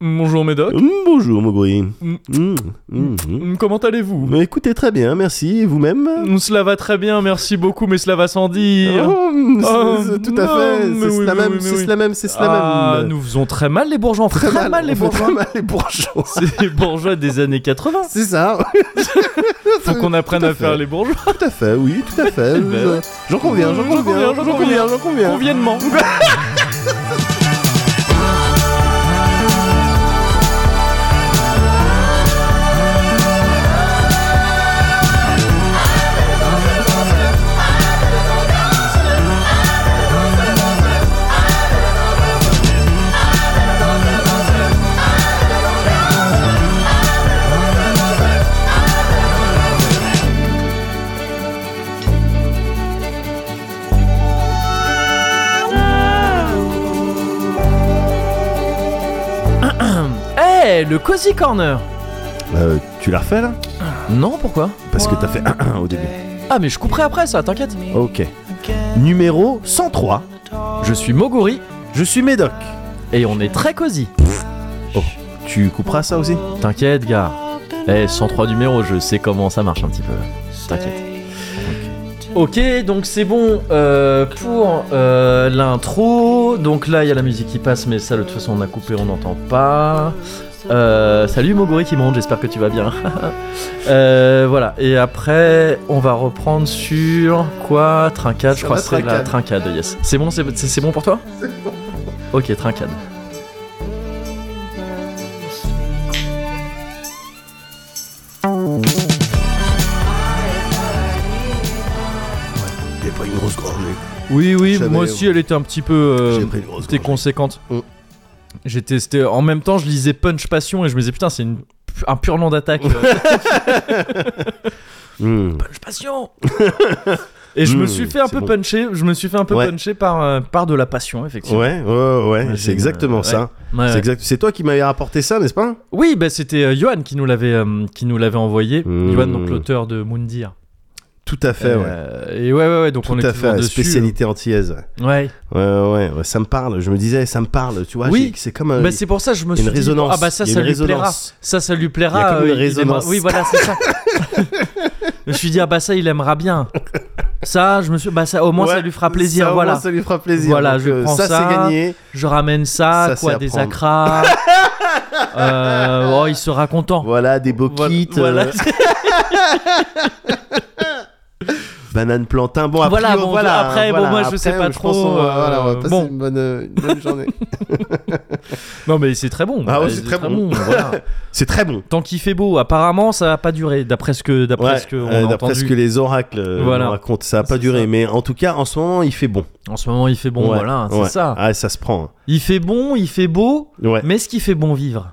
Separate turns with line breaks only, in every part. Bonjour Médoc,
Mm, bonjour, Moguri.
Mm.
Mm, mm, mm.
Mm, comment allez-vous
Mais Écoutez, très bien, merci. Et vous-même
Mm, Cela va très bien, merci beaucoup, mais cela va sans dire.
Oh, mm, c'est-
Oh,
c'est- Tout
non,
à fait,
mais oui,
c'est cela
mais
même,
oui, mais
c'est
oui.
cela même, c'est
ah,
cela même.
nous faisons très mal les bourgeois, on fait très, mal, les
on fait
bourgeois.
Très mal les bourgeois.
C'est les bourgeois des années 80.
C'est ça.
Faut qu'on apprenne
Tout à
à, faire
fait.
les bourgeois.
Tout à fait, oui, tout à fait.
Ben
Je-
ouais.
J'en conviens,
J'en
j'en conviens,
conviens,
j'en conviens, j'en conviens.
Conviennement. Eh, le Cozy Corner
Euh, tu la refais là
Non, pourquoi
Parce que t'as fait 1 au début.
Ah, mais je couperai après ça, t'inquiète.
Ok. Numéro 103.
Je suis Moguri
Je suis Médoc.
et on est très cosy.
Tu couperas ça aussi
T'inquiète, gars. Eh, 103 numéros, je sais comment ça marche un petit peu. T'inquiète. Ok, donc c'est bon euh, pour euh, l'intro. Donc là, il y a la musique qui passe, mais ça, de toute façon, on a coupé, on n'entend pas. Euh, salut Mogori qui monte, j'espère que tu vas bien. Euh, voilà, et après, on va reprendre sur quoi Trincade, je
Ça
crois
va,
que c'est la
Trincade.
trincade, yes. C'est bon, c'est c'est- c'est bon pour toi Ok, trincade.
J'ai pris une grosse gorgée.
Oui, oui,
Ça va
moi
aller,
aussi, elle était un petit peu. euh,
J'ai pris une grosse
C'était
gorgée.
conséquente.
Mm.
J'étais, c'était- en même temps, je lisais Punch Passion et je me disais putain, c'est une- un pur nom d'attaque.
Mm.
Punch Passion. et je me
Mm,
suis fait un
c'est
peu
bon.
puncher. Je me suis fait un peu
Ouais.
puncher par euh, par de la passion, effectivement.
Ouais, ouais, ouais,
Ouais, j'ai
c'est
une-
exactement
ouais.
ça.
Ouais,
C'est
ouais.
exact. C'est toi qui m'avais rapporté ça, n'est-ce pas
Oui, bah, c'était euh, Johan qui nous l'avait euh, qui nous l'avait envoyé.
Mm.
Johan, donc l'auteur de Moundir.
Tout à fait, ouais.
Euh, Et ouais, ouais, ouais. Donc on
Tout
est
à
toujours
fait, ouais,
dessus. euh.
spécialité antillaise. ouais.
Ouais.
Ouais, ouais, ouais, ouais, ça me parle. Je me disais, ça me parle, tu vois.
Oui.
j'ai- C'est comme un-
Bah, c'est pour ça que je me
il y a
suis
une
dit,
résonance.
ah bah ça
il y a
ça
une
lui plaira
résonance.
Ça, ça lui plaira.
Il y a comme une
euh, il
résonance.
aimera- Oui, voilà, c'est ça. je me suis dit, ah bah ça, il aimera bien. Ça, je me suis, bah ça, au moins, ça
Ouais,
lui fera plaisir.
ça, au
voilà.
moins, ça lui fera plaisir.
Voilà,
Donc,
je
euh,
prends
ça.
ça.
c'est gagné.
Je ramène ça,
Ça, c'est
quoi,
à
des
prendre.
acras. Euh, oh, il sera content.
Voilà, des
Voilà,
boquites,
voilà.
euh, banane plantain. Bon, après,
Voilà, bon,
voilà,
après, bon,
voilà,
moi, je
après,
sais pas
pense
trop,
qu'on va- voilà, on va
euh,
passer
bon.
une bonne, euh, une bonne journée.
non, mais c'est très bon.
Ah ouais,
Euh,
c'est très bon.
voilà.
C'est très bon.
Tant qu'il fait beau, apparemment, ça va pas durer, d'après ce que, d'après
Ouais,
ce que on
euh,
a
d'après ce
entendu.
que les oracles euh,
Voilà.
nous racontent, ça a pas
C'est
duré.
ça.
Mais en tout cas, en ce moment, il fait bon.
En ce moment, il fait bon,
Ouais,
voilà, c'est
ouais.
ça.
Ah, ça se prend.
Il fait bon, il fait beau,
Ouais.
mais est-ce qu'il fait bon vivre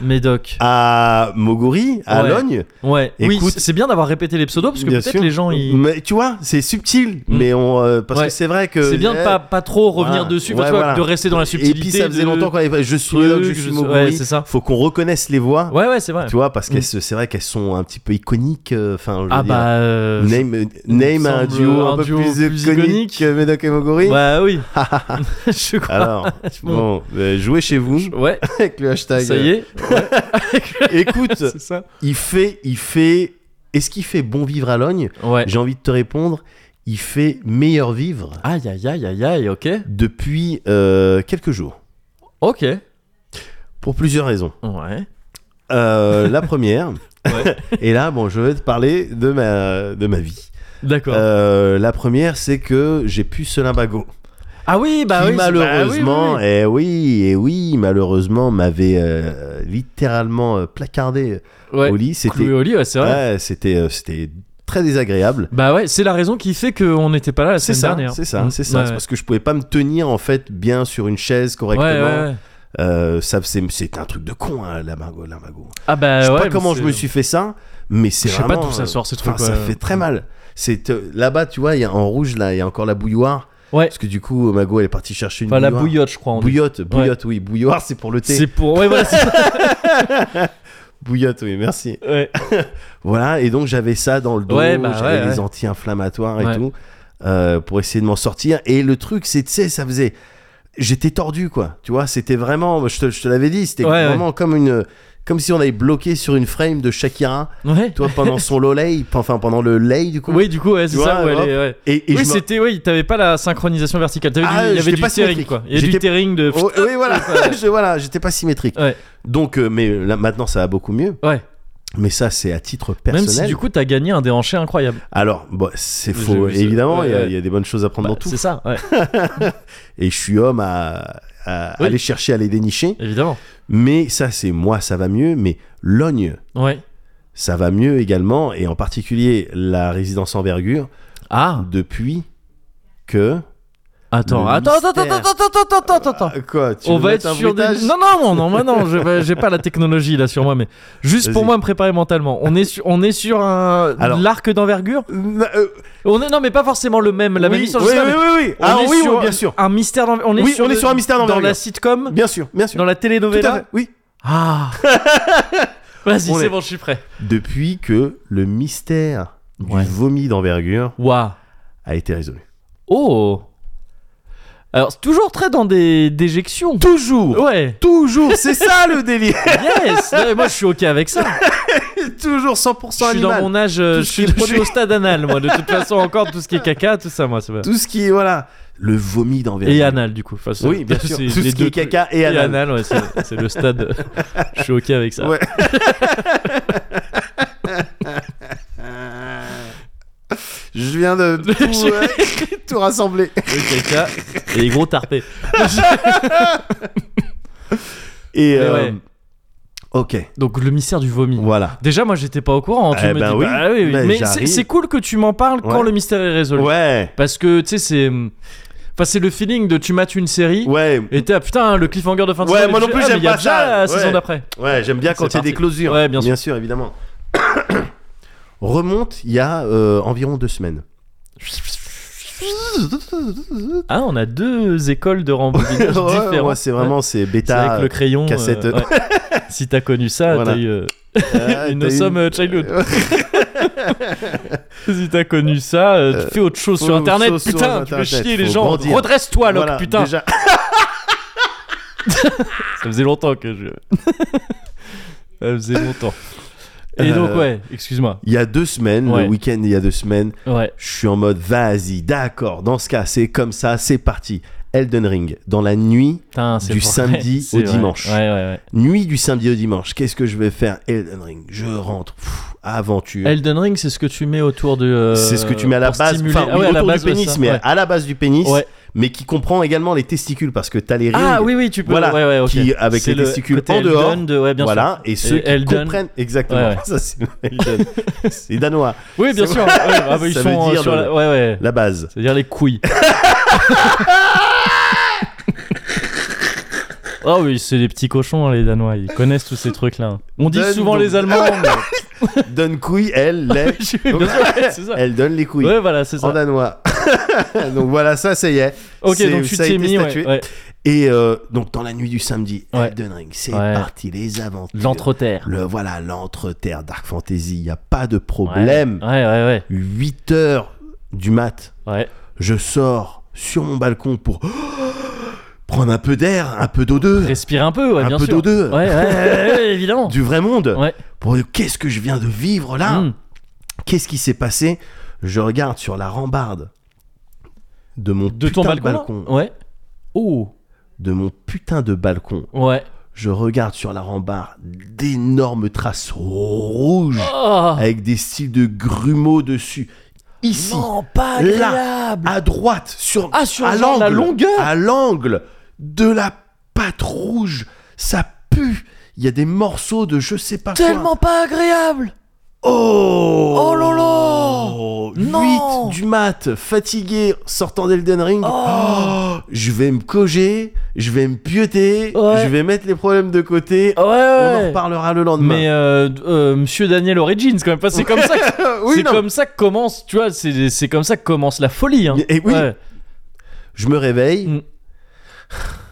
Médoc.
À Moguri, à
Ouais.
Logne.
Ouais, oui,
Écoute-
c'est- c'est bien d'avoir répété les pseudos parce que
Bien
peut-être
sûr.
les gens ils.
Mais tu vois, c'est subtil,
Mm.
mais on euh, parce
Ouais.
que c'est vrai que
C'est bien de
eh,
pas, pas trop revenir
voilà,
dessus,
ouais,
parce que,
voilà.
de rester dans la subtilité.
Et puis ça faisait
de-
longtemps qu'on avait pas- je suis
truc,
Logne, je
je
suis
sais-
Moguri.
ouais, c'est ça.
Faut qu'on reconnaisse les voix,
Ouais, ouais, c'est vrai.
tu vois, parce que
Mm.
c'est c'est vrai qu'elles sont un petit peu iconiques. euh, Enfin, je veux
ah
dire,
bah. euh,
Name, euh, name a un
semble
duo un,
un
peu
duo
plus,
plus
iconique
iconique.
que Médoc et Moguri.
Bah oui. je crois.
Ah, Alors, bon, euh, jouez chez vous
ouais,
avec le hashtag.
ça y est.
Écoute,
c'est ça.
il fait, il fait. Est-ce qu'il fait bon vivre à Logne
Ouais.
J'ai envie de te répondre. Il fait meilleur vivre
Aïe, aïe, aïe, aïe, aïe, ok.
depuis euh, quelques jours.
Ok.
Pour plusieurs raisons.
Ouais.
Euh, la première,
Ouais.
et là, bon, je vais te parler de ma, de ma vie.
D'accord.
Euh, la première, c'est que j'ai pu ce lumbago.
ah oui, bah
qui,
oui. c'est-
malheureusement,
bah oui, oui,
et oui, eh oui, malheureusement, m'avait euh, littéralement euh, placardé
oui. Ouais.
au lit.
Cloué
C'était,
au lit, ouais, c'est vrai.
ouais, c'était, euh, c'était très désagréable.
Bah ouais, c'est la raison qui fait qu'on n'était pas là la
C'est
semaine
ça,
dernière.
c'est ça,
Mm.
c'est ça.
Ouais,
C'est Mmh. parce que je pouvais pas me tenir en fait bien sur une chaise
ouais,
correctement.
ouais, ouais.
Euh, ça, c'est, c'est un truc de con, hein, la mago, la mago.
Ah bah
je sais
ouais.
pas
mais
comment je
c'est-
me suis fait ça, mais c'est
Je sais pas
vraiment,
d'où
euh,
ça sort ces
Enfin,
trucs.
ça
ouais.
fait très mal. C'est euh, là-bas, tu vois, il y a en rouge là, il y a encore la bouilloire.
Ouais.
Parce que du coup, Mago, elle est partie chercher une
Enfin, la
bouilloire.
bouillotte, je crois. on dit.
Bouillotte, bouillotte, oui, bouilloire, c'est pour le thé.
C'est pour. Ouais, voilà, c'est ça.
Bouillotte, oui, merci.
Ouais.
Voilà, et donc j'avais ça dans le dos,
Ouais, bah,
j'avais
ouais,
des
ouais.
anti-inflammatoires et
Ouais.
tout euh, pour essayer de m'en sortir. Et le truc, c'est, tu sais, ça faisait j'étais tordu, quoi. Tu vois, c'était vraiment, je te, je te l'avais dit, c'était
Ouais,
vraiment comme une, comme si on avait bloqué sur une frame de Shakira,
Ouais.
tu vois, pendant son lolay, enfin pendant le lay du coup.
Oui, du coup, ouais, c'est
Tu
ça.
vois,
ouais,
hop.
les- ouais.
Et, et
oui,
je me-
c'était, oui, t'avais pas la synchronisation verticale. T'avais
Ah,
du, il y avait
j'étais
du
pas
tearing,
symétrique.
quoi. Il y a du
J'étais-
tearing de.
Oh, oui, voilà, je, voilà, j'étais pas symétrique.
Ouais.
Donc, euh, mais là, maintenant, ça va beaucoup mieux.
Ouais.
Mais ça, c'est à titre
Même
personnel.
si du coup, t'as gagné un déhanché incroyable.
Alors, bon, c'est
J'ai
faux,
vu ça.
évidemment, il y a-
Ouais.
il y, a des bonnes choses à prendre
Bah,
dans tout.
c'est ça, ouais,
Et je suis homme à, à
Oui.
aller chercher, à les dénicher.
évidemment.
Mais ça, c'est moi, ça va mieux. Mais l'ogne,
Ouais.
ça va mieux également. Et en particulier, la résidence envergure,
Ah,
depuis que.
attends,
Le
attends, attends, attends,
mystère.
attends, attends, attends, attends, attends.
Ah, quoi tu
On
veux
va
mettre
être
un
sur des.
bruitage
Non, non, non, non, mais non, je vais- j'ai pas la technologie là sur moi, mais juste pour
Vas-y.
moi me préparer mentalement. On est sur, on est sur un
Alors.
l'arc d'envergure.
Non, euh,
On est non, mais pas forcément le même, la
oui,
même histoire.
oui,
juste là,
oui,
mais
oui, oui.
on
Ah
est
oui,
sur euh,
oui, bien sûr.
Un mystère d'envergure. On est
Oui,
sur
on est
le-
sur un mystère
dans
d'envergure.
la sitcom,
Bien sûr, bien sûr.
dans la
Tout à
telenovela.
fait, oui.
Ah Vas-y,
On
c'est
est-
bon, je suis prêt.
Depuis que le mystère
Ouais.
du vomi d'envergure
Waouh
a été résolu.
Oh Alors, c'est toujours très dans des déjections.
Toujours
Ouais
Oh, Toujours C'est ça le délire
Yes Non, mais Moi, je suis OK avec ça.
Toujours 100%
Je suis dans
animal.
mon âge, euh,
Tout
je
ce
suis,
qui est
je suis au stade anal, moi. De toute façon, encore tout ce qui est caca, tout ça, moi. c'est vrai.
Tout ce qui est, voilà, le vomi d'envergure.
Et anal, du coup. Enfin, c'est-
Oui, bien sûr.
c'est
Tout ce
les
qui
deux
est caca et
trucs.
anal.
ouais, c'est c'est le stade. Je suis OK avec ça.
Ouais. Je viens de tout, euh, tout rassembler.
Le caca et les gros tarpés.
Et
Mais
euh,
ouais.
ok,
Donc, le mystère du vomi.
voilà.
Déjà, moi, j'étais pas au courant. Tu
Eh
me
ben
dis,
oui,
bah, oui, oui.
mais
Mais c'est
j'arrive.
c'est cool que tu m'en parles quand
Ouais.
le mystère est résolu.
Ouais,
Parce que, tu sais, c'est. Enfin, c'est le feeling de tu mates une série.
ouais,
Et t'es, ah, putain, le cliffhanger de fin de
Ouais,
saison.
moi
et tu fais,
non plus,
ah,
j'aime
mais il y a
pas
déjà
ça.
la saison
Ouais.
d'après.
ouais. J'aime bien quand il
C'est
y a des
parti.
closures.
Ouais, bien sûr.
évidemment. Remonte il y a euh, environ deux semaines.
Ah, on a deux écoles de rembobinage
Ouais,
différentes.
moi, c'est vraiment c'est
C'est avec
bêta.
le crayon. euh,
cassette.
ouais. Si t'as connu ça,
Voilà.
t'as eu. euh,
euh,
une
t'as eu-
somme euh, childhood. si t'as connu ça, euh, tu fais autre chose sur
autre
internet.
chose sur
putain, tu fais
Internet,
chier les
faut
gens.
grandir.
Redresse-toi, Locke,
Voilà,
putain.
déjà-
Ça faisait longtemps que je. Ça faisait longtemps. Et
Euh,
donc, ouais, excuse-moi.
Il y a deux semaines,
Ouais.
le week-end, il y a deux semaines,
Ouais.
je suis en mode vas-y, d'accord, dans ce cas, c'est comme ça, c'est parti. Elden Ring, dans la nuit,
Putain, c'est
Du
vrai,
samedi
c'est
au
vrai.
dimanche.
Ouais, ouais,
nuit du samedi au dimanche, qu'est-ce que je vais faire Elden Ring, je rentre, Pff, aventure.
ouais. Elden Ring, c'est ce que tu mets autour de. euh,
c'est ce que tu mets à la
pour
base,
stimuler-
enfin,
Ah
oui,
ouais, à la
autour
base,
du
ouais,
pénis,
ça,
mais
ouais.
à la base du pénis,
Ouais.
mais qui comprend également les testicules, parce que t'as les rings
Ah oui, oui, tu peux.
Voilà,
ouais, ouais, ok.
qui- avec
C'est
les
le
testicules
côté
en
Elden
dehors.
de- ouais, bien
voilà, et ceux qui
Elden.
comprennent exactement.
Ouais, ouais.
Ça, c'est Elden. C'est danois,
sûr. Oui, bien
C'est
sûr. ouais, ah, bah, ils
Ça
sont
veut
euh,
dire
sur
de-
la- Ouais, ouais.
la base.
C'est-à-dire les couilles. Ah oui, c'est des petits cochons, hein, les Danois. Ils connaissent tous ces trucs-là. On dit
Donne
souvent
donc.
les Allemands. mais-
Donne couille, elle, les.
Je suis- bien sûr, ouais, c'est ça.
Elle donne les couilles.
Ouais, voilà, c'est
en
ça.
danois. donc voilà, ça, ça y est.
Ok,
c'est-
donc tu
ça a
t'es
été
mis. ouais,
statué.
ouais.
Et euh, donc dans la nuit du samedi,
Ouais.
Elden Ring, c'est
Ouais.
parti, les aventures.
L'entreterre.
Le voilà, l'entre-terre, Dark Fantasy, il n'y a pas de problème.
Ouais, ouais, ouais.
8 heures du mat,
ouais.
je sors sur mon balcon pour prendre un peu d'air, un peu d'eau d'eux,
Respire un peu, ouais,
un
bien
peu
sûr.
d'eau d'eux,
Ouais, ouais, ouais, ouais, évidemment.
du vrai monde.
Ouais.
Pour qu'est-ce que je viens de vivre là
Mm.
Qu'est-ce qui s'est passé Je regarde sur la rambarde de mon
De
putain
ton balcon,
de
là
balcon,
Ouais. Oh.
de mon putain de balcon.
Ouais.
Je regarde sur la rambarde d'énormes traces rouges
Oh.
avec des styles de grumeaux dessus. Ah, Ici,
Non, pas
Là.
agréable.
à droite, sur,
Ah, sur
à
genre la
l'angle,
longueur.
à l'angle de la pâte rouge, ça pue. Il y a des morceaux de je sais pas
Tellement
quoi.
pas agréable.
Oh
Oh là là Non
8 du mat, fatigué, sortant d'Elden Ring. Oh, je vais me coger, je vais me pioter,
Ouais.
je vais mettre les problèmes de côté.
Ah Ouais, ouais.
On en
ouais.
reparlera le lendemain.
Mais euh, euh, Monsieur Daniel Origins, quand même, pas. c'est comme ça, que-
oui,
c'est
non,
comme ça que commence, tu vois, c'est c'est comme ça que commence la folie. Hein.
Et oui.
Ouais.
Je me réveille.
Mm.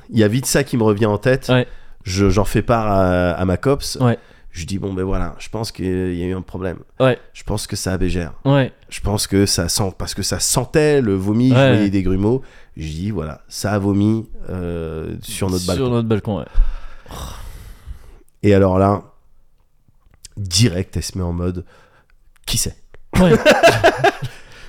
Il y a vite ça qui me revient en tête.
Ouais.
Je- J'en fais part à, à ma copse.
Ouais.
Je dis, bon, ben voilà, je pense qu'il y a eu un problème.
Ouais.
Je pense que ça abégère.
Ouais.
Je pense que ça sent, parce que ça sentait le vomi, je
Ouais.
voyais des grumeaux. Je dis, voilà, ça a vomi euh, sur notre balcon.
Sur notre balcon, ouais.
Et alors là, direct, elle se met en mode, qui c'est
Ouais.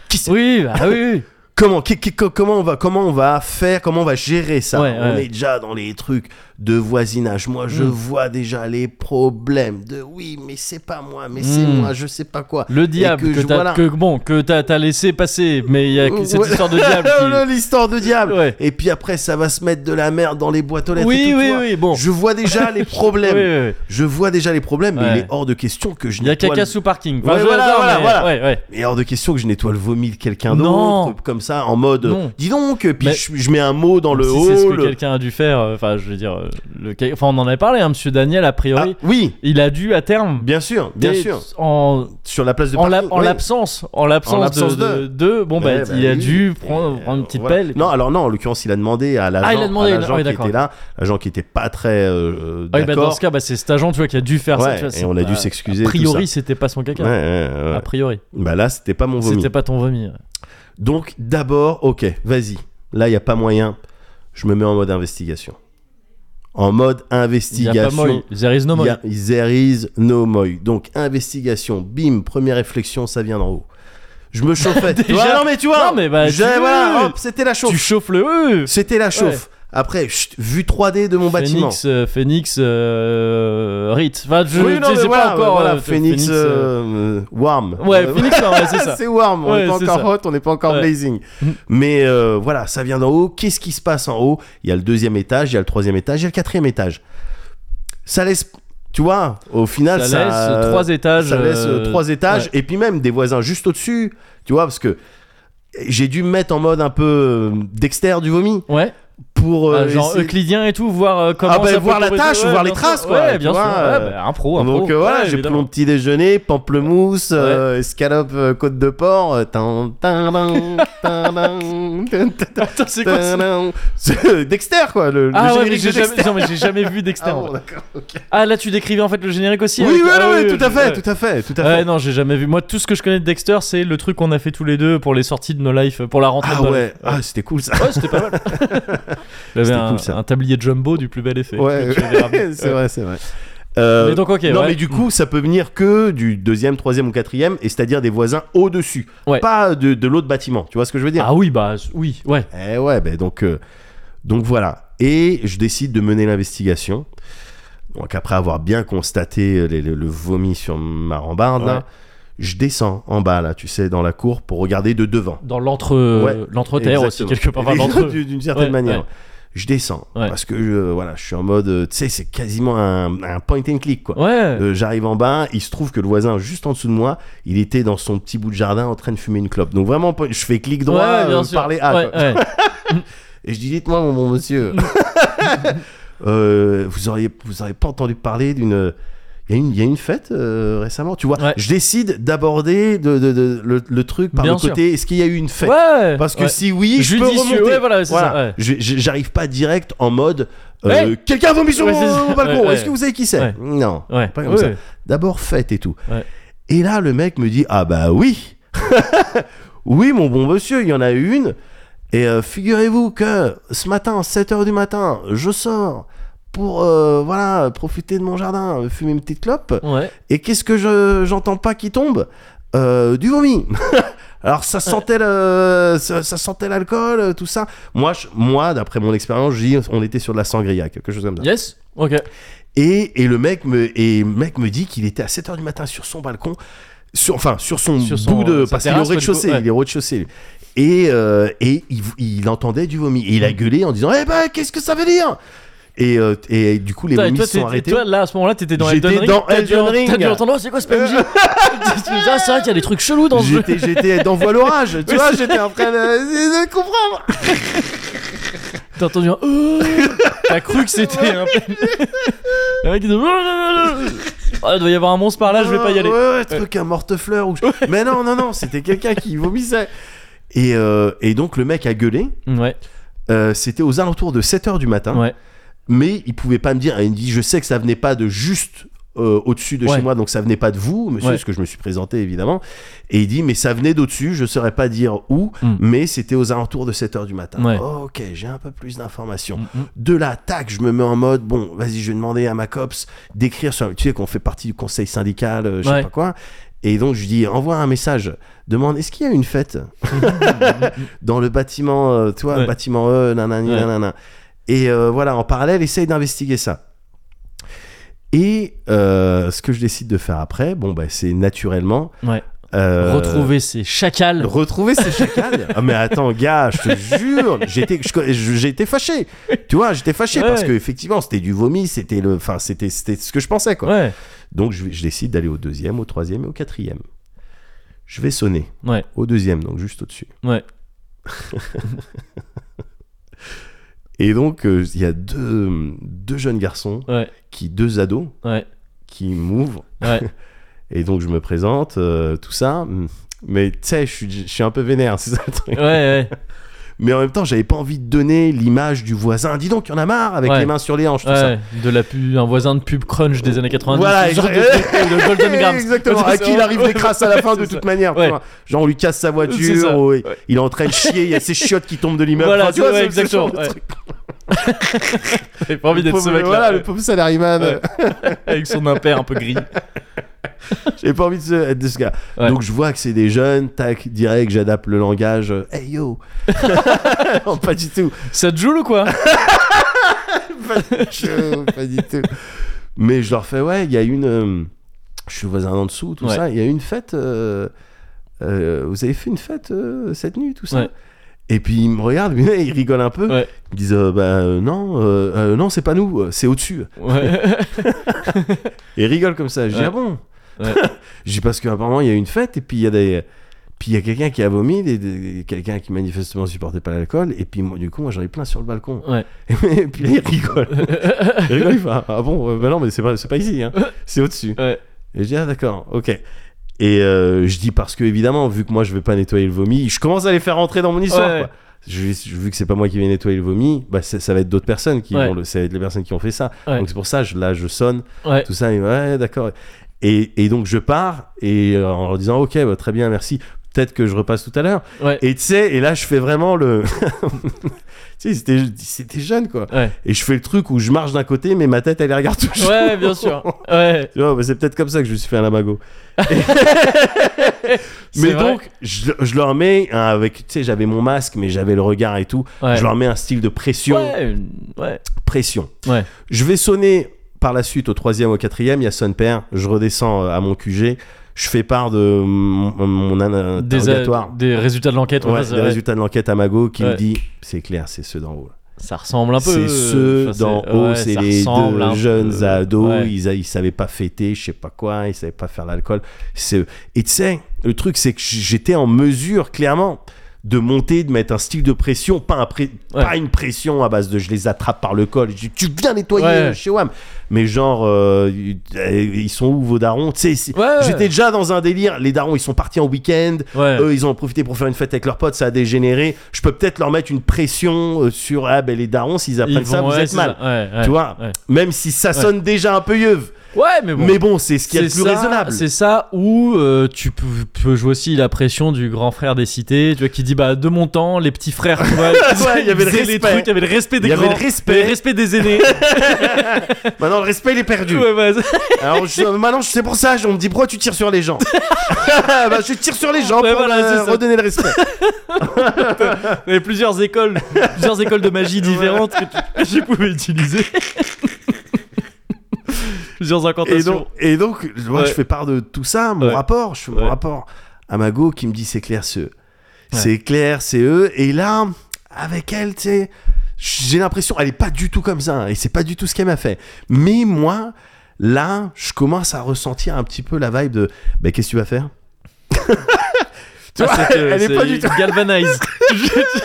Qui c'est
Oui, bah oui,
comment, qui- qui- co- comment, on va, comment on va faire, comment on va gérer ça
Ouais,
On
ouais.
est déjà dans les trucs de voisinage. Moi, je
Mm.
vois déjà les problèmes de oui, mais c'est pas moi, mais c'est
Mm.
moi, je sais pas quoi.
le diable
que
que,
je-
t'as,
voilà. Oh,
que bon, que t'as, t'as laissé passer, mais il y a que cette
Ouais.
histoire de diable
L'histoire de
qui.
diable.
Ouais.
Et puis après, ça va se mettre de la merde dans les boîtes aux lettres. et
Oui,
tout, tu
oui,
vois.
oui, bon.
Je vois déjà les
Oui,
problèmes.
oui, oui.
Je vois déjà les problèmes, mais
Ouais.
il est hors de question que je
Il y a
nettoie
caca
le-
sous parking.
Ouais,
je-
voilà,
non,
voilà,
mais-
voilà.
Ouais, ouais.
Mais hors de question que je nettoie le vomi de quelqu'un
Non.
d'autre, comme ça, en mode.
Non.
Dis donc, puis
Mais-
je, je mets un mot dans le
si
haut.
c'est ce que
le-
quelqu'un a dû faire, euh, enfin, je veux dire, euh, le... ca- enfin, on en avait parlé, hein, Monsieur Daniel, a
Ah,
priori,
oui,
il a dû à terme.
bien sûr, bien
dès-
sûr.
En,
Sur la place de
en, la-
parking,
en
oui.
l'absence, en
En
l'absence
l'absence
de, de, de- bon, bah,
Ouais, bah
il a
oui.
dû
Et,
prendre, prendre une
euh,
petite
voilà.
pelle.
Non, alors non, en l'occurrence, il a demandé à l'agent,
Ah, il a demandé,
à l'agent
ah oui,
qui
d'accord.
était là, l'agent qui était pas très euh,
Ah oui, bah, dans
d'accord.
ce cas, bah, c'est cet agent, tu vois, qui a dû faire ça.
Ouais,
tu vois,
et
c'est
on a
pas-
dû s'excuser,
A
tout
priori,
ça.
c'était pas son caca.
Ouais, ouais, ouais.
A priori.
Bah là, c'était pas mon
Ah.
vomi.
C'était pas ton vomi. ouais.
Donc d'abord, ok, vas-y. Là, il y a pas moyen. Je me mets en mode investigation. En
Il
mode
y a pas moi.
investigation.
There is no moi.
Il y a- there is no moi. Donc investigation, bim, première réflexion, ça vient d'en haut. Je me chauffais.
Déjà-
Tu vois, non mais tu vois,
Non, mais bah,
j'ai-
tu-
voilà, hop, c'était la
Tu
chauffe.
chauffes le E.
C'était la chauffe. Après, chut, vue 3D de mon bâtiment.
Phoenix, euh, Phoenix, euh, Rit. Enfin, je
oui,
je
non,
sais
mais
pas
voilà,
encore.
voilà,
euh,
Phoenix,
euh,
euh, euh, Warm.
Ouais, Phoenix, ouais, ouais, c'est ça.
c'est warm, on
Ouais,
n'est pas
c'est
encore
ça.
hot, on n'est pas encore
Ouais.
blazing.
Mm.
Mais euh, voilà, ça vient d'en haut. Qu'est-ce qui se passe en haut Il y a le deuxième étage, il y a le troisième étage, il y a le quatrième étage. Ça laisse, tu vois, au final,
Ça,
ça,
laisse euh, trois étages.
ça laisse euh,
euh,
trois étages et puis même des voisins juste au-dessus, tu vois, parce que j'ai dû me mettre en mode un peu euh, dexter du vomi
Ouais.
pour euh,
Ah, genre
essayer-
euclidien et tout, voir euh, comment
Ah bah,
ça peut
voir la
tomber
tache,
dessus. Ouais,
voir les
bien
traces,
sûr.
quoi,
Ouais,
tu
bien sûr.
vois,
Ouais,
euh,
bah, un pro, un pro.
Donc euh, voilà,
Ouais,
j'ai pris
évidemment.
mon petit déjeuner, pamplemousse, euh, escalope euh, côte de porc. euh, tan, tan, tan, tan, tan, tan,
Attends, c'est quoi ça
tan. C'est euh, Dexter quoi, le, le
Ah ouais, mais
générique
j'ai
de Dexter.
jamais, non, mais j'ai jamais vu Dexter.
Ah
en
bon,
vrai.
d'accord, ok.
Ah, là tu décrivais en fait le générique aussi
Oui,
avec-
oui,
ah
non, oui, tout à
je-
fait,
ouais.
tout à fait, tout à
Ouais,
fait.
non, j'ai jamais vu. Moi, tout ce que je connais de Dexter, c'est le truc qu'on a fait tous les deux pour les sorties de nos lives, pour la rentrée
Ah
de nos
ouais, ah c'était cool ça.
lives. Ouais, c'était pas mal. Il avait
C'était
un,
cool, ça.
un tablier jumbo du plus bel effet.
Ouais,
Tu l'avais ramené.
c'est
Ouais.
vrai, c'est vrai. Euh,
Mais donc, ok,
non
ouais.
mais du coup ça peut venir que du deuxième, troisième ou quatrième et c'est-à-dire des voisins au-dessus,
Ouais.
pas de, de l'autre bâtiment. Tu vois ce que je veux dire
Ah oui, bah oui, ouais.
Eh ouais, ben donc, euh, donc voilà. Et je décide de mener l'investigation. Donc après avoir bien constaté euh, les- le, le vomi sur ma rambarde, là,
Ouais.
je descends en bas, là, tu sais, dans la cour pour regarder de devant.
Dans l'entre,
Ouais,
l'entreterre aussi
Exactement.
quelque part. Enfin, l'entre.
D'une d'une certaine
Ouais,
manière.
ouais.
Je descends
Ouais.
parce que je, voilà, je suis en mode, euh, tu sais, c'est quasiment un, un point and click, quoi.
Ouais.
Euh, J'arrive en bas, il se trouve que le voisin juste en dessous de moi, il était dans son petit bout de jardin en train de fumer une clope. Donc vraiment, point- je fais clic droit,
ouais, bien
euh,
sûr.
parler à.
Ouais, Mm.
quoi.
ouais.
Et je dis, dites-moi, mon bon monsieur, euh, vous auriez, vous auriez pas entendu parler d'une. Il y, a une- il y a une fête euh, récemment, tu vois.
Ouais.
Je décide d'aborder de, de- de- le, le truc par
Bien
le
sûr.
côté est-ce qu'il y a eu une fête
Ouais.
Parce que
Ouais.
si oui, je peux
Judicieux,
remonter.
ouais, voilà, c'est ça, ouais.
Je- je- J'arrive pas direct en mode euh,
Ouais.
quelqu'un a vomi sur
Ouais,
mon
c'est ça.
balcon,
Ouais, ouais.
est-ce que vous savez qui c'est
Ouais.
Non.
Ouais.
Pas comme
Ouais.
ça. D'abord fête et tout.
Ouais.
Et là, le mec me dit Ah bah oui Oui, mon bon monsieur, il y en a eu une. Et euh, figurez-vous que ce matin, 7h du matin, je sors pour euh, voilà profiter de mon jardin, fumer une petite clope.
Ouais.
Et qu'est-ce que je- j'entends pas qui tombe Euh, Du vomi. Alors ça sentait le, ça, ça sentait l'alcool, euh, tout ça. Moi, je- moi, d'après mon expérience, je dis on était sur de la sangria, quelque chose comme ça.
Yes. Ok.
Et, et le mec me, et le mec me dit qu'il était à 7h du matin sur son balcon, sur, enfin sur son
Sur son-
bout de...
sa
Parce qu'il est au
terrasse, quoi, du coup,
rez-de-chaussée,
ouais.
il est au rez-de-chaussée. lui. Et, euh, et il, il entendait du vomi. Et il a
Mm.
gueulé en disant, eh ben, qu'est-ce que ça veut dire et, euh, et du coup, les
Putain, et
vomis
toi,
se sont
t'es-
arrêtés.
toi, là, à ce moment-là, t'étais dans
J'étais
Elden Ring.
dans
t'as dû-
Elden Ring.
T'as dû entendre, oh, c'est quoi ce PMJ Tu te dis, Ah, c'est vrai qu'il y a des trucs chelous dans ce jeu.
J'étais, j'étais dans Voile l'orage, tu
Oui,
vois,
c'est-
j'étais en train de, de comprendre.
T'as entendu un. Oh T'as cru que c'était un. Le mec, il dit. oh, Ah, il doit y avoir un monstre par là, je vais pas y aller.
Ouais, ouais, truc, un mortefleur. Ou... Mais non, non, non, c'était quelqu'un qui vomissait. Et, euh, et donc, le mec a gueulé.
Ouais,
Euh, c'était aux alentours de 7h du matin.
ouais.
mais il pouvait pas me dire. Il me dit, je sais que ça venait pas de juste euh, au-dessus de
Ouais.
chez moi, donc ça venait pas de vous, monsieur,
Ouais.
parce que je me suis présenté évidemment. Et il dit, mais ça venait d'au-dessus, je saurais pas dire où,
Mm.
mais c'était aux alentours de 7 heures du matin.
Ouais.
Oh, ok, j'ai un peu plus d'informations.
Mm, mm.
De là, tac, je me mets en mode, bon, vas-y, je vais demander à ma COPS d'écrire sur. Tu sais qu'on fait partie du conseil syndical, euh, je
Ouais.
sais pas quoi. Et donc, je lui dis, envoie un message. Demande, est-ce qu'il y a une fête dans le bâtiment, euh, toi,
Ouais.
bâtiment E, nanani,
Ouais.
nanana. Et euh, voilà, en parallèle, essaye d'investiguer ça. Et euh, ce que je décide de faire après, bon, bah, c'est naturellement.
Ouais.
euh,
Retrouver ces chacals.
Retrouver ces chacals Ah mais attends gars, je te jure, j'étais je- je- j'étais fâché. Tu vois, j'étais fâché
Ouais.
parce que effectivement, c'était du vomi, c'était le enfin c'était c'était ce que je pensais quoi.
Ouais.
Donc je, je décide d'aller au deuxième, au troisième et au quatrième. Je vais sonner
Ouais.
au deuxième, donc juste au-dessus.
Ouais.
Et donc euh, il y a deux, deux jeunes garçons
Ouais.
qui deux ados
Ouais.
qui m'ouvrent
Ouais.
et donc je me présente euh, tout ça. Mais tu sais, je suis je suis un peu vénère, c'est ça le truc.
Ouais. Ouais.
Mais en même temps, j'avais pas envie de donner l'image du voisin. Dis donc, il y en a marre avec
Ouais.
les mains sur les hanches, tout ça.
Ouais, de la pub, un voisin de pub crunch des années 90.
Voilà,
ce genre de,
exact-
truc, le Golden Grams.
Exactement, à qui il arrive des crasses à la fin de
C'est
toute
ça.
manière. tu
Ouais.
vois. Genre, on lui casse sa
C'est ça.
voiture, ou il-
Ouais.
il est en train de chier, il y a ses chiottes qui tombent de l'immeuble.
Voilà,
Enfin, tu
c'est-
vois,
ouais,
ce- ce genre de
exactement,
truc.
J'ai pas envie
Le
d'être ce
pauvre-
mec-là.
Voilà,
ouais.
le pauvre salaryman.
Ouais. Avec son impair un peu gris.
J'ai pas envie de ce, de ce gars.
Ouais.
Donc, je vois que c'est des jeunes, tac, direct, j'adapte le langage. euh, Hey yo Non, pas du tout.
Ça te joue ou quoi
pas du tout, pas du tout. Mais je leur fais, ouais, il y a une. euh, je suis voisin en dessous, tout
Ouais.
ça. Il y a une fête. euh, euh, vous avez fait une fête euh, cette nuit, tout ça.
Ouais.
Et puis ils me regardent, ils rigolent un peu.
Ouais.
Ils disent, euh, bah euh, non, euh, euh, non, c'est pas nous, euh, c'est au-dessus.
Ouais.
Et ils rigolent comme ça. Je dis,
Ouais.
ah bon
Ouais.
Je dis, parce qu'apparemment, il y a une fête, et puis il y a des. Puis il y a quelqu'un qui a vomi, des- des- quelqu'un qui manifestement supportait pas l'alcool, et puis moi, du coup, moi j'en ai plein sur le balcon.
Ouais.
Et puis là, ils rigolent. Il rigole, il fait, ah, ah bon, euh, bah non, mais c'est pas, c'est pas ici, hein. c'est au-dessus.
Ouais.
Et je dis, ah d'accord, ok. Et euh, je dis, parce que évidemment, vu que moi je vais pas nettoyer le vomi, je commence à les faire rentrer dans mon histoire.
Ouais.
quoi. Je- je- vu que c'est pas moi qui vais nettoyer le vomi, bah, ça, ça va être d'autres personnes qui
Ouais.
vont le- ça va être les personnes qui ont fait ça.
Ouais.
Donc c'est pour ça, je, là je sonne,
Ouais.
tout ça, et ouais, d'accord. Et, et donc je pars, et euh, en leur disant, ok, bah, très bien, merci, peut-être que je repasse tout à l'heure.
Ouais.
Et tu sais, et là je fais vraiment le. tu sais, c'était- c'était jeune quoi.
Ouais.
Et je fais le truc où je marche d'un côté, mais ma tête, elle les regarde toujours.
Ouais, bien sûr. Ouais.
Tu vois, bah, c'est peut-être comme ça que je me suis fait un lamago.
C'est
Mais
vrai.
donc, je, je leur mets un- avec, tu sais, j'avais mon masque, mais j'avais le regard et tout.
Ouais.
Je leur mets un style de pression,
Ouais, une- ouais.
pression.
Ouais.
Je vais sonner par la suite au troisième, au quatrième. Il y a son père. Je redescends euh, à mon QG. Je fais part de mon, mon
Des, euh,
interrogatoire.
des résultats de l'enquête.
Ouais,
ouais,
les
ouais.
résultats de l'enquête à Mago qui
Ouais.
me dit c'est clair, c'est ceux d'en haut.
Ça ressemble un peu. euh,
C'est ceux
enfin,
d'en
c'est-
haut,
ouais,
c'est
ça
les
ressemble un
deux
peu.
jeunes ados,
Ouais.
ils, a- ils savaient pas fêter, je sais pas quoi, ils savaient pas faire l'alcool. C'est eux. Et tu sais, le truc c'est que j'étais en mesure clairement de monter, de mettre un style de pression, pas, un pré-
Ouais.
pas une pression à base de je les attrape par le col, je dis, tu viens nettoyer
Ouais.
euh, chez WAM. Mais genre, euh, ils sont où vos darons Tu sais, c'est-
Ouais, ouais.
J'étais déjà dans un délire, les darons ils sont partis en week-end,
Ouais.
eux, ils ont profité pour faire une fête avec leurs potes, ça a dégénéré. Je peux peut-être leur mettre une pression euh, sur ah ben les darons s'ils
Ils
apprennent ça,
vont-
vous
ouais,
êtes
c'est
mal.
ça. Ouais, ouais.
Tu vois,
ouais.
même si ça sonne déjà un peu yeuve.
Ouais, mais bon.
Mais bon, c'est ce qui est, le
C'est
plus
ça-
raisonnable.
C'est ça où euh, tu peux, peux jouer aussi la pression du grand frère des cités, tu vois, qui dit bah de mon temps, les petits frères, tu vois,
Ouais, il y avait
ils
le
faisaient les
respect.
trucs, il y avait le respect des
Il y avait
grands,
le respect.
le respect des aînés. bah,
Maintenant, le respect, il est perdu.
Ouais, ouais,
Alors, je- euh, maintenant, je- c'est pour ça, je- on me dit pourquoi tu tires sur les gens Bah, Je tire sur les gens
Ouais,
pour
voilà,
leur-
c'est ça.
redonner le respect.
Il y avait plusieurs écoles, plusieurs écoles de magie différentes que, tu, que tu pouvais utiliser. plusieurs incantations.
Et donc, et donc moi,
Ouais.
je fais part de tout ça, mon
Ouais.
rapport, je fais mon
Ouais.
rapport à Mago qui me dit c'est clair, c'est eux. C'est clair, c'est eux. Et là, avec elle, tu sais, j'ai l'impression, elle est pas du tout comme ça, hein, et c'est pas du tout ce qu'elle m'a fait. Mais moi, là, je commence à ressentir un petit peu la vibe de, bah, qu'est-ce que tu vas faire Tu
Ah,
vois,
c'est que-
elle est pas du tout,
galvanise.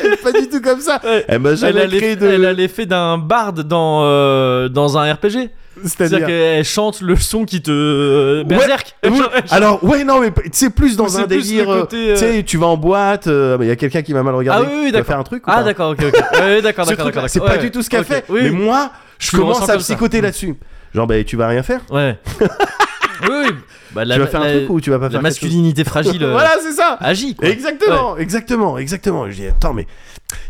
elle est pas du tout comme ça.
Ouais.
Elle m'a
Elle
jamais
a l'effet
créé de.
elle a l'effet d'un barde dans, euh, dans un RPG.
C'est-à-dire.
C'est-à-dire qu'elle chante le son qui te. euh,
Ouais.
berserk. Elle
Oui,
chante- elle chante-
Alors ouais non mais tu sais plus dans
C'est
un
plus le
délire euh,
côté, euh,
tu sais tu vas en boîte euh, mais il y a quelqu'un qui m'a mal regardé
Ah oui, oui,
tu vas
d'accord.
faire un truc ou
Ah
pas
d'accord, ok, ok. Ouais, ouais, d'accord,
Ce
d'accord,
truc-là,
d'accord.
c'est
Ouais,
pas du tout ce qu'elle
ok.
fait
Oui,
mais
oui.
moi je
tu le
commence
ressens
à
comme ça.
psychoter là-dessus. Genre, bah, tu vas rien faire
Ouais. oui, oui. Bah, la,
Tu vas faire
la-
un truc ou tu vas pas
la
faire quelque chose
masculinité fragile euh,
Voilà, c'est ça
agit. quoi.
Exactement, exactement, exactement. Je dis, attends, mais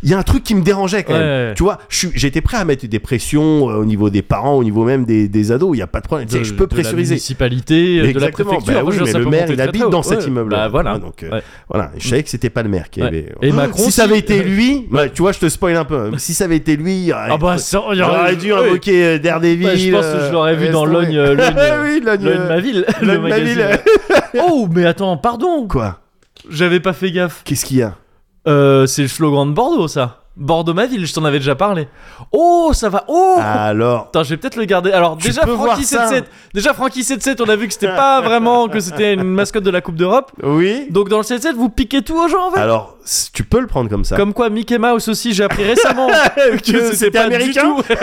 il y a un truc qui me dérangeait quand
Ouais,
même.
ouais.
Tu vois, je suis- j'étais prêt à mettre des pressions euh, au niveau des parents, au niveau même des, des ados. Il n'y a pas de problème. Tu sais,
De-
je peux
De la
pressuriser.
municipalité, euh, de la
Exactement.
préfecture.
Bah
Moi,
oui,
je veux
mais
dire, ça
le
peut
maire,
monter
il
très, très
habite
haut.
dans cet
Ouais.
immeuble-là.
Bah voilà.
Donc, euh,
Ouais.
voilà. Je savais que c'était pas le maire qui
Ouais.
avait. Ah,
Et Macron,
si ça avait
si-
été lui, bah, tu vois, je te spoil un peu. Si ça avait été lui,
Ah bah ça, il y aurait-
j'aurais dû
ouais.
invoquer euh, Daredevil.
Ouais, je pense que je l'aurais vu
euh,
dans
restauré.
Logne, euh, Logne, euh,
Oui, Logne,
Loin de
euh,
ma ville,
Loin
le
de ma
magazine. oh, mais attends, pardon,
Quoi
j'avais pas fait gaffe.
Qu'est-ce qu'il y a
Euh, c'est le slogan de Bordeaux, ça. Bordeaux ma ville, je t'en avais déjà parlé. Oh, ça va. Oh,
Alors.
Attends, je vais peut-être le garder. Alors
Tu
déjà
peux
Francky
voir ça.
77, déjà Francky 77, on a vu que c'était pas vraiment que c'était une mascotte de la Coupe d'Europe.
Oui.
Donc dans le 77, vous piquez tout aux gens en fait.
Alors, c- tu peux le prendre comme ça.
Comme quoi Mickey Mouse aussi, j'ai appris récemment que c'était
c'était
pas
américain.
du tout.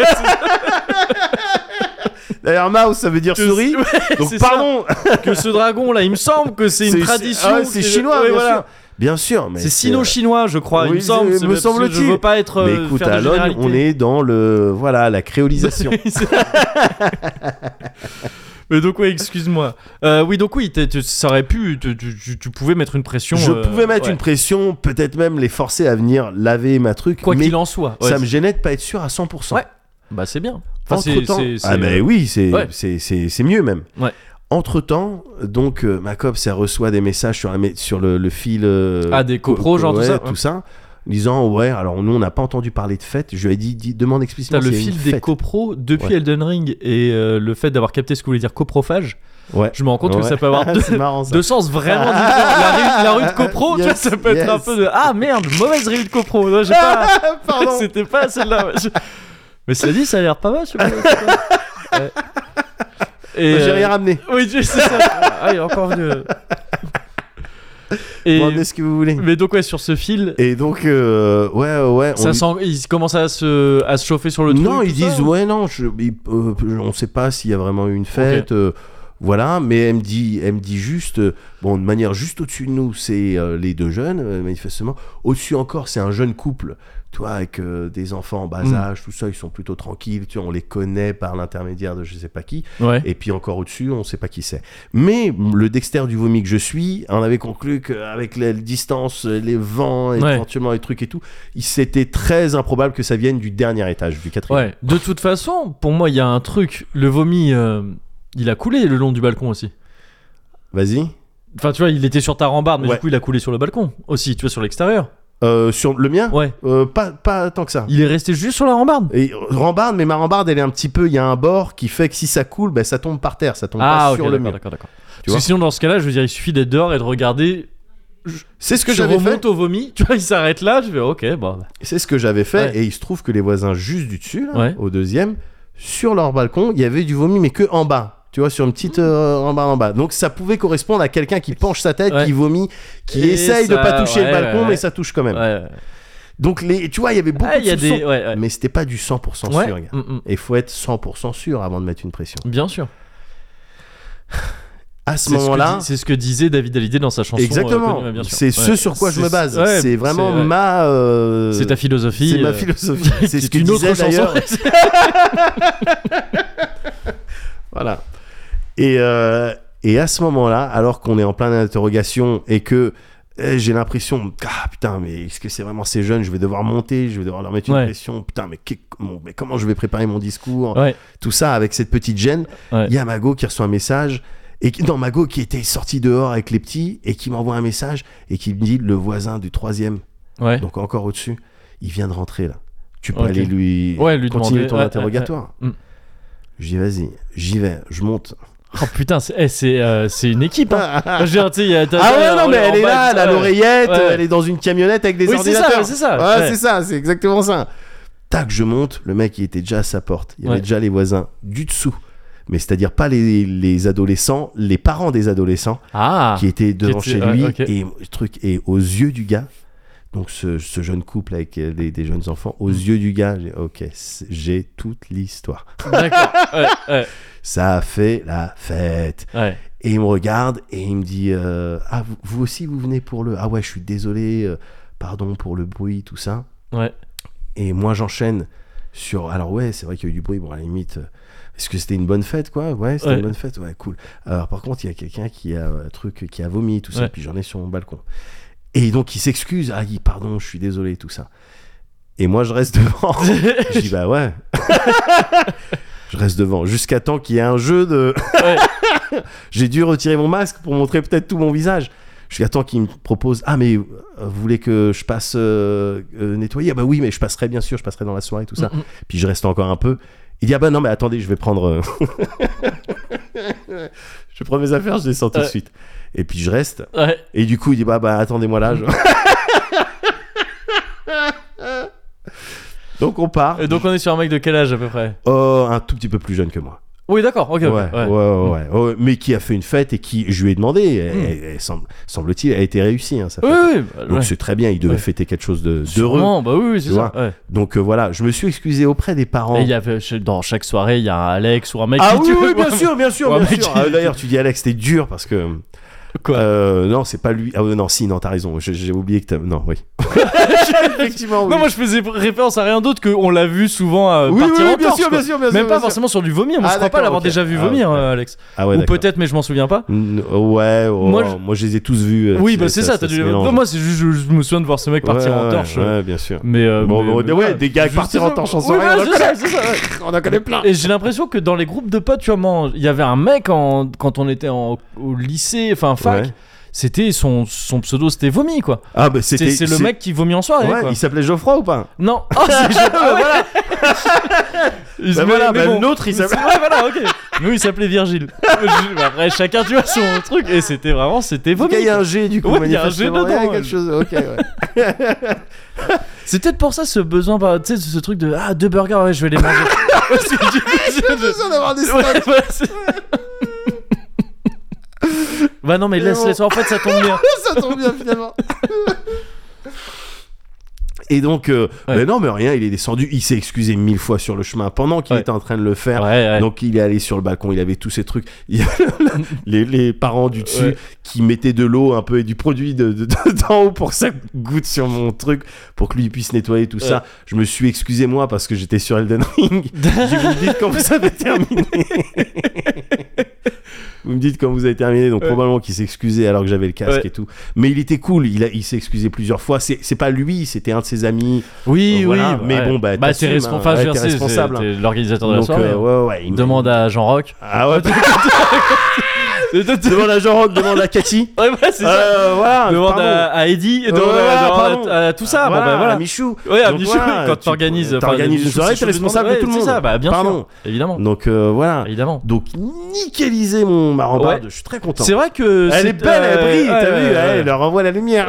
D'ailleurs, mouse, ça veut dire
Que-
souris.
Ouais,
Donc,
c'est ça.
pardon.
que ce dragon là, il me semble que c'est une tradition.
ah ouais, c'est
que-
chinois,
Ouais,
bien
voilà.
sûr. Bien sûr, mais
C'est sino-chinois, je crois. il
oui,
me semble.
c'est-
c'est-
me
parce que Je
semble-t-il.
veux pas être.
Mais
euh,
écoute,
faire de
à Logne,
généralité.
on est dans le voilà la créolisation.
Mais donc oui, excuse-moi. Euh, oui, donc oui, t'es- tu- ça aurait pu, tu, tu- tu- tu pouvais mettre une pression.
je
euh,
pouvais mettre
ouais.
une pression, peut-être même les forcer à venir laver ma truc,
Quoi
mais
qu'il en soit. ouais,
ça me gênait de pas être sûr à 100%.
Ouais. Bah c'est bien. Enfin, c'est-
Entre-temps-
c'est- euh, c'est-
ah ben oui, c'est
Ouais.
c'est- c'est- c'est mieux même.
Ouais.
Entre temps, donc euh, ma copse, elle reçoit des messages sur, la mé- sur le, le fil. euh,
Ah, des
co-
copros, genre, tout
ouais,
ça, ouais.
tout ça, disant ouais, alors nous on n'a pas entendu parler de fête. Je lui ai dit, dis- demande
T'as
explicitement.
le
s'il y a une
fil des
fête.
copros depuis
Ouais.
Elden Ring et euh, le fait d'avoir capté ce que voulait dire coprophage.
Ouais.
Je me rends compte
Ouais. Ah,
que ça peut avoir deux,
c'est marrant ça.
deux sens vraiment différents. La rue, la rue de copro, tu vois,
Yes,
ça peut être un
yes. Ah,
peu de ah merde, mauvaise rue de copro. Non, j'ai pas-
Pardon.
C'était pas celle-là. ouais. Je- Mais cela dit, ça a l'air pas mal. je sais pas. Ouais. Et,
Bah, J'ai
euh,
rien ramené.
Oui, tu- c'est ça. ah, il est encore venu. euh. Et-
Vous Ramenez ce que vous voulez.
Mais donc ouais, sur ce fil,
Et donc euh, ouais ouais. on
ça
lui-
sent- ils commencent à se à se chauffer sur le truc.
non, ils
tout ça, hein
disent
ou-
ouais non, je, ils- euh, on sait pas s'il y a vraiment eu une fête. euh, voilà, mais elle me dit, elle me dit juste, euh, bon, de manière juste au-dessus de nous, c'est euh, les deux jeunes, euh, manifestement. Au-dessus encore, c'est un jeune couple, toi, avec euh, des enfants en bas
Mm.
âge, tout ça, ils sont plutôt tranquilles, tu vois, on les connaît par l'intermédiaire de je sais pas qui.
Ouais.
Et puis encore au-dessus, on sait pas qui c'est. Mais le Dexter du vomi que je suis, on avait conclu qu'avec la distance, les vents, et
Ouais.
éventuellement les trucs et tout, il- c'était très improbable que ça vienne du dernier étage, du quatrième.
Ouais. De toute façon, pour moi, il y a un truc. Le vomi, euh, il a coulé le long du balcon aussi.
Vas-y.
Enfin, tu vois, il était sur ta rambarde, mais
Ouais.
du coup, il a coulé sur le balcon aussi. Tu vois, sur l'extérieur.
Euh, sur le mien
Ouais.
Euh, pas, pas tant que ça.
Il est resté juste sur la rambarde.
Et euh, rambarde, mais ma rambarde, elle est un petit peu. Il y a un bord qui fait que si ça coule, ben, ça tombe par terre, ça tombe
ah,
pas
ok,
sur le
d'accord,
mur.
d'accord, d'accord.
Tu
Parce
vois
que sinon, dans ce cas-là, je veux dire, il suffit d'être dehors et de regarder.
C'est ce que
je
j'avais
remonte
fait.
au vomi. Tu vois, il s'arrête là. Je vais, ok, bon. bah.
C'est ce que j'avais fait.
Ouais.
Et il se trouve que les voisins juste du dessus, là,
Ouais.
au deuxième, sur leur balcon, il y avait du vomi, mais que en bas. Tu vois, sur une petite euh, rambarde en bas. Donc ça pouvait correspondre à quelqu'un qui penche sa tête,
Ouais.
qui vomit, qui
Et
essaye de
ça-
pas toucher
ouais,
le balcon,
ouais, ouais.
mais ça touche quand
Ouais.
même.
ouais.
Donc les, tu vois, il y avait beaucoup
Ah,
de
il y a
soupçons,
des. Ouais, ouais.
mais c'était pas du 100%
Ouais,
sûr. gars.
mm,
Et faut être 100% sûr avant de mettre une pression.
mm. Bien sûr.
À
C'est
ce
ce que
moment-là,
dis- c'est ce, que disait David Hallyday dans sa chanson. euh,
Exactement.
connue, bien sûr.
c'est ce
Ouais.
sur quoi je me
C'est-
base.
ouais,
c'est vraiment
ouais.
ma. euh,
C'est ta philosophie.
c'est ma
euh,
philosophie. c'est ce que
une
disait
autre chanson.
d'ailleurs. Voilà. Et, euh, et à ce moment-là, alors qu'on est en plein d'interrogations et que eh, j'ai l'impression, ah putain, mais est-ce que c'est vraiment ces jeunes Je vais devoir monter, je vais devoir leur mettre une
Ouais.
pression. Putain, mais, qu'est- mon- mais comment je vais préparer mon discours
Ouais.
Tout ça avec cette petite gêne. Il
Ouais.
y a Mago qui reçoit un message. Et qui- non, Mago qui était sorti dehors avec les petits et qui m'envoie un message et qui me dit le voisin du troisième
Ouais.
donc encore au-dessus, il vient de rentrer là. Tu peux
Ok.
aller lui,
Ouais, lui
continuer
demander,
ton
ouais,
interrogatoire.
ouais, ouais. Mm.
Je dis vas-y, j'y vais, je monte.
Oh putain, c'est eh, c'est, euh, c'est une équipe. Hein. Je veux dire, tu sais, il y a- t'as-
ah
t'as-
ouais, non,
en-
mais
en
elle est
bas,
là, elle a
ouais.
l'oreillette,
Ouais.
elle est dans une camionnette avec des
euh, Oui, c'est ça,
ordinateurs.
ouais, c'est ça.
Ouais,
ouais.
c'est ça, c'est exactement ça. Tac, je monte, le mec il était déjà à sa porte. Il y
Ouais.
avait déjà les voisins du dessous. Mais c'est-à-dire pas les, les adolescents, les parents des adolescents
Ah.
qui étaient devant
était-
chez
ouais,
lui
ok.
et le truc et aux yeux du gars donc ce, ce jeune couple avec euh, des, des jeunes enfants aux
Mm.
yeux du gars j'ai ok c'est- j'ai toute l'histoire
D'accord. Ouais, ouais,
ça a fait la fête
ouais.
et il me regarde et il me dit euh, ah vous, vous aussi vous venez pour le ah ouais je suis désolé euh, pardon pour le bruit tout ça
Ouais.
et moi j'enchaîne sur. Alors, ouais, c'est vrai qu'il y a eu du bruit, bon, à la limite. euh, Est-ce que c'était une bonne fête, quoi Ouais, c'était
Ouais.
une bonne fête, ouais, cool. Alors, par contre, il y a quelqu'un qui a euh, un truc, qui a vomi, tout ça,
Ouais.
puis j'en ai sur mon balcon. Et donc, il s'excuse. Ah, il dit, pardon, je suis désolé, tout ça. Et moi, je reste devant. Je dis bah ouais. je reste devant jusqu'à temps qu'il y ait un jeu de.
Ouais.
J'ai dû retirer mon masque pour montrer peut-être tout mon visage. Jusqu'à temps qu'il me propose ah mais euh, vous voulez que je passe euh, euh, nettoyer ah bah oui mais je passerai bien sûr je passerai dans la soirée tout ça.
Mm, mm.
Puis je reste encore un peu. Il dit ah bah non mais attendez je vais prendre. euh, je prends mes affaires je descends tout de
Ouais.
suite. Et puis je reste
Ouais.
et du coup, il dit bah bah attendez-moi là. je- donc on part.
Mm. Et donc on est sur un mec de quel âge à peu près
Oh, un tout petit peu plus jeune que moi.
Oui, d'accord, ok. Hmm. ok,
ouais, ouais, ouais, ouais. Oh, mais qui a fait une fête et qui, je lui ai demandé, elle- elle- elle semble- semble-t-il, a été réussie. hein, sa
Hmm. Oui,
fête.
oui, bah,
Donc
ouais.
c'est très bien. Il devait
Ouais.
fêter quelque chose de d'heureux.
Sûrement, bah oui, oui, c'est
Tu
ça.
vois.
ouais.
Donc euh, voilà, je me suis excusé auprès des parents.
Et il y avait, chez- dans chaque soirée, il y a un Alex ou un mec
Ah
qui tue.
oui, oui, bien sûr, bien sûr,
Ouais,
bien
mais
sûr.
qui-
Ah, D'ailleurs, tu dis Alex, t'es dur parce que.
Quoi
Euh, Non, c'est pas lui. Ah non, si, non, t'as raison. J'ai- J'ai oublié que t'as. Non, oui. Effectivement. Oh oui.
Non, moi je faisais référence à rien d'autre qu'on l'a vu souvent euh,
Oui,
partir
oui,
en
bien
torche,
sûr,
quoi.
bien sûr, bien sûr,
Même
bien
pas
sûr.
forcément sur du vomir, moi
Ah,
je crois pas
d'accord,
l'avoir
ok.
déjà vu
Ah,
vomir,
ok.
euh, Alex.
Ah ouais,
Ou
d'accord.
peut-être, mais je m'en souviens pas.
Mm, Ouais, oh,
Moi,
moi,
je-
je les ai tous vus. euh,
Oui,
tu
bah
sais,
c'est
ça-
ça, t'as
se
dû.
mélange.
Non, moi c'est juste, je, je me souviens de voir ce mec partir
Ouais,
en
ouais,
torche.
Ouais,
euh,
bien sûr.
Mais, euh,
Bon,
mais-
bon,
mais
ouais,
voilà.
des gars qui
Je-
partirent en torche en
Oui,
soirée,
voilà,
on en
c'est ça, c'est ça.
On en connaît plein.
Et j'ai l'impression que dans les groupes de potes, tu vois, moi, il y avait un mec en, quand on était en, au lycée, enfin fac,
Ouais.
c'était son, son pseudo, c'était vomi quoi.
Ah, bah c'était.
C'est c'est le
c'est-
mec qui vomit en soirée.
Ouais,
quoi.
il s'appelait Geoffroy ou pas
Non, oh, c'est génial, voilà. Il se-
Bah voilà,
mais
bah,
bon.
le nôtre, il
C'est-
s'appelait.
Ouais, voilà, ok. Nous, il s'appelait Virgile. Je- Après, chacun, tu vois, son truc. Et c'était vraiment, c'était
En tout
vomi.
cas, Il y a un G du coup,
Ouais, il y a un G
manifestement.
dedans,
Ouais, quelque
ouais.
chose. Ok, ouais.
C'est peut-être pour ça ce besoin, bah, tu sais, ce truc de ah deux burgers, ouais, je vais les manger. Parce que du coup, c'est de-
besoin d'avoir des
Ouais,
stats.
voilà, c'est- bah non, mais laisse,
bon.
laisse. En fait, ça tombe bien.
ça tombe bien finalement. Et donc, euh,
Ouais.
mais non, mais rien, il est descendu, il s'est excusé mille fois sur le chemin pendant qu'il
Ouais.
était en train de le faire.
Ouais, ouais.
Donc il est allé sur le balcon, il avait tous ces trucs. Il y a les, les parents du dessus
Ouais.
qui mettaient de l'eau un peu et du produit de, de- de- d'en haut pour que ça goutte sur mon truc, pour que lui puisse nettoyer tout ça. Je me suis excusé moi parce que j'étais sur Elden Ring. Je vous me dites quand vous avez terminé. vous me dites quand vous avez terminé, donc
Ouais.
probablement qu'il s'est excusé alors que j'avais le casque
Ouais.
et tout. Mais il était cool, il, a- il s'est excusé plusieurs fois. C'est, c'est pas lui, c'était un de ses amis.
oui,
voilà,
oui.
mais
ouais.
bon, bah,
bah t'es
t'assumes,
responsable. Enfin, je veux
hein.
dire,
Ouais, t'es
c'est- c'est-
responsable.
t'es l'organisateur de la
Donc,
soirée.
euh,
hein.
ouais, ouais, il me-
Demande à Jean Rock.
Ah ouais, demande à Jean-Roch, demande à Cathy.
Ouais, ouais, c'est ça.
Euh, voilà,
Demande
pardon.
à, à Eddie, et
Ouais,
demande à,
voilà,
demande à-
pardon.
à- à tout ça.
Ah,
bon, bah, voilà.
à Michou.
Ouais, à
Donc,
Michou,
voilà,
quand
tu-
t'organises. enfin,
t'organises
des
une soirée,
Michou,
t'es
c'est
responsable
ouais,
de tout le
c'est
monde.
ça, bah, bien
Pardon.
sûr. Évidemment.
Donc euh, voilà.
Évidemment.
Donc nickeliser mon ma rambarde, je suis très content.
C'est vrai que.
Elle
c'est-
est belle, elle
euh,
brille,
ouais,
t'as
ouais,
vu, hein,
ouais,
elle leur renvoie la lumière.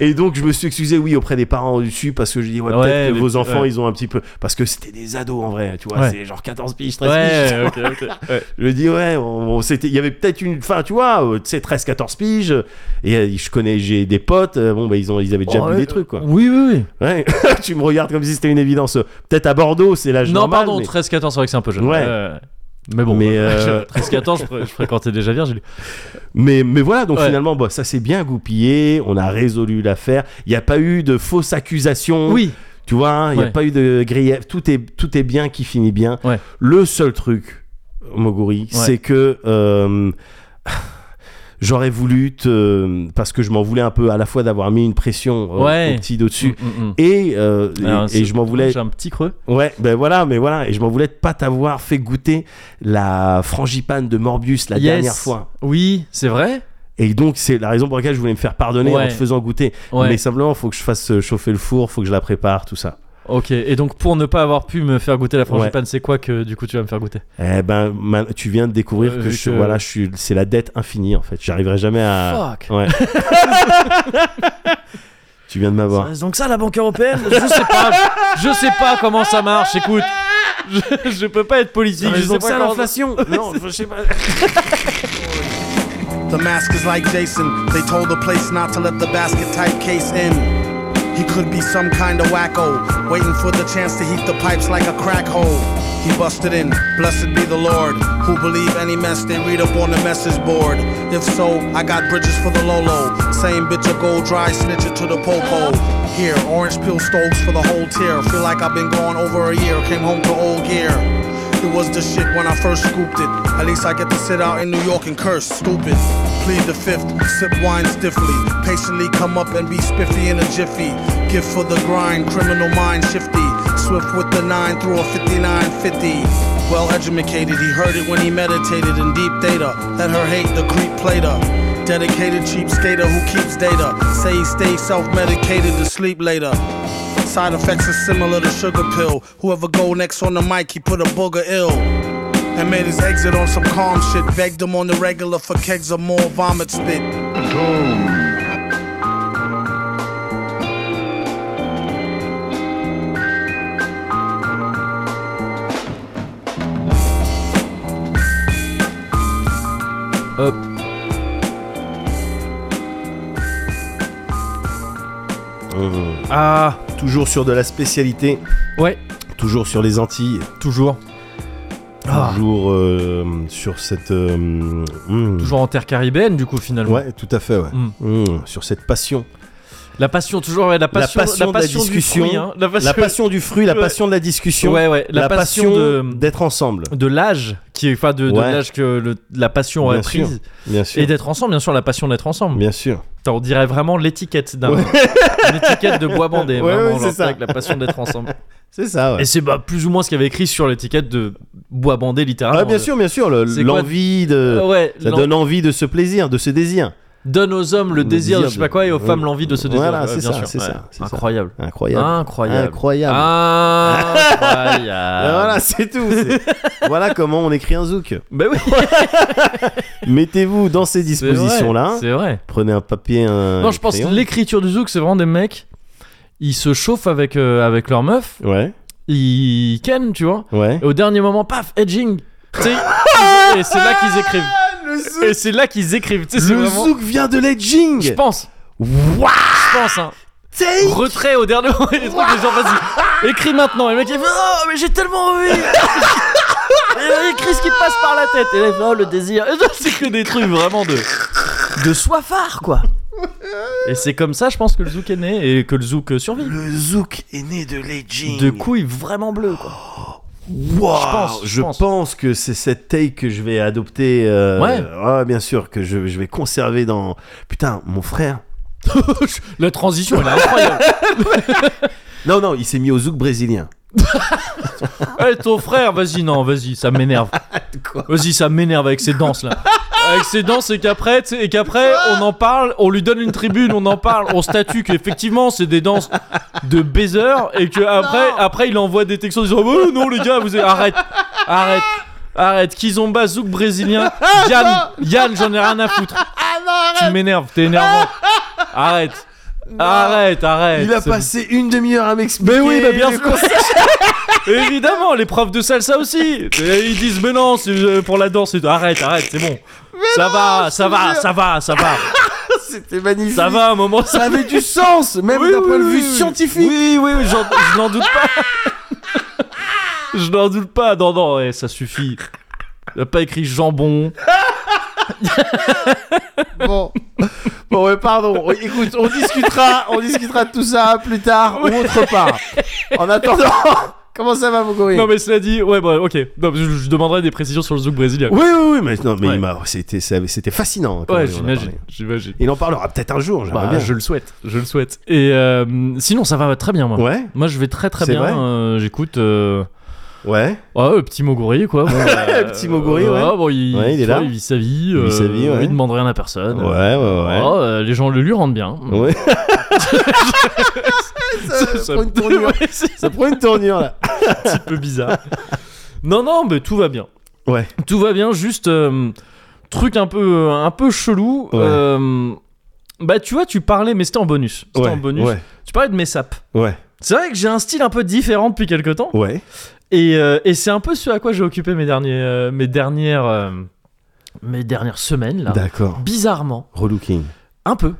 Et donc je me suis excusé, oui, auprès des parents du dessus parce que je dis ouais,
Ouais,
peut-être que
les-
vos enfants
ouais.
ils ont un petit peu parce que c'était des ados en vrai, tu vois,
Ouais.
c'est genre 14 piges, 13 piges.
Ouais, ok, ok. ouais.
Je lui dis ouais, on- on- c'était, il y avait peut-être une, fin, tu vois, euh, tu sais, 13, 14 piges. Et euh, je connais, j'ai des potes, euh, bon, bah, ils ont, ils avaient déjà
Oh, Ouais.
bu des trucs, quoi.
Oui, oui,
Ouais. tu me regardes comme si c'était une évidence. Peut-être à Bordeaux, c'est l'âge
oui. Non,
normal.
pardon,
mais-
13-14, c'est vrai que c'est un peu jeune.
Ouais.
Mais bon,
Mais,
bah,
euh,
13-14, je, fré- je fréquentais déjà Virgile.
Mais, mais voilà, donc
Ouais.
finalement, bah, ça s'est bien goupillé, on a résolu l'affaire, il n'y a pas eu de fausses accusations,
Oui,
tu vois, hein, il n'y
Ouais.
a pas eu de grief, tout est, tout est bien qui finit bien.
Ouais.
Le seul truc, Moguri, c'est que euh, j'aurais voulu te... Parce que je m'en voulais un peu à la fois d'avoir mis une pression euh,
Ouais.
au petit dessus
Mm, mm.
Et, euh, et-
Alors,
et,
c'est-
je m'en voulais
J'ai un petit creux.
ouais ben voilà mais voilà et je m'en voulais de pas t'avoir fait goûter la frangipane de Morbius la
Yes.
dernière fois
Oui, c'est vrai.
et donc, c'est la raison pour laquelle je voulais me faire pardonner
Ouais.
en te faisant goûter.
Ouais.
Mais simplement, faut que je fasse euh, chauffer le four, faut que je la prépare, tout ça.
Ok, et donc pour ne pas avoir pu me faire goûter la frangipane, c'est quoi que du coup tu vas me faire goûter
Eh ben, ma- tu viens de découvrir
Euh,
que,
vu
je,
que-
voilà, je suis, c'est la dette infinie en fait. J'arriverai jamais à.
Fuck
Ouais. tu viens de m'avoir.
Donc ça, la Banque Européenne Je sais pas, je sais pas comment ça marche, écoute. Je, je peux pas être politique, je sais
Donc
pas
ça,
comment-
l'inflation. non, je sais pas.
The mask is like Jason. They told the place not to let the basket type case in. He could be some kind of wacko, waiting for the chance to heat the pipes like a crack hole. He busted in, blessed be the Lord, who believe any mess they read up on the message board. If so, I got bridges for the Lolo. Same bitch a gold dry snitch it to the popo. Here, orange peel stoves for the whole tier. Feel like I've been gone over a year. Came home to old gear. It was the shit when I first scooped it. At least I get to sit out in New York and curse. Stupid. Plead the fifth, sip wine stiffly. Patiently come up and be spiffy in a jiffy. Gift for the grind, criminal mind shifty. Swift with the nine through a 5950. Well educated, he heard it when he meditated in deep data. Let her hate the creep plater. Dedicated cheap skater who keeps data. Say he stays self medicated to sleep later. Side effects are similar to sugar pill. Whoever go next on the mic, he put a booger ill and made his exit on some calm shit. Begged him on the regular for kegs of more vomit spit.
Hop.
Mmh.
Ah,
Toujours sur de la spécialité,
ouais,
toujours sur les Antilles,
toujours. Ah,
toujours euh, sur cette. euh, mmh.
toujours en terre caribéenne, du coup, finalement.
Ouais, tout à fait, ouais.
Mm.
Mmh, Sur cette passion.
La passion, toujours, ouais, la passion,
passion de la
passion du
discussion.
fruit, hein. La passion,
La passion du fruit, la
Ouais.
passion de la discussion,
Ouais, ouais, la,
la
passion, de,
d'être ensemble,
de l'âge, qui est, enfin, de, de
Ouais.
l'âge que le- la passion a
Bien sûr,
prise.
bien
Et
sûr.
d'être ensemble, bien sûr, la passion d'être ensemble.
Bien sûr.
Putain, On dirait vraiment l'étiquette d'un.
Ouais.
L'étiquette de bois bandé,
Ouais,
vraiment,
ouais, c'est
genre,
ça.
avec la passion d'être ensemble.
C'est ça, ouais.
Et c'est bah, plus ou moins ce qu'il y avait écrit sur l'étiquette de bois bandé, littéralement.
Ah, bien sûr, bien sûr, le-
C'est quoi-
l'envie de.
Euh, ouais,
Ça
l'en-
donne envie de ce plaisir, de ce désir.
donne aux hommes le,
Le
désir, de
désir
je sais
de-
pas quoi et aux
Ouais.
femmes l'envie de se désir.
Voilà,
Ouais,
c'est
bien
ça,
sûr,
c'est
ouais.
ça, c'est ça.
Incroyable.
Incroyable.
Incroyable.
Incroyable. Ah. Et
Incroyable.
Voilà, c'est tout. c'est- voilà comment on écrit un zouk.
Bah oui,
Mettez-vous dans ces
c'est vrai,
dispositions-là.
C'est vrai.
Prenez un papier, un
non, je pense que
crayon.
l'écriture du zouk, c'est vraiment des mecs. Ils se chauffent avec, euh, avec leur meuf,
Ouais,
ils ken, tu vois.
ouais.
Et au dernier moment, paf, edging. Tu sais, ils- et c'est là qu'ils écrivent.
Le zouk,
Et c'est là qu'ils écrivent. Tu sais, c'est
le
vraiment.
zouk vient de
Je
l'edging.
pense,
What?
je pense, hein. Retrait au dernier moment, les trucs, les gens, vas-y, écris maintenant. Et le mec, il fait Oh, mais j'ai tellement envie Et écris ce qui te passe par la tête. Et là, il fait, Oh, le désir. Et ça, c'est que des trucs vraiment de. de soifard, quoi. Et c'est comme ça, je pense, que le zouk est né et que le zouk euh, survit.
Le zouk est né de l'edging.
De couilles vraiment bleues, quoi.
Wow,
Je pense, je pense.
que c'est cette take que je vais adopter. euh,
Ouais.
ah, bien sûr, que je, je vais conserver dans. Putain, mon frère.
La transition, elle est incroyable.
Non, non, il s'est mis au zouk brésilien.
Allez, Eh, ton frère, vas-y, non, vas-y, ça m'énerve.
Quoi
Vas-y, ça m'énerve avec ces danses là. Avec ces danses et qu'après, tu sais, et qu'après, on en parle, on lui donne une tribune, on en parle, on statue qu'effectivement c'est des danses de baiser et que après, après il envoie des textos disant oh, non les gars, vous êtes- arrête, arrête, arrête, Kizomba, Zouk brésilien, Yann, Yann, j'en ai rien à foutre. tu m'énerves, t'es énervant. Arrête, arrête, arrête.
Il a
c'est-
passé une demi-heure à m'expliquer.
mais oui, bah bien
le
sûr. Évidemment, les profs de salsa aussi. Et ils disent mais non, c'est euh, pour la danse. et- Arrête, arrête, c'est bon. ça, va, ça va, ça va, ça va, ça va,
C'était magnifique.
un moment. Ça,
Ça avait du sens, même
Oui,
d'un
oui,
point de
oui,
vue
oui.
scientifique.
Oui, oui, oui, j'en- je n'en doute pas. je n'en doute pas. Non, non, ouais, ça suffit. Il a pas écrit jambon.
Bon. Bon, ouais, pardon. Écoute, on discutera, on discutera de tout ça plus tard ou autre part. En attendant, comment ça va, mon gorille
Non, mais cela dit, ouais, bah, ok. Non, je, je demanderai des précisions sur le zouk brésilien.
Oui, oui, oui, mais, non, mais
Ouais.
il m'a- c'était, ça- c'était fascinant. comment
Ouais,
on en a
j'imagine,
parlé.
j'imagine.
Il en parlera peut-être un jour, j'aimerais
Bah,
bien.
je le souhaite, je le souhaite. Et euh, sinon, ça va très bien, moi.
Ouais,
Moi, je vais très très
C'est
bien.
vrai
euh, J'écoute. euh,
ouais.
Ouais, le Ah, euh, petit Moguri, quoi. Bon, euh,
Petit Moguri, ouais.
bon, il,
Ouais, il est
tu vois,
là.
Il vit sa vie.
vit sa
euh,
vie, ouais.
Il demande rien à personne.
Ouais, ouais,
Oh, euh, les gens le lui rendent bien.
ouais. Ouais.
Ça- ça-
prend une tournure.
ouais, c'est
Ça prend une tournure, là.
un peu bizarre. non, non, mais tout va bien.
Ouais.
Tout va bien, juste euh, truc un peu, euh, un peu chelou.
Ouais.
euh, bah, tu vois, tu parlais, mais c'était en bonus. C'était
ouais,
en bonus.
Ouais,
Tu parlais de mes sapes.
ouais,
C'est vrai que j'ai un style un peu différent depuis quelques temps.
ouais.
Et, euh, et c'est un peu ce à quoi j'ai occupé mes, derniers, euh, mes, dernières, euh, mes dernières semaines, là.
D'accord.
Bizarrement.
Relooking.
Un peu.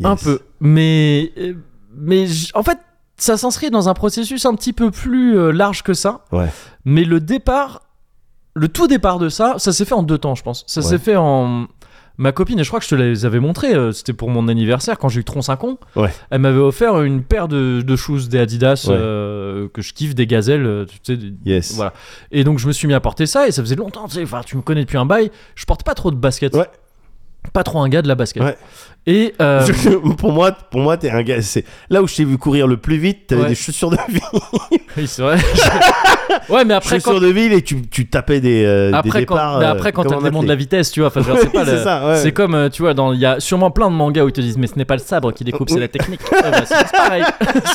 Yes.
Un peu. Mais, euh, mais j- en fait, ça s'inscrit dans un processus un petit peu plus euh, large que ça.
Ouais.
Mais le départ, le tout départ de ça, ça s'est fait en deux temps, je pense. Ça s'est
Ouais.
fait en Ma copine, et je crois que je te les avais montrés, euh, c'était pour mon anniversaire quand j'ai eu 35 ans.
Ouais.
Elle m'avait offert une paire de, de shoes des Adidas
Ouais.
euh, que je kiffe, des gazelles, euh, tu sais, des-
Yes.
Voilà. Et donc je me suis mis à porter ça et ça faisait longtemps, tu sais, enfin, tu me connais depuis un bail, je porte pas trop de basket.
Ouais.
Pas trop un gars de la basket.
Ouais.
Et euh,
pour moi, pour moi, t'es un gars. C'est là où je t'ai vu courir le plus vite. T'avais
Ouais.
des chaussures de ville,
oui, c'est vrai. ouais, mais après quand
chaussures de ville, et tu, tu tapais des, euh, des
après quand,
départs.
mais
euh,
après quand
comme
elle
un
demande la
athlète.
vitesse, tu vois, enfin, je veux dire, c'est pas
Oui,
le-
c'est ça, ouais.
c'est comme euh, tu vois dans il y a sûrement plein de mangas où ils te disent mais ce n'est pas le sabre qui découpe, c'est la technique. Ouais, bah, c'est c'est pareil.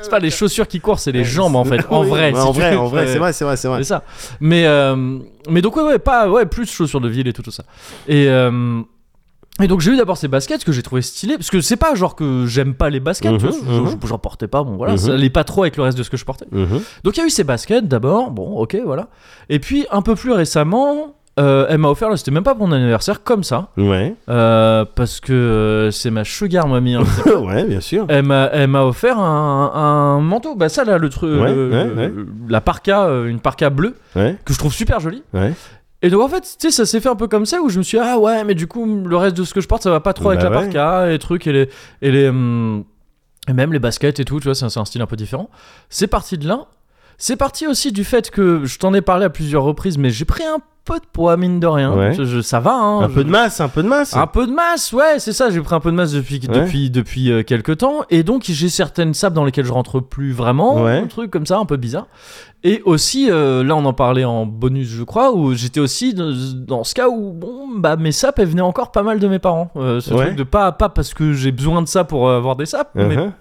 c'est pas les chaussures qui courent, c'est les jambes en fait. En
Oui,
vrai,
mais
si
en
tu
vrai,
veux.
en vrai,
Ouais.
c'est vrai, c'est vrai, c'est vrai.
C'est ça. Mais, euh, mais donc, ouais, ouais, pas, ouais, plus chaussures de ville et tout, tout ça. Et, euh, et donc, j'ai eu d'abord ces baskets que j'ai trouvé stylées. Parce que c'est pas genre que j'aime pas les baskets, tu
Mhm,
vois, je-
mhm.
je- j'en portais pas, bon voilà,
Mhm.
ça allait pas trop avec le reste de ce que je portais.
Mhm.
Donc, il y a eu ces baskets d'abord, bon, ok, voilà. Et puis, un peu plus récemment. euh, elle m'a offert, là, c'était même pas pour mon anniversaire, comme ça,
Ouais,
euh, parce que euh, c'est ma sugar mamie. hein.
ouais, bien sûr.
Elle m'a, elle m'a offert un, un manteau, bah ça là, le truc,
Ouais,
le-
ouais, ouais.
le- la parka, euh, une parka bleue
Ouais,
que je trouve super jolie.
ouais.
Et donc en fait, tu sais, ça s'est fait un peu comme ça où je me suis dit, ah ouais, mais du coup, le reste de ce que je porte, ça va pas trop avec
Bah
la
ouais.
parka, et les trucs et les et les hum, et même les baskets et tout, tu vois, c'est un, c'est un style un peu différent. C'est parti de là. C'est parti aussi du fait que je t'en ai parlé à plusieurs reprises, mais j'ai pris un peu de poids mine de rien.
Ouais.
Je- je- ça va. Hein,
Un
je- Ah,
peu de masse, un peu de masse.
un peu de masse, ouais, c'est ça. J'ai pris un peu de masse depuis
Ouais.
depuis depuis euh, quelques temps, et donc j'ai certaines sables dans lesquelles je rentre plus vraiment,
Ouais.
un truc comme ça, un peu bizarre. Et aussi, euh, là, on en parlait en bonus, je crois, où j'étais aussi dans, dans ce cas où bon, bah mes sapes, elles venaient encore pas mal de mes parents. Euh, ce
Ouais.
truc de pas à pas parce que j'ai besoin de ça pour euh, avoir des sapes, mais
Uh-huh.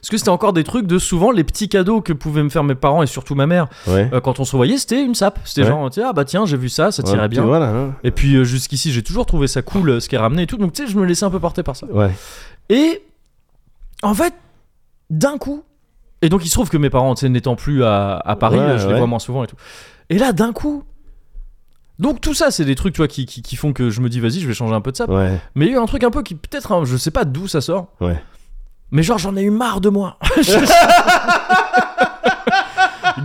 parce que c'était encore des trucs de souvent les petits cadeaux que pouvaient me faire mes parents et surtout ma mère
Ouais.
euh, quand on se voyait, c'était une sape. C'était
Ouais.
genre tiens, ah bah tiens, j'ai vu ça, ça tirait
Ouais,
bien.
Voilà. hein.
Et puis euh, jusqu'ici, j'ai toujours trouvé ça cool, euh, ce qui est ramené et tout. Donc tu sais, je me laissais un peu porter par ça.
Ouais.
Et en fait, d'un coup, et donc il se trouve que mes parents, tu sais, n'étant plus à, à Paris,
Ouais,
euh, je les
ouais.
vois moins souvent et tout. Et là, d'un coup. Donc tout ça, c'est des trucs, tu vois, qui, qui, qui font que je me dis, vas-y, je vais changer un peu de ça.
Ouais.
Mais il y a eu un truc un peu qui, peut-être, hein, je sais pas d'où ça sort.
Ouais.
Mais genre, j'en ai eu marre de moi.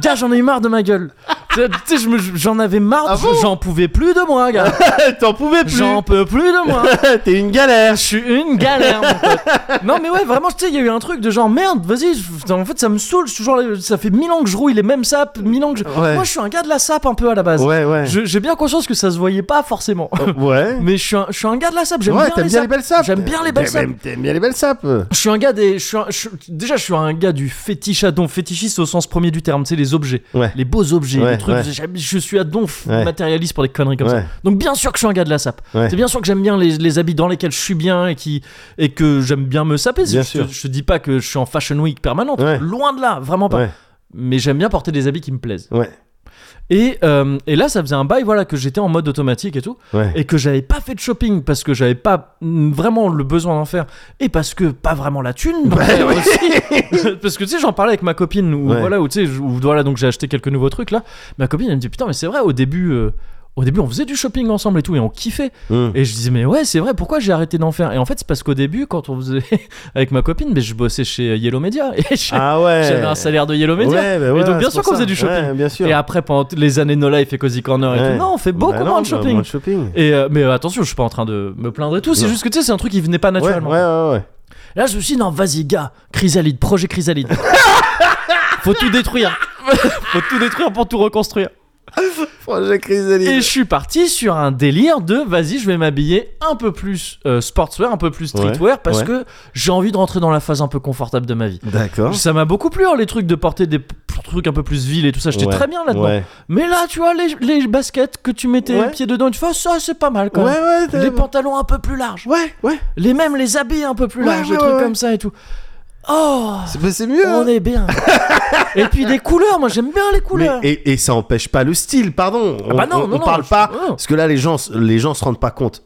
Gars, j'en ai eu marre de ma gueule. Tu sais, tu sais, je me- j'en avais marre,
Ah bon
j'en pouvais plus de moi, gars.
Eh, T'en pouvais plus. Eh,
J'en peux plus de moi.
T'es une galère.
Je suis une galère, mon pote. Non, mais ouais, vraiment, tu sais, il y a eu un truc de genre merde, vas-y, je- en fait, ça me saoule. je suis toujours là- ça fait mille ans que je rouille les mêmes sapes, mille ans que je.
Ouais.
Moi, je suis un gars de la sape un peu à la base.
Ouais, ouais. Oh,
Je- J'ai bien conscience que ça se voyait pas forcément.
Ouais.
Mais je suis un, je suis un gars de la sape, j'aime
ouais,
bien,
t'aimes
les
bien les
sapes.
belles sapes.
J'aime bien les belles sapes.
T'aimes- T'aimes bien les belles sapes.
Je suis un gars des. je suis un- je- déjà, je suis un gars du fétiche à don, fétichiste au sens premier du terme, tu sais, les objets.
Ouais.
Les beaux objets,
Ouais,
les trucs.
ouais.
j'aime- Je suis à donf
Ouais.
matérialiste pour des conneries comme ça.
Ouais.
Donc bien sûr que je suis un gars de la sape.
Ouais.
C'est bien sûr que j'aime bien les, les habits dans lesquels je suis bien et qui et que j'aime bien me saper.
Bien
je,
sûr.
Te, je te dis pas que je suis en fashion week permanente.
Ouais.
Loin de là, vraiment pas.
Ouais.
Mais j'aime bien porter des habits qui me plaisent.
Ouais.
Et, euh, et là, ça faisait un bail voilà que j'étais en mode automatique et tout
Ouais.
et que j'avais pas fait de shopping parce que j'avais pas mm, vraiment le besoin d'en faire et parce que pas vraiment la thune d'en faire aussi. parce que tu sais j'en parlais avec ma copine où,
Ouais.
voilà où tu sais je- où, voilà donc j'ai acheté quelques nouveaux trucs là ma copine elle me dit putain mais c'est vrai au début euh, au début on faisait du shopping ensemble et tout et on kiffait
Hum.
et je disais mais ouais c'est vrai pourquoi j'ai arrêté d'en faire et en fait c'est parce qu'au début quand on faisait avec ma copine mais je bossais chez Yellow Media et je-
Ah ouais.
j'avais un salaire de Yellow Media
Ouais, bah
et
voilà,
donc bien
c'est
sûr
pour
qu'on
ça.
faisait du shopping
Ouais, bien sûr.
et après pendant t- les années No Life et Cozy Corner et
Ouais.
tout non on fait
Bah
beaucoup
non,
moins de
bah,
shopping
moins de shopping.
et euh, mais euh, attention, je suis pas en train de me plaindre et tout. C'est
Non.
juste que tu sais, c'est un truc qui venait pas
Ouais, ouais,
naturellement.
ouais, ouais.
Là, je me suis dit, non, vas-y, gars, chrysalide, projet chrysalide. Faut tout détruire. Faut tout détruire pour tout reconstruire.
Projet
Et
Chrysalide.
je suis parti sur un délire de vas-y, je vais m'habiller un peu plus euh, sportswear, un peu plus streetwear parce
ouais.
que j'ai envie de rentrer dans la phase un peu confortable de ma vie.
D'accord.
Ça m'a beaucoup plu, hein, les trucs de porter des p- trucs un peu plus ville et tout ça. J'étais
Ouais,
très bien là-dedans.
Ouais,
Mais là, tu vois, les, les baskets que tu mettais
Ouais.
les pieds dedans, tu fais, Ah, ça, c'est pas mal
ouais,
quand même.
ouais. t'as-
Les pantalons un peu plus larges.
Ouais, ouais.
les mêmes les habits un peu plus
Ouais,
larges, des
ouais,
trucs
ouais.
comme ça et tout. Oh,
C'est bah, c'est mieux.
on
hein.
est bien. et puis des couleurs, moi j'aime bien les
Mais-
couleurs.
et, et ça empêche pas le style, pardon.
Ah bah
On-
non,
on,
non,
on
non,
parle
je- oh.
pas
non.
parce que là les gens les gens se rendent pas compte.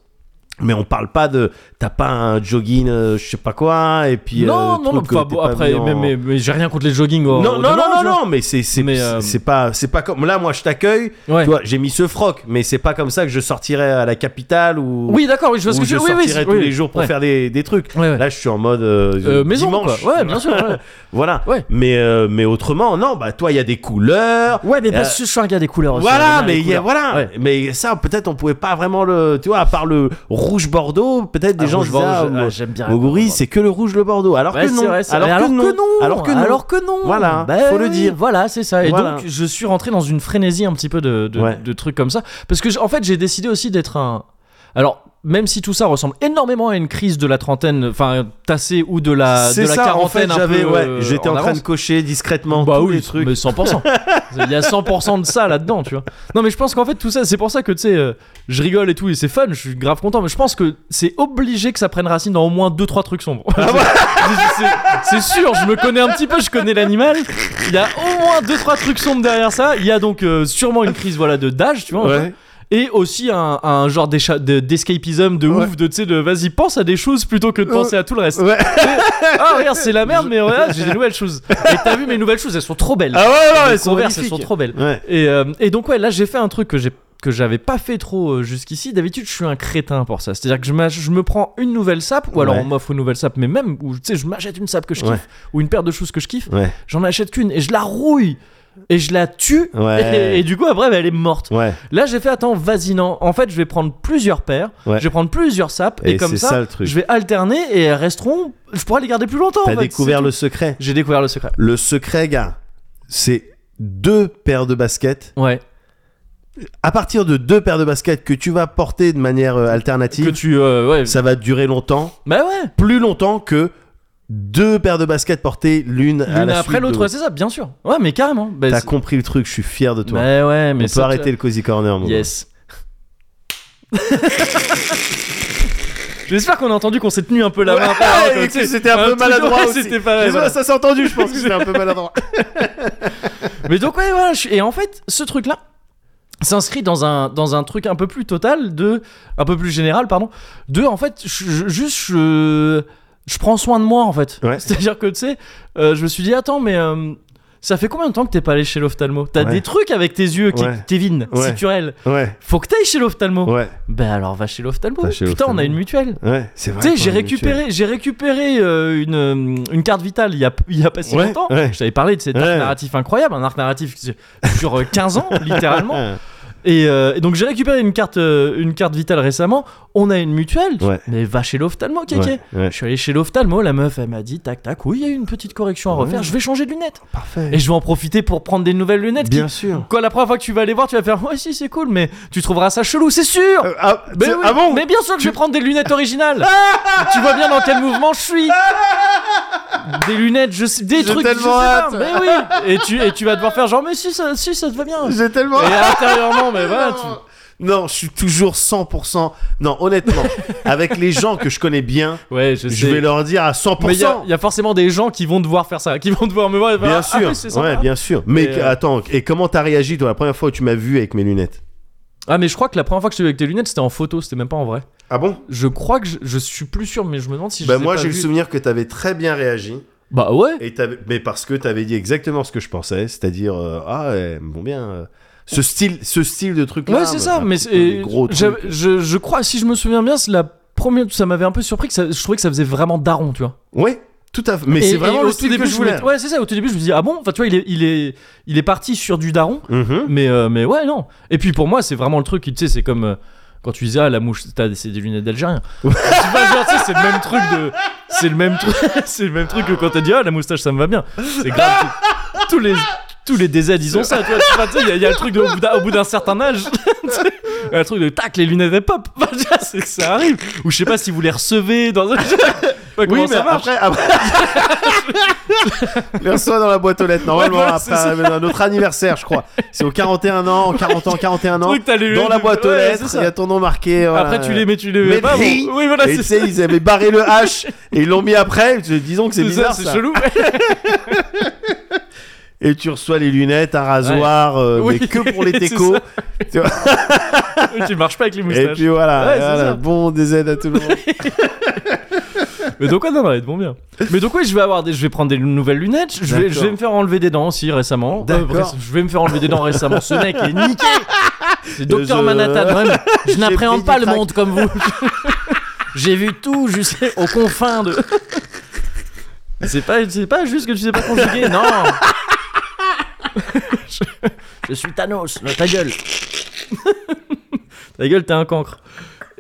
Mais on parle pas de. T'as pas un jogging, euh, je sais pas quoi, et puis. euh,
non, non, non,
truc que
enfin,
t'es
bon,
pas
après,
mis en-
mais, mais- mais j'ai rien contre les jogging. au-
Non,
au
non,
demeurant,
non,
tu vois.
non, mais c'est c'est
hein. Mais, euh,
c'est pas c'est pas comme là moi je t'accueille,
Ouais.
tu vois, j'ai mis ce froc, mais c'est pas comme ça que je sortirais à la capitale ou
Oui, d'accord, oui, je vois ce
où
que tu
je
veux oui, oui,
sortirais
oui,
tous
oui.
les jours pour
Ouais.
faire des, des trucs.
Ouais, ouais.
Là, je suis en mode euh,
Euh, maison,
dimanche.
quoi. Ouais, bien sûr, ouais.
voilà.
Ouais.
Mais euh, mais autrement, non, bah toi il y a des couleurs.
Ouais, mais
Euh,
parce que je suis un gars des couleurs aussi.
Voilà,
j'aime bien
mais
les
il y a,
couleurs.
voilà,
Ouais.
mais ça peut-être on pouvait pas vraiment le, tu vois, à part le rouge Bordeaux, peut-être des
Ah,
gens
rouge
disaient, ah,
Bordeaux,
au-
ah, j'aime bien.
au Gouris, c'est que le rouge le Bordeaux, alors
Ouais,
que
c'est
non,
vrai, c'est vrai. alors, que non,
alors que non,
alors que non. Bah
Voilà, faut le
oui,
dire.
Voilà, c'est ça. Et
Voilà.
donc, je suis rentré dans une frénésie un petit peu de, de,
Ouais.
de trucs comme ça. Parce que, j'- en fait, j'ai décidé aussi d'être un. Alors, même si tout ça ressemble énormément à une crise de la trentaine, enfin, tassée ou de la, de
c'est
la
ça, en fait,
quarantaine, un
j'avais,
peu,
ouais,
euh,
j'étais en, train
avance.
de cocher discrètement
bah
tous
oui,
les trucs.
mais 100%. Il y a 100% de ça là-dedans, tu vois. Non, mais je pense qu'en fait, tout ça, c'est pour ça que, tu sais, euh, je rigole et tout, et c'est fun, je suis grave content, mais je pense que c'est obligé que ça prenne racine dans au moins 2-3 trucs sombres.
Ah
C'est- c'est sûr, je me connais un petit peu, je connais l'animal. Il y a au moins 2-3 trucs sombres derrière ça. Il y a donc euh, sûrement une crise, voilà, de d'âge, tu vois.
Ouais.
Et aussi un, un genre d'écha- de- d'escapism de
Ouais. Euh,
ouf, de, tu sais, de vas-y, pense à des choses plutôt que de penser à tout le reste.
Ouais.
Ah, regarde, c'est la merde, mais regarde, j'ai des nouvelles choses. Et t'as vu mes nouvelles choses, elles sont trop belles.
Ah ouais, non,
Les
elles sont
Converse, elles
magnifiques.
sont trop belles.
Ouais.
Et, euh, et donc ouais, là j'ai fait un truc que j'ai que j'avais pas fait trop euh, jusqu'ici. D'habitude, je suis un crétin pour ça. C'est-à-dire que je, m'ach- je me prends une nouvelle sape, ou alors
Ouais.
on m'offre une nouvelle sape, mais même ou tu sais, je m'achète une sape que je kiffe
Ouais.
ou une paire de choses que je kiffe.
Ouais.
J'en achète qu'une et je la rouille et je la tue.
Ouais.
Et, et du coup, après, bah, elle est morte.
Ouais.
Là, j'ai fait attends, vas-y non. En fait, je vais prendre plusieurs paires,
Ouais.
je vais prendre plusieurs sapes et,
Et
comme
c'est
ça,
ça, le truc.
je vais alterner et elles resteront. Je pourrais les garder plus longtemps.
T'as
en fait,
découvert
c'est
le
tout.
secret.
J'ai découvert le secret.
Le secret, gars, c'est deux paires de baskets.
Ouais.
À partir de deux paires de baskets que tu vas porter de manière euh, alternative,
Que tu euh, ouais.
ça va durer longtemps,
Bah ouais.
plus longtemps que deux paires de baskets portées l'une à
L'une
la
après
suite de
l'autre, ouais, c'est ça, bien sûr. Ouais, mais carrément. Bah,
T'as
c'est-
compris le truc, je suis fier de toi.
Bah ouais, mais
On peut
ça-
arrêter le hein. cozy corner. mon gars.
Yes. J'espère qu'on a entendu qu'on s'est tenu un peu la main.
Ouais,
par rapport,
et
quoi,
que
tu sais.
c'était un peu
truc-
maladroit
ouais,
aussi.
C'était pas.
Désolé,
voilà.
ça s'est entendu, je pense que c'était un peu maladroit.
Mais donc ouais, voilà. je- Et en fait, ce truc-là s'inscrit dans un dans un truc un peu plus total de un peu plus général pardon de en fait je- je- juste je je prends soin de moi en fait
Ouais.
c'est à dire que tu sais euh, je me suis dit attends mais euh, ça fait combien de temps que t'es pas allé chez l'ophtalmo t'as
Ouais.
des trucs avec tes yeux qui-
Ouais.
Kevin
Ouais.
si tu rèles,
Ouais,
faut que t'ailles chez l'ophtalmo
ouais,
ben alors va chez l'ophtalmo
Va chez
putain on a
l'ophtalmo.
une mutuelle
ouais, c'est vrai.
tu sais,
qu'on
j'ai
est mutuel.
récupéré, j'ai récupéré euh, une, euh, une carte vitale il y a, il y a pas si
Ouais,
longtemps.
ouais.
Je t'avais parlé de cet
Ouais.
arc narratif incroyable, un arc narratif sur euh, 15 ans, littéralement.
Ah,
Et, euh, et donc, j'ai récupéré une carte, euh, une carte vitale récemment. On a une mutuelle.
Ouais.
Mais va chez l'ophtalmo, kéké.
Ouais, ouais.
Je suis allé chez l'ophtalmo, la meuf, elle m'a dit tac tac, oui, il y a une petite correction à
Ouais.
refaire, je vais changer de lunettes.
Parfait.
Et je vais en profiter pour prendre des nouvelles lunettes. qui-
Bien sûr.
Quoi, la première fois que tu vas aller voir, tu vas faire ouais, si, c'est cool, mais tu trouveras ça chelou, c'est sûr.
Euh, ah,
Mais,
c'est-
oui,
ah bon
mais bien sûr que je vais prendre des lunettes originales. tu vois bien dans quel mouvement je suis. Des lunettes, je sais, des
J'ai
trucs. je
tellement
sais pas,
hâte.
mais oui. Et tu et tu vas devoir faire genre mais si ça, si ça te va bien. Et
J'ai tellement.
intérieurement, mais voilà. tu-
Non. Non, je suis toujours 100%. Non, honnêtement, avec les gens que je connais bien,
Ouais, je sais.
je vais leur dire à
Mais il y, a-
100%.
il y a forcément des gens qui vont devoir faire ça, qui vont devoir me voir. et faire,
Bien
ah,
sûr,
oui, c'est sympa.
ouais, bien sûr. Mais
Et, euh,
attends, et comment t'as réagi toi la première fois où tu m'as vu avec mes lunettes
Ah mais je crois que la première fois que je t'ai vu avec tes lunettes, c'était en photo, c'était même pas en vrai.
Ah bon
Je crois que je, je suis plus sûr, mais je me demande si.
Bah
je les ai
moi
pas
j'ai le
vues.
souvenir que t'avais très bien réagi
Bah ouais.
et t'avais- mais parce que t'avais dit exactement ce que je pensais, c'est-à-dire euh, ah ouais, bon bien euh, ce style, ce style de bah, truc là.
Ouais, c'est ça, mais
c'est
c'est-
gros trucs.
j'avais- je, je crois, si je me souviens bien, c'est la première. Ça m'avait un peu surpris que ça, je trouvais que ça faisait vraiment daron, tu vois.
Ouais, tout à fait. Mais
Et-
c'est
et
vraiment
au
le
tout
style
début,
que je voulais.
m'étais- Ouais, c'est ça. Au tout début, je me dis ah bon, enfin tu vois, il est, il est, il est parti sur du daron,
Mhm.
mais euh, mais ouais non. Et puis pour moi, c'est vraiment le truc. qui, Tu sais, c'est comme euh, quand tu disais ah la mouche, t'as c'est des lunettes d'Algérien. Tu vois, genre, tu sais, c'est le même truc de, c'est le même truc, c'est le même truc que quand t'as dit ah la moustache, ça me va bien. C'est grave. tous les tous les DZ ils ont ça, tu vois. Tu vois, tu sais, il y a- il y, a le truc de au bout d'un- au bout d'un certain âge, tu sais, un truc de tac les lunettes elles pop. Enfin, tu vois, c'est- ça arrive. Ou je sais pas si vous les recevez dans un. Je sais pas comment
Oui, mais
ça marche.
après, après... les reçoit dans la boîte aux lettres, normalement,
Ouais, voilà,
à
c'est
part- à notre anniversaire, je crois. C'est aux 41 ans, 40 ans, 41 ans.
Truc, t'as les
Dans
lunettes
la
de-
boîte aux
ouais,
lettres,
c'est
il
ça.
y a ton nom marqué. voilà.
Après tu les mets, tu les
Mais
mets pas. bon.
gris.
Oui voilà,
Et
c'est
tu
ça.
sais, ils avaient barré le H et ils l'ont mis après. Je- Disons que c'est
C'est ça,
bizarre.
c'est
ça.
chelou.
et tu reçois les lunettes, un rasoir, euh,
Oui,
mais que pour les
c'est
techos. Tu vois
tu marches pas avec les
et
moustaches.
puis voilà,
Ouais, c'est
voilà,
ça.
bon des aides à tout le monde.
Mais donc, ouais, non, non, elles te vont bien. Mais donc, oui, je vais avoir des, je vais prendre des nouvelles lunettes. Je vais, je vais
D'accord.
me faire enlever des dents aussi récemment. Euh,
D'accord.
bref, je vais me faire enlever des dents récemment. Ce mec est niqué. C'est Docteur
Je-
Manhattan. vraiment. je
J'ai
n'appréhende
pris
pas
du
le
crack.
monde comme vous. J'ai vu tout jusqu'aux confins de. C'est pas, c'est pas juste que tu sais pas conjuguer, non. je, je suis Thanos. non, Ta gueule. ta gueule, t'es un cancre.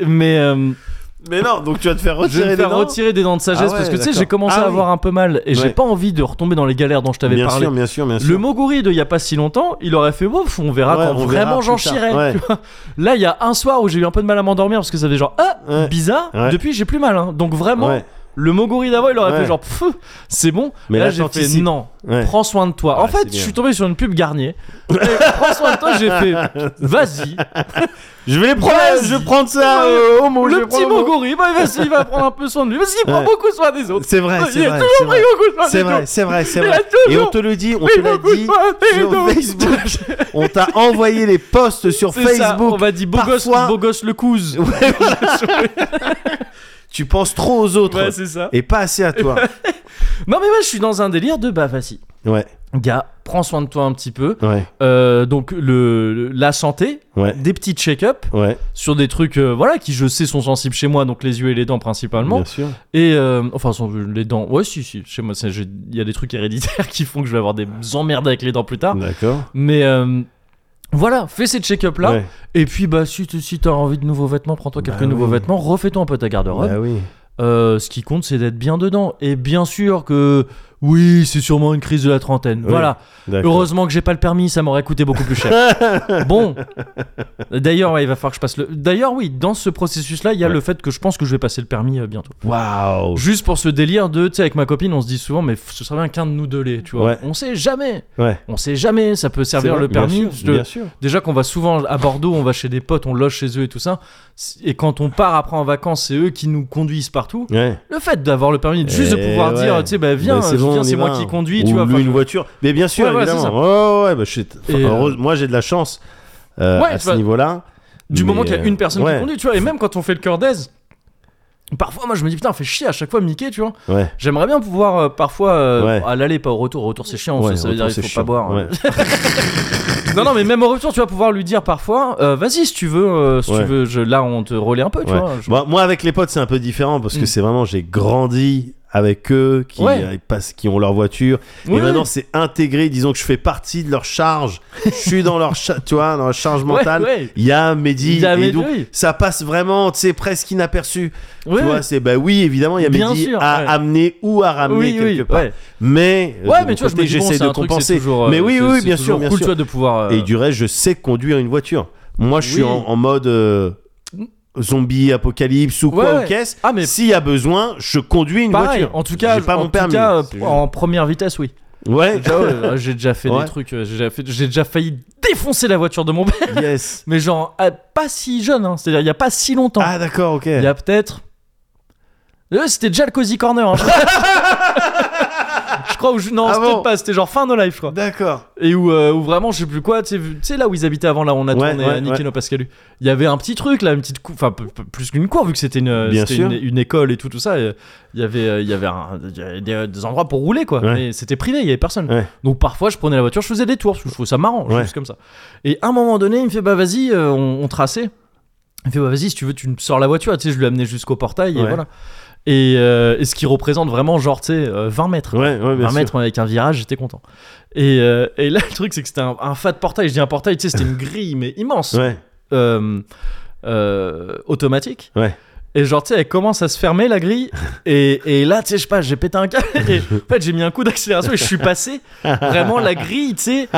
Mais. euh,
mais non, donc tu vas te faire
je vais
retirer
me
des
faire
dents.
retirer des dents de sagesse
Ah ouais,
parce que tu sais,
d'accord.
j'ai commencé
Ah
à
oui.
avoir un peu mal et j'ai
Ouais.
pas envie de retomber dans les galères dont je t'avais
Bien
parlé.
sûr, bien sûr, bien sûr.
Le Moguri de il y a pas si longtemps, il aurait fait ouf, on verra
Ouais,
quand
on verra
vraiment
plus
j'en
tard.
chierai.
Ouais.
tu vois. Là, il y a un soir où j'ai eu un peu de mal à m'endormir parce que ça faisait genre ah
Ouais.
bizarre.
Ouais.
Depuis, j'ai plus mal. hein. Donc vraiment,
Ouais,
le Moguri d'avant, il aurait
Ouais.
fait genre pfff, c'est bon.
Mais
là,
là,
j'ai fait
t'anticipes.
non,
ouais.
prends soin de toi. en
Ouais,
fait,
c'est
je
bien.
suis tombé sur une pub Garnier. Et prends soin de toi, j'ai fait vas-y.
Je vais les prendre,
Vas-y.
je vais prendre ça
Ouais.
euh, au mot. je
Le
vais
petit
prendre au mot.
Moguri, bah, il va- il va prendre un peu soin de lui parce qu'il prend
Ouais.
beaucoup soin des autres.
C'est vrai,
Il
c'est
a
vrai,
toujours
c'est vrai.
pris beaucoup de soin
C'est
des
vrai,
autres.
c'est vrai, c'est
Il a
vrai. Et
toujours
on te le dit, on
pris
te l'a
beaucoup de
dit
soin des
sur
autres.
Facebook. On t'a envoyé les posts sur
C'est ça, on
Facebook.
va dire beau
parfois-
gosse, beau gosse le couze.
Ouais, Tu penses trop aux autres
Ouais, c'est ça.
et pas assez à toi.
Non, mais ouais, je suis dans un délire de bah, vas-y.
Ouais,
Gars, prends soin de toi un petit peu.
ouais,
Euh, donc, le, le- la santé,
ouais,
des petits check-up
ouais.
sur des trucs, euh, voilà, qui je sais sont sensibles chez moi, donc les yeux et les dents principalement.
Bien sûr.
Et, euh, enfin, sont- les dents, ouais, si, si, chez moi, c'est- j'ai- il y a des trucs héréditaires qui font que je vais avoir des emmerdes avec les dents plus tard.
D'accord.
Mais euh, voilà, fais ces check-up là.
Ouais.
Et puis, bah, si, t- si t'as envie de nouveaux vêtements, prends-toi quelques
Bah
nouveaux
oui.
vêtements, refais-toi un peu ta garde-robe.
Bah oui.
Euh, ce qui compte, c'est d'être bien dedans. Et bien sûr que, oui, c'est sûrement une crise de la trentaine.
Oui,
voilà.
D'accord.
Heureusement que j'ai pas le permis, ça m'aurait coûté beaucoup plus cher. bon. D'ailleurs, ouais, il va falloir que je passe le. D'ailleurs, oui, dans ce processus-là, il y a
Ouais. Oh.
le fait que je pense que je vais passer le permis euh, bientôt.
Waouh.
Juste pour ce délire de, tu sais, avec ma copine, on se dit souvent, mais f- ce serait bien qu'un de nous deux l'ait, tu vois.
Ouais.
On sait jamais.
Ouais.
On sait jamais, ça peut servir
C'est
le
vrai, bien
permis.
sûr,
parce que-
Bien sûr.
Déjà qu'on va souvent à Bordeaux, on va chez des potes, on loge chez eux et tout ça. C- Et quand on part après en vacances, c'est eux qui nous conduisent partout.
Ouais.
Le fait d'avoir le permis, juste de
Eh
pouvoir
ouais.
dire, tu sais, bah viens,
Bah,
je
bon,
viens,
on y
c'est moi
va.
qui conduis,
Ou
tu vois.
loue
enfin,
une voiture. Mais bien sûr,
Ouais, voilà,
évidemment.
c'est
Ouais, ouais, ouais, bah, je suis- enfin,
Et, euh,
heureuse- Moi, j'ai de la chance euh,
Ouais,
à
tu
ce
vois,
niveau-là.
Du
Mais,
moment qu'il y a
euh,
une personne
ouais,
qui conduit, tu vois. Et même quand on fait le cœur d'aise, parfois moi je me dis putain, on fait chier à chaque fois Mickey, tu vois.
Ouais.
J'aimerais bien pouvoir euh, parfois euh,
Ouais.
à l'aller, pas au retour. Au retour c'est chiant,
Ouais,
ça, ça veut
retour,
dire il
c'est
faut
chiant.
pas boire. hein.
Ouais.
Non, non, mais même au retour, tu vas pouvoir lui dire parfois, euh, vas-y si tu veux, euh, si
Ouais.
tu veux, je- là on te relaie un peu, tu
Ouais.
vois. Je-
Moi, moi, avec les potes, c'est un peu différent parce que
Mm.
c'est vraiment, j'ai grandi avec eux, qui,
Ouais.
euh, passent- qui ont leur voiture.
Ouais,
Et maintenant, c'est intégré. Disons que je fais partie de leur charge. je suis dans leur, cha- tu vois, dans leur charge
Ouais,
mentale.
ouais.
Il y a Mehdi
Il y a
et
Mehdi,
donc,
oui.
ça passe vraiment, tu sais, presque inaperçu.
Ouais,
tu vois,
ouais.
c'est bah oui, évidemment, il y a
Bien
Mehdi
sûr,
à
ouais.
amener ou à ramener
Oui,
quelque
oui,
part.
ouais.
Mais euh,
Ouais,
de
mais
mon
tu vois, je
côté,
me dis, bon,
j'essaie
c'est
de
un truc, c'est
compenser.
toujours, euh,
mais oui,
c'est-
oui,
c'est
bien
toujours
sûr, bien
cool,
sûr.
tu vois, de pouvoir. euh,
Et du reste, je sais conduire une voiture. Moi, je suis
Oui.
en, en mode euh, zombie, apocalypse ou quoi,
Ouais,
ou qu'est-ce.
Ah, mais-
S'il y a besoin, je conduis une
Pareil,
voiture.
en tout cas,
J'ai pas
en
mon
tout
permis.
cas, euh,
C'est-
en première vitesse, oui.
Ouais,
Déjà, ouais, j'ai déjà fait
Ouais.
des trucs, euh, j'ai déjà, fait- j'ai déjà failli défoncer la voiture de mon père,
yes.
mais genre à- pas si jeune, hein. c'est-à-dire il y a pas si longtemps.
Ah, d'accord, ok.
Il y a peut-être. Euh, c'était déjà le Cozy Corner, hein, je crois. Je crois, ou je- non,
Ah
c'était
bon
pas, c'était genre fin de life, je crois.
D'accord.
Et où, euh, où vraiment, je sais plus quoi, tu sais, vu- tu sais, là où ils habitaient avant, là où on a
Ouais,
tourné
ouais,
à Nikkeno
ouais.
Pascalu. Il y avait un petit truc, là, une petite cour, enfin, p- p- plus qu'une cour, vu que c'était une, euh,
Bien
c'était
sûr.
une, une école et tout, tout ça. et Il y avait, euh, il y avait, un- il y avait des, des endroits pour rouler, quoi.
Ouais.
Mais c'était privé, il y avait personne.
Ouais.
Donc parfois, je prenais la voiture, je faisais des tours, parce que je trouve ça marrant,
Ouais.
juste comme ça. Et à un moment donné, il me fait, bah vas-y, euh, on, on traçait. Il me fait, bah vas-y, si tu veux, tu me sors la voiture, tu sais, je l'ai amené jusqu'au portail, et
Ouais.
voilà. Et, euh, et ce qui représente vraiment, genre, tu sais, euh, 20 mètres.
Ouais, ouais, bien
20
sûr.
mètres avec un virage, j'étais content. Et, euh, et là, le truc, c'est que c'était un, un fat portail. Je dis un portail, tu sais, c'était une grille, mais immense,
Ouais,
euh, euh, automatique.
Ouais.
Et genre, tu sais, elle commence à se fermer, la grille. Et, et là, tu sais, je sais pas, j'ai pété un câble. Et en fait, j'ai mis un coup d'accélération et je suis passé. Vraiment, la grille, tu sais,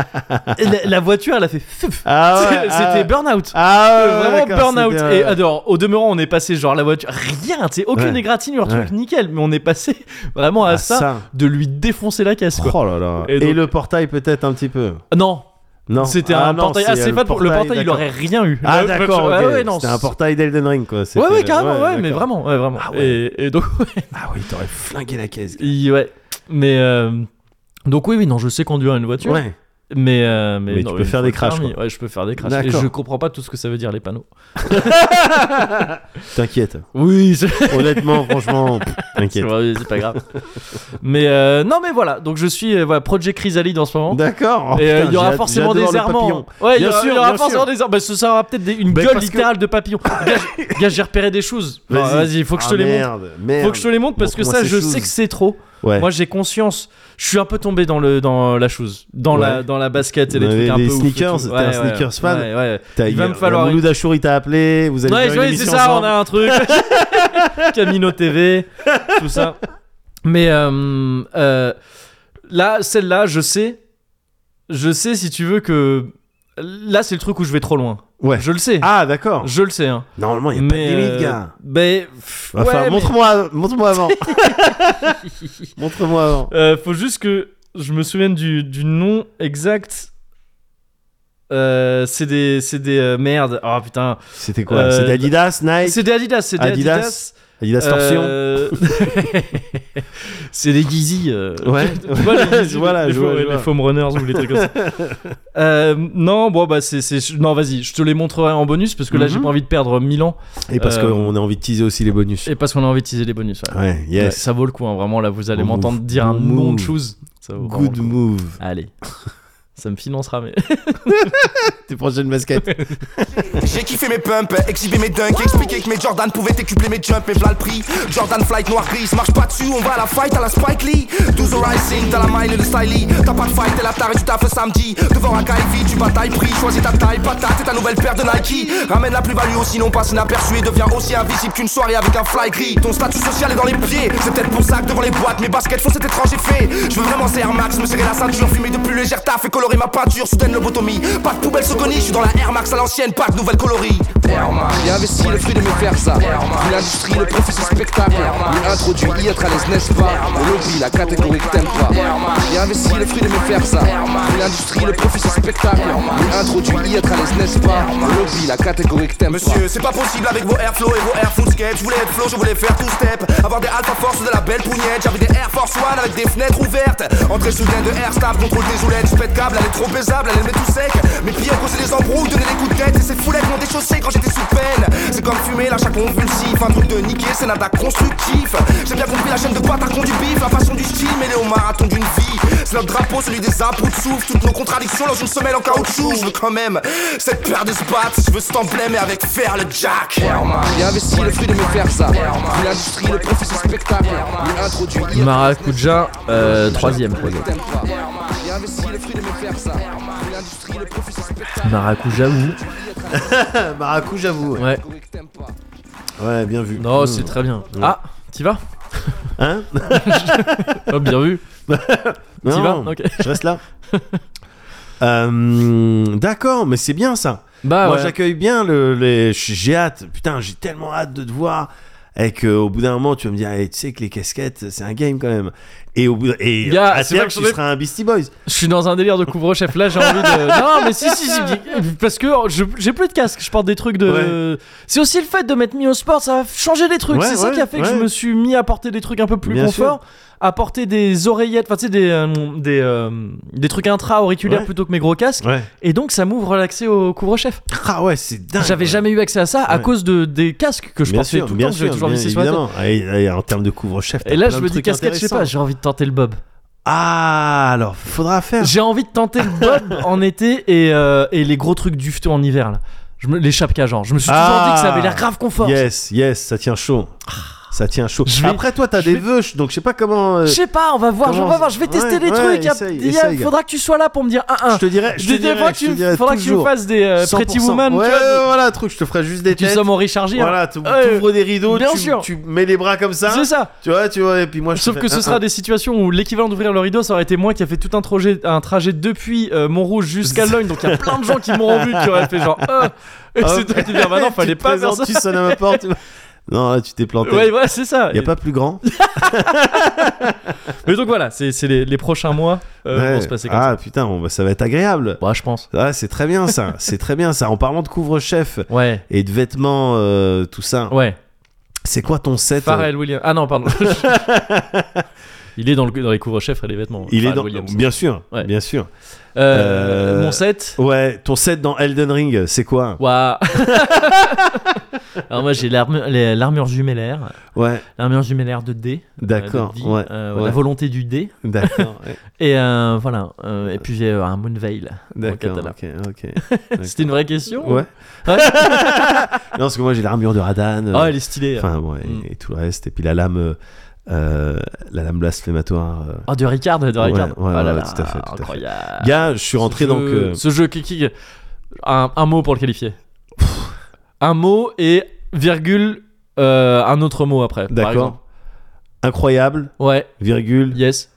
et la, la voiture, elle a fait. fouf.
Ah ouais,
C'était
ah ouais.
burn-out. Euh,
Ah ouais,
Vraiment
d'accord,
burn-out.
c'était un-
Et alors, au demeurant, on est passé, genre, la voiture, rien, tu sais, aucune
Ouais.
égratignure, truc
Ouais.
nickel. Mais on est passé vraiment à
Ah,
ça, de lui défoncer la caisse, quoi.
Oh là là.
Et
Et,
donc-
le portail peut-être un petit peu.
Non,
Non.
c'était
Ah
un
non,
portail. Ah,
c'est
c'est pas pour le portail, il
d'accord.
aurait rien eu.
Ah
Le-
d'accord.
Ouais,
ok.
ouais, non.
C'était un portail d'Elden Ring quoi.
Ouais,
C'était-
ouais, carrément, ouais, mais
d'accord.
vraiment, ouais, vraiment.
Ah ouais.
Et, et donc,
Ah oui, t'aurais flingué la caisse.
il- ouais. Mais, euh, Donc oui, oui, non, je sais conduire une voiture.
Ouais.
Mais, euh, mais,
Mais
non,
tu peux
une
faire
fois
des
le
crashs,
permis, Ouais, je peux faire des crashs. Et
D'accord.
je comprends pas tout ce que ça veut dire les panneaux.
T'inquiète.
Oui, c'est
Honnêtement, franchement, pff,
c'est
t'inquiète.
vrai, c'est pas grave. mais euh, non, mais voilà. Donc je suis euh, voilà, Project Chrysalide en ce moment.
D'accord. Oh,
Et euh,
putain,
il y aura
j'ai hâte-
forcément
j'ai
des
hâte de voir le
errements.
papillon.
Ouais, il y
Bien
aura, il y
sûr,
aura
bien
forcément
sûr.
des errements. Bah, ce sera peut-être des- une
Ben,
gueule
parce que-
littérale de papillon. Gars, je- Gars, j'ai repéré des choses. Enfin, Vas-y, faut que je te
Ah,
les montre.
merde, Merde.
Faut que je te les montre parce que
Montre-moi
ça,
ces
je
choses.
sais que c'est trop.
Ouais.
Moi, j'ai conscience. Je suis un peu tombé dans le dans la chose, dans la
Ouais.
dans la basket et
On
les
avait
trucs un
des
peu ouf et
sneakers,
tout.
t'es
Ouais,
un
ouais,
sneakers fan.
Ouais, ouais.
T'as-
il va me falloir-
Mouloud Achour, il t'a appelé. Vous allez
Ouais,
faire
ouais,
une
c'est
émission
ça,
ensemble.
on a un truc. Camino TV, tout ça. Mais euh, euh, là, celle-là, je sais. Je sais, si tu veux, que. Là, c'est le truc où je vais trop loin.
Ouais.
Je le sais.
Ah, d'accord.
Je le sais. Hein.
Normalement, il n'y a
Mais,
pas de limite,
euh,
gars.
ben, pff, ouais,
Enfin,
mais,
montre-moi, montre-moi avant. montre-moi avant.
euh, faut juste que je me souvienne du, du nom exact. Euh, c'est des, c'est des euh, merdes. Ah putain.
C'était quoi
Euh,
C'était Adidas, Nike,
C'est des Adidas. C'est des
Adidas.
Adidas.
Adidas Torsion.
Euh, c'est des Yeezy. euh,
Ouais.
tu vois, les Yeezy,
Voilà,
les,
je
faux-
vois, je
les
vois.
foam runners ou les trucs comme ça. Euh, non, bon, bah, c'est. c'est- Non, vas-y, je te les montrerai en bonus parce que là, j'ai
Mhm.
pas envie de perdre 1000 ans
Et parce
euh,
qu'on a envie de teaser aussi les bonus.
et parce qu'on a envie de teaser les bonus. ouais.
Ouais,
Ouais,
yes.
ça vaut le coup, hein, vraiment. Là, vous allez
Bon
m'entendre
move.
dire un
Bon
nom de
move.
choses. Ça vaut vraiment
Good
le coup.
move.
Allez. Ça me financera, mais.
Tes prochaines baskets.
J'ai kiffé mes pumps, exhibé mes dunks, expliqué que mes Jordan pouvaient décupler mes jumps, mais v'là le prix. Jordan Flight noir gris, marche pas dessus, on va à la fight à la Spike Lee. 12 au Rising, t'as la mile et le stylie. T'as pas de fight, t'es la tarée du taf le samedi. Devant un Ivy, tu batailles prix, choisis ta taille, patate et ta nouvelle paire de Nike. Ramène la plus-value au sinon passe inaperçu et devient aussi invisible qu'une soirée avec un fly gris. Ton statut social est dans les pieds, c'est peut-être pour ça que devant les boîtes, mes baskets font cet étrange effet. Je veux vraiment Air Max, me serrer la ceinture, fumer de plus légère taf et colorer ma peinture, soudaine lobotomie. Pas de poubelle soconie, je suis dans la Air Max à l'ancienne, pas de nouvelle coloris. Air Max.
J'ai investi le fruit de mes faire ça. Vu l'industrie, le profit du spectacle. J'ai introduit y être à l'aise, n'est-ce pas Le lobby, la catégorie que t'aimes pas. J'ai investi le fruit de mes faire ça. Vu l'industrie, le profit du spectacle. J'ai introduit y être à l'aise, n'est-ce pas Le lobby, la catégorie que t'aimes pas.
Monsieur, c'est pas possible avec vos airflow et vos air full skate. Je voulais être flow, je voulais faire two step. Avoir des alpha force de la belle pougnette. J'avais des air force one avec des fenêtres ouvertes. Entrée soudaine de air stab, contrôle des joulettes. Je pète câble, elle est trop baisable, elle met tout sec. Mes pieds ont causé des embrouilles, donné des coups de tête. Et ces foulettes m'ont déchaussé quand j'étais sous peine. C'est comme fumer la chaque convulsif. Un truc de niquer, c'est nada constructif. J'ai bien compris la chaîne de patacon du bif. La façon du style, mais au marathon d'une vie. C'est notre drapeau, celui des impôts de souffle. Toutes nos contradictions dans une semelle en caoutchouc. Je veux quand même cette paire de spats. Je veux cet emblème et avec faire le jack.
J'ai investi le fruit de mes faire ça. Vu l'industrie, le profit du spectacle. J'ai introduit y être à l'aise, n'est-ce
Maracuja, euh,
pas
troisième.
La catégorie que t'aimes pas. J'ai investi le fruit de mes faire ça. Vu l'industrie, le profit du spectacle.
Maracuja ou.
Maracou, j'avoue.
Ouais.
La catégorie que t'aimes pas.
Ouais, bien vu.
Non,
Mm.
c'est très bien. Ah, t'y vas
Hein
Oh, Bien vu. T'y
Non,
vas
non,
Ok.
Je reste là. Euh, D'accord, mais c'est bien ça.
Bah,
Moi,
ouais.
j'accueille bien le, les. J'ai hâte. Putain, j'ai tellement hâte de te voir. Et qu'au bout d'un moment, tu vas me dire, Eh, tu sais que les casquettes, c'est un game quand même. Et au bout d'un- et
Gars,
à
c'est vrai
terme,
que
tu
je-
seras un Beastie Boys.
Je suis dans un délire de couvre-chef. Là, j'ai envie de. Non, mais si, si, si. Parce que je- j'ai plus de casque. Je porte des trucs de. C'est aussi le fait de m'être mis au sport. Ça a changé des trucs.
Ouais,
c'est ça
ouais,
qui a fait que je
ouais.
me suis mis à porter des trucs un peu plus
Bien
confort. À porter des oreillettes. Enfin, tu sais, des, euh, des, euh, des trucs intra-auriculaires
Ouais.
plutôt que mes gros casques.
Ouais.
Et donc, ça m'ouvre l'accès au couvre-chef.
Ah ouais, c'est dingue.
J'avais jamais eu accès à ça à
Ouais.
cause de, des casques que je
bien
portais
sûr,
tout le
bien
temps. J'avais
sûr,
toujours
bien
vissé sur la tête.
évidemment. Et- et en termes de couvre-chef. t'as
Et là,
plein
je
de
me dis
trucs
casquette, je sais pas,
intéressants.
j'ai envie de tenter le bob.
Ah, alors faudra faire.
J'ai envie de tenter le bob en été et, euh, et les gros trucs dufteux en hiver là. Je me, les chapkas genre. Je me suis toujours
Ah.
dit que ça avait l'air grave confort.
Yes, yes, ça tient chaud. Ça tient chaud.
Je vais-
Après, toi, t'as
je
des
vais-
vœux, donc je sais pas comment. euh,
Je sais pas, on va voir,
Comment-
on va voir. Je vais tester
Ouais,
des
ouais,
trucs. Il y a-
essaye,
il y a-
essaye.
faudra que tu sois là pour me dire ah, 1-1.
Je te dirais, je te
Des- des
dirais,
fois,
je
tu-
te dirais
faudra que tu me
toujours.
fasses des euh, Pretty
100%.
Woman,
Ouais,
tu vois,
voilà, le truc, je te ferai juste des
du
têtes.
Sam Henry Chargier.
Voilà, tu
Ouais.
ouvres des rideaux,
Bien
tu,
sûr.
tu mets les bras comme ça.
C'est ça.
Tu vois, tu vois, et puis moi je
Sauf
te
que
fais
ce
un,
sera
un.
des situations où l'équivalent d'ouvrir le rideau, ça aurait été moi qui a fait tout un trajet, un trajet depuis euh, Montrouge jusqu'à Logne. Donc il y a plein de gens qui m'ont vu qui auraient fait genre. Euh, et c'est
Hop.
toi qui viens, bah non,
Tu
fallait
te
pas faire
présentes,
ça.
Tu sonnes à ma porte. tu vois. Non, là tu t'es planté.
Ouais, voilà, c'est ça.
Y a pas plus grand.
Mais donc voilà, c'est c'est les, les prochains mois euh,
Ouais.
vont se passer comme
ah putain, on va- ça va être agréable.
ça. Ouais, je pense.
Ah, c'est très bien ça. c'est très bien ça. En parlant de couvre-chef
Ouais,
et de vêtements, euh, tout ça.
ouais.
C'est quoi ton set euh,
Pharrell Williams. Ah non, pardon. Il est dans, le, dans les couvre-chefs et les vêtements. hein,
Il
Pharrell
est dans.
Williams.
Bien sûr,
Ouais.
bien sûr.
Euh,
euh,
Mon set
Ouais, ton set dans Elden Ring, c'est quoi
Waouh Alors moi j'ai l'arme- les- l'armure jumellaire,
Ouais,
l'armure jumellaire de D. euh, de
D'accord,
D,
ouais,
euh,
ouais.
La volonté du D.
d'accord. ouais,
Et euh, voilà. euh, et puis j'ai euh, un Moon Veil.
D'accord,
catalan.
ok, ok. d'accord.
C'était une vraie question
Ouais.
Ouais.
non, parce que moi j'ai l'armure de Radan. euh,
Oh, elle est stylée.
Enfin, bon, et,
Mm.
et tout le reste. Et puis la lame, euh, euh, la lame blasphématoire. euh.
Oh, de Ricard, de Ricard.
ouais,
Oh là
ouais,
là,
tout à fait, tout à fait.
Incroyable.
Gars, je suis rentré
Ce
donc.
jeu-
euh,
Ce jeu, qui, qui- un, un mot pour le qualifier. un mot et virgule euh, un autre mot après. par exemple.
D'accord. Incroyable,
Ouais,
virgule.
yes.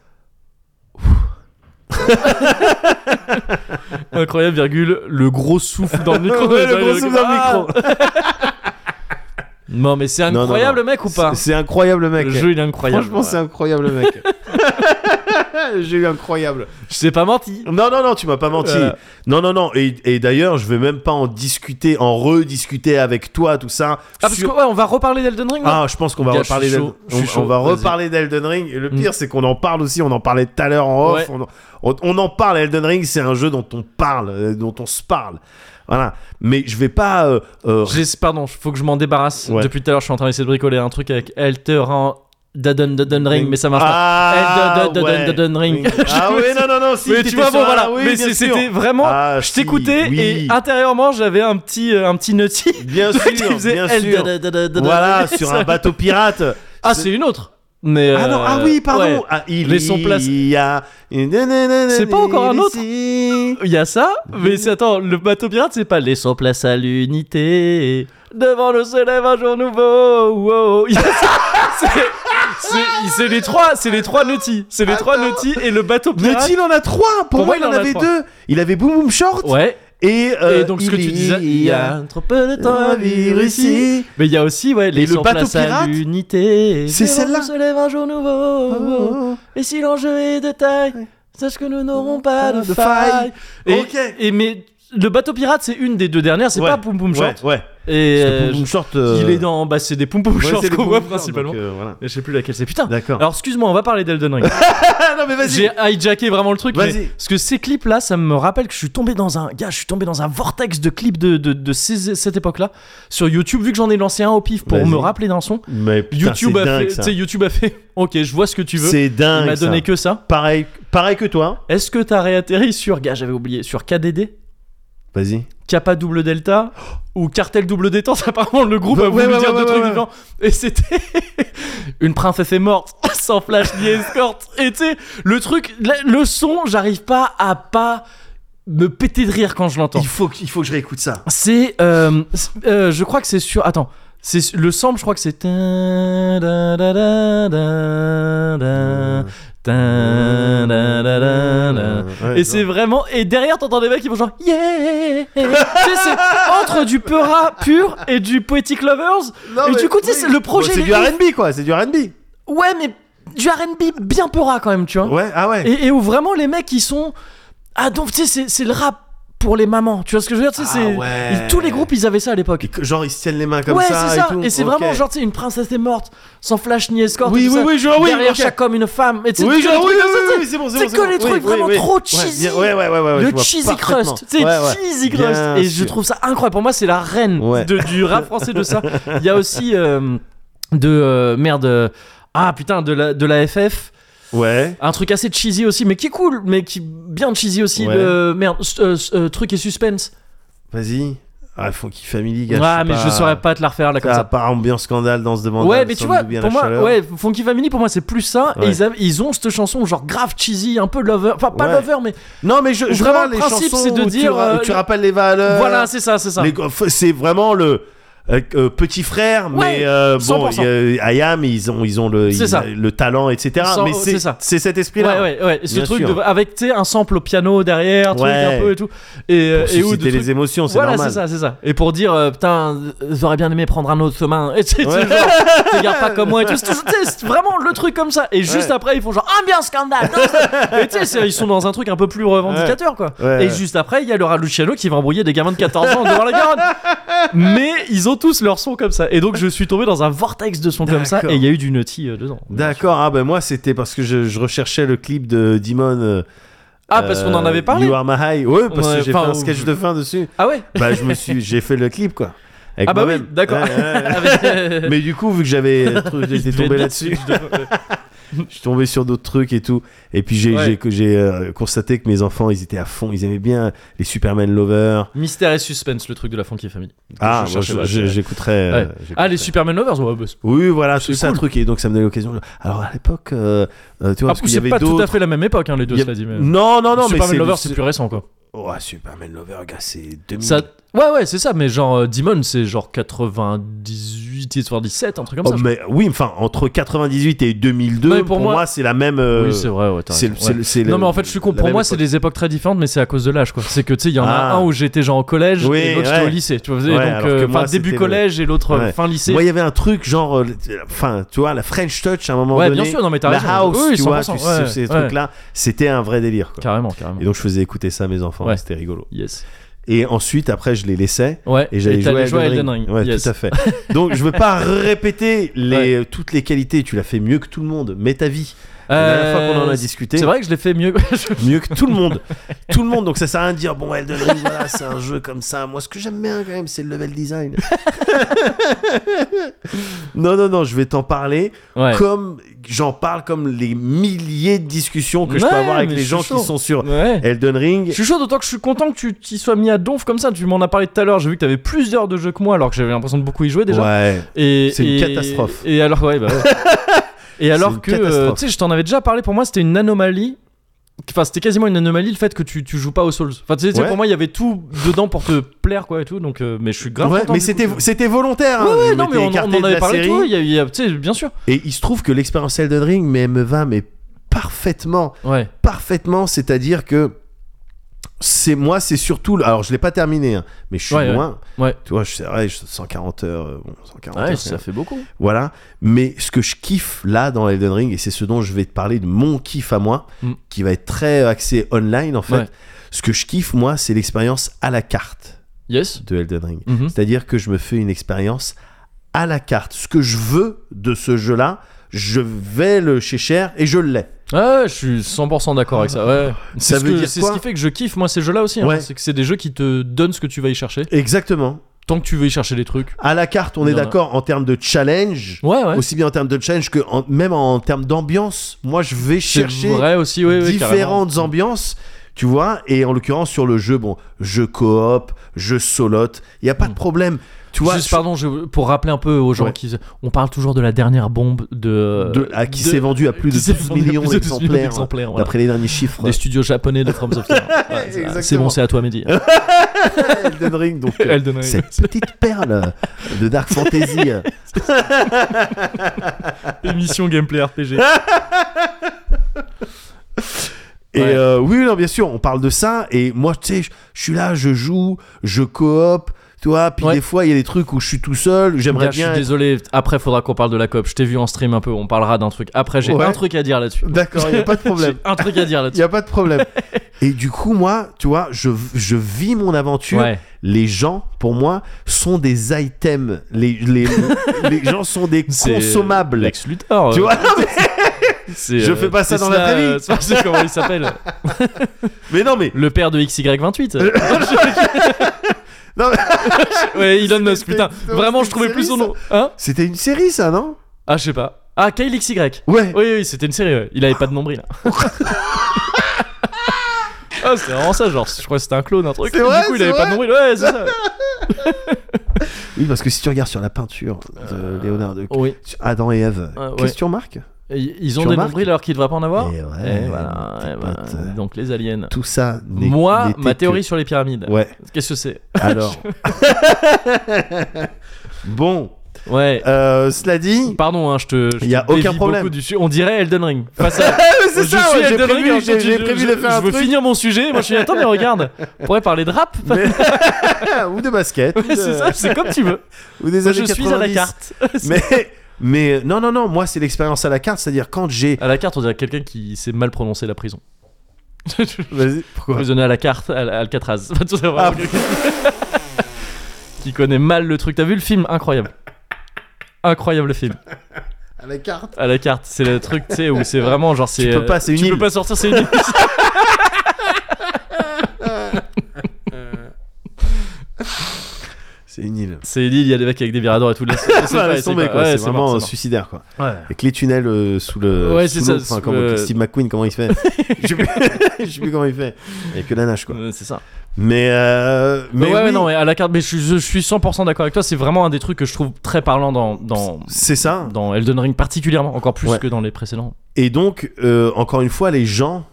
Incroyable, virgule, le gros souffle dans le micro.
Ouais, le gros souffle dans le
Ah
micro.
Non, mais c'est
Non, non,
incroyable,
non.
mec, ou pas
C'est- C'est incroyable, mec.
Le jeu, il est incroyable.
Franchement, c'est incroyable, mec. J'ai eu incroyable.
Je t'ai pas menti.
Non, non, non, tu m'as pas menti.
Euh.
Non, non, non. Et, et d'ailleurs, je vais même pas en discuter, en rediscuter avec toi, tout ça.
Ah, parce
Sur-
que, ouais, on va reparler d'Elden Ring. là
Ah, je pense qu'on va
Gars, je
reparler
suis
d'Elden
chaud, je
on,
suis chaud,
on va
vas-y.
reparler d'Elden Ring. Et le
Mm.
pire, c'est qu'on en parle aussi. On en parlait tout à l'heure en off.
Ouais.
On, en- on- on en parle. Elden Ring, c'est un jeu dont on parle, euh, dont on se parle. Voilà. Mais je vais pas. euh, euh,
J'ai- Pardon, faut que je m'en débarrasse.
Ouais.
Depuis tout à l'heure, je suis en train d'essayer de bricoler un truc avec Elter en Dadden Dadden Ring, mais ça marche pas. Eh,
Ah,
Elden- Elden-
ouais.
Elden Ring.
Ah oui, non, non, non. Si,
mais tu
t'étais
vois,
sur
bon,
la-
voilà.
oui,
mais
bien
c'est-
sûr.
c'était vraiment.
Ah,
je
si,
t'écoutais
oui.
et intérieurement, j'avais un petit, euh, un petit nutty.
Bien sûr,
qui faisait
bien
Elden-
sûr.
Elden- Elden-
Voilà,
Elden-
sur un bateau pirate.
Ah, c'est une autre. Mais
Ah non,
euh,
ah oui, pardon.
ouais.
Ah, il
Mais son place-
y a. C'est
pas encore un autre Il y a ça, mais c'est attends, le bateau pirate, c'est pas laissons place à l'unité. Devant le se lève un jour nouveau. wow. Il y a ça. C'est- c'est- C'est les trois, c'est les trois nautis, c'est les trois nautis et le bateau
Mais
pirate.
il en a trois. Pour
Pour
moi,
moi,
il en
a
avait
trois.
deux. Il avait Boom Boom Short.
Ouais.
Et, euh,
et donc ce que
il
tu disais,
y
trop peu de temps
un virus ici.
Mais il y a aussi ouais, les
le bateau
place à
pirate,
l'unité.
c'est
Devant
celle-là.
le se lève un jour nouveau.
Oh,
Et si l'enjeu est de taille, sache que nous n'aurons pas de,
Ah, de
faille.
faille.
Et,
Ok.
et mais le bateau pirate, c'est une des deux dernières, c'est
Ouais.
pas Poum Poum
Ouais,
Short.
ouais.
Et
Parce que
euh,
Boom Boom Short. euh,
il est dans, bah c'est des Poum Poum
ouais,
Short
c'est les
qu'on
Boom
voit
Boom Short,
principalement.
donc, euh, voilà.
Je sais plus laquelle c'est. Putain.
D'accord.
Alors excuse-moi, on va parler d'Elden Ring.
Ah non, mais vas-y.
J'ai hijacké vraiment le truc.
Vas-y.
Mais parce que ces clips là, ça me rappelle que je suis tombé dans un gars, je suis tombé dans un vortex de clips de, de, de ces- cette époque-là sur YouTube. Vu que j'en ai lancé un au pif pour
Vas-y.
me rappeler d'un son,
Mais putain,
YouTube
c'est
a
dingue,
fait.
ça.
tu sais, YouTube a fait. Ok, je vois ce que tu veux.
C'est dingue.
Il m'a donné
ça.
que ça.
Pareil, pareil que toi.
Est-ce que t'as réatterri sur gars, j'avais oublié, sur KDD,
Vas-y.
Kappa Double Delta ou Cartel Double Détente Apparemment, le groupe a
Ouais,
voulu
ouais,
dire deux
ouais, ouais,
trucs
ouais.
différents. Et c'était une princesse est morte, sans flash ni escorte. Et tu sais, le truc, le- le son, j'arrive pas à pas me péter de rire quand je l'entends.
Il faut, que- il faut que je réécoute ça.
C'est, euh, c'est- euh, je crois que c'est sur. Attends, c'est su- le sample. Je crois que c'est. Tin, da, da, da, da, da, tin, da, da, da, da.
Ouais,
Et
je
c'est vraiment. Et derrière, t'entends des mecs qui vont genre. Yeah! tu sais, c'est entre du peura pur et du poetic lovers.
Non,
et
mais-
du coup, tu sais,
oui.
c'est- le projet.
Bon, c'est
il
du
est ouf.
RB, quoi. C'est du RB.
Ouais, mais du RB bien peura quand même, tu vois.
Ouais, ah ouais.
Et, et où vraiment les mecs ils sont. Ah donc tu sais, c'est- c'est le rap pour les mamans, tu vois ce que je veux dire tu sais,
Ah
c'est-
ouais.
et Tous les groupes ils avaient ça à l'époque.
Et- Genre, ils se tiennent les mains comme
ouais,
ça.
c'est ça.
tout.
Et c'est
Ok.
vraiment genre, tu sais, une princesse est morte, sans flash ni escorte.
Oui,
et tout
oui,
ça.
oui, je vois, oui,
Derrière
ok.
chaque homme, une femme. Et tu sais,
Oui,
que
je-
les
oui,
trucs comme
oui,
ça,
oui,
tu sais.
oui, c'est bon, c'est
c'est
bon,
que
bon.
les trucs vraiment trop cheesy.
bien- Ouais, ouais, ouais, ouais, je
le
vois
cheesy
parfaitement.
crust, tu sais,
Ouais, ouais.
cheesy crust.
Bien
et je
sûr.
trouve ça incroyable. Pour moi, c'est la reine
Ouais.
de- du rap français de ça. Il y a aussi euh, de euh, merde. euh, ah putain, de la, de la FF.
Ouais.
Un truc assez cheesy aussi, mais qui est cool, mais qui est bien cheesy aussi.
Ouais.
le- merde, euh, euh, truc et suspense.
Vas-y. Ah, Funky Family, gars.
ah,
sais
mais je saurais pas te la refaire là comme
Ça,
ça.
part ambiance scandale, danse de bandale.
Ouais, mais tu
sans
vois,
doute bien
pour
la
moi,
chaleur.
ouais, Funky Family, pour moi, c'est plus ça. Et
Ouais.
ils, avaient- ils ont cette chanson, genre grave cheesy, un peu lover. Enfin, pas
Ouais.
lover, mais
Non, mais je, je
Vraiment,
vois
le
les
principe,
chansons
c'est de
où tu,
dire,
ra-
euh,
tu rappelles les valeurs.
voilà, c'est ça, c'est ça.
Les- f- C'est vraiment le. euh, euh, petit frère, mais euh, bon,
100%.
il y a- IAM, ils ont, ils ont le,
C'est
ils-
ça.
le talent, etc.
Cent-
mais
c'est
c'est
ça.
c'est cet
Ouais,
esprit-là.
ouais, ouais. Et Ce
Bien
truc,
sûr.
de- avec, tu sais, un sample au piano derrière, truc
Ouais.
un peu et tout. Et, euh,
Pour
et ou de
susciter les
trucs-
émotions, Oh, c'est
Voilà,
normal.
c'est ça, c'est ça. Et pour dire, euh, putain, euh, j'aurais bien aimé prendre un autre chemin. Et tu sais, tu sais,
Ouais.
genre, te garde pas comme moi et tout. C'est- c'est- C'est vraiment le truc comme ça. Et juste
Ouais. après,
après, ils font genre, ah, bien scandale. non, c'est- et tu sais, c'est- ils sont dans un truc un peu plus revendicateur, quoi.
Ouais,
et
ouais.
juste après, il y a le Luciano qui va embrouiller des gamins de 14 ans devant la Garonne. Mais ils ont ont tous leur son comme ça. Et donc, je suis tombé dans un vortex de sons comme ça.
D'accord.
Et il y a eu du Nutty euh, dedans.
D'accord, ah ben moi c'était parce que je, je recherchais le clip de Dimon. euh,
Ah, parce qu'on en
euh,
avait parlé.
You Are My High. Ouais, parce
Ouais,
que j'ai fait
enfin,
un sketch de fin dessus.
Ah ouais
Bah je me suis, j'ai fait le clip quoi. Avec
Ah bah oui,
moi-même.
d'accord.
Ouais, ouais, ouais.
Avec, euh,
Mais du coup, vu que j'avais, j'étais
il devait
tombé
être
là-dessus,
euh,
je suis tombé sur d'autres trucs et tout. Et puis j'ai,
Ouais.
j'ai, j'ai, euh, constaté que mes enfants, ils étaient à fond, ils aimaient bien les Superman Lovers.
Mystère et suspense, le truc de la Funky Family.
Ah,
Je
moi,
cherchais,
je-
ouais,
je-
c'est-
j'écouterais.
Ouais.
euh,
Ah, les
j'écouterais.
Superman Lovers, ouais, bah, c'est-
Oui, voilà, tout
C'est
ça,
cool.
truc. Et donc, ça me donnait l'occasion. Alors, à l'époque, euh, euh, tu vois,
Ah,
parce qu'il y
c'est
avait
pas tout à
d'autres.
fait la même époque, hein, les deux,
Il y a-
cela dit. Mais...
Non, non, non, mais
Superman
c'est.
Lovers, c'est plus récent, quoi.
Oh, Superman Lover, gars, c'est 2000.
Ça... Ouais, ouais, c'est ça, mais genre, euh, Demon, c'est genre 98, histoire 17, un truc comme
Oh,
ça. je
mais oui, enfin, entre 98 et 2002,
Non, mais
pour,
pour
moi,
moi-
c'est la même.
crois.
euh,
Oui, c'est vrai, ouais, t'as
c'est-
raison,
c'est
ouais.
le- c'est le-
Non, mais en fait, je suis con.
la
Pour
même
moi, c'est
époque.
des époques très différentes, mais c'est à cause de l'âge, quoi. C'est que, tu sais, il y en
Ah.
a un où j'étais genre au collège
Oui,
et l'autre, j'étais
ouais.
au lycée, tu vois.
Ouais,
donc,
alors
euh,
que
enfin,
moi,
début
c'était le-
collège et l'autre euh,
Ouais.
fin lycée.
Moi, il y avait un truc, genre. euh, Enfin, tu vois, la French Touch à un moment
Ouais,
donné.
bien sûr, non, mais t'as
La
raison.
house,
Oui,
tu vois,
100%,
tu sais,
ouais,
ces
ouais.
trucs-là, c'était un vrai délire, quoi.
Carrément, carrément.
Et donc, je faisais écouter ça à mes enfants,
Ouais.
c'était rigolo.
Yes.
Et ensuite, après, je les laissais.
Ouais,
Et j'allais jouer,
t'allais
à Elden Ring. Ouais,
yes.
tout à fait. Donc je veux pas répéter les, euh, toutes les qualités, tu l'as fait mieux que tout le monde, mais ta vie. La dernière fois qu'on en a
Euh,
discuté,
C'est vrai que je l'ai fait mieux.
mieux que tout le monde. tout le monde, donc ça sert à rien de dire, bon Elden Ring, voilà, c'est un jeu comme ça. Moi ce que j'aime bien quand même, c'est le level design. non, non, non, je vais t'en parler
Ouais.
comme j'en parle comme les milliers de discussions que je peux
Ouais,
avoir avec
mais
les
je
gens
suis chaud.
qui sont sur
Ouais.
Elden Ring.
Je suis chaud, d'autant que je suis content que tu t'y sois mis à donf comme ça. Tu m'en as parlé tout à l'heure. J'ai vu que t'avais plus d'heures de jeu que moi, alors que j'avais l'impression de beaucoup y jouer déjà.
Ouais.
Et-
C'est une
et-
catastrophe.
Et alors, ouais, bah ouais. et
une
alors que, euh,
catastrophe.
tu sais, je t'en avais déjà parlé. Pour moi, c'était une anomalie. Enfin, c'était quasiment une anomalie le fait que tu, tu joues pas aux Souls. Enfin, tu sais, tu sais,
Ouais.
pour moi, il y avait tout dedans pour te plaire, quoi, et tout. Donc, euh, mais je suis grave
Ouais,
content,
mais
du
c'était
coup.
c'était volontaire. hein.
Ouais, ouais,
Je
non,
m'étais
mais on,
écarté
on en
de
avait
la
parlé,
série.
toi. Il y a- il y a- tu sais, bien sûr.
Et il se trouve que l'expérience Elden Ring, mais elle me va, mais parfaitement,
Ouais.
parfaitement. C'est-à-dire que c'est moi, c'est surtout. le- Alors, je l'ai pas terminé, hein, mais je suis
Ouais, ouais.
loin.
Ouais.
Tu vois, je- c'est vrai, je- 140 heures, euh, bon, 140 heures, c'est-
fait beaucoup.
voilà. Mais ce que je kiffe là dans Elden Ring, et c'est ce dont je vais te parler de mon kiff à moi,
Mm.
qui va être très axé online en fait.
Ouais.
Ce que je kiffe moi, c'est l'expérience à la carte
Yes.
de Elden Ring.
Mhm.
C'est-à-dire que je me fais une expérience à la carte. Ce que je veux de ce jeu-là, je vais le chez Cher et je l'ai.
Ah, je suis 100% d'accord avec ça. Ouais.
Ça
C'est ce
veut
que-
dire
c'est
quoi
ce qui fait que je kiffe moi ces jeux-là aussi. hein.
Ouais.
C'est que c'est des jeux qui te donnent ce que tu vas y chercher.
Exactement.
Tant que tu veux y chercher des trucs.
À la carte, on
Il
est
y en a.
d'accord en termes de challenge,
Ouais, ouais.
aussi bien en termes de challenge que en- même en termes d'ambiance. Moi, je vais
C'est
chercher
vrai aussi, ouais, ouais,
différentes ambiances. Tu vois, et en l'occurrence sur le jeu, bon, je coop, je solote, il y a pas de problème. Tu
carrément.
vois,
Hmm. Juste,
je-
pardon, je- pour rappeler un peu aux gens
Ouais.
qui. On parle toujours de la dernière bombe de.
de- à qui
de-
s'est vendu à plus
qui
de
s'est
12
vendue à
millions
plus de 12 millions
d'exemplaires,
d'exemplaires, voilà.
d'après les derniers chiffres.
Des studios japonais de From Software. Ouais, c'est
Exactement.
ça. c'est bon, c'est à toi, Mehdi.
Elden Ring, donc euh,
Elden Ring.
cette petite perle de Dark Fantasy. euh,
Émission gameplay RPG.
Et
Ouais.
euh, oui, non, bien sûr, on parle de ça. Et moi, tu sais, je- je suis là, je joue, je coop, tu vois. Puis
Ouais.
des fois, il y a des trucs où je suis tout seul. J'aimerais
Gars, je suis
bien. être-
désolé, après faudra qu'on parle de la COP. Je t'ai vu en stream un peu, on parlera d'un truc. Après, j'ai
Ouais.
un truc à dire là-dessus.
D'accord, il y a pas de problème.
J'ai un truc à dire
Il y
là-dessus.
a pas de problème. Et du coup, moi, tu vois, je, je vis mon aventure.
Ouais.
Les gens, pour moi, sont des items. Les, les, les gens sont des
C'est-
consommables.
Lex Luthor.
Tu
euh,
vois,
c'est,
je
euh,
fais pas ça dans
Tesla,
la vraie vie.
euh, c'est pas- c'est comment il s'appelle
mais non, mais
Le père de XY28.
Non,
ouais, Elon Musk,
C'était-
putain.
c'était-
Vraiment, je
c'était
trouvais
une
plus son
série,
nom. Hein
c'était une série, ça, non
Ah, je sais pas. Ah, Kyle XY.
Ouais.
Oui, oui, c'était une série, ouais. Il avait pas de nombril. hein. ah, c'était vraiment ça, genre. Je crois que c'était un clone, un truc.
C'est
Et
vrai,
du coup, il
c'est
avait pas
vrai.
de nombril. Ouais, c'est ça.
Oui, parce que si tu regardes sur la peinture de Léonard de
Oui.
sur Adam et Ève,
Ah, Euh, ouais.
qu'est-ce que tu remarques
Et Ils ont
Tu
des
remarques
nombrils alors qu'ils devraient pas en avoir.
Eh ouais,
Eh, voilà.
petit
eh ben,
pote, euh,
donc, les aliens.
Tout ça n'est-
Moi,
n'était
ma
que-
théorie sur les pyramides.
Ouais,
Qu'est-ce que c'est
alors. bon,
Ouais.
euh, cela dit.
Pardon, hein, je te. je
Y a
te
aucun
dévie
problème.
beaucoup du su- On dirait Elden Ring. Face à-
C'est
je
ça,
suis
ouais, j'ai
Elden Ring.
prévu,
en
j'ai-
fait,
j'ai
je-
prévu
je-
de faire un
Je veux
truc.
finir mon sujet. Moi, je suis. Attends, mais regarde. On pourrait parler de rap.
ou de basket. ou de-
c'est ça. C'est comme tu veux.
Ou des
Moi,
années
je suis à la
90.
carte.
Mais, mais euh, non, non, non, moi, c'est l'expérience à la carte. C'est-à-dire quand j'ai.
À la carte, on dirait quelqu'un qui s'est mal prononcé la prison. Ah,
Vas-y, pourquoi Ah,
Prisonnier à la carte, à la- à Alcatraz. Tout ça,
Ah,
voilà. qui connaît mal le truc. T'as vu le film Incroyable. Incroyable le film.
À la carte.
À la carte, c'est le truc, tu sais, où c'est vraiment genre. c'est,
peux
euh,
pas, c'est une
Tu
île.
peux pas sortir, c'est une île.
C'est une île.
c'est une île, il y a des mecs avec des viradors et tout. laisse- laisse- laisse-
Ça
laisse-
laisse tomber,
laisse-
quoi.
ouais,
c'est vraiment
mort,
euh,
mort.
suicidaire, quoi.
Ouais.
Avec les tunnels euh, sous le.
Ouais,
sous
c'est ça,
l'eau, enfin,
sous
comment-
le-
Steve McQueen, comment il fait Je sais plus- je sais plus comment il fait. Il y a que la nage, quoi.
Euh, C'est ça.
Mais. euh,
Mais, ouais,
oui,
ouais, non, mais à la carte, mais je, suis- je suis 100% d'accord avec toi. C'est vraiment un des trucs que je trouve très parlant dans, dans,
C'est ça.
dans Elden Ring, particulièrement, encore plus
Ouais.
que dans les précédents.
Et donc, euh, encore une fois, les gens,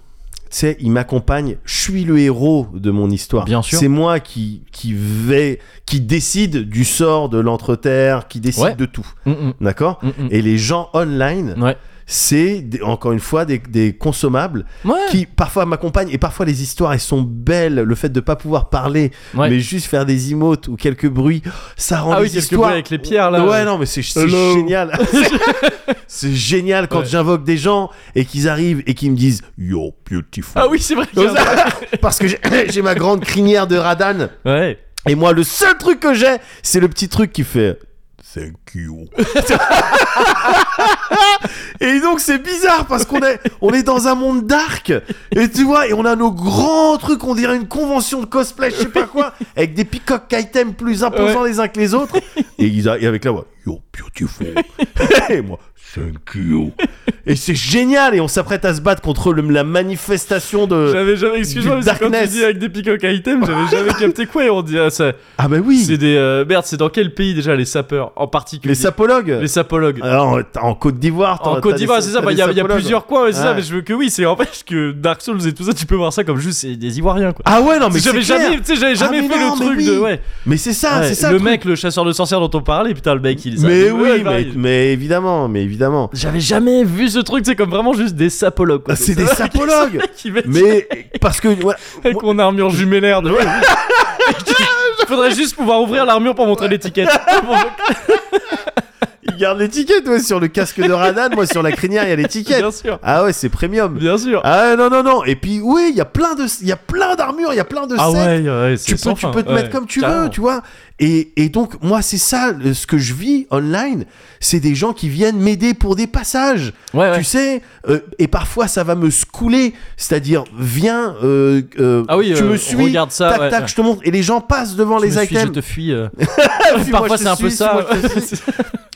tu sais, ils m'accompagnent. Je suis le héros de mon histoire.
Bien sûr.
C'est moi qui, qui vais, qui décide du sort de l'entreterre, qui décide
Ouais.
de tout.
Mm,
D'accord
mm, mm, mm.
Et les gens online,
Ouais.
c'est des- encore une fois des, des consommables
Ouais.
qui parfois m'accompagnent et parfois les histoires elles sont belles. Le fait de pas pouvoir parler,
Ouais.
mais juste faire des emotes ou quelques bruits, ça rend
Ah oui,
les
quelques
histoires.
bruits avec les pierres, là,
Ouais,
ouais.
non, mais c'est c'est
Hello.
génial. c'est génial quand
Ouais.
j'invoque des gens et qu'ils arrivent et qu'ils me disent You're beautiful.
Ah oui, c'est vrai. qu'il y a un-
Parce que j'ai- j'ai ma grande crinière de Radan.
Ouais.
Et moi, le seul truc que j'ai, c'est le petit truc qui fait Thank you. et donc, c'est bizarre parce qu'on est, on est dans un monde dark. Et tu vois, et on a nos grands trucs, on dirait une convention de cosplay, je sais pas quoi, avec des peacock items plus imposants les uns que les autres. Et, ils a- et avec la voix You're beautiful. et moi, Thank you. Et c'est génial. Et on s'apprête à se battre contre le- la manifestation de.
J'avais jamais, excuse-moi,
du
mais c'est quand tu
darkness.
dis avec des peacock items, j'avais jamais capté quoi. Et on dit, ah, ça-
Ah, bah oui,
c'est des. euh, merde, c'est dans quel pays déjà les sapeurs en particulier
les sapologues.
Les sapologues.
Alors, Ah, en- en Côte d'Ivoire, t'as-
en
t'as
Côte
des-
d'Ivoire, c'est ça,
t'as
bah, il
des
y, a- il y a
sapologues.
plusieurs coins, mais c'est ça,
Ouais.
mais je veux que oui, c'est en fait que Dark Souls et tout ça, tu peux voir ça comme juste c'est des Ivoiriens quoi.
Ah ouais, non, mais c'est
j'avais
clair.
jamais, tu sais, j'avais jamais
mais
fait
non,
le
mais
truc
oui.
de. Ouais.
Mais c'est ça,
Ouais,
c'est ça.
le
truc.
mec, le chasseur de sorcières dont on parlait, putain, le mec, il les a-
Mais
il- ouais,
oui,
il va-
mais,
il-
mais évidemment, mais évidemment.
J'avais jamais vu ce truc, c'est comme vraiment juste des sapologues. quoi.
Ah, c'est des
mecs qui-
sapologues.
qui mettent-
Mais parce que voilà,
Avec mon armure jumellaire de. Faudrait juste pouvoir ouvrir l'armure pour montrer l'étiquette.
il garde l'étiquette ouais, sur le casque de Radan, moi sur la crinière il y a l'étiquette.
Bien sûr.
Ah ouais, c'est premium.
Bien sûr.
Ah non non non. Et puis oui, il y a plein de, il y a plein d'armures, il y a plein de
Ah
sets.
ouais, ouais, c'est
tu peux,
sans
tu
fin.
peux te
Ouais,
mettre comme tu
carrément.
veux, tu vois. Et, et donc, moi, c'est ça, le- ce que je vis online, c'est des gens qui viennent m'aider pour des passages.
Ouais, ouais.
Tu sais, euh, et parfois, ça va me scouler. C'est-à-dire, viens, euh, euh,
Ah oui,
tu
euh,
me suis,
regarde ça,
tac,
ouais,
tac,
ouais.
je te montre. Et les gens passent devant
Je
les
me suis-
items.
Je te fuis. euh.
Suis-moi,
Parfois, c'est
je te
un peu
suis,
ça.
suis-moi, je te suis.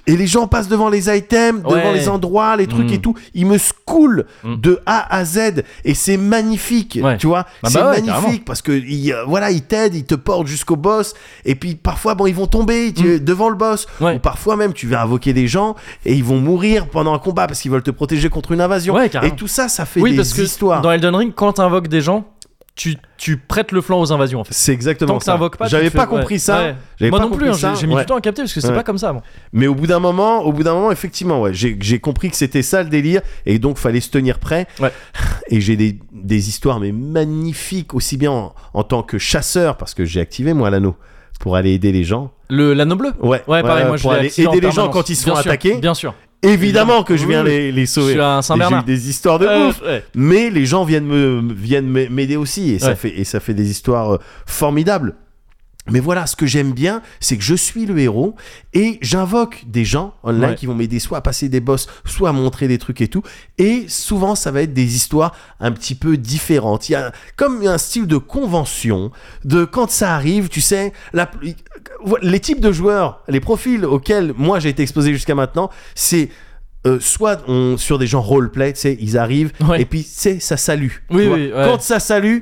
Et les gens passent devant les items,
Ouais.
devant les endroits, les trucs
Mm.
et tout. Ils me scoulent
Mm.
de A à Z et c'est magnifique,
Ouais.
tu vois.
Bah
c'est
bah ouais,
magnifique
carrément.
parce que ils, euh, voilà, ils t'aident, ils te portent jusqu'au boss. Et puis parfois, bon, ils vont tomber tu- devant le boss.
Hmm. Ouais.
Ou parfois même, tu vas invoquer des gens et ils vont mourir pendant un combat parce qu'ils veulent te protéger contre une invasion.
Ouais, carrément.
et tout ça, ça fait
oui,
des
parce que
histoires.
dans Elden Ring, quand t'invoques des gens, tu, tu prêtes le flanc aux invasions en fait.
C'est exactement
Tant que
ça.
t'invoques pas, tu
J'avais
fais-
pas
ouais,
compris ça.
ouais.
J'avais
Moi
pas
non plus,
compris
hein,
ça.
j'ai j'ai mis
Ouais.
du temps à capter parce que c'est
Ouais.
pas comme ça. avant.
Mais au bout d'un moment, au bout d'un moment, effectivement, ouais, j'ai j'ai compris que c'était ça le délire, et donc fallait se tenir prêt.
Ouais.
Et j'ai des, des histoires mais magnifiques, aussi bien en, en tant que chasseur, parce que j'ai activé moi l'anneau pour aller aider les gens.
Le l'anneau bleu.
Ouais.
Ouais, pareil,
ouais,
moi je
pour
l'ai
aller
activé en
aider les gens
permanence.
quand ils se font
Bien sûr,
attaquer.
Bien sûr.
Évidemment que je viens
Oui, oui.
les, les
Je
sauver.
suis un
Et J'ai
Saint-Bernard.
eu des histoires de
Euh,
ouf.
ouais.
Mais les gens viennent me viennent m'a- m'aider aussi et ça
Ouais.
fait et ça fait des histoires euh, formidables. Mais voilà, ce que j'aime bien, c'est que je suis le héros et j'invoque des gens online
Ouais.
qui vont m'aider soit à passer des boss, soit à montrer des trucs et tout. Et souvent, ça va être des histoires un petit peu différentes. Il y a comme un style de convention, de quand ça arrive, tu sais, la- les types de joueurs, les profils auxquels moi j'ai été exposé jusqu'à maintenant, c'est euh, soit on, sur des gens roleplay, tu sais, ils arrivent
Ouais.
et puis tu sais, ça salue.
Oui,
tu vois.
oui, ouais.
Quand ça salue,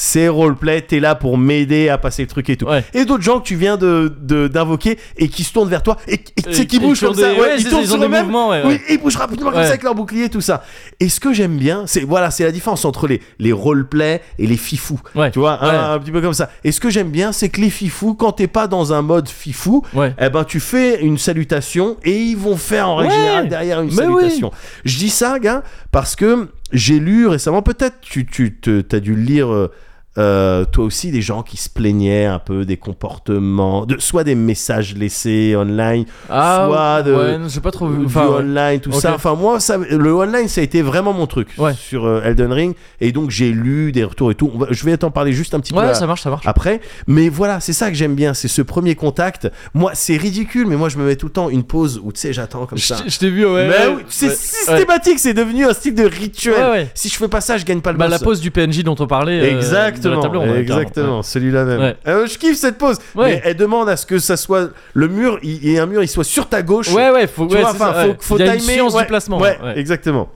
c'est roleplay, t'es là pour m'aider à passer le truc et tout.
Ouais.
Et d'autres gens que tu viens de de- d'invoquer et qui se tournent vers toi et, et tu sais,
Et-
qui
et
bougent
qui ont
comme ça,
des-
ouais,
ouais,
ils
c'est-
tournent
ils ont
sur
des
eux-mêmes.
mouvements, ouais,
oui,
ouais.
et ils bougent rapidement comme
Ouais.
ça avec leur bouclier tout ça. Et ce que j'aime bien, c'est voilà, c'est la différence entre les les roleplay et les fifous.
Ouais.
Tu vois, un-
Ouais.
un, petit peu comme ça. Et ce que j'aime bien, c'est que les fifous, quand t'es pas dans un mode fifou,
Ouais.
eh ben tu fais une salutation et ils vont faire en règle
Ouais.
générale derrière une
Mais
salutation. Je dis ça, gars, parce que j'ai lu récemment, peut-être tu, tu te- t'as dû lire euh, euh, toi aussi des gens qui se plaignaient un peu des comportements, de, soit des messages laissés online,
Ah,
soit de-
ouais, non, j'ai pas trop vu.
du
Euh, Enfin, ouais.
online, tout
Ok.
ça. Enfin, moi, ça, le online, ça a été vraiment mon truc
Ouais.
sur euh, Elden Ring. Et donc, j'ai lu des retours et tout. On va- je vais t'en parler juste un petit peu
Ouais,
à-
ça marche, ça marche.
après. Mais voilà, c'est ça que j'aime bien, c'est ce premier contact. Moi, c'est ridicule, mais moi, je me mets tout le temps une pause où, tu sais, j'attends comme
Je
ça.
t'ai- je t'ai vu, ouais.
Mais
ouais,
oui, c'est
ouais.
systématique, c'est devenu un style de rituel.
Ouais, ouais.
Si je fais pas ça, je gagne pas le
Bah, la
boss.
pause du PNJ dont on parlait. euh, de la
Exactement,
table ronde, ouais,
exactement,
clairement.
celui-là même.
Ouais.
Euh, je kiffe cette pause.
Ouais.
Mais elle demande à ce que ça soit le mur, il il y ait un mur, il soit sur ta gauche.
Ouais, ouais, faut,
Tu
ouais,
vois,
c'est
enfin,
ça,
faut,
ouais.
faut
Il y a une
timer,
science
ouais,
du placement.
Ouais,
ouais.
exactement.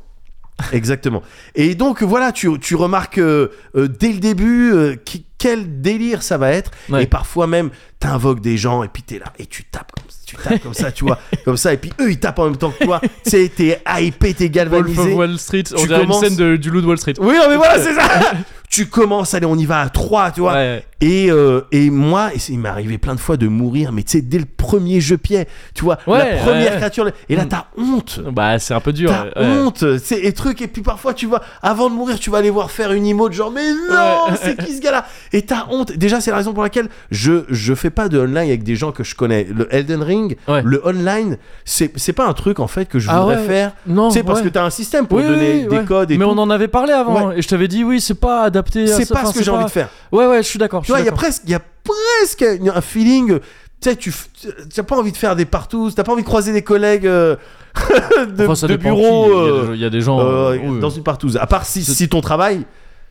Exactement. Et donc voilà, tu, tu remarques euh, euh, dès le début euh, qui- quel délire ça va être.
Ouais.
Et parfois même, t'invoques des gens et puis t'es là et tu tapes comme ça, tu tapes comme ça, tu vois, comme ça. Et puis eux, ils tapent en même temps que toi. tu sais, t'es hypé, t'es
Wolf of
galvanisé.
Wall Street, on
Tu
dirait
commences-
une scène de- du loup de Wall Street.
Oui, non, mais voilà, c'est ça. tu commences, allez, on y va à 3, tu vois.
Ouais,
Et, euh, et moi, et c'est- il m'est arrivé plein de fois de mourir, mais tu sais, dès le premier jeu pied, tu vois,
Ouais,
la première
ouais. Mm.
créature. Et là, t'as honte.
ouais. Bah, c'est un peu dur.
T'as
ouais.
honte, c'est et truc et puis parfois tu vas avant de mourir tu vas aller voir faire une emo de genre mais non
Ouais.
c'est qui ce gars là et t'as honte déjà c'est la raison pour laquelle je je fais pas de online avec des gens que je connais le Elden Ring
Ouais.
le online c'est c'est pas un truc en fait que je
Ah
voudrais
ouais.
faire
Non,
c'est parce
ouais.
que t'as un système pour
Oui,
donner
oui,
des
ouais.
codes et
Mais
tout
on en avait parlé avant et je t'avais dit oui, c'est pas adapté. à
c'est
ça.
pas
Enfin,
ce que j'ai
pas-
envie de faire
Ouais, ouais, je suis d'accord. je suis
tu vois il y a
d'accord.
presque il y a presque un feeling tu sais tu f- t'as pas envie de faire des partout t'as pas envie de croiser des collègues euh, de,
Enfin, ça
de
dépend
bureau
qui, il y a
euh,
des gens- Il y a des gens.
euh,
oui.
dans une partouze. À part si,
C'est-
si ton travail,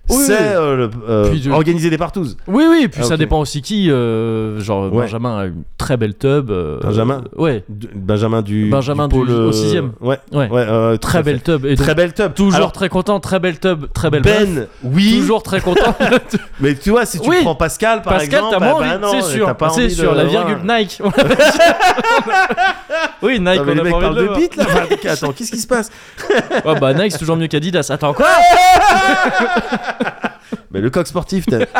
Oui,
c'est
oui.
euh, le- euh,
Puis de-
organiser des partouzes.
Oui, oui, et puis
Ah,
ça
ok.
dépend aussi qui. euh, genre,
Ouais.
Benjamin a une très belle tub. euh,
Benjamin
Ouais,
De- Benjamin du.
Benjamin
du, pôle,
du- au
euh,
sixième.
Ouais.
Ouais.
euh, tout à
très
fait.
belle tub. Et
Très belle tub.
Toujours
Alors,
très content, très belle tub, très belle meuf.
Ben, oui.
Toujours très content.
Mais tu vois, si tu
Oui.
prends Pascal, par
Pascal,
exemple.
t'as
bah,
moins
bah
envie,
non,
c'est sûr.
t'as pas
C'est
envie de-
sûr, la virgule
voilà.
Nike. on l'avait dit. oui, Nike,
Non, mais
on
les
a
mecs
pas envie
parlent
de le
de
voir.
bite là. Enfin, ok, Attends, qu'est-ce qui se passe
Oh bah Nike, c'est toujours mieux qu'Adidas. Attends, quoi
Mais le coq sportif, t'as.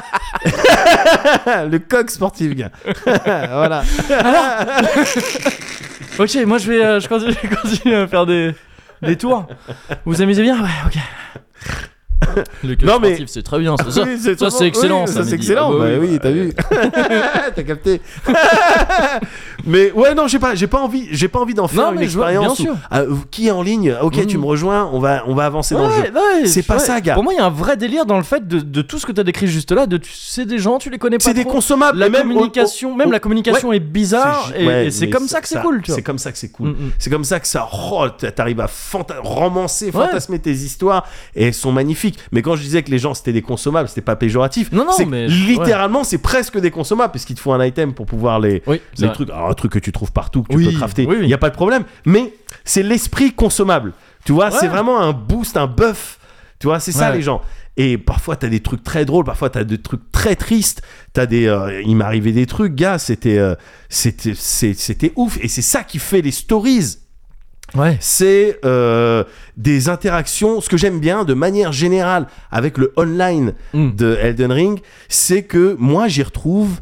le coq sportif, gars. voilà.
Ok, moi je vais euh, je continue, je continue à faire des, des tours. Vous vous amusez bien Ouais, ok. Le coach
Non, mais-
sportif, c'est très bien. Ça, ça,
Oui, c'est
ça,
trop
c'est
bon.
excellent.
Oui,
ça,
ça, c'est
Mehdi.
excellent.
Ah
bah, oui, t'as vu. t'as capté. mais ouais, non, j'ai pas, j'ai pas envie, j'ai pas envie d'en faire
Non,
une
mais je vois,
expérience.
bien
où-
sûr.
ah, où- qui est en ligne Ok,
Mm.
tu me rejoins. On va, on va avancer dans le
Ouais,
jeu.
ouais,
C'est
tu
pas
vois,
ça, gars.
Pour moi, il y a un vrai délire dans le fait de, de tout ce que t'as décrit juste là. De tu- c'est des gens, tu les connais pas.
C'est des
trop.
consommables.
La
et même au-
communication,
au-
même
au-
la communication est bizarre.
C'est ju-
et
ouais,
et c'est
mais
comme ça que c'est cool, tu vois.
C'est comme ça que c'est cool.
Mm, mm.
C'est comme ça que ça oh, t- T'arrives à fanta- romancer,
Ouais.
fantasmer tes histoires et elles sont magnifiques. Mais quand je disais que les gens c'était des consommables, c'était pas péjoratif.
Non, non,
C'est que
mais-
littéralement c'est presque des consommables parce qu'il te faut un item pour pouvoir les
Oui, c'est
les
vrai.
trucs. Alors, un truc que tu trouves partout que tu
Oui,
peux crafter. Il
oui, oui.
y a pas de problème. Mais c'est l'esprit consommable. Tu vois,
Ouais.
c'est vraiment un boost, un buff. Tu vois, c'est ça
Ouais.
les gens. Et parfois t'as des trucs très drôles, parfois t'as des trucs très tristes. T'as des, euh, il m'arrivait des trucs, gars. C'était, euh, c'était, c'est- c'était ouf. Et c'est ça qui fait les stories.
Ouais.
C'est euh, des interactions. Ce que j'aime bien de manière générale avec le online
Mm.
de Elden Ring, c'est que moi j'y retrouve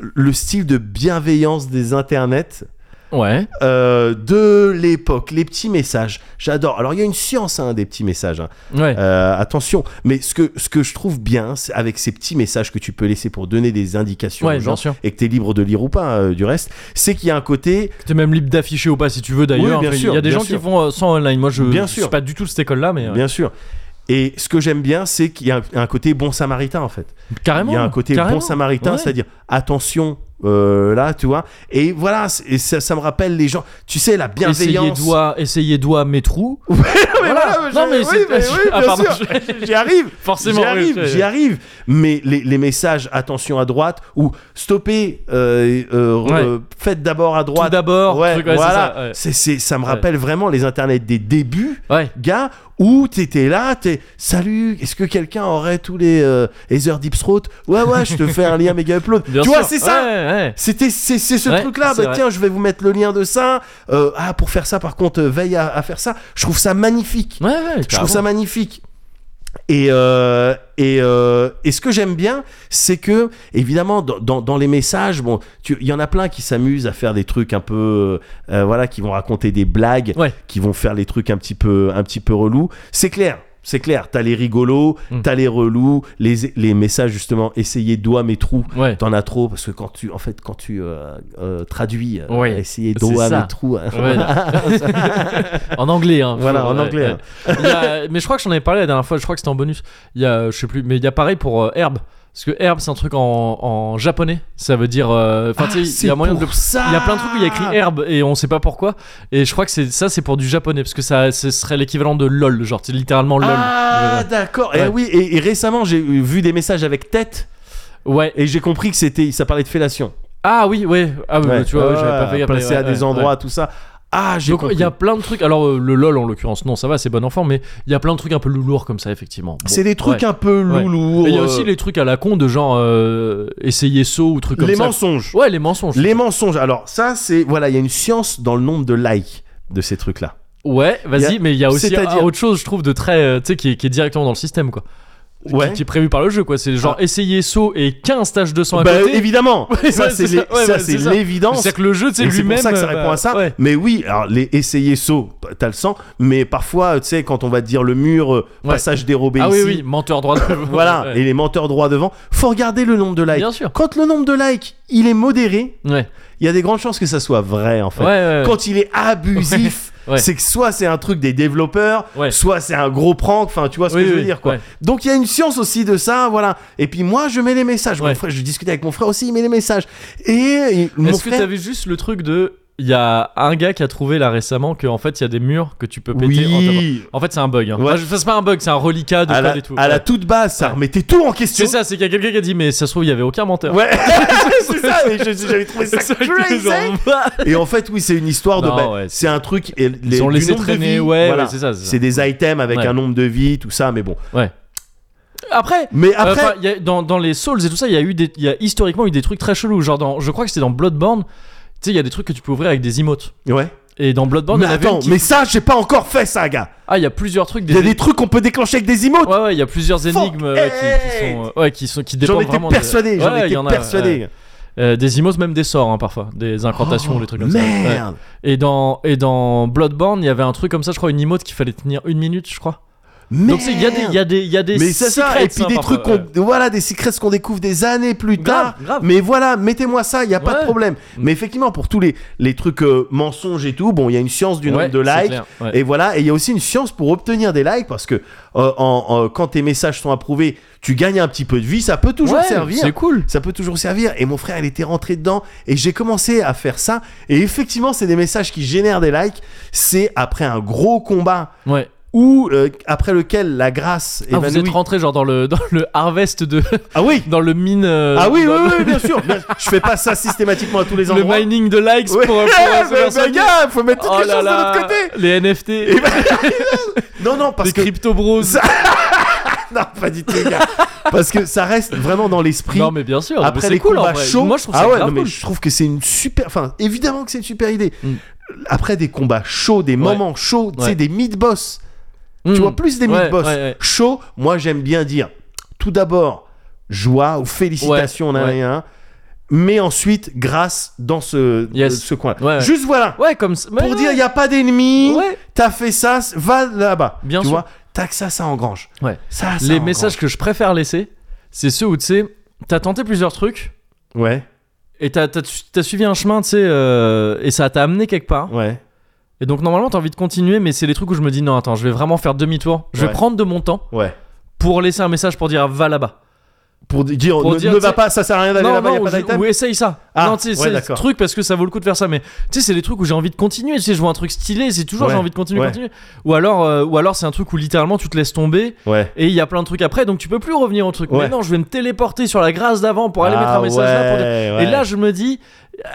le style de bienveillance des internets
Ouais.
euh, de l'époque, les petits messages. J'adore. Alors il y a une science hein, des petits messages. hein.
Ouais.
Euh, attention, mais ce que, ce que je trouve bien, c'est avec ces petits messages que tu peux laisser pour donner des indications
Ouais,
aux
bien
gens
sûr.
et que tu es libre de lire ou pas euh, du reste, c'est qu'il y a un côté
T'es même libre d'afficher ou pas si tu veux d'ailleurs.
Oui, bien
Enfin, il
sûr,
y a des
bien
gens
sûr.
qui font euh, sans online. Moi, je,
Bien
je
sûr.
suis pas du tout de cette école-là, mais euh,
Bien sûr. Et ce que j'aime bien, c'est qu'il y a un côté bon samaritain, en fait.
carrément.
Il y a un côté
Ah carrément.
bon samaritain,
Ouais.
c'est-à-dire attention. euh, là, tu vois, et voilà, c'est- et ça, ça me rappelle les gens, tu sais, la
Essayez
bienveillance. Ah,
doigt, essayez doigt mes trous. Voilà.
mais
Non, mais
oui,
c'est-
mais oui,
Ah,
bien
pardon,
sûr. J'y arrive.
Forcément,
J'y
oui,
arrive,
c'est-
j'y arrive. Mais les, les messages attention à droite ou stoppez, euh, euh, re-
Ouais.
euh, faites d'abord à
Tout
droite.
d'abord.
Ouais,
truc, ouais, c'est
voilà.
ça, ouais.
C'est- c'est- ça me rappelle vraiment les internets des débuts,
Ouais.
gars, où t'étais là, t'es salut, est-ce que quelqu'un aurait tous les euh, Ether Deep Throat Ouais, ouais, je te fais un lien méga upload.
Bien
tu
sûr.
vois, c'est ça.
Ouais, ouais.
C'était c'est c'est ce
Ouais,
truc là
c'est
bah
vrai.
tiens je vais vous mettre le lien de ça Euh, ah pour faire ça par contre euh, veille à, à faire ça je trouve ça magnifique
Ouais, ouais,
je trouve
carrément.
ça magnifique. Et, euh, et, euh, et ce que j'aime bien, c'est que, évidemment, dans, dans- dans les messages, bon, tu- il y en a plein qui s'amusent à faire des trucs un peu. euh, voilà, qui vont raconter des blagues,
Ouais.
qui vont faire les trucs un petit peu, un petit peu relous. C'est clair, c'est clair. T'as les rigolos,
Mm.
t'as les relous, les, les messages justement, essayez doigt mes trous.
Ouais.
T'en as trop parce que quand tu, en fait, quand tu euh, euh, traduis, euh,
Oui,
essayez
c'est
doigt
ça.
mes trous. hein.
Ouais, en anglais, hein.
Voilà,
Faut-
en
ouais,
anglais,
ouais.
hein.
Il y a- mais je crois que j'en avais parlé la dernière fois. Je crois que c'était en bonus. Il y a, euh, je sais plus, mais il y a pareil pour euh, herbe. Parce que herbe, c'est un truc en, en japonais. Ça veut dire. euh,
Ah,
Enfin, tu sais, il y a moyen de le-
ça.
Il y a plein de trucs où il y a
Ah.
écrit herbe et on sait pas pourquoi. Et je crois que c'est ça, c'est pour du japonais parce que ça, ce serait l'équivalent de lol, genre c'est littéralement lol.
Ah d'accord.
Ouais.
Et oui, et, et récemment j'ai eu- vu des messages avec tête
Ouais.
et j'ai compris que c'était, ça parlait de fellation.
Ah oui, ouais. Ah oui,
Ouais.
tu vois, ouais,
Ouais,
j'avais pas fait gaffe, mais
Placé
ouais,
à des
ouais,
endroits,
ouais.
tout ça. Ah, j'ai
Donc
compris.
il y a plein de trucs. Alors euh, le lol en l'occurrence, non, ça va, c'est bon enfant, mais il y a plein de trucs un peu lourds comme ça effectivement. Bon,
C'est des trucs
ouais.
un peu
Ouais.
loulous.
Et Il y a
euh,
aussi les trucs à la con de genre euh, essayer saut ou trucs comme
les
ça.
mensonges.
Ouais, les mensonges.
Les mensonges. Alors ça, c'est voilà, il y a une science dans le nombre de likes de ces trucs-là.
Ouais,
Il y
vas-y,
a-
mais il y a aussi
c'est-à-dire-
un- autre chose, je trouve, de très, euh, tu sais, qui, est- qui est directement dans le système, quoi. Qui-
Ouais. Ah.
Qui, est prévu par le jeu, quoi. C'est genre essayer saut et 15 stages de sang à
Bah,
côté.
évidemment.
Ouais,
ça,
ouais,
c'est
c'est
les-
ça. Ouais,
ça,
ouais,
c'est
c'est ça.
l'évidence.
C'est-à-dire que le jeu, tu sais,
Et c'est
lui-même.
pour ça que ça
euh,
répond
bah,
à ça.
ouais.
Mais oui, alors les essayer saut, t'as le sang. Mais parfois, tu sais, quand on va te dire le mur, euh,
Ouais.
passage dérobé
Ah oui,
ici.
oui, menteur droit. de-
Voilà,
Ouais.
et les menteurs droit devant. Faut regarder le nombre de likes.
Bien sûr.
Quand le nombre de likes, il est modéré,
Ouais.
il y a des grandes chances que ça soit vrai en fait.
Ouais, ouais, ouais.
Quand il est abusif,
Ouais, ouais.
c'est que soit c'est un truc des développeurs,
Ouais.
soit c'est un gros prank, enfin tu vois ce
Oui,
que je veux
oui,
dire quoi.
ouais.
Donc il y a une science aussi de ça, voilà. Et puis moi je mets les messages,
Ouais.
mon frère, je discutais avec mon frère aussi, il met les messages. Et il- mon
Est-ce que
frère
t'avais juste le truc de. Il y a un gars qui a trouvé là récemment qu'en fait, il y a des murs que tu peux péter en tapant.
oui,
En fait, c'est un bug. Hein.
Ouais.
Enfin, je- c'est pas un bug, c'est un reliquat de
à, la,
code et tout.
à la
Ouais.
toute base, ça
Ouais.
remettait tout en question.
C'est ça, c'est qu'il y a quelqu'un qui a dit, mais ça se trouve, il y avait aucun menteur.
Ouais, c'est ça, mais je- j'avais trouvé ça
C'est
crazy.
genre,
Et en fait, oui, c'est une histoire de.
Non,
bah,
ouais,
c'est un truc. et les,
Ils ont
du
laissé
nombre de
traîner,
vies,
ouais,
voilà.
ouais, c'est ça, c'est ça.
C'est des items avec
Ouais.
un nombre de vies, tout ça, mais bon.
Ouais. Après,
Mais
euh,
après.
enfin, il y a- dans, dans les Souls et tout ça, il y a eu des, il y a historiquement eu des trucs très chelous. Genre, dans, je crois que c'était dans Bloodborne, tu sais, il y a des trucs que tu peux ouvrir avec des emotes.
ouais.
Et dans Bloodborne,
mais
il y en avait une
attends,
qui-
mais ça, j'ai pas encore fait ça, gars.
Ah, il y a plusieurs trucs.
Il y a des trucs qu'on peut déclencher avec des emotes.
Ouais, ouais, il y a plusieurs énigmes ouais, qui, qui
it.
sont, euh, ouais, qui sont, qui
J'en
dépendent
étais
vraiment. de-
persuadé, j'en
Ouais, il
étais
y en a,
persuadé. Oh,
ouais. Euh, des emotes, même des sorts, hein, parfois, des incantations ou des trucs comme ça. Ouais.
Merde.
Et dans et dans Bloodborne, il y avait un truc comme ça, je crois, une emote qu'il fallait tenir une minute, je crois.
Merde.
Donc c'est- il y a des il y a des il y a des
mais c'est ça,
secrets, euh,
et puis des
parfois,
trucs qu'on.
ouais.
Voilà, des secrets qu'on découvre des années plus
Grave,
tard.
grave.
Mais voilà, mettez-moi ça, il y a pas
Ouais.
de problème. Mais effectivement, pour tous les, les trucs euh, mensonges et tout, bon, il y a une science du
Ouais,
nombre de
c'est
likes.
clair, ouais.
Et voilà, et il y a aussi une science pour obtenir des likes parce que euh, en, en- quand tes messages sont approuvés, tu gagnes un petit peu de vie, ça peut toujours
Ouais,
servir.
C'est cool.
Ça peut toujours servir. Et mon frère, il était rentré dedans et j'ai commencé à faire ça. Et effectivement, c'est des messages qui génèrent des likes. C'est après un gros combat
Ouais.
ou après lequel la grâce
Ah, vous êtes
évanouie.
rentré genre dans le dans le harvest de
ah oui,
dans le mine. euh,
ah oui, oui,
dans
oui, bien sûr. Bien- Je fais pas ça systématiquement à tous les
le, le
endroits.
mining de likes
Ouais,
pour, pour se
mais-
faire
mais
soigner.
gars, faut mettre toutes
Oh
les
là
chances de
là,
l'autre côté.
Les NFT,
Et ben- non, non, parce
les
que
crypto bros.
Ça- non, pas du tout, les gars. parce que ça reste vraiment dans l'esprit.
Non mais bien sûr. mais
après
c'est
les
cool, en
combats
vrai.
chauds.
Moi je trouve
ah
ça
ouais,
grave
non, mais
cool.
je trouve que c'est une super. Enfin, évidemment que c'est une super idée.
Mm.
Après des combats chauds, des moments chauds, tu
Ouais.
sais, des mid-boss.
Mm.
Tu vois, plus des
Ouais,
mid-boss
ouais, ouais.
chauds, moi j'aime bien dire tout d'abord joie ou félicitations,
Ouais,
nan, nan,
ouais.
nan, mais ensuite grâce dans ce,
Yes.
euh, ce coin.
Ouais, ouais.
Juste voilà.
Ouais comme ça-
Pour
ouais,
dire, il
ouais.
n'y a pas d'ennemi,
Ouais.
t'as fait ça, c- va là-bas.
Bien
tu
sûr.
vois, tac, ça, ça engrange.
Ouais.
Ah, Ça, ça
les
engrange.
messages que je préfère laisser, c'est ceux où tu sais, t'as tenté plusieurs trucs
Ouais,
et t'as t'as- t'as suivi un chemin, tu sais, euh, et ça t'a amené quelque part.
ouais.
Et donc normalement t'as envie de continuer, mais c'est les trucs où je me dis non attends, je vais vraiment faire demi-tour, je
Ouais.
vais prendre de mon temps
Ouais.
pour laisser un message pour dire va là-bas.
Pour di- dire,
Pour
ne,
dire,
ne
tu
va
sais-
pas, ça sert à rien d'aller
Non,
là-bas, il
non,
a
ou
pas
je-
d'item.
ou essaye ça.
Ah,
non, tu sais,
ouais,
c'est ce
d'accord.
truc parce que ça vaut le coup de faire ça, mais tu sais, c'est les trucs où j'ai envie de continuer. Tu sais, je vois un truc stylé, c'est toujours
Ouais,
j'ai envie de continuer,
ouais.
continuer. Ou alors, euh, ou alors c'est un truc où littéralement tu te laisses tomber
Ouais.
et il y a plein de trucs après, donc tu peux plus revenir au truc.
Ouais.
Mais non, je vais me téléporter sur la grâce d'avant pour aller mettre un
Ah
message là pour dire.
ouais,
Et
ouais.
là, je me dis,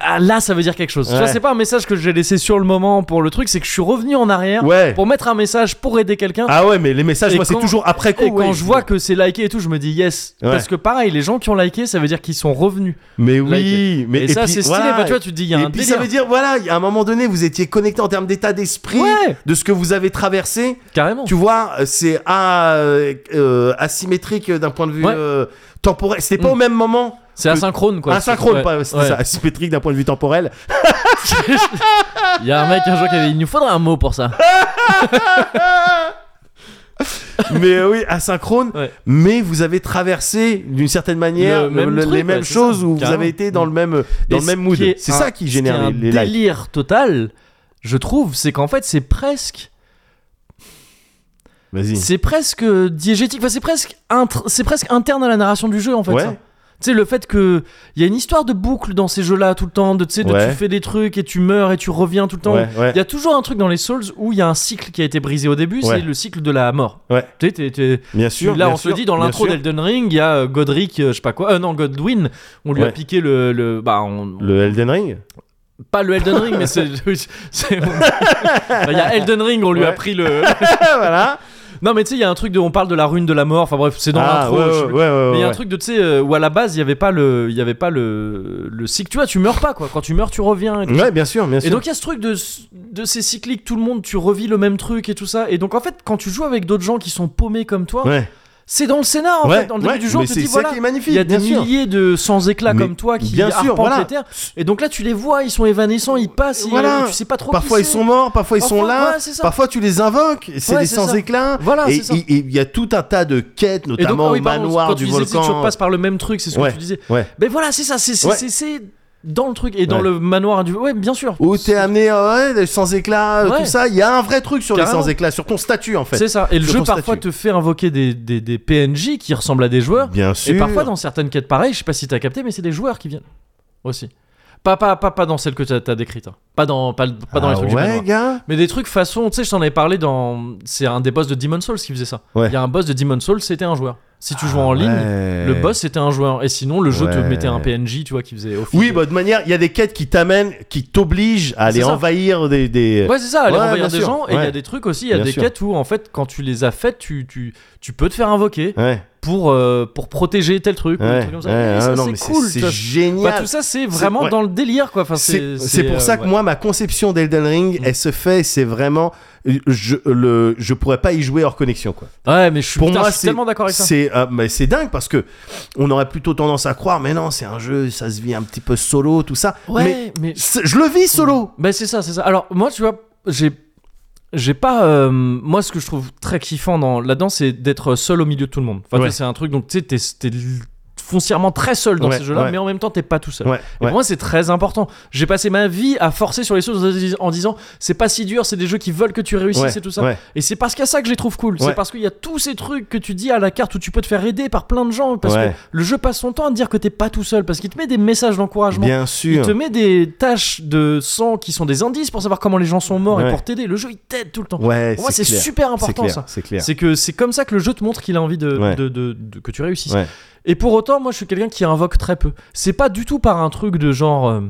ah, là, ça veut dire quelque chose. Tu
Ouais.
vois, c'est pas un message que j'ai laissé sur le moment pour le truc, c'est que je suis revenu en arrière
Ouais.
pour mettre un message pour aider quelqu'un.
Ah ouais, mais les messages,
Et
moi, c'est
quand-
toujours après coup.
et quand
ouais.
je vois que c'est liké et tout, je me dis yes.
Ouais.
Parce que pareil, les gens qui ont liké, ça veut dire qu'ils sont revenus.
Mais oui,
Liker.
mais
et, ça,
puis,
c'est stylé.
voilà.
Enfin, tu vois, tu te dis, il y a
et
un
puis
délire.
ça veut dire, voilà, à un moment donné, vous étiez connecté en termes d'état d'esprit,
Ouais. Oh.
de ce que vous avez traversé.
Carrément.
Tu vois, euh, c'est ah, euh, euh, asymétrique d'un point de vue
Ouais.
euh, temporel. C'était pas
Mm.
au même moment.
C'est asynchrone, quoi.
Asynchrone,
Ouais.
pas, c'était
Ouais.
ça, asymétrique d'un point de vue temporel.
Il y a un mec un jour qui avait dit, il nous faudrait un mot pour ça.
mais euh, oui, asynchrone.
Ouais.
Mais vous avez traversé d'une certaine manière
Le même
le- les
truc,
mêmes
ouais, c'est
choses
ça,
ou vous
carrément.
avez été dans le même dans
Et
le
ce
même mood.
qui est
C'est
un-
ça qui
ce est
génère
un
les, les lives.
délire total, je trouve, c'est qu'en fait, c'est presque,
Vas-y.
c'est presque diégétique. Enfin, c'est presque, intr- c'est presque interne à la narration du jeu, en fait.
Ouais.
ça. Tu sais, le fait que il y a une histoire de boucle dans ces jeux-là tout le temps, de, tu sais, de
Ouais.
tu fais des trucs et tu meurs et tu reviens tout le temps.
Ouais, ouais.
Il y a toujours un truc dans les Souls où il y a un cycle qui a été brisé au début,
Ouais.
c'est le cycle de la mort.
Ouais.
Tu sais, t'es- t'es-
Bien sûr.
là,
bien
on
sûr,
se dit dans
bien
l'intro
sûr.
d'Elden Ring, il y a euh, Godric, euh, je sais pas quoi, euh, non, Godwin, on lui a
Ouais.
piqué le. le bah, on-
le Elden Ring.
pas le Elden Ring, mais c'est. c'est- Bah, Il y a Elden Ring, on lui a
Ouais.
pris le.
voilà.
non, mais tu sais, il y a un truc de. On parle de la rune de la mort, enfin bref, c'est dans
ah,
l'intro.
ouais,
je sais
ouais,
plus.
ouais, ouais,
Mais il y a un
ouais.
truc de, tu sais, euh, où à la base, il n'y avait pas le. Il y avait pas le. Le cycle. Tu vois, tu meurs pas, quoi. Quand tu meurs, tu reviens. et tout ça.
Ouais, bien sûr, Mm, bien sûr.
Et donc il y a ce truc de, de ces cycliques, tout le monde, tu revis le même truc et tout ça. Et donc en fait, quand tu joues avec d'autres gens qui sont paumés comme toi,
ouais.
c'est dans le scénar en
ouais,
fait. Dans le début
ouais,
du jeu,
mais
on te
c'est
dit
ça
voilà,
qui est
il
magnifique.
y a des
bien sûr.
milliers de sans-éclats
Mais
comme toi qui
bien sûr,
arpentent
voilà.
les terres. Et donc là, tu les vois, ils sont évanescents, ils passent, ils- euh,
Voilà.
tu sais pas trop. qui
Parfois ils
c'est.
sont morts, parfois ils sont
Parfois,
là,
ouais, c'est ça.
parfois tu les invoques, c'est
Ouais,
des
c'est ça.
sans éclats.
Voilà,
et
c'est ça.
et- et il y a tout un tas de quêtes,
Et donc,
notamment
ah oui,
au
pardon,
manoir
quand
du
tu disais que si tu
volcan.
repasses par le même truc, c'est ce
Ouais.
que tu disais.
Ouais.
Mais voilà, c'est ça, c'est c'est-
Ouais.
c'est- c'est dans le truc et dans
Ouais.
le manoir du. Ouais, bien sûr.
Où t'es amené euh, ouais, sans éclat,
Ouais.
tout ça. Il y a un vrai truc sur
Carrément.
les sans éclats, sur ton statut en fait.
C'est ça. Et le
Sur
jeu
ton
parfois
statut.
te fait invoquer des, des, des PNJ qui ressemblent à des joueurs.
Bien sûr.
Et parfois dans certaines quêtes pareilles, je sais pas si t'as capté, mais c'est des joueurs qui viennent aussi. Pas, pas, pas, pas dans celle que t'as as décrite. hein. Pas dans, pas, pas dans les
Ah
trucs hein. du
ouais,
manoir.
gars.
Mais des trucs façon, tu sais, je t'en avais parlé dans. C'est un des boss de Demon Souls qui faisait ça. Il
Ouais.
y a un boss de Demon Souls, c'était un joueur. Si tu jouais en ligne,
Ah Ouais.
le boss c'était un joueur. Et sinon, le jeu te
Ouais.
mettait un PNJ, tu vois, qui faisait office
Oui,
de-
bah de manière, il y a des quêtes qui t'amènent, qui t'obligent à aller
ça.
envahir des. des...
Ouais, c'est ça, aller
Ouais,
envahir
bien
des
sûr.
gens. Et il y a
Ouais.
des trucs aussi, il y a
Bien
des
sûr.
quêtes où en fait, quand tu les as faites, tu, tu, tu peux te faire invoquer
Ouais,
pour, euh, pour protéger tel truc. ou des
ouais,
trucs comme ça.
ouais,
Et
ouais, ah
ça,
non,
c'est
mais c'est-
cool. tu
c'est
vois.
génial.
Bah, tout ça, c'est
C'est-
vraiment
ouais.
dans le délire, quoi. Enfin,
C'est
c'est
c'est pour
euh,
ça que
ouais.
moi, ma conception d'Elden Ring, elle se fait, c'est vraiment. Je, le, je pourrais pas y jouer hors connexion, quoi.
Ouais, mais je suis,
Pour
putain,
moi,
je suis
c'est-
tellement d'accord avec ça.
C'est ah, mais c'est dingue parce que on aurait plutôt tendance à croire, mais non, c'est un jeu, ça se vit un petit peu solo, tout ça. Mais
Ouais, mais.
c'est- je le vis solo.
Bah, c'est ça, c'est ça. Alors, moi, tu vois, j'ai. J'ai pas. euh, moi, ce que je trouve très kiffant dans, là-dedans, c'est d'être seul au milieu de tout le monde. Enfin, tu
Ouais.
vois, c'est un truc, donc, tu sais, t'es, t'es foncièrement très seul dans
Ouais,
ces jeux-là,
ouais.
mais en même temps, t'es pas tout seul.
Ouais,
Mmh. Et
ouais.
pour moi, c'est très important. J'ai passé ma vie à forcer sur les choses en dis- en disant c'est pas si dur, c'est des jeux qui veulent que tu réussisses
Ouais,
et tout ça.
ouais.
Et c'est parce qu'il y a ça que je les trouve cool. C'est
Ouais.
parce qu'il y a tous ces trucs que tu dis à la carte où tu peux te faire aider par plein de gens. Parce
Ouais.
que le jeu passe son temps à te dire que t'es pas tout seul. Parce qu'il te met des messages d'encouragement.
Bien
Il
sûr.
te met des tâches de sang qui sont des indices pour savoir comment les gens sont morts et
Ouais.
pour t'aider. Le jeu, il t'aide tout le temps.
Ouais,
pour moi, c'est
clair.
super
C'est
important
clair,
ça.
C'est clair.
C'est que c'est comme ça que le jeu te montre qu'il a envie de,
Ouais.
de- de- de- que tu réussisses.
Ouais.
Et pour autant, moi, je suis quelqu'un qui invoque très peu. C'est pas du tout par un truc de genre. euh,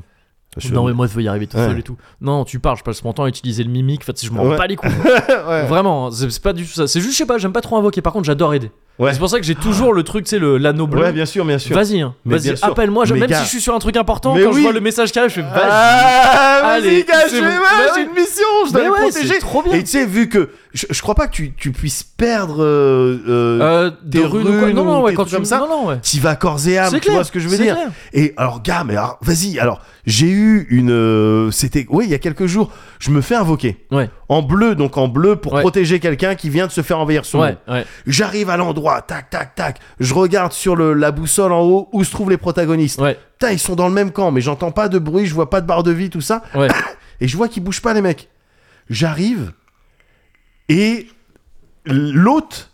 Je-
non mais moi je veux y arriver tout
Bah, Ouais.
seul et tout. Non tu parles, je passe mon temps à utiliser le mimique, en fait, je m'en
Ouais.
bats les couilles.
Ouais.
Vraiment, hein, c'est c'est pas du tout ça. C'est juste je sais pas, j'aime pas trop invoquer. Par contre j'adore aider.
Ouais.
C'est pour ça que j'ai toujours le truc, tu sais le l'anneau bleu.
Ouais, bien sûr, bien sûr.
Vas-y, hein.
Mais
vas-y,
bien sûr.
appelle-moi. je-
Mais
Même
gars.
si je suis sur un truc important,
Mais
quand je
oui.
vois le message qui arrive, je fais vas-y.
Ah,
Allez,
vas-y, gars,
c'est
je
bon.
vais- ouais,
Bah
j'ai
ouais.
une mission, je dois
Mais
les
ouais, c'est
protéger.
trop bien.
Et tu sais, vu que je, je crois pas que tu, tu puisses perdre. Euh, euh,
Euh, de
tes
runes ou quoi
runes
Non non
ou
ouais
tes
quand
trucs
tu
comme ça.
Non non ouais.
T'y vas corps et âme,
C'est
tu
clair,
vois ce que je veux
c'est
dire
clair.
Et alors, gars, mais alors, vas-y, alors, j'ai eu une. euh, C'était. Oui, il y a quelques jours, je me fais invoquer.
Ouais.
En bleu, donc en bleu, pour
Ouais.
protéger quelqu'un qui vient de se faire envahir son
Ouais ouais.
J'arrive à l'endroit, tac, tac, tac. Je regarde sur le, la boussole en haut où se trouvent les protagonistes.
Ouais
Putain, ils sont dans le même camp, mais j'entends pas de bruit, je vois pas de barre de vie, tout ça.
ouais.
Et je vois qu'ils bougent pas, les mecs. J'arrive et l'hôte,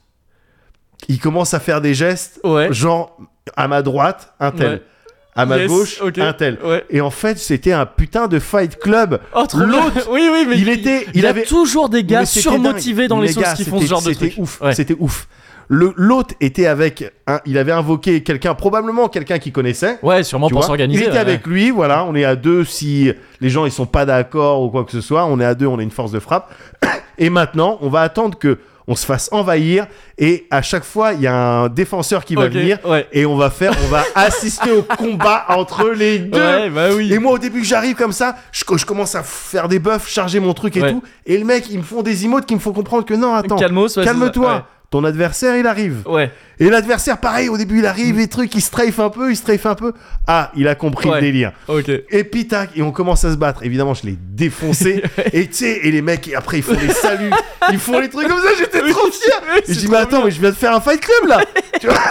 il commence à faire des gestes,
Ouais.
genre à ma droite, un tel.
Ouais.
À ma
Yes,
gauche,
ok.
un tel.
Ouais.
Et en fait, c'était un putain de fight club.
Oh trop bien.
L'hôte,
Oui oui mais
il était, il,
y a
avait
toujours des gars
mais c'était
surmotivés
dingue.
dans les sources
gars,
qui font ce
c'était-
genre de
c'était
truc.
ouf,
Ouais.
C'était ouf. Le l'hôte était avec, un- il avait invoqué quelqu'un, probablement quelqu'un qu'il connaissait.
Ouais, sûrement
tu
pour
vois.
s'organiser.
Il était
ouais.
avec lui, voilà. On est à deux si les gens ils sont pas d'accord ou quoi que ce soit. On est à deux, on a une force de frappe. Et maintenant, on va attendre que on se fasse envahir. Et à chaque fois, il y a un défenseur qui va
Ok,
venir.
ouais.
Et on va faire, on va assister au combat entre les deux.
Ouais, bah oui.
Et moi, au début, j'arrive comme ça, je, je commence à faire des buffs, charger mon truc et
Ouais.
tout. Et le mec, ils me font des emotes qui me font comprendre que non, attends,
Calmos, ouais, c'est ça.
calme-toi.
Ouais.
ton adversaire, il arrive.
Ouais.
Et l'adversaire, pareil, au début, il arrive, les trucs, il strafe un peu, il strafe un peu. Ah, il a compris
Ouais.
le délire.
Ok.
Et puis tac, et on commence à se battre. Évidemment, je l'ai défoncé. et tu sais, et les mecs, et après, ils font les saluts, ils font les trucs comme ça. J'étais trop fier. Et je dis, mais attends, mais je viens de faire un fight club là. Tu vois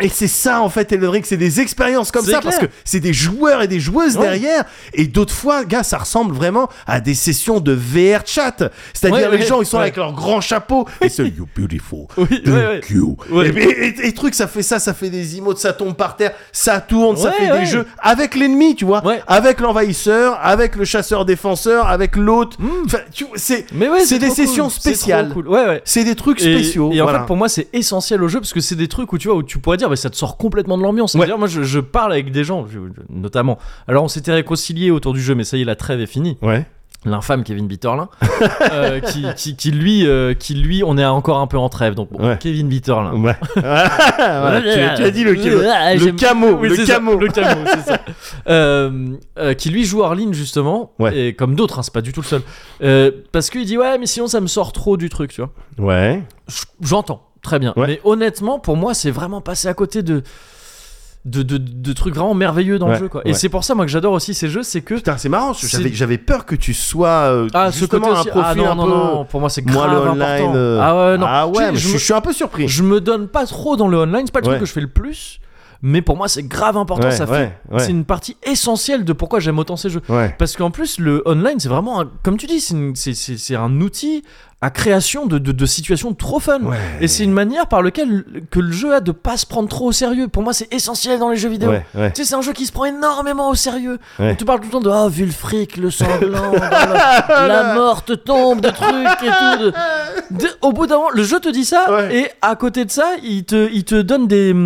et c'est ça en fait, Elden Ring, c'est des expériences comme
C'est
ça
clair.
parce que c'est des joueurs et des joueuses
Ouais.
derrière. Et d'autres fois, gars, ça ressemble vraiment à des sessions de VR chat. C'est-à-dire
Ouais,
les
ouais,
gens, ils sont
ouais.
avec leur grand chapeau et c'est You beautiful.
Oui,
Thank
ouais, ouais.
you.
Ouais.
Et, et- et- et truc, ça fait ça, ça fait des emotes, ça tombe par terre, ça tourne, ça
Ouais,
fait
ouais.
des jeux avec l'ennemi, tu vois,
Ouais.
avec l'envahisseur, avec le chasseur-défenseur, avec l'hôte. Enfin, tu vois, c'est
Hmm. Mais ouais,
c'est des
trop
sessions
cool, c'est trop
spéciales.
cool. Ouais, ouais.
C'est des trucs
Et-
spéciaux.
Et, en
voilà.
fait, pour moi, c'est essentiel au jeu parce que c'est des trucs où tu vois où tu pourrais dire, bah, ça te sort complètement de l'ambiance.
Ouais.
C'est-à-dire, moi, je, je parle avec des gens, je- je- notamment. Alors, on s'était réconciliés autour du jeu, mais ça y est, la trêve est finie.
Ouais.
L'infâme Kevin Bitterlin, euh, qui, qui, qui lui, euh, qui lui, on est encore un peu en trêve. Donc, bon,
Ouais.
Kevin Bitterlin.
Ouais. Voilà, tu, tu as dit le, le,
Ah,
le
j'aime-
camo,
Oui,
le
c'est ça,
camo.
le camo, c'est ça. Euh, euh, qui lui joue Arline justement,
Ouais.
et comme d'autres, hein, c'est pas du tout le seul. Euh, parce qu'il dit ouais, mais sinon ça me sort trop du truc, tu vois.
Ouais.
J- J'entends, très bien.
Ouais.
Mais honnêtement, pour moi, c'est vraiment passé à côté de de, de- de trucs vraiment merveilleux dans le
Ouais,
jeu, quoi. Et
ouais.
c'est pour ça moi que j'adore aussi ces jeux, c'est que
Putain, c'est marrant. J'avais
C'est-
j'avais peur que tu sois euh,
ah, ce côté
justement un
aussi, ah,
profil
non,
un
non,
peu.
non, non, pour moi c'est
Moi,
grave
le online.
important.
euh,
Ah ouais, non.
Ah
Tu
ouais,
sais,
mais
je
je,
me-
je suis un peu surpris.
je me donne pas trop dans le online, c'est pas le
Ouais.
truc que je fais le plus, mais pour moi c'est grave important,
Ouais,
ça fait
ouais,
C'est
ouais,
une partie essentielle de pourquoi j'aime autant ces jeux.
ouais.
Parce qu'en plus, le online, c'est vraiment, un- comme tu dis, c'est une- c'est- c'est c'est un outil à création de, de- de situations trop fun.
Ouais.
Et c'est une manière par laquelle que le jeu a de pas se prendre trop au sérieux. Pour moi, c'est essentiel dans les jeux vidéo.
Ouais, ouais.
Tu sais, c'est un jeu qui se prend énormément au sérieux.
Ouais.
On te parle tout le temps de Ah, vu le fric, le sanglant, la, la mort te tombe, de trucs et tout. de- de- au bout d'un moment, le jeu te dit ça,
Ouais.
et à côté de ça, il te, il te donne des,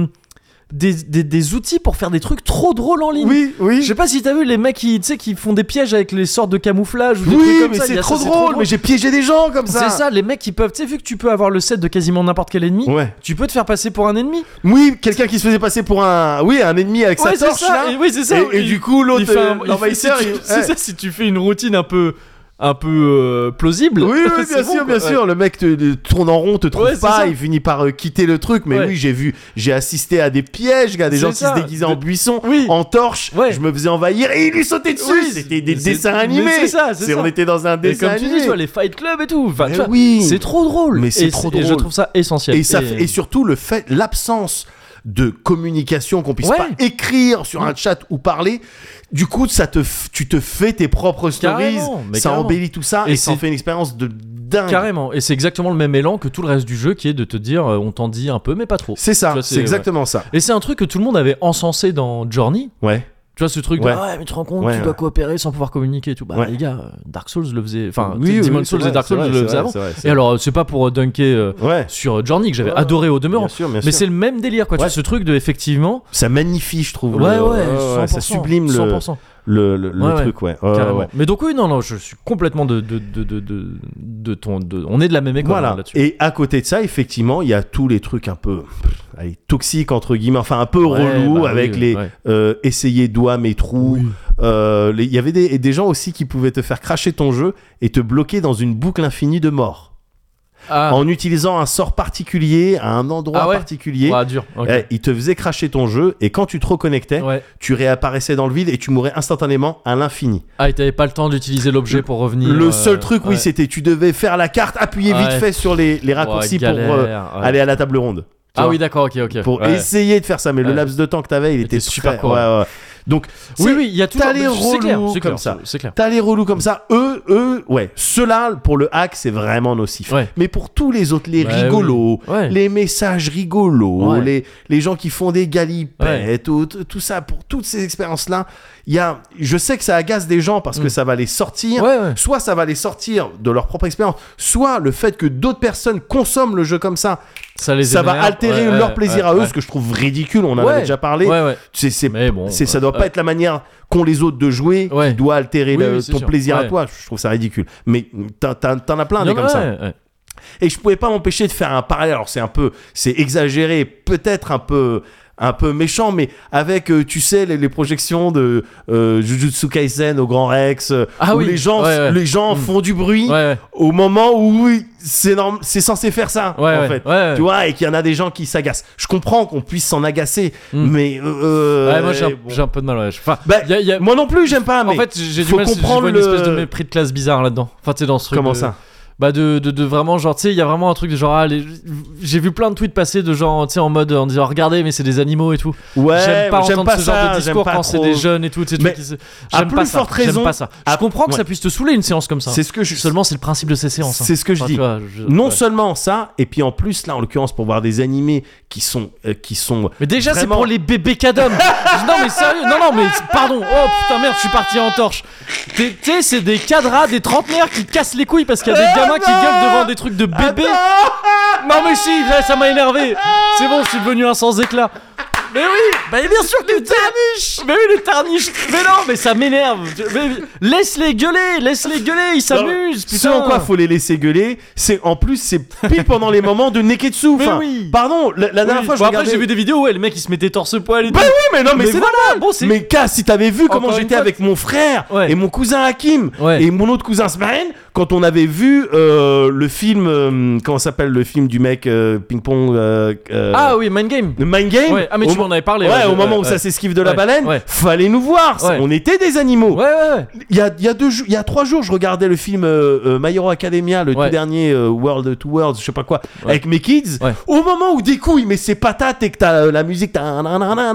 des, des- des outils pour faire des trucs trop drôles en ligne.
Oui, oui.
Je sais pas si t'as vu les mecs qui, tu sais, qui font des pièges avec les sortes de camouflage ou des trucs
Oui,
comme
mais
ça. il
c'est
y a ça,
trop drôle. Mais j'ai piégé des gens comme ça.
C'est ça, les mecs qui peuvent, tu sais, vu que tu peux avoir le set de quasiment n'importe quel ennemi,
Ouais.
tu peux te faire passer pour un ennemi.
Oui, quelqu'un qui se faisait passer pour un, oui, un ennemi avec
Ouais,
sa
c'est
torche
ça,
là.
et- oui, c'est ça.
Et, et
Il-
du coup,
il
l'autre,
fait un-
euh,
il fait-
l'envahisseur,
si tu-
il-
c'est
ouais.
ça, si tu fais une routine un peu, un peu euh, plausible.
Oui, oui,
c'est
bien
bon,
sûr,
quoi.
bien sûr. Le mec te, te tourne en rond, te trouve
Ouais, c'est
pas,
ça.
il finit par euh, quitter le truc. Mais
Ouais.
oui, j'ai vu, j'ai assisté à des pièges, gars, des
C'est
gens
ça.
qui se déguisaient
De-
en buisson,
Oui.
en torche.
Ouais.
Je me faisais envahir et il lui sautait dessus.
Oui,
C'était des
c'est-
dessins
mais
animés.
c'est ça, c'est
C'est-
ça.
On était dans un
Et
dessin
comme tu
animé.
dis, tu vois, les Fight Club et tout. Enfin,
Mais
tu vois,
oui.
C'est trop drôle.
Mais c'est
Et
trop
Et je
drôle.
trouve ça essentiel.
Et, ça fait- et surtout le fait, l'absence de communication qu'on puisse
Ouais.
pas écrire sur un chat ou parler. Du coup, ça te, f- tu te fais tes propres stories,
Carrément, mais
ça
carrément.
embellit tout ça et,
Et
ça en
c'est-
fait une expérience de dingue.
Carrément. Et c'est exactement le même élan que tout le reste du jeu qui est de te dire euh, on t'en dit un peu, mais pas trop.
C'est
Tu
ça,
vois,
c'est
c'est-
exactement ça.
Et c'est un truc que tout le monde avait encensé dans Journey.
Ouais.
Tu vois ce truc
Ouais.
de ah ouais mais tu te rends compte
Ouais,
tu dois
ouais.
coopérer sans pouvoir communiquer et tout bah
Ouais.
les gars euh, Dark Souls le faisait enfin
Oui, oui,
Demon
oui, c'est
Souls
vrai,
et Dark
c'est
Souls
vrai,
le
c'est
faisaient
vrai,
avant
c'est vrai, c'est
et alors euh, c'est pas pour euh, dunker euh,
Ouais.
sur Journey que j'avais
Ouais,
adoré au demeurant
Bien sûr, bien
mais
sûr.
c'est le même délire quoi tu
Ouais.
vois ce truc de effectivement
ça magnifie, je trouve. le-
ouais ouais, 100%,
ça sublime le
100%,
le, le, le
Ouais, ouais.
truc, ouais. Ouais, ouais,
carrément.
ouais.
mais donc oui non non je suis complètement de de de de, de, de ton de- on est de la même école hein,
Voilà.
là dessus
Et à côté de ça, effectivement, il y a tous les trucs un peu pff, allez, toxiques entre guillemets, enfin un peu
bah
relou avec les euh, essayer doigts mes trous. Euh, les- Il y avait des, et des gens aussi qui pouvaient te faire cracher ton jeu et te bloquer dans une boucle infinie de mort
ah,
en utilisant un sort particulier à un endroit
Ah ouais
particulier.
ah, dur ok.
Eh, il te faisait cracher ton jeu et quand tu te reconnectais,
ouais
tu réapparaissais dans le vide et tu mourais instantanément à l'infini.
ah et t'avais pas le temps d'utiliser l'objet pour revenir
Le
euh,
seul truc, oui,
ouais.
c'était tu devais faire la carte, appuyer
Ouais.
vite fait sur les, les raccourcis
Ouais,
pour
galère,
euh,
ouais.
aller à la table ronde. Tu
Ah
vois,
oui, d'accord, ok, ok.
Pour
ouais.
essayer de faire ça, mais le
Ouais.
laps de temps que t'avais, il
Était
était,
super
très-
court.
ouais, ouais. Donc,
Oui,
c'est-
oui, il y a toujours
t'as les
c'est clair,
relous
c'est clair,
comme ça.
C'est clair.
T'as les relous comme ça, eux, eux, ouais. Ceux-là, pour le hack, c'est vraiment nocif.
Ouais.
Mais pour tous les autres, les
Bah
rigolos,
oui. Ouais.
les messages rigolos,
Ouais.
les, les gens qui font des galipettes, ou t- tout ça, pour toutes ces expériences-là, il y a, je sais que ça agace des gens parce que ça va les sortir.
Mm. Ouais, ouais.
Soit ça va les sortir de leur propre expérience, soit le fait que d'autres personnes consomment le jeu comme ça,
Ça les
ça va
énerve,
altérer
ouais,
leur
ouais,
plaisir
ouais,
à eux,
ouais.
ce que je trouve ridicule, on en
Ouais.
avait déjà parlé.
Ouais, ouais.
C'est, c'est,
Mais bon,
c'est- ça
euh,
doit pas
ouais.
être la manière qu'ont les autres de jouer
Ouais.
qui doit altérer
Oui,
le-
oui, c'est
ton
sûr.
plaisir à
Ouais.
toi. Je trouve ça ridicule. Mais t'en, t'en- t'en as plein
Il y
des
en
comme
a,
ça.
ouais, ouais.
Et je pouvais pas m'empêcher de faire un parallèle. Alors c'est un peu, c'est exagéré, peut-être un peu un peu méchant, mais avec, euh, tu sais, les, les projections de euh, Jujutsu Kaisen au Grand Rex, euh,
Ah
où
oui.
les gens,
Ouais, ouais.
les gens
Mm.
font du bruit
Ouais, ouais,
au moment où oui, c'est norm- c'est censé faire ça,
ouais,
en
ouais,
fait.
ouais, ouais.
Tu vois, et qu'il y en a des gens qui s'agacent. Je comprends qu'on puisse s'en agacer,
Mm.
mais. euh,
Ouais, moi j'ai un,
bon.
j'ai un peu de mal. Ouais. Enfin,
Bah,
y a- y a-
Moi non plus, j'aime pas, mais.
en fait, j'ai du
faut
mal. Je
comprendre
vois une
le-
espèce de mépris de classe bizarre là-dedans. Enfin, t'es dans ce truc.
Comment
de-
ça
Bah de, de, de vraiment genre tu sais il y a vraiment un truc de genre ah, les- j'ai vu plein de tweets passer de genre tu sais en mode en disant regardez mais c'est des animaux et tout
Ouais,
j'aime pas entendre ce genre
ça,
de
j'aime
discours
pas
quand c'est
trop.
des jeunes et tout tu sais,
Mais
tout qui se-
à
j'aime
plus
pas ça,
forte
j'aime
raison-
pas ça je
à-
comprends que
ouais.
ça puisse te saouler une séance comme ça
C'est ce que je.
seulement c'est le principe de ces séances hein.
C'est ce que je
Enfin,
dis.
tu vois, je-
non
ouais.
seulement ça, et puis en plus là, en l'occurrence, pour voir des animés qui sont euh, qui sont
mais déjà c'est
Vraiment.
pour les bébés cadomes non mais sérieux non non mais pardon oh putain merde je suis parti en torche T'es- tu sais c'est des cadras des trentenaires qui cassent les couilles parce qu'il y a
Ah
des gamins qui gueulent devant des trucs de bébés Non mais si, là, ça m'a énervé. C'est bon, je suis devenu un sans éclat. Mais oui, bah bien sûr que les tarniches. Mais oui, les tarniches. Mais non, mais ça m'énerve. Mais- Laisse-les gueuler, laisse-les gueuler, ils s'amusent.
Ce en
putain.
quoi faut les laisser gueuler, c'est en plus c'est pile pendant les moments de Neketsu.
Mais
Enfin,
oui.
Pardon, la, la
Oui.
dernière fois je
Bon, après
regardais.
j'ai vu des vidéos où ouais, le mec il se mettait torse poil et
Bah
tout.
oui, mais non, mais,
Mais
c'est
voilà,
normal.
bon, c'est-
Mais K, si t'avais vu
Encore
comment
une
j'étais
fois,
avec mon frère
Ouais.
et mon cousin Hakim
Ouais.
et mon autre cousin Smaïn quand on avait vu euh, le film, euh, comment ça s'appelle le film du mec euh, ping pong, euh, euh,
Ah oui, Mind Game.
le Mind Game.
Ouais. Ah mais
Au
tu m'en avais parlé.
Ouais,
je-
au moment où
ouais.
ça s'esquive de la
Ouais,
baleine,
ouais.
fallait nous voir. c'est-
Ouais.
On était des animaux.
Ouais, ouais, ouais.
Il y a, il y a deux jou- il y a trois jours, je regardais le film euh, euh, My Hero Academia, le
Ouais.
tout dernier euh, World to World, je sais pas quoi,
Ouais.
avec mes kids.
Ouais.
Au moment où des couilles, mais c'est patate et que t'as euh, la musique, ta- na- na- na-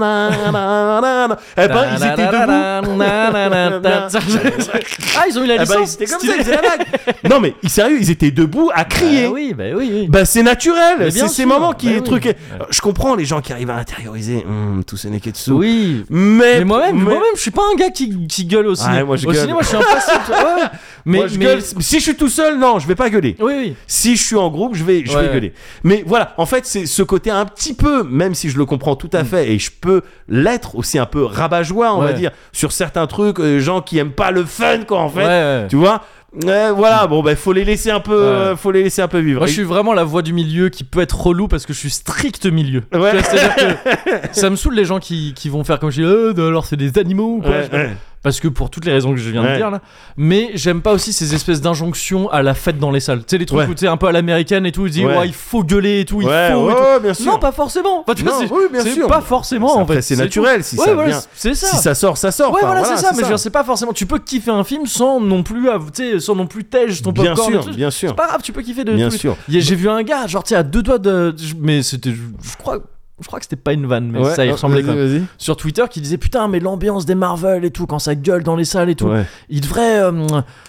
na- na- na- na- eh ben ils étaient debout.
Ah, ils ont eu la
Eh ben, ils
licence.
étaient comme ça,
Stylé.
ils faisaient la vague. Non mais sérieux, ils étaient debout à crier.
Bah oui, bah oui, oui.
Bah c'est
Mais
naturel,
bien
c'est ces
sûr,
moments qui
bah
les
oui.
truquaient.
Ouais.
Euh, Je comprends les gens qui arrivent à intérioriser Hum, tout ce neketsu.
Oui,
Mais,
Mais moi-même,
mais-
moi-même, je suis pas un gars qui, qui gueule au ciné.
Ouais, moi, je
au
gueule.
ciné, moi, je suis impassible. tu vois. Ouais. Mais,
moi, je
mais-
gueule. Si je suis tout seul, non, je vais pas gueuler.
Oui, oui.
Si je suis en groupe, je vais, je
Ouais,
vais
ouais.
gueuler. Mais voilà, en fait, c'est ce côté un petit peu, même si je le comprends tout à fait, et je peux l'être aussi un peu rabat-joie, on
Mm. Ouais.
va dire, sur certains trucs, euh, gens qui aiment pas le fun, quoi, en fait.
Ouais, ouais.
Tu vois Ouais, Voilà, bon, ben, faut les laisser un peu,
Ouais.
euh, faut les laisser un peu vivre.
Moi, je suis vraiment la voix du milieu qui peut être relou parce que je suis strict milieu.
Et- Ouais.
Tu vois, C'est-à-dire que ça me saoule les gens qui, qui vont faire comme je dis, Euh, alors c'est des animaux ou quoi
Ouais,
Je sais pas.
ouais.
Parce que pour toutes les raisons que je viens de
Ouais.
dire là. Mais j'aime pas aussi ces espèces d'injonctions à la fête dans les salles. Tu sais, les trucs
Ouais.
où tu es un peu à l'américaine et tout, ils disent,
Ouais.
ouais, il faut gueuler et tout,
Ouais,
il faut. et
ouais,
tout.
ouais, bien sûr.
Non, pas forcément. Enfin, tu vois,
Non,
c'est-
oui, bien
c'est
sûr.
pas forcément en
Après,
fait.
c'est
tout.
naturel si
Ouais,
ça
voilà,
vient.
c'est ça.
Si ça sort, ça sort.
Ouais,
Enfin,
voilà, c'est ça, mais je veux dire, c'est pas forcément. Tu peux kiffer un film sans non plus, av- tu sais, sans non plus tège ton
Bien
popcorn. et
sûr,
tout.
bien sûr.
C'est pas grave, tu peux kiffer de
Bien
tous les-
sûr.
Y a- J'ai vu un gars, genre, tu sais, à deux doigts de. je- Mais c'était. Je je crois. Je crois que c'était pas une vanne, mais
Ouais,
ça y
euh,
ressemblait quand
vas-y,
même. Sur Twitter, qui disait Putain, mais l'ambiance des Marvel et tout, quand ça gueule dans les salles et tout,
vas-y. Ouais.
il devrait euh,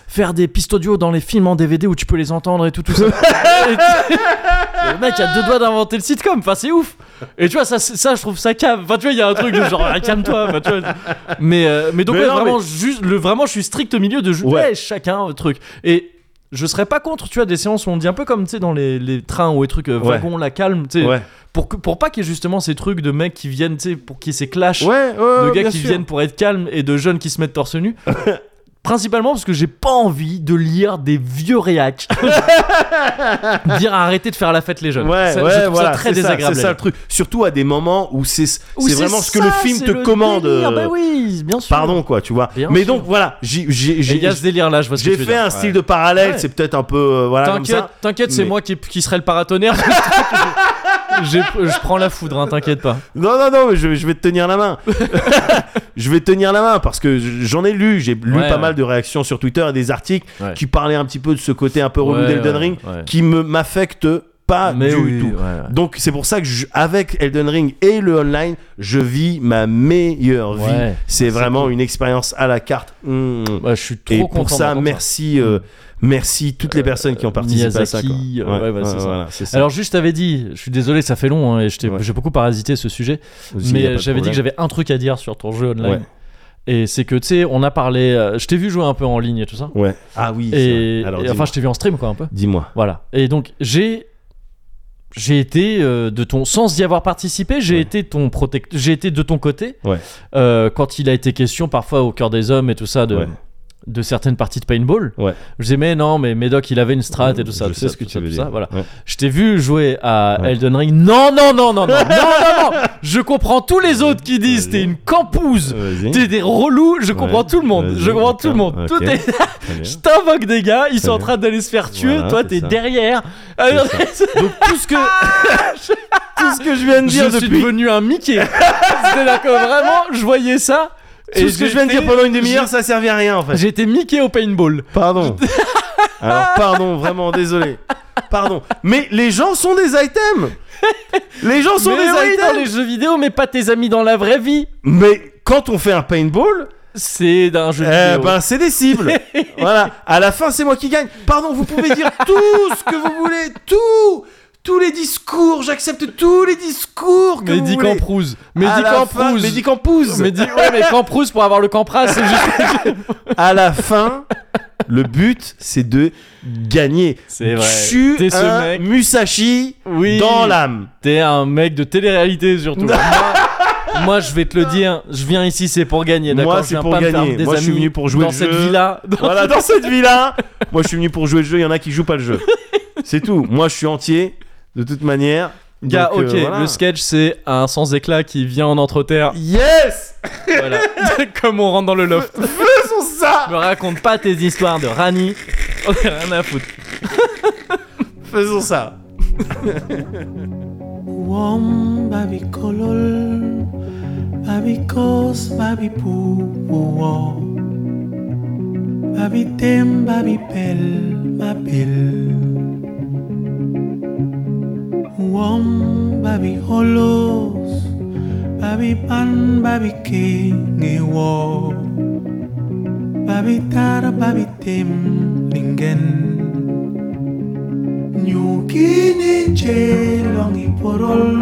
faire des pistes audio dans les films en DVD où tu peux les entendre et tout, tout ça. Et tu- Le mec a deux doigts d'inventer le sitcom, enfin c'est ouf. Et tu vois, ça, c'est- ça je trouve ça cave. Enfin, tu vois, il y a un truc de genre, ah, calme-toi. Enfin, tu vois. mais, euh, mais donc,
Mais
ouais,
non,
vraiment, juste, le, vraiment, je suis strict au milieu de ju-
Ouais.
eh, chacun euh, truc. Et je serais pas contre, tu vois, des séances où on dit un peu comme, tu sais, dans les, les trains ou les trucs, euh,
Ouais.
wagon, la calme, tu sais,
Ouais,
pour, que- pour pas qu'il y ait justement ces trucs de mecs qui viennent, tu sais, pour qu'il y ait ces clashs
ouais, ouais,
de
ouais,
gars
Euh, bien
qui
sûr.
viennent pour être calmes et de jeunes qui se mettent torse nu. Principalement parce que j'ai pas envie de lire des vieux réacs. Dire arrêtez de faire la fête les jeunes.
Ouais,
Ça, je
ouais,
trouve ça
voilà,
très
c'est ça,
désagréable.
C'est ça le truc. Surtout à des moments où c'est c'est
Ou
vraiment ce que
ça,
le film
c'est
te commande.
délire.
euh,
Bah oui, bien sûr.
Pardon quoi, tu vois.
Bien
Mais
sûr.
donc voilà, j'ai j'ai-
Et Il y a
j'ai
ce délire là, je vois ce que
j'ai
tu veux
fait
dire.
un
Ouais.
style de parallèle.
Ouais.
C'est peut-être un peu euh, voilà comme
T'inquiète,
ça.
t'inquiète, c'est
Mais-
moi qui, qui serai le paratonnerre. J'ai- je prends la foudre, hein, t'inquiète pas.
Non non non, mais je, je vais te tenir la main. je vais te tenir la main parce que j'en ai lu, j'ai lu
Ouais,
pas
ouais.
mal de réactions sur Twitter et des articles
Ouais.
qui parlaient un petit peu de ce côté un peu relou
Ouais,
d'Elden
ouais,
Ring
ouais.
qui me m'affecte pas
Mais
du
oui,
tout.
ouais, ouais.
Donc c'est pour ça que je- avec Elden Ring et le online, je vis ma meilleure vie.
Ouais.
C'est vraiment une expérience à la carte. Mmh.
Ouais, Bah, je suis trop
Et
content.
pour ça,
d'entendre
merci, euh, merci toutes les personnes qui ont participé à ça. quoi.
Miyazaki, euh, ouais, bah, c'est ça.
voilà, c'est ça.
Alors juste t'avais dit, je suis désolé ça fait long hein, et je t'ai- j'ai
Ouais.
beaucoup parasité ce sujet,
Aussi, y a pas
mais
de
j'avais dit que
problème.
j'avais un truc à dire sur ton jeu online.
Ouais.
Et c'est que tu sais, on a parlé, euh, je t'ai vu jouer un peu en ligne et tout ça.
Ouais. Ah oui. c'est
Et,
vrai. Alors,
et
dis-moi.
enfin je t'ai vu en stream quoi un peu.
dis-moi.
Voilà. Et donc j'ai j'ai été euh, de ton sans y avoir participé, j'ai
Ouais.
été ton protect j'ai été de ton côté.
Ouais.
Euh, quand il a été question parfois au cœur des hommes et tout ça de
Ouais.
de certaines parties de paintball.
Ouais.
Je disais, mais non, mais Medoc, il avait une strat et tout ça.
Je
tout
sais
ça,
ce que
tout
tu
ça,
veux
tout
dire.
ça, voilà.
Ouais.
Je t'ai vu jouer à
Ouais.
Elden Ring. Non, non, non, non, non, non, non, non, non. Je comprends tous les autres qui disent, t'es une campouse.
Vas-y.
T'es des relous, je
Ouais.
comprends tout le monde,
Vas-y,
je comprends tout le
d'accord.
monde. Tout
Ok.
est-
Très bien.
je t'invoque des gars, ils sont en
bien.
train d'aller se faire tuer,
Voilà,
toi
c'est
t'es
ça.
derrière. Alors,
Donc tout ce que tout ce que je viens de dire
je suis
depuis
devenu un Mickey. C'est-à-dire que vraiment, je voyais ça.
tout ce que je viens de dire pendant une demi-heure, ça servait à rien en fait.
J'étais Mickey au paintball.
Pardon. Alors pardon, vraiment désolé. Pardon. Mais les gens sont des items. Les gens sont
Mais
des
oui, dans
items.
les jeux vidéo, mais pas tes amis dans la vraie vie.
Mais quand on fait un paintball,
C'est d'un jeu
eh
vidéo.
ben c'est des cibles. voilà. À la fin, c'est moi qui gagne. Pardon, vous pouvez dire tout ce que vous voulez, tout, tous les discours. J'accepte tous les discours que vous
Mehdi
voulez.
Camprouze.
À
Mehdi
la fin-
Camprouze.
Mehdi Campouz.
Mehdi- ouais, mais Camprouze pour avoir le Campras, c'est juste.
à la fin, le but, c'est de gagner.
C'est vrai.
Tu
T'es ce
un
mec.
Musashi
Oui.
dans l'âme.
T'es un mec de télé-réalité surtout. moi, moi, je vais te le dire, je viens ici, c'est pour gagner, d'accord
Moi,
Je
c'est
viens
pour
pas me faire
gagner.
des
Moi, je suis
amis
venu pour jouer
dans
le
cette
jeu.
vie-là.
Voilà, dans cette vie-là. Moi, je suis venu pour jouer le jeu. Il y en a qui jouent pas le jeu. C'est tout. Moi, je suis entier, de toute manière.
Gars,
Donc, euh,
ok,
voilà.
le sketch, c'est un sans éclat qui vient en entre-terre.
Yes
voilà. Comme on rentre dans le loft.
Faisons ça
Me raconte pas tes histoires de Rani. On a rien à foutre.
Faisons ça
Wom baby colol, baby cos, baby poo, wo. baby tem, baby pel, ma pel. Wom baby holos, baby pan, baby king, e wo. baby tar, baby tem, lingen. Nyukini chelongi porol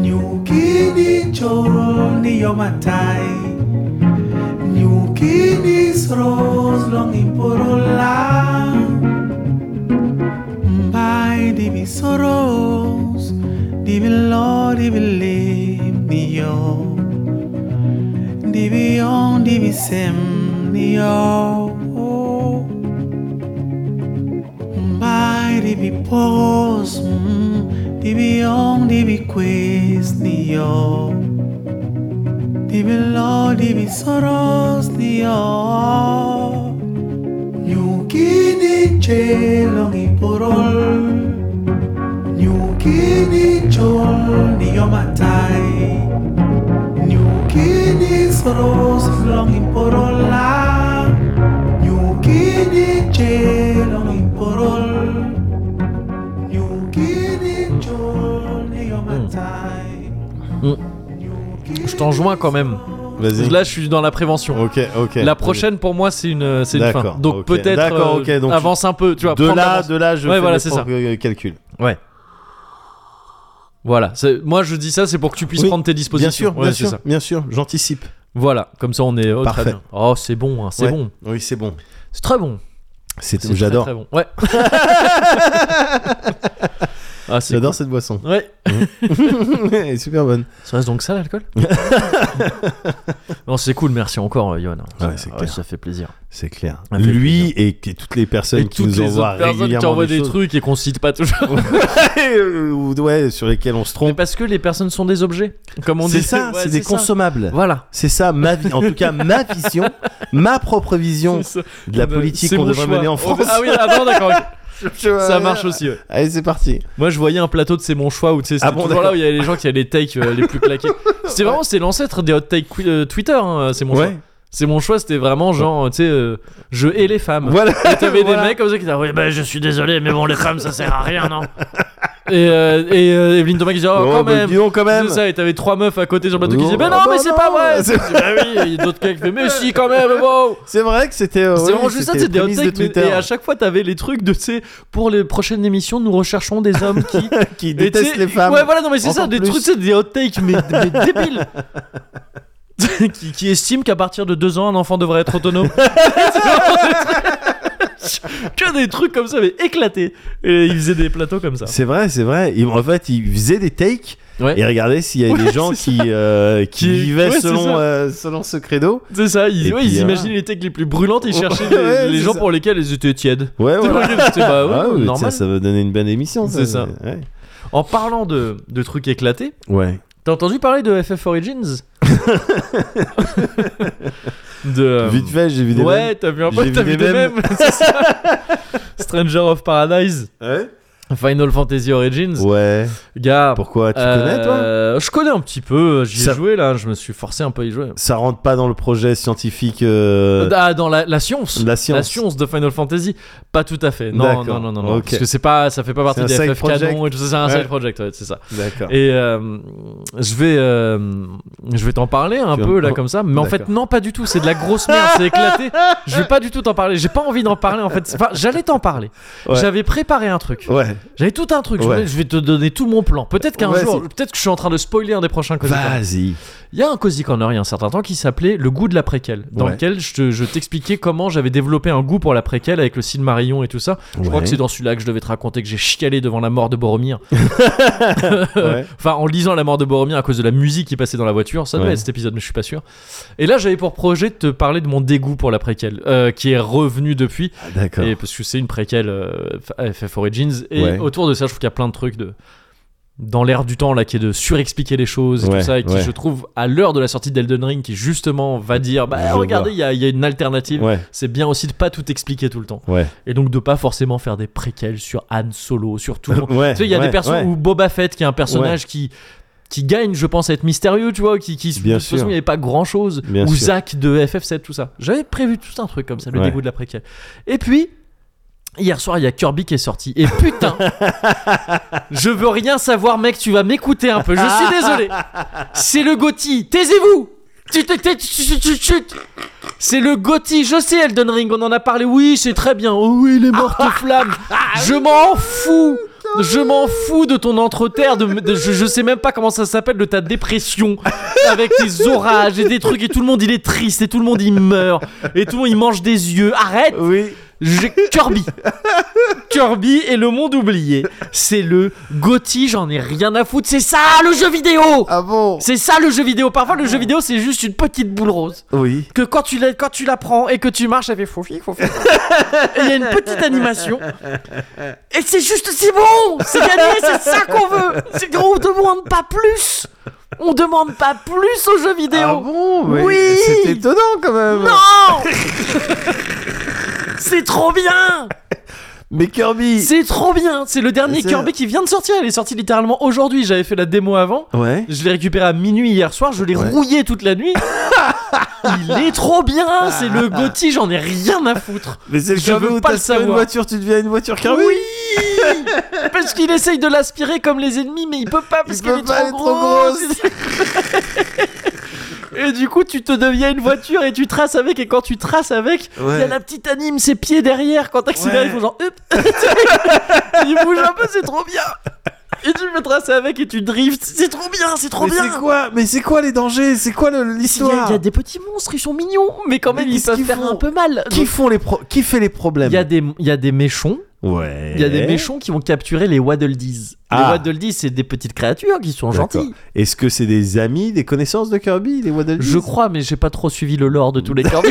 Nyukini chorol ni yomatai Nyukini sros longi porola Mbai dibi soros Dibi lo dibi lim ni yo Dibi on dibi sem ni yo Mbai di bi pos, mm, di bi ong, di bi quis, ni yo. Di bi lo, di bi soros, ni yo. Nyukini chelong iporol, nyukini chol, ni yo matai. Nyukini soros, long iporol la. Nyukini chelong iporol, nyukini chol, ni yo matai.
Mm. Je t'en joins quand même.
Vas-y.
Là, je suis dans la prévention.
Ok, ok.
La prochaine pour moi c'est une c'est une fin.
D'accord,
Donc
ok.
peut-être
D'accord,
euh,
ok, donc tu-
avance un peu, tu vois.
de
prends
là,
l'avance.
de là, je
Ouais,
fais
voilà,
mes
c'est
propres euh, calculs.
Ouais. Voilà, c'est- moi je dis ça c'est pour que tu puisses
Oui,
prendre tes dispositions.
Bien sûr,
Ouais,
bien
c'est
sûr,
ça.
bien sûr. J'anticipe.
Voilà, comme ça on est oh, très
Parfait.
bien. Oh, c'est bon, hein, c'est
Ouais.
bon.
Oui, c'est bon.
C'est très bon.
C'est-
C'est très,
J'adore.
très bon. Ouais. ah, c'est
J'adore cette boisson.
cool. Ouais.
Elle est super bonne.
Ça reste donc ça l'alcool Non, c'est cool, merci encore, euh, Johan.
Ouais, c'est clair.
ça fait plaisir.
C'est clair.
Ça fait
Lui et, et toutes les personnes
Et
qui
toutes
nous
les
envoient
autres personnes qui
régulièrement
envoient des,
des, choses.
trucs et qu'on cite pas toujours.
Ou- ouais, sur lesquels on se
Mais
trompe.
parce que les personnes sont des objets. Comme on
C'est
dit.
ça,
Ouais,
c'est des
ça.
consommables.
Voilà.
C'est ça, ma vi- en tout cas ma vision, ma propre vision
C'est ça. Ah bah,
de la politique
C'est
qu'on
mon
devrait
choix.
mener en France.
Ah oui, ah non, d'accord. Ça marche aussi. ouais.
Allez, c'est parti.
Moi, je voyais un plateau de C'est mon choix où tu sais, c'était
Ah bon,
toujours là
d'accord.
où il y avait les gens qui avaient les takes euh, les plus claqués. C'était vraiment, c'était l'ancêtre des hot takes qui- euh, Twitter. hein, c'est mon choix.
Ouais,
C'est mon choix. C'était vraiment genre, tu sais, euh, je hais les femmes.
voilà.
Et T'avais
Voilà.
des mecs comme ça qui disaient Oui, bah je suis désolé, mais bon, les femmes ça sert à rien, non Et, euh, et euh, Evelyne Thomas qui disait Oh,
Oh,
quand
bah,
même
dis donc, quand même.
C'est ça, et t'avais trois meufs à côté sur le plateau qui
Oh,
disaient Mais non,
bah,
mais c'est
non,
pas vrai
c'est-
Bah oui, et d'autres gars qui faisaient Mais si, quand même, wow
C'est vrai que c'était. euh,
C'est
oui,
vraiment juste ça,
c'était
c'est des hot
les prémices
takes,
de
mais-
Twitter
Et à chaque fois, t'avais les trucs de, tu sais, pour les prochaines émissions, nous recherchons des hommes qui.
qui
Et tu
détestent
sais-
les femmes.
Ouais, voilà, non, mais c'est ça,
Encore
des
plus.
trucs, c'est des hot takes, mais, mais débiles. qui, qui estiment qu'à partir de deux ans, un enfant devrait être autonome. C'est vraiment des trucs- que des trucs comme ça, mais éclatés. Et ils faisaient des plateaux comme ça.
C'est vrai, c'est vrai. Ils- en fait, ils faisaient des takes
Ouais.
et regarder s'il y avait
Ouais,
des gens
c'est
qui, euh, qui
Qui-
vivaient
ouais, c'est
selon,
ça.
euh, selon ce credo.
C'est ça, ils,
Et
ouais,
puis,
ils
euh,
imaginaient les techniques les plus brûlantes, ils
Ouais,
cherchaient les,
ouais,
les
c'est
gens
ça.
pour lesquels ils étaient tièdes.
Ouais,
C'était
voilà.
bah, ouais,
Ah oui,
normal.
ça, ça va donner une bonne émission.
C'est ça.
Ouais.
En parlant de, de trucs éclatés,
Ouais.
t'as entendu parler de FF Origins de, euh,
Vite fait, j'ai vu des
Ouais, t'as vu un peu,
J'ai
t'as
vu
vu
des
des
mêmes.
mêmes. c'est ça. Stranger of Paradise,
Ouais.
Final Fantasy Origins.
Ouais.
Gars,
Pourquoi Oh. Tu
euh,
connais, toi
Je connais un petit peu, j'y ai
Ça-
joué là, je me suis forcé un peu à y jouer.
Ça rentre pas dans le projet scientifique. euh,
Ah, dans la, la science.
La science.
La science de Final Fantasy. Pas tout à fait. Non,
D'accord.
non, non, non. non.
Ok.
Parce que c'est pas, ça fait pas partie
C'est un
des
side
FF
project.
canon et tout ça. C'est un
Ouais.
side project, ouais, c'est ça.
D'accord.
Et euh, je vais, euh, je vais t'en parler un
Tu vas
peu
me-
là comme ça. Mais en fait,
D'accord.
non, pas du tout. C'est de la grosse merde. c'est éclaté. Je vais pas du tout t'en parler. J'ai pas envie d'en parler en fait. Enfin, j'allais t'en parler.
Ouais.
J'avais préparé un truc.
Ouais.
J'avais tout un truc. Je,
Ouais.
voulais- je vais te donner tout mon plan. Peut-être qu'un
Ouais,
jour,
c'est-
peut-être que je suis en train de spoiler un des prochains Cozy Corner.
Vas-y.
Il y a un Cozy Corner il y a un certain temps qui s'appelait Le goût de la préquelle, dans
Ouais.
lequel je te- je t'expliquais comment j'avais développé un goût pour la préquelle avec le Silmarillion et tout ça. Je crois
Ouais.
que c'est dans celui-là que je devais te raconter que j'ai chialé devant la mort de Boromir.
Ouais.
Enfin, en lisant la mort de Boromir à cause de la musique qui passait dans la voiture. Ça devait
Ouais.
être cet épisode, mais je suis pas sûr. Et là, j'avais pour projet de te parler de mon dégoût pour la préquelle, euh, qui est revenu depuis.
Ah, D'accord.
Et parce que c'est une préquelle euh, à FF Origins. Et
Ouais.
autour de ça, je trouve qu'il y a plein de trucs de dans l'air du temps là qui est de surexpliquer les choses et
Ouais,
tout ça et qui
ouais.
je trouve à l'heure de la sortie d'Elden Ring qui justement va dire bah
Je
regardez il y, a- il y a une alternative
Ouais.
c'est bien aussi de pas tout expliquer tout le temps
Ouais.
et donc de pas forcément faire des préquels sur Han Solo sur tout le monde
Ouais.
tu sais, il y a
ouais,
des personnes
ouais.
où Boba Fett, qui est un personnage qui qui gagne, je pense, à être mystérieux, tu vois, qui, qui
Bien
de toute façon,
sûr.
il n'y avait pas grand chose.
Bien
ou
sûr.
Zack de FF7, tout ça. J'avais prévu tout un truc comme ça, le
Ouais.
dégoût de la préquelle. Et puis, hier soir, il y a Kirby qui est sorti. Et putain, je veux rien savoir, mec, tu vas m'écouter un peu. Je suis désolé. C'est le Gotti. Taisez-vous Chut, chut, chut, chut, chut, chut. c'est le Gotti, je sais Elden Ring, on en a parlé, oui c'est très bien, oh oui il est mort aux flammes, je m'en fous, je m'en fous de ton entre-terre, de, de- je, je sais même pas comment ça s'appelle, de ta dépression, avec tes orages et des trucs, et tout le monde il est triste, et tout le monde il meurt, et tout le monde il mange des yeux, arrête
Oui.
j'ai Kirby. Kirby et le monde oublié. C'est le Gotti, j'en ai rien à foutre. C'est ça le jeu vidéo.
Ah bon Ah.
C'est ça le jeu vidéo. Parfois le jeu vidéo c'est juste une petite boule rose
Oui.
que quand tu la, quand tu la prends et que tu marches elle fait foufi foufi. Et Il y a une petite animation. Et c'est juste c'est bon, c'est gagné, c'est ça qu'on veut. C'est gros, on demande pas plus. On demande pas plus aux jeux vidéo.
Ah bon mais
Oui.
C'est étonnant quand même.
non. c'est trop bien.
Mais Kirby.
C'est trop bien C'est le dernier
C'est-
Kirby qui vient de sortir, elle est sortie littéralement aujourd'hui, j'avais fait la démo avant.
Ouais.
Je l'ai récupéré à minuit hier soir, je l'ai
Ouais.
rouillé toute la nuit. Il est trop bien, c'est
Ah.
le Gotti, j'en ai rien à foutre.
Mais c'est le
Je
Kirby
veux
où
pas le
t'aspires une
savoir.
voiture, tu deviens une voiture Kirby.
Oui Parce qu'il essaye de l'aspirer comme les ennemis, mais il peut pas parce
Il
qu'elle
peut
est,
pas,
trop grosse. et du coup, tu te deviens une voiture et tu traces avec, et quand tu traces avec, il y
Ouais.
a la petite anime, ses pieds derrière, quand t'accélères,
Ouais.
ils font genre Hup Il bouge un peu, c'est trop bien Et tu peux tracer avec et tu drifts, c'est trop bien, c'est trop
mais
bien
c'est quoi Mais c'est quoi les dangers C'est quoi le-
il y, a,
l'histoire
il y a des petits monstres, ils sont mignons, mais quand même
Mais
ils
qu'est-ce
peuvent
qu'ils
faire
font
un peu mal.
Qui
Donc,
font les pro- Qui fait les problèmes
Il y, a des, il y a des méchants,
Ouais.
il y a des méchants qui ont capturé les Waddledees.
Eh. Ah.
Les Waddledees, c'est des petites créatures qui sont
D'accord.
gentilles.
Est-ce que c'est des amis, des connaissances de Kirby, les Waddle
Je crois, mais j'ai pas trop suivi le lore de tous les Kirby.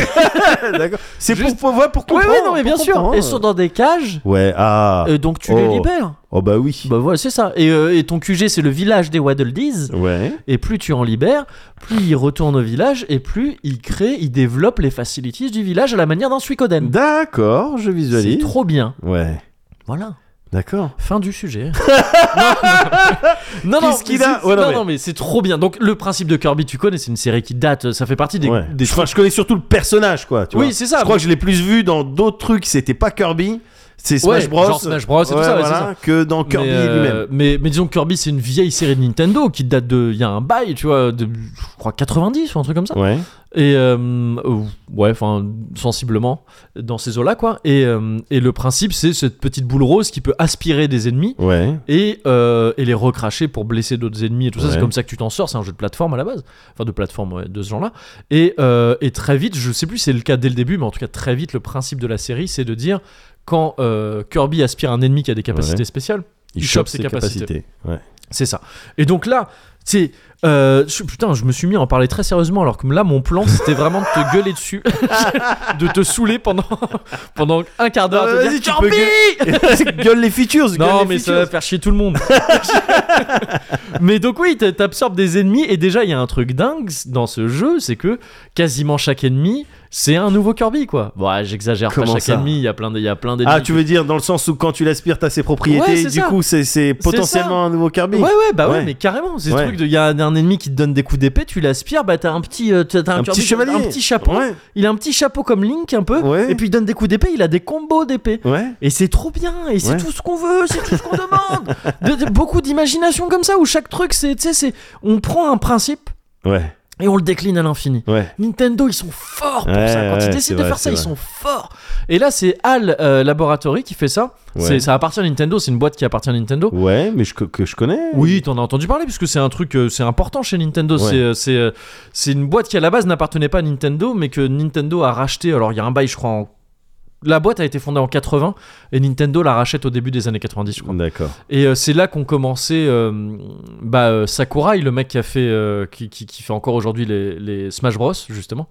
D'accord. C'est
Juste-
pour pouvoir pour
oui,
comprendre.
oui, non, mais bien
pour
sûr.
comprendre.
Elles sont dans des cages,
Ouais. hein. Ah.
euh, donc tu les
Oh.
libères.
Oh bah oui.
Bah voilà, c'est ça. Et, euh, et ton QG, c'est le village des Waddledees.
Ouais.
Et plus tu en libères, plus ils retournent au village et plus ils créent, ils développent les facilities du village à la manière d'un Suikoden.
D'accord, je
C'est
visualise.
trop bien.
Ouais.
Voilà.
D'accord.
Fin du sujet. non, non, non,
Qu'est-ce qu'il
mais
a
c'est-
Ouais, non,
non,
mais-
non, mais c'est trop bien. Donc le principe de Kirby, tu connais, c'est une série qui date. Ça fait partie des.
Ouais.
des-
Je, enfin, je connais surtout le personnage, quoi. tu
Oui,
vois.
c'est ça.
Je crois que je l'ai plus vu dans d'autres trucs. C'était pas Kirby, c'est Smash
Ouais,
Bros.
genre Smash Bros et tout
Ouais,
ça, ouais,
voilà,
c'est ça.
Que dans Kirby
mais, euh,
lui-même.
mais, mais disons que Kirby, c'est une vieille série de Nintendo qui date de. Il y a un bail, tu vois, de. Je crois 90 ou un truc comme ça.
Ouais.
Et euh, euh, ouais, enfin sensiblement dans ces eaux-là quoi. Et, euh, et le principe c'est cette petite boule rose qui peut aspirer des ennemis
Ouais.
et, euh, et les recracher pour blesser d'autres ennemis et tout ça.
Ouais.
C'est comme ça que tu t'en sors. C'est un jeu de plateforme à la base, enfin de plateforme ouais, de ce genre-là. Et, euh, et très vite, je sais plus si c'est le cas dès le début, mais en tout cas très vite, le principe de la série c'est de dire quand euh, Kirby aspire un ennemi qui a des capacités
Ouais.
spéciales, il chope ses capacités.
Ouais.
C'est ça. Et donc là, tu sais, euh, je- putain, je me suis mis à en parler très sérieusement, alors que là, mon plan, c'était vraiment de te gueuler dessus, de te saouler pendant, pendant un quart d'heure.
Ah,
de
vas-y,
dire,
tu
Corby
peux gueule, les features. gueule
non,
les
mais ça
features.
va faire chier tout le monde. mais donc, oui, t'a- t'absorbes des ennemis. Et déjà, il y a un truc dingue dans ce jeu c'est que quasiment chaque ennemi, c'est un nouveau Kirby, quoi. Bon, ouais, j'exagère pas
Comment
chaque
ça
ennemi, il y a plein de- il y a plein d'ennemis.
Ah, tu veux dire dans le sens où quand tu l'aspires, t'as ses
Ouais,
propriétés,
c'est
du
ça.
coup, c'est- c'est potentiellement un nouveau Kirby.
Ouais, ouais, bah ouais,
Ouais.
mais carrément. C'est ce
Ouais.
truc de. Il y a un, un ennemi qui te donne des coups d'épée, tu l'aspires, bah t'as un petit. euh, t'as t'as un,
Un
Kirby-
petit chevalier.
Un petit chapeau.
Ouais.
Il a un petit chapeau comme Link, un peu.
Ouais.
Et puis il donne des coups d'épée, il a des combos d'épée.
Ouais.
Et c'est trop bien, et c'est
Ouais.
tout ce qu'on veut, c'est tout ce qu'on demande. De- de- beaucoup d'imagination comme ça, où chaque truc, c'est, tu sais, c'est, on prend un principe
Ouais.
et on le décline à l'infini.
Ouais.
Nintendo, ils sont forts pour
Ouais,
ça. Quand
ouais,
ils
c'est
décident de
vrai,
faire ça,
c'est
ils
vrai.
sont forts. Et là, c'est HAL euh, Laboratory qui fait ça.
Ouais.
C'est, ça appartient à Nintendo, c'est une boîte qui appartient à Nintendo.
Ouais, mais je, co- que je connais.
Oui, t'en as entendu parler puisque c'est un truc, euh, c'est important chez Nintendo.
Ouais.
C'est, euh, C'est euh, c'est une boîte qui à la base n'appartenait pas à Nintendo, mais que Nintendo a racheté. Alors il y a un bail, je crois. en- La boîte a été fondée en 80 et Nintendo la rachète au début des années 90, je crois.
D'accord.
Et euh, c'est là qu'on commençait euh, bah, euh, Sakurai, le mec qui a fait, euh, qui, qui- qui fait encore aujourd'hui les, les Smash Bros, justement.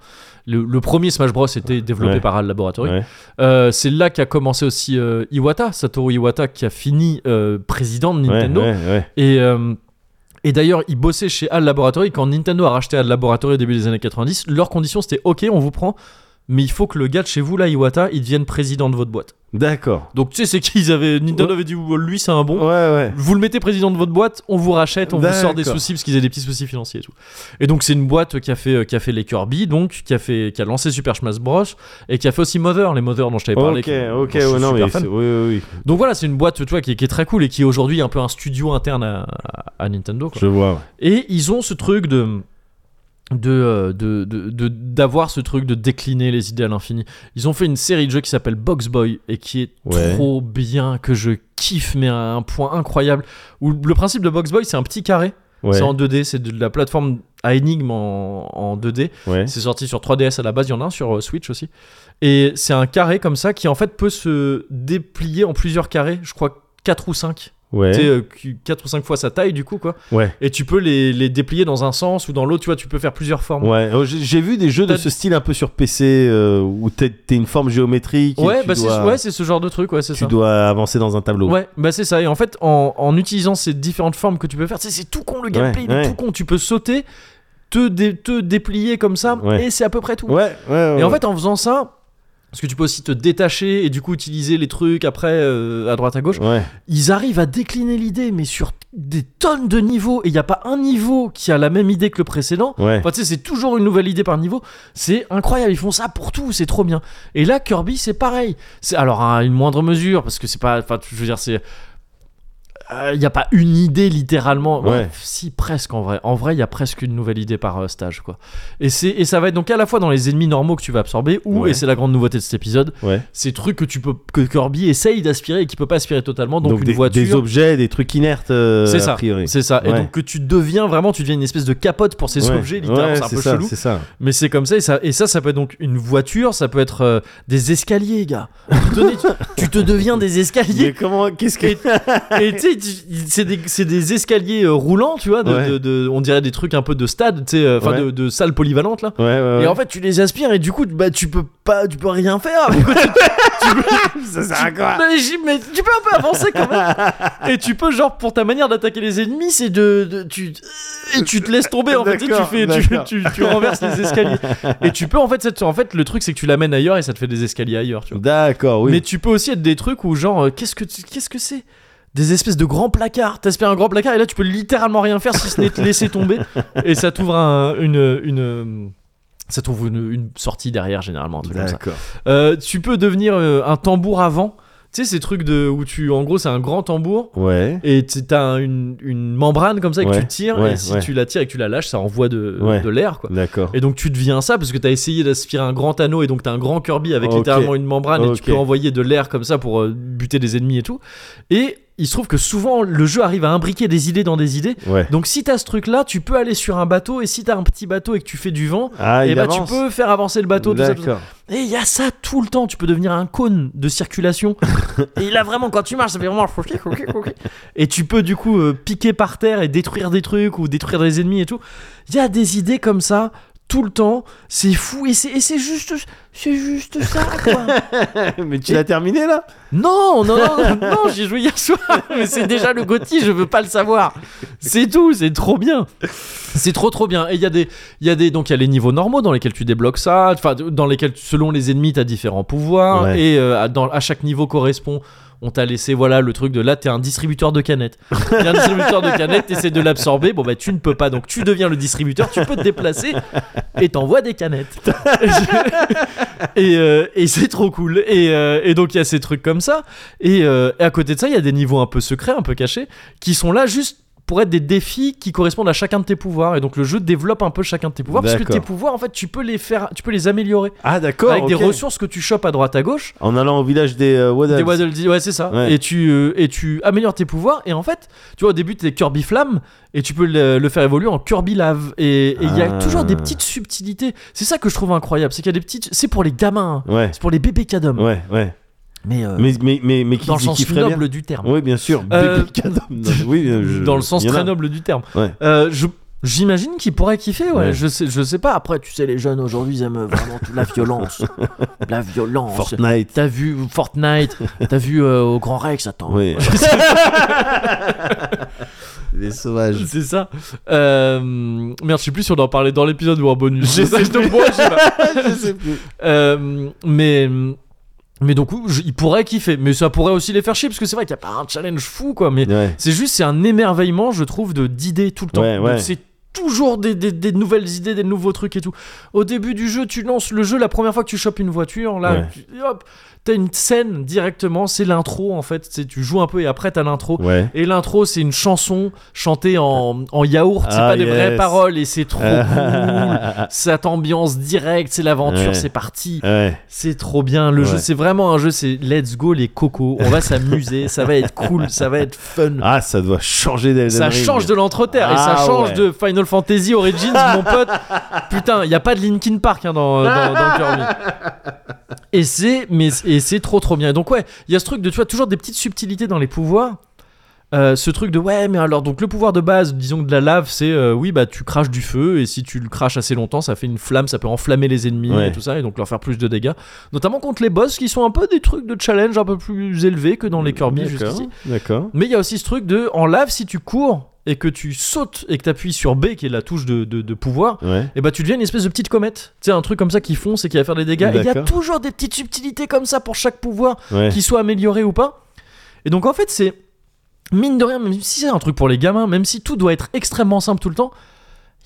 Le, le premier Smash Bros était développé
Ouais.
par HAL Laboratory.
Ouais.
Euh, c'est là qu'a commencé aussi euh, Iwata, Satoru Iwata, qui a fini euh, président de
Ouais,
Nintendo.
Ouais, ouais.
Et, euh, et d'ailleurs, ils bossaient chez HAL Laboratory. Quand Nintendo a racheté HAL Laboratory au début des années 90, leur condition c'était Ok, on vous prend, mais il faut que le gars de chez vous, là, Iwata, il devienne président de votre boîte.
D'accord.
Donc tu sais, c'est qu'ils avaient. Nintendo avait dit Oh, Lui, c'est un bon.
Ouais, ouais.
Vous le mettez président de votre boîte, on vous rachète, on vous sort des
D'accord.
soucis parce qu'ils avaient des petits soucis financiers et tout. Et donc c'est une boîte qui a fait euh, qui a fait les Kirby, donc qui a fait qui a lancé Super Smash Bros et qui a fait aussi Mother, les Mother dont je t'avais parlé.
Ok,
qui- dont
ok,
je suis
ouais, non,
super
mais
fan.
c'est- oui, oui, oui.
Donc voilà, c'est une boîte, tu vois, qui, est- qui est très cool et qui est aujourd'hui un peu un studio interne à, à- à Nintendo. quoi.
Je vois. ouais.
Et ils ont ce truc de de euh, de- de- de- d'avoir ce truc de décliner les idées à l'infini. Ils ont fait une série de jeux qui s'appelle Box Boy et qui est
Ouais.
trop bien que je kiffe mais à un point incroyable où le principe de Box Boy c'est un petit carré,
Ouais.
c'est en 2D, c'est de la plateforme à énigme en, en 2D.
Ouais.
C'est sorti sur 3DS à la base, il y en a un sur euh, Switch aussi. Et c'est un carré comme ça qui en fait peut se déplier en plusieurs carrés, je crois 4 ou 5
Ouais.
4 euh, ou 5 fois sa taille du coup quoi
Ouais.
et tu peux les, les déplier dans un sens ou dans l'autre tu vois tu peux faire plusieurs formes
Ouais, oh, j'ai j'ai vu des jeux de
T'as-
ce style un peu sur PC euh, où t'es t'es une forme géométrique. et
Ouais,
tu
bah c'est
dois,
ouais, c'est ce genre de truc ouais c'est
tu
ça
dois avancer dans un tableau.
Ouais, bah c'est ça. Et en fait, en, en utilisant ces différentes formes que tu peux faire, tu sais, c'est tout con le gameplay, il est
ouais.
tout con. Tu peux sauter, te, dé- te déplier comme ça,
Ouais.
et c'est à peu près tout.
ouais, ouais,
Et en
ouais.
fait, en faisant ça, parce que tu peux aussi te détacher et du coup utiliser les trucs après euh, à droite à gauche,
ouais,
ils arrivent à décliner l'idée, mais sur des tonnes de niveaux. Et il n'y a pas un niveau qui a la même idée que le précédent.
ouais,
Enfin, tu sais, c'est toujours une nouvelle idée par niveau. C'est incroyable. Ils font ça pour tout. C'est trop bien. Et là, Kirby, c'est pareil. C'est alors à une moindre mesure parce que c'est pas. Enfin, je veux dire, c'est. euh, Il n'y a pas une idée littéralement.
Ouais.
Si, presque en vrai. En vrai, il y a presque une nouvelle idée par euh, stage. quoi. Et, c'est- et ça va être donc à la fois dans les ennemis normaux que tu vas absorber, ou,
Ouais.
et c'est la grande nouveauté de cet épisode,
ouais.
ces trucs que, tu peux, que Kirby essaye d'aspirer et qui peut pas aspirer totalement. Donc, une
des,
voiture.
des objets, des trucs inertes. euh,
C'est
A
ça,
priori.
c'est ça. Et
Ouais.
donc que tu deviens vraiment, tu deviens une espèce de capote pour ces
Ouais,
objets, littéralement,
ouais,
c'est un peu
ça,
chelou.
C'est ça.
Mais c'est comme ça et, ça, et ça, ça peut être donc une voiture, ça peut être euh, des escaliers, gars. Tenez, tu, tu te deviens des
Mais
escaliers.
comment, qu'est-ce que.
Et et tu sais, tu- c'est des, c'est des escaliers euh, roulants, tu vois, de,
Ouais.
de- de- on dirait des trucs un peu de stade, tu sais, euh, enfin
Ouais.
de, de salle polyvalente là.
Ouais, ouais, ouais.
Et en fait, tu les aspires et du coup, bah, tu peux pas, tu peux rien faire. tu, peux-
ça sert à quoi
non, mais, j'y- mais tu peux un peu avancer quand même. Et tu peux, genre, pour ta manière d'attaquer les ennemis, c'est de, de- tu, et tu te laisses tomber. En fait, tu, sais, tu
D'accord,
fais, tu,
d'accord.
tu- tu renverses les escaliers. Et tu peux, en fait, cette- en fait, le truc, c'est que tu l'amènes ailleurs et ça te fait des escaliers ailleurs. Tu vois.
D'accord, oui.
Mais tu peux aussi être des trucs où genre euh, qu'est-ce que tu- qu'est-ce que c'est des espèces de grands placards. T'aspires un grand placard et là tu peux littéralement rien faire si ce n'est te laisser tomber et ça t'ouvre un- une une euh, ça t'ouvre une, une sortie derrière généralement un truc comme ça.
D'accord.
Euh, tu peux devenir euh, un tambour avant. Tu sais ces trucs de où tu en gros c'est un grand tambour
Ouais.
et tu- t'as un- une, une membrane comme ça que
Ouais,
tu tires et
ouais,
si
ouais.
tu la tires et que tu la lâches ça envoie de,
Ouais.
de l'air quoi.
D'accord.
Et donc tu deviens ça parce que t'as essayé d'aspirer un grand anneau et donc t'as un grand Kirby avec
Ok.
littéralement une membrane et tu
Ok.
peux envoyer de l'air comme ça pour euh, buter des ennemis et tout. Et il se trouve que souvent le jeu arrive à imbriquer des idées dans des idées.
Ouais.
Donc si t'as ce truc-là, tu peux aller sur un bateau et si t'as un petit bateau et que tu fais du vent,
Ah,
et
il
bah
avance.
tu peux faire avancer le bateau. Tout ça, tout ça.
D'accord.
Et il y a ça tout le temps. Tu peux devenir un cône de circulation. et là vraiment, quand tu marches, ça fait vraiment. Et tu peux du coup euh, piquer par terre et détruire des trucs ou détruire des ennemis et tout. Il y a des idées comme ça tout le temps. C'est fou et c'est et c'est juste c'est juste ça quoi.
Mais tu l'as terminé là
Non, non, non, non, j'ai joué hier soir, mais c'est déjà le Gotti, je veux pas le savoir. C'est tout, c'est trop bien. C'est trop trop bien. Et il y a des, il y a des, donc il y a les niveaux normaux dans lesquels tu débloques ça, enfin dans lesquels selon les ennemis t'as différents pouvoirs
Ouais.
et euh, à- dans, à chaque niveau correspond. On t'a laissé voilà le truc de là t'es un distributeur de canettes. T'es un distributeur de canettes, t'essaies de l'absorber. Bon bah tu ne peux pas donc tu deviens le distributeur, tu peux te déplacer et t'envoies des canettes. et euh, et c'est trop cool. Et, euh, et donc il y a ces trucs comme ça. Et, euh, et à côté de ça, il y a des niveaux un peu secrets, un peu cachés, qui sont là juste pour être des défis qui correspondent à chacun de tes pouvoirs. Et donc le jeu développe un peu chacun de tes pouvoirs, parce que
D'accord.
tes pouvoirs, en fait, tu peux les faire, tu peux les améliorer
Ah d'accord.
avec des
ok.
ressources que tu chopes à droite à gauche.
En allant au village des euh, Waddles.
Des Waddle Dee, ouais, c'est ça.
Ouais.
Et, tu, euh, et tu améliores tes pouvoirs. Et en fait, tu vois, au début, t'es Kirby Flamme. Et tu peux le, le faire évoluer en Kirby Lave. Et et il y a
Ah.
toujours des petites subtilités. C'est ça que je trouve incroyable. C'est qu'il y a des petites. C'est pour les gamins. hein.
Ouais.
C'est pour les bébés cadom.
Ouais, ouais.
Mais, euh,
Mais mais mais mais qui
dans le
qui
sens
kifferait bien
noble du terme.
Oui, bien sûr.
Euh,
Bébé cadom. Non, oui, je-
dans le sens
il y en a.
très noble du terme.
Ouais.
Euh, je- J'imagine qu'ils pourraient kiffer, ouais.
Ouais.
Je, sais, je sais pas. Après, tu sais, les jeunes aujourd'hui, ils aiment vraiment toute la violence. la violence.
Fortnite.
T'as vu Fortnite, t'as vu euh, au Grand Rex, attends.
Oui. Les sauvages.
C'est ça. Euh, merde, je suis plus sûr d'en parler dans l'épisode ou en bonus.
Je sais
te vois, je sais pas.
Je sais plus.
Euh, mais mais donc je- ils pourraient kiffer, mais ça pourrait aussi les faire chier parce que c'est vrai qu'il n'y a pas un challenge fou quoi. Mais
Ouais.
c'est juste c'est un émerveillement je trouve de d'idées tout le temps.
Ouais,
Donc,
ouais.
c'est toujours des, des- des nouvelles idées, des nouveaux trucs et tout. Au début du jeu, tu lances le jeu la première fois que tu chopes une voiture, là,
Ouais.
tu- hop, t'as une scène directement, c'est l'intro en fait. C'est tu joues un peu et après t'as l'intro.
Ouais.
Et l'intro, c'est une chanson chantée en, en yaourt, c'est
Ah,
pas des vraies
yes.
paroles et c'est trop cool.
Ah,
Ça t'ambiance direct, c'est l'aventure,
Ouais.
c'est parti.
ouais.
C'est trop bien. Le jeu,
Ouais.
c'est vraiment un jeu, c'est let's go les cocos. On va s'amuser, ça va être cool, ça va être fun.
Ah, ça doit changer d'Elden
Ça
Ring.
change de l'entreterre et ça
Ah,
change
ouais.
de Final Fantasy Origins, mon pote. Putain, il y a pas de Linkin Park hein, dans, dans, dans Kirby. Et c'est mais et c'est trop trop bien. Et donc ouais, il y a ce truc de tu vois toujours des petites subtilités dans les pouvoirs. Euh, ce truc de ouais mais alors donc le pouvoir de base disons que de la lave c'est euh, oui bah tu craches du feu et si tu le craches assez longtemps ça fait une flamme ça peut enflammer les ennemis
Ouais.
et tout ça et donc leur faire plus de dégâts notamment contre les boss qui sont un peu des trucs de challenge un peu plus élevés que dans les Kirby
D'accord,
jusqu'ici
D'accord.
mais il y a aussi ce truc de en lave, si tu cours et que tu sautes et que tu appuies sur B, qui est la touche de, de- de pouvoir,
Ouais.
et bah tu deviens une espèce de petite comète. Tu sais, un truc comme ça qui fonce et qui va faire des dégâts. Et il y a
D'accord.
toujours des petites subtilités comme ça pour chaque pouvoir,
Ouais.
qui soit amélioré ou pas. Et donc en fait, c'est mine de rien, même si c'est un truc pour les gamins, même si tout doit être extrêmement simple tout le temps.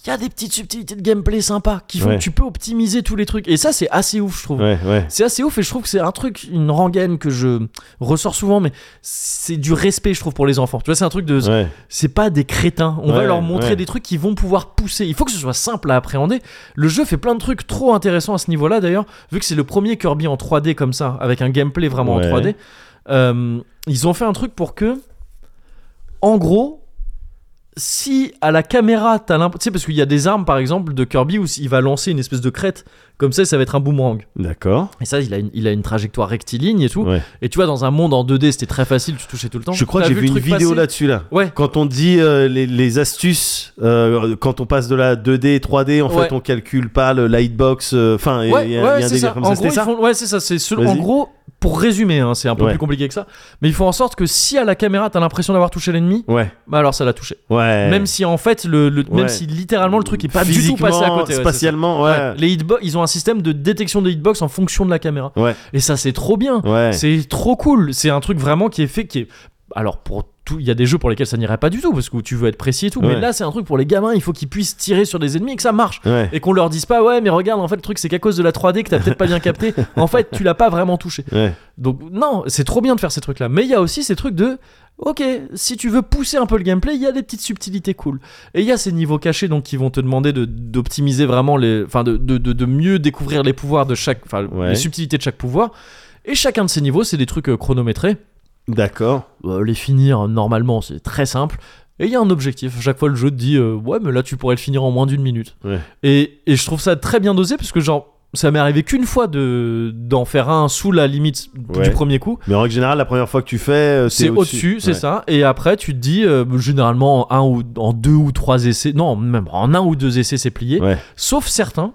Il y a des petites subtilités de gameplay sympas qui font
Ouais.
que tu peux optimiser tous les trucs. Et ça, c'est assez ouf, je trouve.
Ouais, ouais.
C'est assez ouf et je trouve que c'est un truc, une rengaine que je ressors souvent, mais c'est du respect, je trouve, pour les enfants. Tu vois, c'est un truc de.
Ouais.
C'est pas des crétins. On va
Ouais,
leur montrer
ouais.
des trucs qui vont pouvoir pousser. Il faut que ce soit simple à appréhender. Le jeu fait plein de trucs trop intéressants à ce niveau-là, d'ailleurs, vu que c'est le premier Kirby en 3D comme ça, avec un gameplay vraiment
Ouais.
en 3D. Euh, ils ont fait un truc pour que. En gros. Si à la caméra t'as l'impression, tu sais parce qu'il y a des armes par exemple de Kirby où il va lancer une espèce de crête comme ça, ça va être un boomerang.
D'accord.
Et ça, il a une, il a une trajectoire rectiligne et tout.
Ouais.
Et tu vois, dans un monde en 2D, c'était très facile, tu touchais tout le temps.
Je crois
T'as
que j'ai
le
vu une
truc
vidéo
passer
là-dessus là.
Ouais.
Quand on dit euh, les, les astuces, euh, quand on passe de la 2D et 3D, en
Ouais.
fait, on calcule pas le lightbox. euh, Enfin, il y a-
Ouais,
il y a,
ouais,
il y a un
c'est
délire
ça.
comme
En
ça.
gros,
C'était
ils
ça.
font- ouais, c'est ça. C'est ce-
Vas-y.
en gros, pour résumer, hein, c'est un peu
Ouais.
plus compliqué que ça, mais ils font en sorte que si à la caméra t'as l'impression d'avoir touché l'ennemi,
Ouais.
bah alors ça l'a touché.
Ouais.
Même si en fait, le, le- même
Ouais.
si littéralement le truc est pas du tout passé à
Physiquement,
côté. ouais, c'est ça.
Spatialement,
Ouais,
ouais.
Les hitbox, ils ont un système de détection des hitbox en fonction de la caméra.
Ouais.
Et ça, c'est trop bien.
Ouais.
C'est trop cool. C'est un truc vraiment qui est fait qui est. Alors pour tout, il y a des jeux pour lesquels ça n'irait pas du tout parce que tu veux être précis et tout. Mais
Ouais.
là, c'est un truc pour les gamins. Il faut qu'ils puissent tirer sur des ennemis et que ça marche.
Ouais.
Et qu'on leur dise pas ouais mais regarde en fait le truc c'est qu'à cause de la 3D que t'as peut-être pas bien capté en fait tu l'as pas vraiment touché
Ouais.
donc non c'est trop bien de faire ces trucs là mais il y a aussi ces trucs de ok si tu veux pousser un peu le gameplay il y a des petites subtilités cool et il y a ces niveaux cachés donc qui vont te demander de- d'optimiser vraiment les enfin de, de, de, de mieux découvrir les pouvoirs de chaque enfin
Ouais.
les subtilités de chaque pouvoir et chacun de ces niveaux c'est des trucs euh, chronométrés
D'accord.
Euh, les finir normalement, c'est très simple. Et il y a un objectif. Chaque fois, le jeu te dit euh, Ouais, mais là, tu pourrais le finir en moins d'une minute.
Ouais.
Et, et je trouve ça très bien dosé parce que, genre, ça m'est arrivé qu'une fois de d'en faire un sous la limite
Ouais.
du premier coup.
Mais en règle générale, la première fois que tu fais, euh,
C'est au-dessus, c'est
Ouais.
ça. Et après, tu te dis euh, généralement en, un ou, en deux ou trois essais, non, même en un ou deux essais, c'est plié.
Ouais.
Sauf certains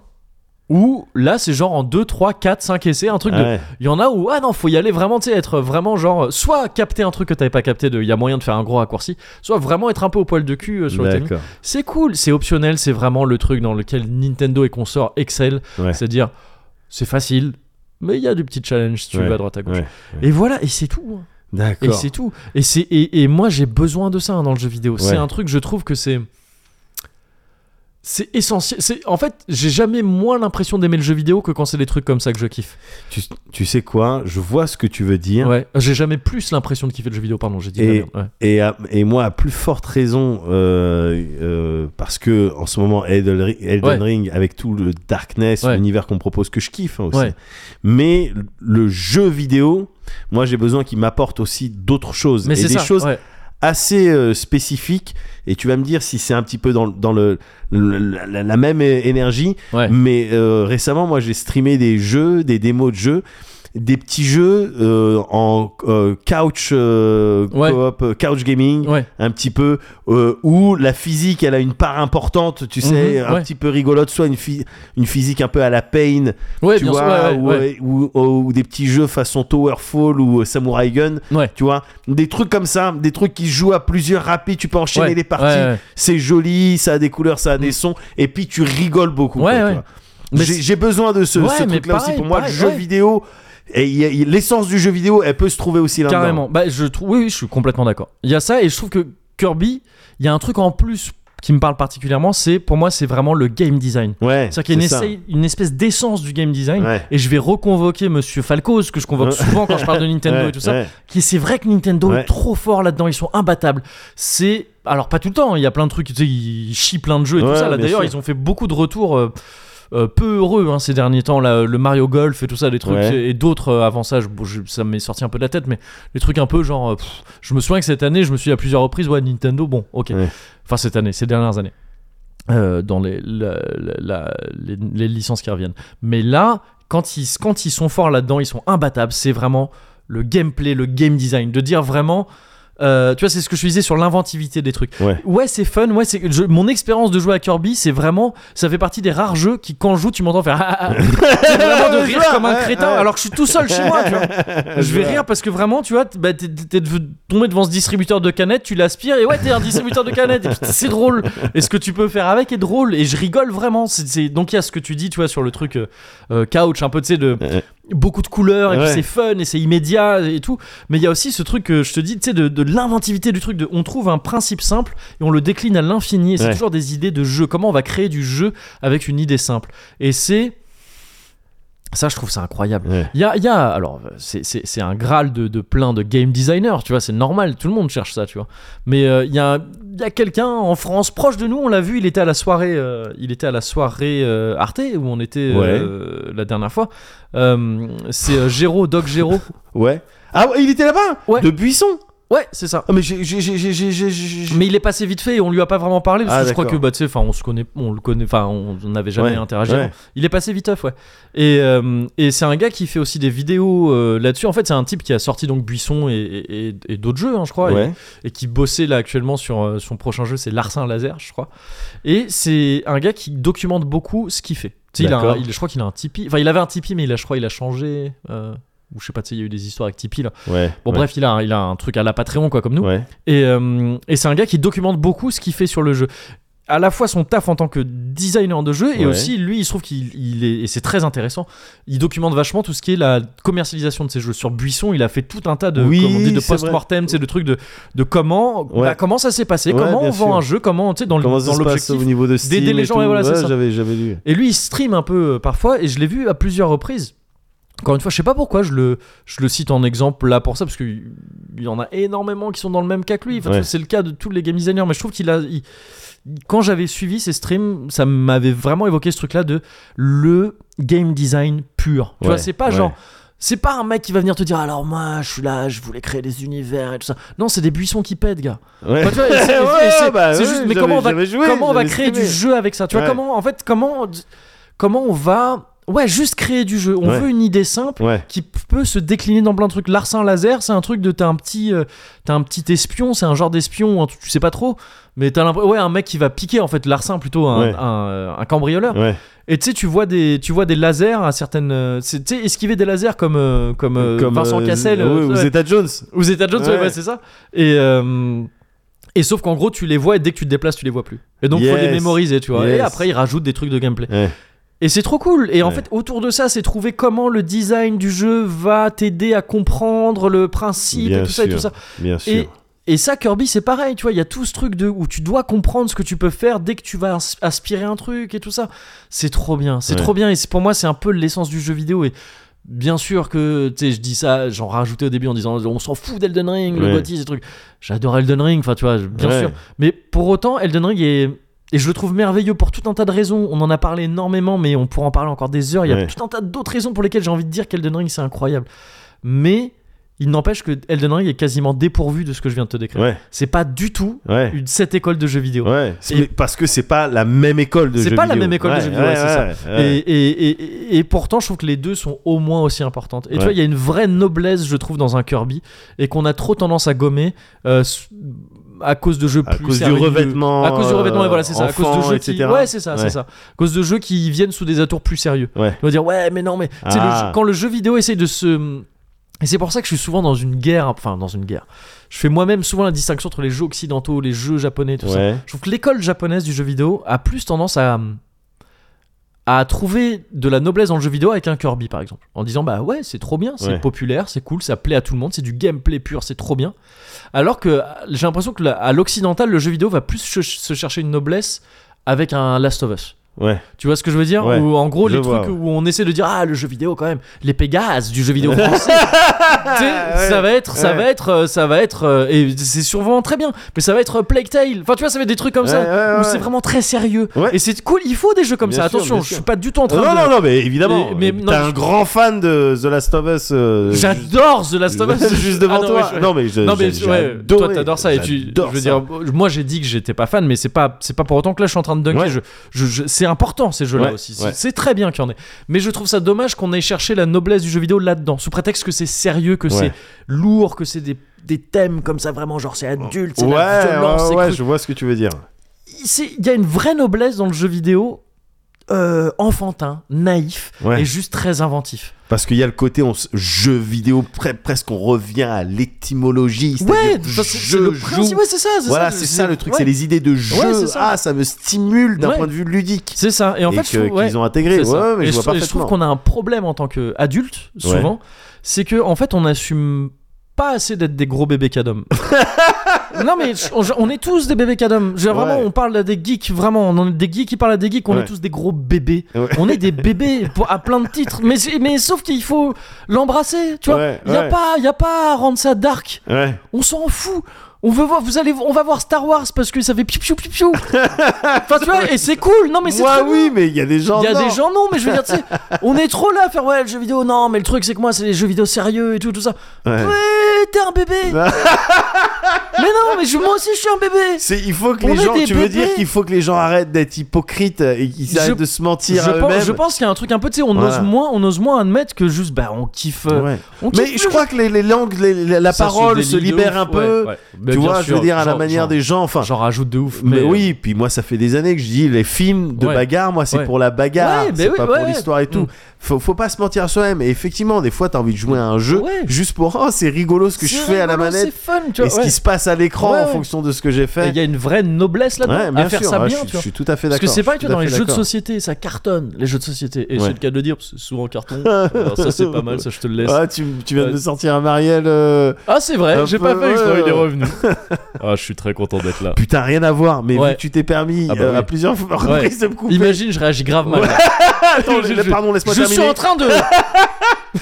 où là, c'est genre en deux, trois, quatre, cinq essais, un truc de.
Ouais.
Il y en a où, ah non, faut y aller vraiment, tu sais, être vraiment genre, euh, soit capter un truc que t'avais pas capté, de, il y a moyen de faire un gros raccourci, soit vraiment être un peu au poil de cul euh, sur le timing.
D'accord.
C'est cool, c'est optionnel, c'est vraiment le truc dans lequel Nintendo et consorts excellent,
Ouais.
c'est-à-dire, c'est facile, mais il y a du petit challenge si tu
Ouais.
vas à droite à gauche.
Ouais.
Et voilà, et c'est tout. hein. Et
D'accord.
c'est tout. Et, c'est, et, et moi, j'ai besoin de ça hein, dans le jeu vidéo.
Ouais.
C'est un truc, je trouve que c'est. C'est essentiel. C'est, en fait, j'ai jamais moins l'impression d'aimer le jeu vidéo que quand c'est des trucs comme ça que je kiffe.
Tu, tu sais quoi Je vois ce que tu veux dire.
Ouais, j'ai jamais plus l'impression de kiffer le jeu vidéo, pardon, j'ai dit de la
Et-
merde, ouais.
Et, à- et moi, à plus forte raison, euh, euh, parce que en ce moment, Elden, Ri- Elden
Ouais.
Ring, avec tout le darkness,
Ouais.
l'univers qu'on propose, que je kiffe hein, aussi.
Ouais.
Mais le jeu vidéo, moi, j'ai besoin qu'il m'apporte aussi d'autres choses.
Mais
et
c'est
des
ça,
choses
ouais.
assez euh, spécifiques. Et tu vas me dire si c'est un petit peu dans, dans le, le- la, la- la même é- énergie.
Ouais.
Mais euh, récemment, moi, j'ai streamé des jeux, des démos de jeux, des petits jeux euh, en euh, couch euh,
Ouais.
coop, euh, couch gaming,
Ouais.
un petit peu euh, où la physique, elle a une part importante. Tu sais,
Mhm,
un
ouais.
petit peu rigolote, soit une, phy- une physique un peu à la pain,
Ouais,
tu
bien sûr,
vois,
ouais,
ou, euh,
ouais,
ou- ou- ou des petits jeux façon Towerfall ou euh, Samurai Gun.
Ouais.
Tu vois, des trucs comme ça, des trucs qui se jouent à plusieurs rapides. Tu peux enchaîner
ouais,
les parties
ouais, ouais.
c'est joli, ça a des couleurs, ça a des
Mm.
sons, et puis tu rigoles beaucoup.
Ouais,
quoi,
ouais.
tu vois.
Mais
J'ai
c'est-
j'ai besoin de ce,
Ouais,
ce
mais
truc-là aussi.
pareil,
Pour moi, le
pareil,
jeu
ouais.
vidéo, et il y a- il- l'essence du jeu vidéo, elle peut se trouver aussi là-dedans.
Carrément. Bah, je trouve, oui, oui, je suis complètement d'accord. Il y a ça, et je trouve que Kirby, il y a un truc en plus qui me parle particulièrement, c'est pour moi, c'est vraiment le game design.
Ouais,
C'est-à-dire qu'il y a une,
ça.
essaye- une espèce d'essence du game design.
Ouais.
Et je vais reconvoquer Monsieur Falco, ce que je convoque souvent quand je parle de Nintendo
Ouais,
et tout ça.
ouais.
Qui c'est vrai que Nintendo
Ouais.
est trop fort là-dedans, ils sont imbattables. C'est alors pas tout le temps, il y a plein de trucs, tu sais, ils chient plein de jeux et
Ouais,
tout ça. Là
bien
d'ailleurs,
sûr.
ils ont fait beaucoup de retours. euh, euh, peu heureux hein, ces derniers temps là, le Mario Golf et tout ça des trucs
Ouais.
et d'autres euh, avant ça je- bon, je- ça m'est sorti un peu de la tête mais les trucs un peu genre euh, pff, je me souviens que cette année je me suis dit à plusieurs reprises ouais Nintendo bon ok
Ouais.
enfin cette année ces dernières années euh, dans les, la- la- la- les, les licences qui reviennent. Mais là, quand ils, quand ils sont forts là-dedans, ils sont imbattables. C'est vraiment le gameplay, le game design. De dire vraiment. euh, tu vois, c'est ce que je disais sur l'inventivité des trucs.
Ouais.
c'est fun. Ouais, c'est je- mon expérience de jouer à Kirby, c'est vraiment, ça fait partie des rares jeux qui, quand je joue, tu m'entends faire. Ah, ah, ah. c'est vraiment de rire comme un
Ouais,
crétin,
ouais.
alors que je suis tout seul chez moi. Tu vois. Je vais
vois.
rire parce que vraiment, tu vois, t- bah, t'es, t'es dev- tombé devant ce distributeur de canettes, tu l'aspires et ouais, t'es un distributeur de canettes. Et putain, c'est drôle. Et ce que tu peux faire avec est drôle. Et je rigole vraiment. C'est, c'est- Donc il y a ce que tu dis, tu vois, sur le truc euh, euh, couch, un peu, tu sais, de
Ouais.
beaucoup de couleurs et
Ouais.
puis c'est fun et c'est immédiat et tout. Mais il y a aussi ce truc que je te dis, tu sais, de, de l'inventivité du truc. De, on trouve un principe simple et on le décline à l'infini. Et c'est
Ouais.
toujours des idées de jeu. Comment on va créer du jeu avec une idée simple. Et c'est. Ça, je trouve ça incroyable.
Ouais.
Il y a, il y a- alors, euh, c'est- c'est c'est un graal de, de plein de game designers, tu vois, c'est normal, tout le monde cherche ça, tu vois. Mais euh, il y a, il y a quelqu'un en France proche de nous, on l'a vu, il était à la soirée, euh, il était à la soirée euh, Arte où on était euh, la dernière fois. Euh, c'est euh, Géraud, Doc Géraud.
Ouais. Ah, ouais, il était là-bas
Ouais.
De Buisson
Ouais, c'est ça.
Ah, mais j'ai. j'ai- j'ai- j'ai- j'ai- j'ai- j'ai-
Mais il est passé vite fait et on lui a pas vraiment parlé parce
Ah,
que je crois que
d'accord.
bah tu sais enfin on se connaît on le connaît enfin on on n'avait jamais
Ouais,
interagi.
ouais.
avant. Il est passé vite off ouais. Et, euh, et c'est un gars qui fait aussi des vidéos euh, là-dessus. En fait c'est un type qui a sorti donc Buisson et, et- et- et d'autres jeux hein, je crois et-
Ouais.
et, qui bossait là actuellement sur euh, son prochain jeu c'est Larsin Laser je crois. Et c'est un gars qui documente beaucoup ce qu'il fait. Tu sais, il a un-
D'accord.
il- je crois qu'il a un Tipeee. Enfin il avait un Tipeee mais il a je crois il a changé. euh, ou je sais pas tu sais il y a eu des histoires avec Tipeee là.
Ouais.
Bon
ouais.
bref il a un- il a un truc à la Patreon quoi comme nous.
Ouais.
Et, euh, et c'est un gars qui documente beaucoup ce qu'il fait sur le jeu. À la fois son taf en tant que designer de jeu, et
Ouais.
aussi lui, il se trouve qu'il il est, et c'est très intéressant, il documente vachement tout ce qui est la commercialisation de ses jeux. Sur Buisson, il a fait tout un tas de,
Oui,
comme on dit, de
c'est vrai.
post-mortem, c'est de trucs de, de comment,
Ouais.
bah, comment ça s'est passé,
Ouais,
comment
bien
on vend
sûr.
un jeu, comment, tu sais, dans, le-
Comment ça
dans
se passe
l'objectif.
au niveau de Steam
d'aider les
et
gens,
tout
ouais, voilà, c'est
Ouais,
ça.
J'avais j'avais lu.
Et lui, il stream un peu euh, parfois, et je l'ai vu à plusieurs reprises. Encore une fois, je sais pas pourquoi je le, je le cite en exemple là pour ça, parce qu'il y en a énormément qui sont dans le même cas que lui. Enfin,
Ouais.
C'est le cas de tous les game designers, mais je trouve qu'il a. il- quand j'avais suivi ses streams, ça m'avait vraiment évoqué ce truc-là de le game design pur. Tu vois,
Ouais,
c'est pas
ouais.
genre. C'est pas un mec qui va venir te dire alors moi je suis là, je voulais créer des univers et tout ça. Non, c'est des buissons qui pètent, gars.
Ouais.
Enfin, Bah, tu vois, et c'est- et
Ouais,
c'est- c'est-
bah
c'est
oui,
juste, mais
j'avais-
comment on va,
j'avais joué,
comment on va
j'avais
créer du
streamé.
jeu avec ça Tu vois,
Ouais.
comment, en fait, comment, comment on va. Ouais, juste créer du jeu. On
Ouais.
veut une idée simple
Ouais.
qui p- peut se décliner dans plein de trucs. Larcin laser, c'est un truc de t'as un petit, euh, t'as un petit espion, c'est un genre d'espion, hein, tu, tu sais pas trop, mais t'as l'impression, ouais, un mec qui va piquer en fait. Larcin plutôt un,
Ouais.
un, euh, un cambrioleur.
Ouais.
Et tu sais, tu vois des, tu vois des lasers à certaines, euh, c'est- tu sais, esquiver des lasers comme, euh, comme, euh,
Comme
Vincent
euh,
Cassel.
ouais,
euh,
ou
ouais.
Zeta Jones.
Ou Zeta Jones, ouais,
Ouais.
ouais, c'est ça. Et, euh, et sauf qu'en gros, tu les vois et dès que tu te déplaces, tu les vois plus. Et donc, faut les
Yes.
mémoriser, tu vois. Et
Yes.
après, ils rajoutent des trucs de gameplay.
Ouais.
Et c'est trop cool. Et en
Ouais.
fait, autour de ça, c'est trouver comment le design du jeu va t'aider à comprendre le principe et
Bien
tout ça et tout
sûr.
ça.
Bien
Et,
sûr.
et ça, Kirby, c'est pareil, tu vois, il y a tout ce truc de où tu dois comprendre ce que tu peux faire dès que tu vas ins- aspirer un truc et tout ça. C'est trop bien, c'est
Ouais.
trop bien. Et c'est- pour moi, c'est un peu l'essence du jeu vidéo. Et bien sûr que, tu sais, je dis ça, j'en rajoutais au début en disant on s'en fout d'Elden Ring, le
Ouais.
Gotti, ces trucs. J'adore Elden Ring, enfin, tu vois, je- bien
Ouais.
sûr. Mais pour autant, Elden Ring est. Et je le trouve merveilleux pour tout un tas de raisons. On en a parlé énormément, mais on pourra en parler encore des heures. Il y a
Ouais.
tout un tas d'autres raisons pour lesquelles j'ai envie de dire qu'Elden Ring, c'est incroyable. Mais il n'empêche que Elden Ring est quasiment dépourvu de ce que je viens de te décrire.
Ouais.
C'est pas du tout
Ouais.
une, cette école de jeux vidéo.
Ouais. C'est-
Et-
mais Parce que c'est pas la même école de jeux
C'est
vidéo.
pas la même école de
Ouais,
jeux vidéo, ouais, c'est
ça.
Et, et- et- et pourtant, je trouve que les deux sont au moins aussi importantes. Et tu
Ouais.
vois, il y a une vraie noblesse, je trouve, dans un Kirby, et qu'on a trop tendance à gommer euh, s- à cause de jeux
À
plus
cause du
sérieux.
revêtement,
À cause du revêtement,
euh,
et voilà, c'est ça. À cause
enfant,
de jeux qui...
etc..
Ouais, c'est ça, c'est
Ouais.
ça. À cause de jeux qui viennent sous des atours plus sérieux.
Ouais.
On va dire, ouais, mais non, mais. tu sais, le
Ah.
jeu- quand le jeu vidéo essaye de se. Et c'est pour ça que je suis souvent dans une guerre, enfin, dans une guerre. Je fais moi-même souvent la distinction entre les jeux occidentaux, les jeux japonais, tout ça.
Ouais.
Je trouve que l'école japonaise du jeu vidéo a plus tendance à à trouver de la noblesse dans le jeu vidéo avec un Kirby par exemple en disant bah ouais c'est trop bien c'est
Ouais.
populaire c'est cool ça plaît à tout le monde c'est du gameplay pur c'est trop bien alors que euh, j'ai l'impression que la- à l'occidental le jeu vidéo va plus ch- se chercher une noblesse avec un Last of Us
Ouais.
tu vois ce que je veux dire
Ouais,
Ou en gros
je
les
vois,
trucs
ouais.
où on essaie de dire ah le jeu vidéo quand même les Pégases du jeu vidéo français. Tu sais, ça va être ça
ouais.
va être euh, ça va être euh, et c'est souvent très bien mais ça va être euh, Plague Tale. Enfin tu vois ça va être des trucs comme ça
Ouais, ouais,
où
ouais.
c'est vraiment très sérieux.
Ouais.
Et c'est cool, il faut des jeux comme
Bien
ça.
sûr,
Attention,
bien
je
sûr.
suis pas du tout en train
Non,
de
non, non, mais évidemment.
Et- mais non,
T'es
je-
un grand fan de The Last of Us. euh, juste-
J'adore The Last of Us
Juste devant
Ah non,
toi.
ouais, je-
Non, mais je.
non mais
j'ai-
ouais,
j'ai
toi
adoré.
t'adores ça et tu je
J'adore
veux
ça.
dire moi j'ai dit que j'étais pas fan mais c'est pas c'est pas pour autant que là je suis en train de dunker
Ouais.
je, je- je- c'est important ces jeux là
Ouais,
aussi
ouais.
C'est- c'est très bien qu'il y en ait mais je trouve ça dommage qu'on ait cherché la noblesse du jeu vidéo là-dedans sous prétexte que c'est sérieux que c'est
Ouais.
lourd que c'est des des thèmes comme ça vraiment genre c'est adulte c'est
Ouais,
la violence
ouais,
c'est
ouais,
cru.
je vois ce que tu veux dire.
C'est- il y a une vraie noblesse dans le jeu vidéo euh, enfantin naïf
Ouais.
et juste très inventif
Parce qu'il y a le côté on, s- jeu vidéo, pre- presque on revient à l'étymologie. c'est-à-dire
ouais
je
ça, c'est c'est le principe
joue.
ouais c'est ça c'est
Voilà,
ça,
c'est ça le truc,
ouais.
c'est les idées de jeu.
c'est ça.
Ah, ça me stimule d'un
Ouais.
point de vue ludique.
c'est ça et en
et
fait
que-
je trouve, ouais.
qu'ils ont intégré.
C'est
Ouais,
ça.
ouais, mais
et,
je
je,
vois
et je trouve
parfaitement.
qu'on a un problème en tant qu'adulte, souvent, c'est que en fait on assume pas assez d'être des gros bébés cadom. non mais je- on, on est tous des bébés cadom. Je veux dire,
Ouais.
Vraiment, on parle à des geeks, vraiment, on en est des geeks qui parlent à des geeks, on
Ouais.
est tous des gros bébés.
Ouais.
On est des bébés pour- à plein de titres, mais, c'est- mais sauf qu'il faut l'embrasser, tu vois.
Ouais,
Il y a
ouais.
pas, il y a pas à rendre ça dark.
Ouais.
On s'en fout. On veut voir, vous allez, on va voir Star Wars parce que ça fait piou piou piou piou. enfin tu vois, et c'est cool. Non mais c'est
Moi,
très bien.
oui, mais il y a des gens.
Il y a
non.
des gens non, mais je veux dire, tu sais, on est trop là à faire ouais le jeu vidéo. Non, mais le truc c'est que moi c'est les jeux vidéo sérieux et tout tout ça.
Ouais.
Ouais, t'es un bébé. mais non, mais je, moi aussi je suis un bébé.
C'est, il faut que
On
les
est
gens,
des
tu veux
bébés.
dire qu'il faut que les gens arrêtent d'être hypocrites et qu'ils
Je-
arrêtent de se
Je
mentir à eux-mêmes.
pense, je pense qu'il y a un truc un peu, tu sais, on
Voilà.
ose moins, on ose moins admettre que juste bah on kiffe. euh,
Ouais.
on kiffe
Mais
le
je crois que les, les langues, les- les- la
Ça
parole se
délie de
libère
ouf,
un peu.
ouais, ouais. Mais
Tu
bien
vois, je
sûr,
veux dire, à la
genre-
manière
genre-
des gens. Enfin,
J'en rajoute de ouf.
mais
euh,
oui, puis moi, ça fait des années que je dis les films de
Ouais.
bagarre, moi, c'est
Ouais.
pour la bagarre,
Ouais, mais
c'est
oui,
pas
ouais.
pour l'histoire et tout.
Mm.
Faut, faut pas se mentir à soi-même. Et effectivement, des fois, t'as envie de jouer à un jeu
Ouais.
juste pour oh, c'est rigolo ce que je
c'est
fais à la
rigolo, C'est
manette
fun, tu
et
vois.
ce
ouais.
qui se passe à l'écran
Ouais,
en
ouais.
fonction de ce que j'ai
Et
fait.
Il y a une vraie noblesse
Ouais,
là-dedans
bien
à faire
sûr.
ça
Ah,
bien,
je, suis-
tu vois.
je suis tout à fait
Parce
d'accord.
que c'est pareil,
je
tu
suis
vois, dans
tout à
les
fait
jeux de
d'accord.
société, ça cartonne, les jeux de société. Et
Ouais.
c'est le cas de le dire, parce que c'est souvent carton. Alors ça, c'est pas mal, ça, je te le laisse.
Ah, tu, tu viens
Euh,
de me sortir un Marielle. euh,
Ah, c'est vrai,
Un
j'ai
peu,
pas fait exprès,
ouais,
il est
ouais.
revenu. Ah, je suis très content d'être là.
Putain, rien à voir, mais
Ouais.
vu que tu t'es permis
Ah bah
euh,
oui.
à plusieurs fois reprises de me couper.
Imagine, je réagis grave mal. là.
Attends,
je-
là,
je-
pardon, laisse-moi
Je suis
terminer.
en train de.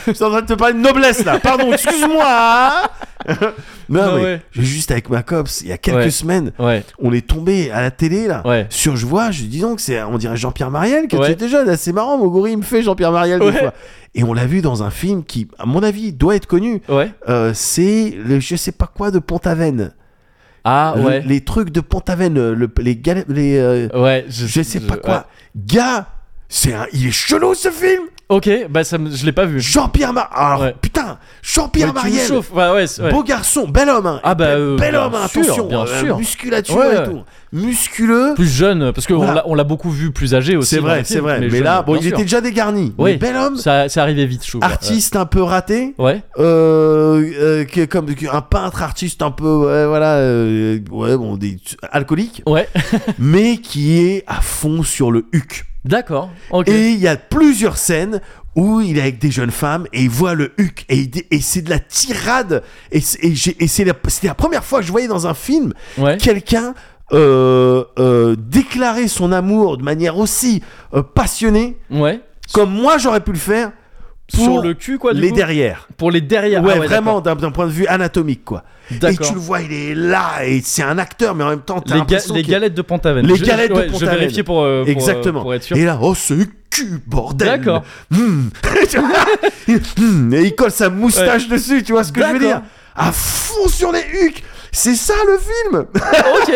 Je suis en train de te parler de noblesse là. Pardon, excuse-moi. Non,
Ah
mais
ouais.
j'ai juste avec ma copse, il y a quelques
Ouais.
semaines,
Ouais.
on est tombé à la télé là.
Ouais.
Sur je vois, je dis donc c'est on dirait Jean-Pierre Mariel quand
Ouais.
tu étais jeune, là, c'est marrant Mogori il me fait Jean-Pierre Mariel
Ouais.
des fois. Et on l'a vu dans un film qui à mon avis doit être connu,
Ouais.
Euh, c'est le je sais pas quoi de Pont-Aven.
Ah
Le-
ouais.
Les trucs de Pont-Aven, euh, le- les galets les euh,
Ouais. Je,
je sais pas
ouais.
quoi. Gars, c'est un il est chelou ce film.
Ok. Bah ça, me- je l'ai pas vu.
Jean-Pierre Mar alors,
Ouais.
putain,
Ouais,
Jean-Pierre
tu me
Mariel.
chauffes. Ouais, ouais, c'est- ouais.
Beau garçon, bel homme. hein.
Ah bah,
Bel-
euh,
bel
bien
homme,
sûr,
attention.
bien
euh,
sûr.
Musculature
Ouais.
et tout. Musculeux.
Plus jeune, parce qu'on
Voilà.
l'a- on l'a beaucoup vu plus âgé aussi.
C'est
dans
vrai,
les
c'est
films,
vrai. Mais,
jeune,
là, bon,
bien
il
sûr.
était déjà dégarni.
Oui.
Mais bel homme,
Ça, c'est arrivé vite, je trouve.
artiste un peu raté.
Ouais.
euh, euh, que- comme un peintre artiste un peu ouais, voilà euh, ouais bon des, alcoolique
Ouais.
mais qui est à fond sur le huc
D'accord. Ok.
et il y a plusieurs scènes où il est avec des jeunes femmes et il voit le huc et, il dit- et c'est de la tirade et c'est et j'ai- et c'est la, c'était la première fois que je voyais dans un film
Ouais.
quelqu'un euh, euh, déclarer son amour de manière aussi euh, passionnée
Ouais.
comme moi j'aurais pu le faire pour
Sur le cul, quoi. du
les
coup
derrière.
Pour les derrière.
Ouais,
Ah
vraiment d'un d'un point de vue anatomique quoi.
d'accord.
Et tu le vois, il est là et c'est un acteur mais en même temps t'as
Les, ga-
l'impression
les
qu'il-
galettes de Pentaven.
Les
Je-
galettes de
ouais, Je vais
Pentaven.
vérifier pour, euh, pour, euh,
Exactement.
pour être sûr.
Et là, oh ce cul bordel.
D'accord.
Hmm. Tu vois Hmm. Et il colle sa moustache dessus, tu vois ce que je veux
D'accord.
dire À fond sur les hucs. C'est ça le film.
Ok.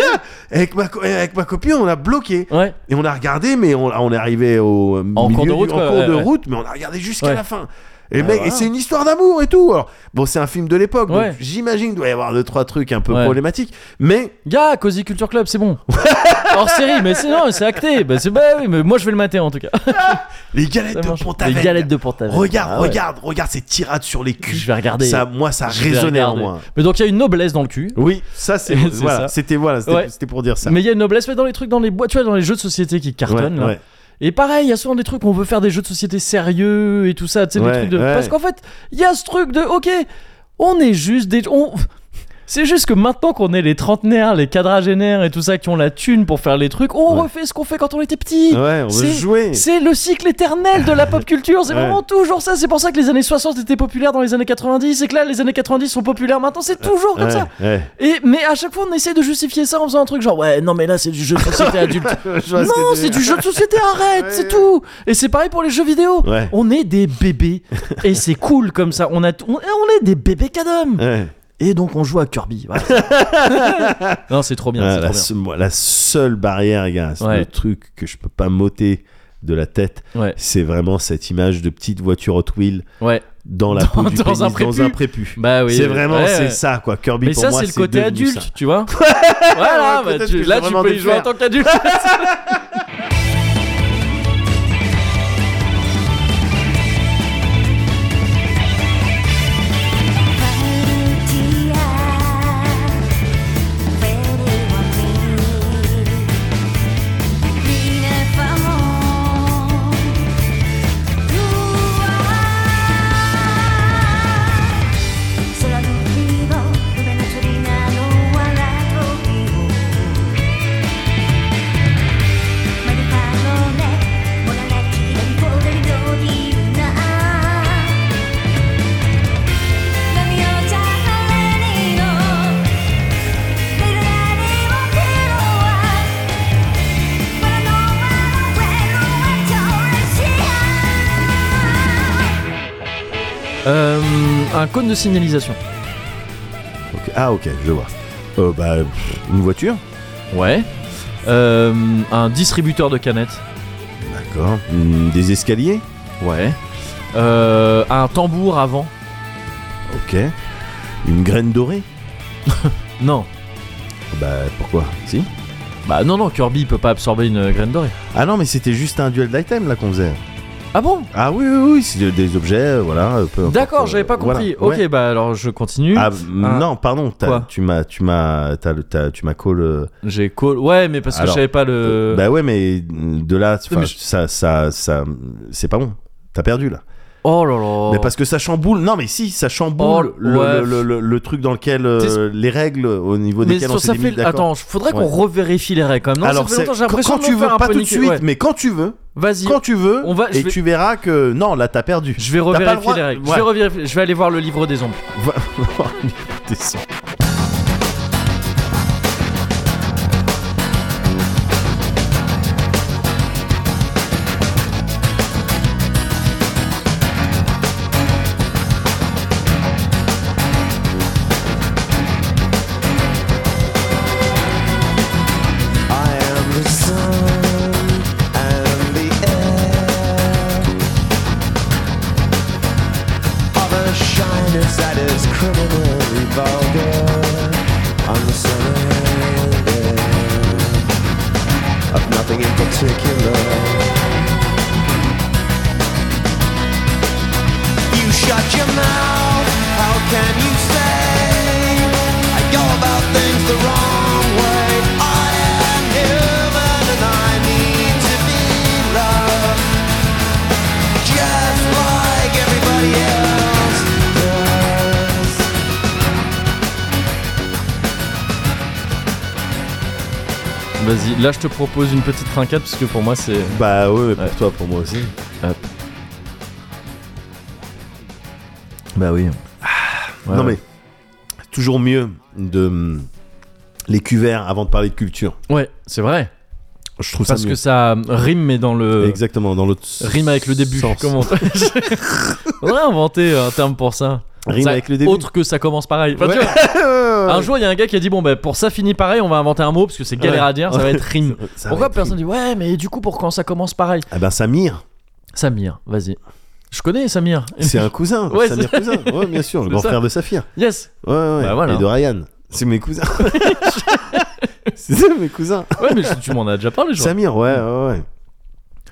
avec ma co- avec ma copine, on a bloqué.
Ouais.
Et on a regardé, mais on, on est arrivé au euh,
En
milieu
cours de
du-
route,
en
quoi,
cours
ouais,
de
ouais.
route, mais on a regardé jusqu'à
Ouais. Ah,
la fin. Et, mec,
voilà.
et c'est une histoire d'amour et tout. Alors, bon, c'est un film de l'époque, donc
Ouais.
j'imagine qu'il doit y avoir deux trois trucs un peu
Ouais.
problématiques. Mais
Gars, Cozy Culture Club, c'est bon. Hors série, mais c'est non, c'est acté. Bah, c'est bah oui, mais moi je vais le mater en tout cas.
les
Ça
galettes de
marche.
Pont-Aven,
Les galettes de Pentaven.
regarde,
Ah ouais.
regarde, regarde ces tirades sur les culs.
Je vais regarder.
Ça, moi, ça
Je vais
résonnait en
regarder.
moi.
Mais donc il y a une noblesse dans le cul.
Oui, ça c'est
C'est ça.
voilà, c'était voilà, c'était
Ouais.
c'était pour dire ça.
Mais il y a une noblesse mais dans les trucs, dans les boîtes, tu vois, dans les jeux de société qui
Ouais,
cartonnent. là.
ouais.
Et pareil, il y a souvent des trucs où on veut faire des jeux de société sérieux et tout ça, tu sais, des
Ouais,
trucs de.
ouais.
Parce qu'en fait, il y a ce truc de, ok, on est juste des. On... C'est juste que maintenant qu'on est les trentenaires, les quadragénaires et tout ça qui ont la thune pour faire les trucs, on
Ouais.
refait ce qu'on fait quand on était petit.
Ouais, on veut
C'est-
jouer.
C'est le cycle éternel de la pop culture, c'est
Ouais.
vraiment toujours ça. C'est pour ça que les années 60 étaient populaires dans les années 90 et que là les années 90 sont populaires maintenant, c'est toujours comme
Ouais,
ça.
ouais.
Et mais à chaque fois on essaie de justifier ça en faisant un truc genre ouais, non mais là c'est du jeu de société adulte.
Je vois ce que
Non,
tu veux
c'est
dire.
du jeu de société, arrête,
Ouais,
c'est
ouais.
tout. Et c'est pareil pour les jeux vidéo.
Ouais.
On est des bébés et c'est cool comme ça. On a t- on, on est des bébés cadom.
Ouais.
Et donc on joue à Kirby. voilà. non, c'est trop bien,
Ah,
c'est
la,
trop
se- moi, la seule barrière, gars, c'est
Ouais.
le truc que je peux pas m'ôter de la tête,
bien. Ouais.
c'est vraiment cette image de petite voiture Hot Wheel
Ouais.
dans la
Dans-
peau du
dans
pénis,
un prépu.
dans un prépu.
Bah oui.
c'est
oui.
vraiment
Ouais,
c'est
ouais.
ça quoi. Kirby
Mais
pour
ça,
moi,
c'est le côté
devenu
adulte,
ça.
tu vois. voilà,
Ouais, peut-être
bah, tu-
que je
là,
vais
tu
demander
peux y
de
jouer en
faire.
tant qu'adulte. Euh, un cône de signalisation.
Ok. Ah ok, je vois. Euh, bah, pff, une voiture,
Ouais. Euh, un distributeur de canettes.
d'accord. Hmm, des escaliers,
Ouais. Euh, un tambour avant.
ok. Une graine dorée.
Non.
Bah pourquoi Si.
Bah non, non, Kirby il peut pas absorber une euh, graine dorée.
Ah non, mais c'était juste un duel d'items là qu'on faisait.
Ah bon
Ah oui, oui, oui, c'est de- des objets, euh, voilà. euh, peu importe,
D'accord,
euh,
j'avais pas
voilà.
compris.
Ouais.
Ok, bah alors je continue.
Ah, m-
Ah.
non, pardon, t'as-
Quoi
tu m'as, tu m'as, t'as le- t'as- tu m'as call. euh,
J'ai call. Ouais, mais parce que
Alors, euh,
j'avais pas le.
Bah ouais, mais de là, enfin,
Euh. mais je-
ça, ça, ça, c'est pas bon. T'as perdu là.
Oh là là.
Mais parce que ça chamboule. Non, mais si, ça chamboule
Oh,
le,
ouais.
le- le- le truc dans lequel euh,
Tu sais-
les règles au niveau
Mais
desquelles
ça,
on
ça
s'est mis
fait.
d'accord.
Attends, faudrait qu'on revérifie les règles quand même. Non, ça fait
c'est-
longtemps, j'ai l'impression
quand
de
tu
me
veux,
faire un
pas
peu
tout de
niquer.
suite,
Ouais.
mais quand tu veux,
Vas-y.
quand tu veux,
On va- je
et
vais-
tu verras que non, là t'as perdu.
Je vais
pas le
revérifier
droit-
les règles.
Ouais.
Je, vais revérifier- je vais aller voir le livre des ombres.
Va- T'es sans-
I am the sun and the air Of a shyness that is criminally vulgar I'm the sun and air Of nothing in particular You shut your mouth, how can you say I go about things the wrong way. I am human and I need to be loved. Just like everybody else does.
Vas-y, là je te propose une petite trincade parce que pour moi c'est.
Bah ouais, pour
Ouais.
toi, pour moi aussi.
Hop. Bah oui. Ouais.
Non mais c'est toujours mieux de hum, les cuverts avant de parler de culture.
Ouais, c'est vrai.
Je trouve
Parce
ça
que
mieux.
ça rime, mais dans le.
Exactement dans l'autre
Rime avec le début.
sens.
Comment on Faudrait inventer euh, un terme pour ça.
Rime
Ça-
avec le début.
Autre que ça commence pareil. Enfin, tu vois, un jour, il y a un gars qui a dit Bon, bah pour ça finit pareil, on va inventer un mot parce que c'est galère
Ouais.
à dire, ça va être rime.
Ça va
Pourquoi
être
personne
rime.
dit Ouais, mais du coup, pour quand ça commence pareil
Ah ben Samir,
Samir, vas-y. Je connais Samir.
c'est un cousin.
Ouais,
Samir
c'est-
cousin. Ouais, bien sûr, le
C'est
grand
ça.
frère de Saphir.
Yes
Ouais, ouais.
Bah voilà.
Et de Ryan. C'est mes cousins. c'est mes cousins.
Ouais, mais je- tu m'en as déjà parlé, je crois.
Samir, ouais, ouais,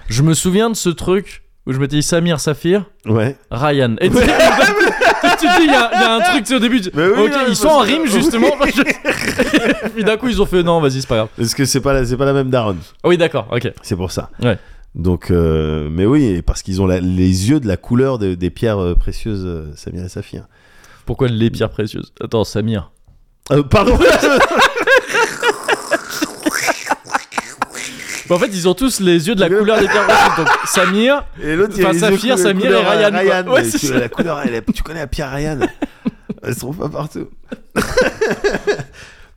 Je me souviens de ce truc où je m'étais dit Samir, Saphir,
ouais. Ouais.
Ryan. Et tu tu- tu te dis, il y, a il y a un truc tu sais, au début. tu-
Mais oui,
ok,
non, mais
ils sont en
parce que-
rime justement. Je- Puis d'un coup, ils ont fait non, vas-y, c'est pas grave.
Parce que c'est pas la, c'est pas la même daronne.
Ah oui, d'accord, ok.
C'est pour ça.
Ouais.
Donc, euh, mais oui, et parce qu'ils ont la- les yeux de la couleur de- des pierres euh, précieuses, euh, Samir et Saphir.
Pourquoi les pierres précieuses Attends, Samir.
Euh, pardon.
Bon, Bah, en fait, ils ont tous les yeux de la couleur des pierres précieuses. Donc, Samir,
et l'autre, il
Enfin,
a les yeux
Saphir,
couleur-
Samir et
couleur, euh,
Ryan, quoi. Ouais,
mais
c'est
tu-
ça.
la couleur, elle est- tu connais la pierre Ryan. Elle se trouve pas partout.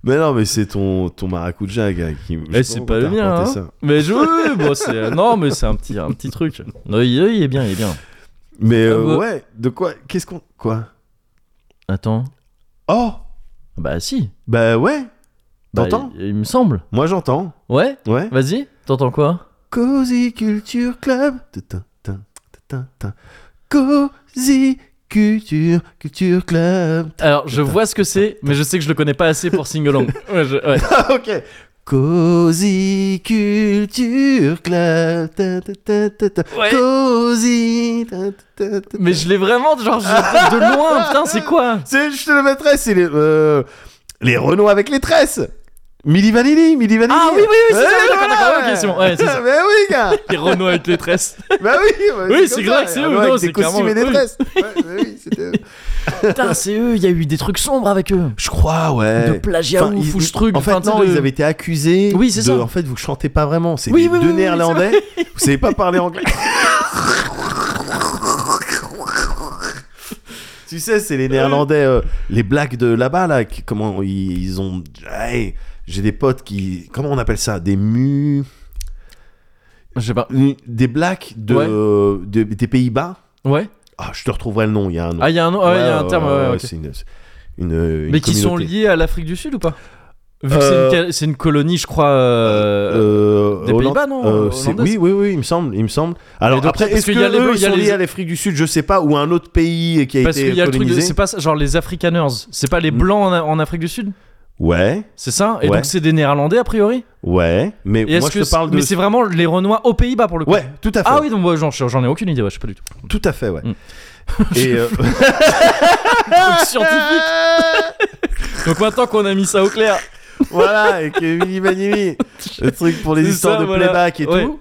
mais non, mais c'est ton ton maracuja gars, qui. je sais
Eh, c'est
où
pas
t'as
le mien,
inventé
hein.
ça.
mais je. oui, bon, c'est. euh, Non, mais c'est un petit, un petit truc. Non, il, il est bien, il est bien.
Mais euh,
bah.
ouais, de quoi Qu'est-ce qu'on quoi
Attends.
Oh,
Bah, si.
bah ouais.
Bah,
T'entends
il, il me semble.
Moi, j'entends.
Ouais
Ouais.
Vas-y, t'entends quoi
Cozy Culture Club. Tin, tin, tin, tin. Cozy Culture Culture Club.
Alors, je vois ce que c'est, mais je sais que je le connais pas assez pour sing along. Ouais, je- ouais.
Ah, ok. Cozy Culture Club. Tin, tin, tin, tin, tin.
Ouais.
Cozy. tin, tin, tin, tin.
Mais je l'ai vraiment, genre, je- de loin, putain, c'est quoi
C'est- Je te le mettrai, c'est les, euh, les Renault avec les tresses. Milli Vanilli, Milli Vanilli.
Ah oui, oui, oui, c'est
Ouais,
ça, oui, d'accord,
voilà.
d'accord, ouais, ok, c'est bon, ouais, c'est ça.
Mais oui, gars.
Les Renault avec les tresses.
Bah oui, bah,
Oui, c'est
comme
grave,
ça.
c'est eux,
Alors,
non,
avec
c'est
des costumes
clairement
et des
eux.
tresses. Ouais, bah oui, c'était eux.
Putain, c'est eux, il y a eu des trucs sombres avec eux.
Je crois, ouais.
De plagiat
Enfin,
ou
ils-
fouche truc.
En fait,
enfin, tu sais,
non,
de-
ils avaient été accusés.
Oui, c'est
de-
ça.
En fait, vous chantez pas vraiment. C'est
Oui,
des
oui,
deux
oui, oui,
néerlandais. vous savez pas parler anglais. tu sais, c'est les néerlandais, euh, les blacks de là-bas, là. qui- Comment ils, ils ont. Ouais, J'ai des potes qui. Comment on appelle ça Des mu. euh,
Je sais pas.
Des blacks de,
Ouais.
euh, de- des Pays-Bas.
Ouais.
Ah, je te retrouverai le nom, il y a un nom.
Ah, il y a un, nom- ah, ouais, il y a un
Ouais,
terme.
ouais,
ouais,
ouais,
ok.
c'est une- c'est une- une
Mais qui sont
communauté.
liés à l'Afrique du Sud ou pas Vu que c'est
Euh,
une cal- c'est une, colonie, je crois. euh,
Euh,
des
Hollande-
Pays-Bas, non,
euh, c'est-
hollandaise.
Oui, oui, oui, il me semble, il me semble. Alors
Et donc,
après,
parce
est-ce que
qu'il y a les
eux,
Bleus,
ils
il y a
sont
les-
liés à l'Afrique du Sud, je sais pas, ou à un autre pays qui a
Parce
été
qu'il y a le truc, de-
colonisé
c'est pas ça- genre les Afrikaners, c'est pas les blancs en, en Afrique du Sud,
Ouais,
c'est ça Et
Ouais.
donc c'est des Néerlandais a priori
ouais, mais
Et est-ce
moi
que
je te
c'est-
parle de.
Mais c'est vraiment les Renois aux Pays-Bas pour le coup.
Ouais, tout à fait.
Ah oui, donc ouais, genre, j'en ai aucune idée, ouais, je sais pas du tout.
Tout à fait, ouais.
Mm.
Et euh,
Truc scientifique. donc maintenant qu'on a mis ça au clair,
voilà, et que Mini Vanilli, le truc pour les
C'est
histoires
ça,
de
voilà.
playback et
Ouais.
tout.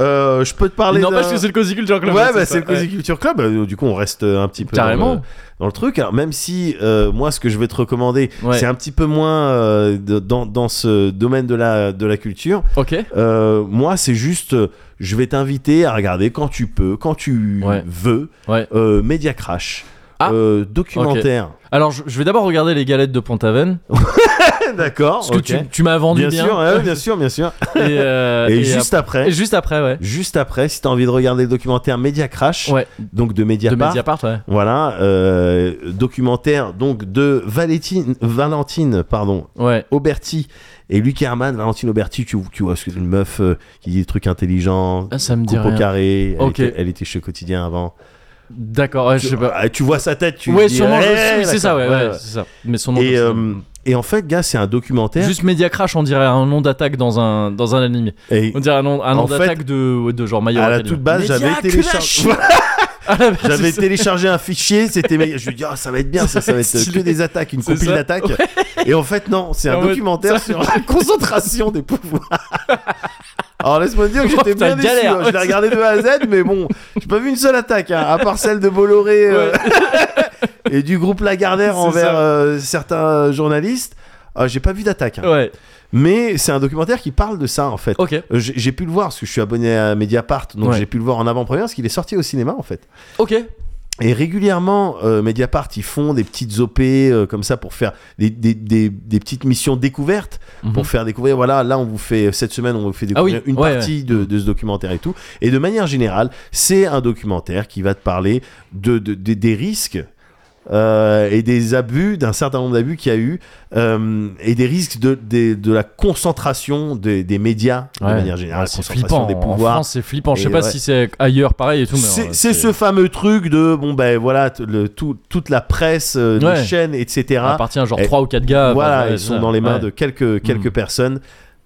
Euh, je peux te parler.
Non,
d'un-
parce que c'est le Cozy Culture Club.
Ouais, bah, c'est le
ça.
Cozy Culture Club. Euh, Du coup, on reste euh, un petit peu
Carrément.
Dans, le, dans le truc. Alors, même si euh, moi, ce que je vais te recommander,
Ouais.
c'est un petit peu moins euh, de- dans, dans ce domaine de la, de la culture.
Ok.
Euh, moi, c'est juste, euh, je vais t'inviter à regarder quand tu peux, quand tu
Ouais.
veux.
Ouais.
Euh, Media Crash.
Ah.
Euh, documentaire.
Alors, je, je vais d'abord regarder les galettes de Pont-Aven.
D'accord.
Parce que
ok.
tu, tu m'as vendu
bien,
bien.
sûr, ouais, bien sûr, bien sûr.
Et, euh,
Et,
et
juste
ap-
après,
et juste après, ouais.
juste après, si t'as envie de regarder le documentaire Media Crash,
Ouais.
donc de
De
Mediapart,
Mediapart, ouais.
Voilà, euh, documentaire donc de Valentine, Valentine pardon,
Ouais.
Auberti et Luc Herman. Valentine Auberti, tu, tu vois, c'est une meuf euh, qui dit des trucs intelligents,
Ah, ça me dit
coupe au
rien.
carré. Elle,
Ok.
était, elle était chez Quotidien avant.
D'accord, ouais, je sais pas.
Ah, tu vois sa tête, tu
ouais,
dis,
sûrement, je-
eh,
oui, c'est
d'accord,
ça, ouais,
ouais,
ouais,
ouais.
c'est ça. Mais son nom.
Et,
je sais pas.
euh, et en fait, gars, c'est un documentaire.
Juste Media Crash, on dirait un nom d'attaque dans un, dans un anime.
Et
On dirait un nom, un
En
nom
fait,
d'attaque de, ouais, de genre My Hero
à la
Academia.
toute base, j'avais
Media Crash
téléchargé.
À la base,
J'avais
c'est ça.
téléchargé un fichier, c'était mé- je me dis ah ça va être bien ça, ça va être
Stylé.
que des attaques, une
C'est
compile
ça.
d'attaques. Et en fait non, c'est un
En mode,
documentaire
ça-
sur la concentration des pouvoirs. Alors laisse-moi dire que j'étais
Oh, putain,
bien déçu.
galère.
hein. Je l'ai regardé de A à Z, mais bon, j'ai pas vu une seule attaque, hein, à part celle de Bolloré euh, et du groupe Lagardère
C'est
envers
ça.
euh, certains journalistes. Ah, j'ai pas vu d'attaque. hein.
Ouais,
Mais c'est un documentaire qui parle de ça en fait.
ok,
Euh, J'ai j'ai pu le voir parce que je suis abonné à Mediapart, donc
Ouais.
j'ai pu le voir en avant-première parce qu'il est sorti au cinéma en fait.
ok.
Et régulièrement, euh, Mediapart, ils font des petites OP euh, comme ça pour faire des, des, des, des petites missions découvertes,
Mhm.
pour faire découvrir, voilà, là, on vous fait, cette semaine, on vous fait
Ah oui,
découvrir une
ouais,
partie De, de ce documentaire et tout. Et de manière générale, c'est un documentaire qui va te parler de, de- de- des risques. euh, et des abus, d'un certain nombre d'abus qu'il y a eu, euh, et des risques de, des- de la concentration des, des médias, de
Ouais.
manière
Ouais,
générale, la
Ah, c'est
concentration
flippant.
des
En
pouvoirs.
France, c'est flippant. Je sais
Et
pas
ouais.
si c'est ailleurs pareil et tout. mais
C'est
euh,
c'est ce fameux truc de bon ben voilà t- le, tout- toute la presse, euh,
Ouais. Ah,
les chaînes, etc.
appartient à genre
Eh,
3 ou 4 gars.
voilà,
enfin, ouais,
ils
c'est
sont
ça.
dans les mains
Ouais.
de quelques quelques
Mm.
personnes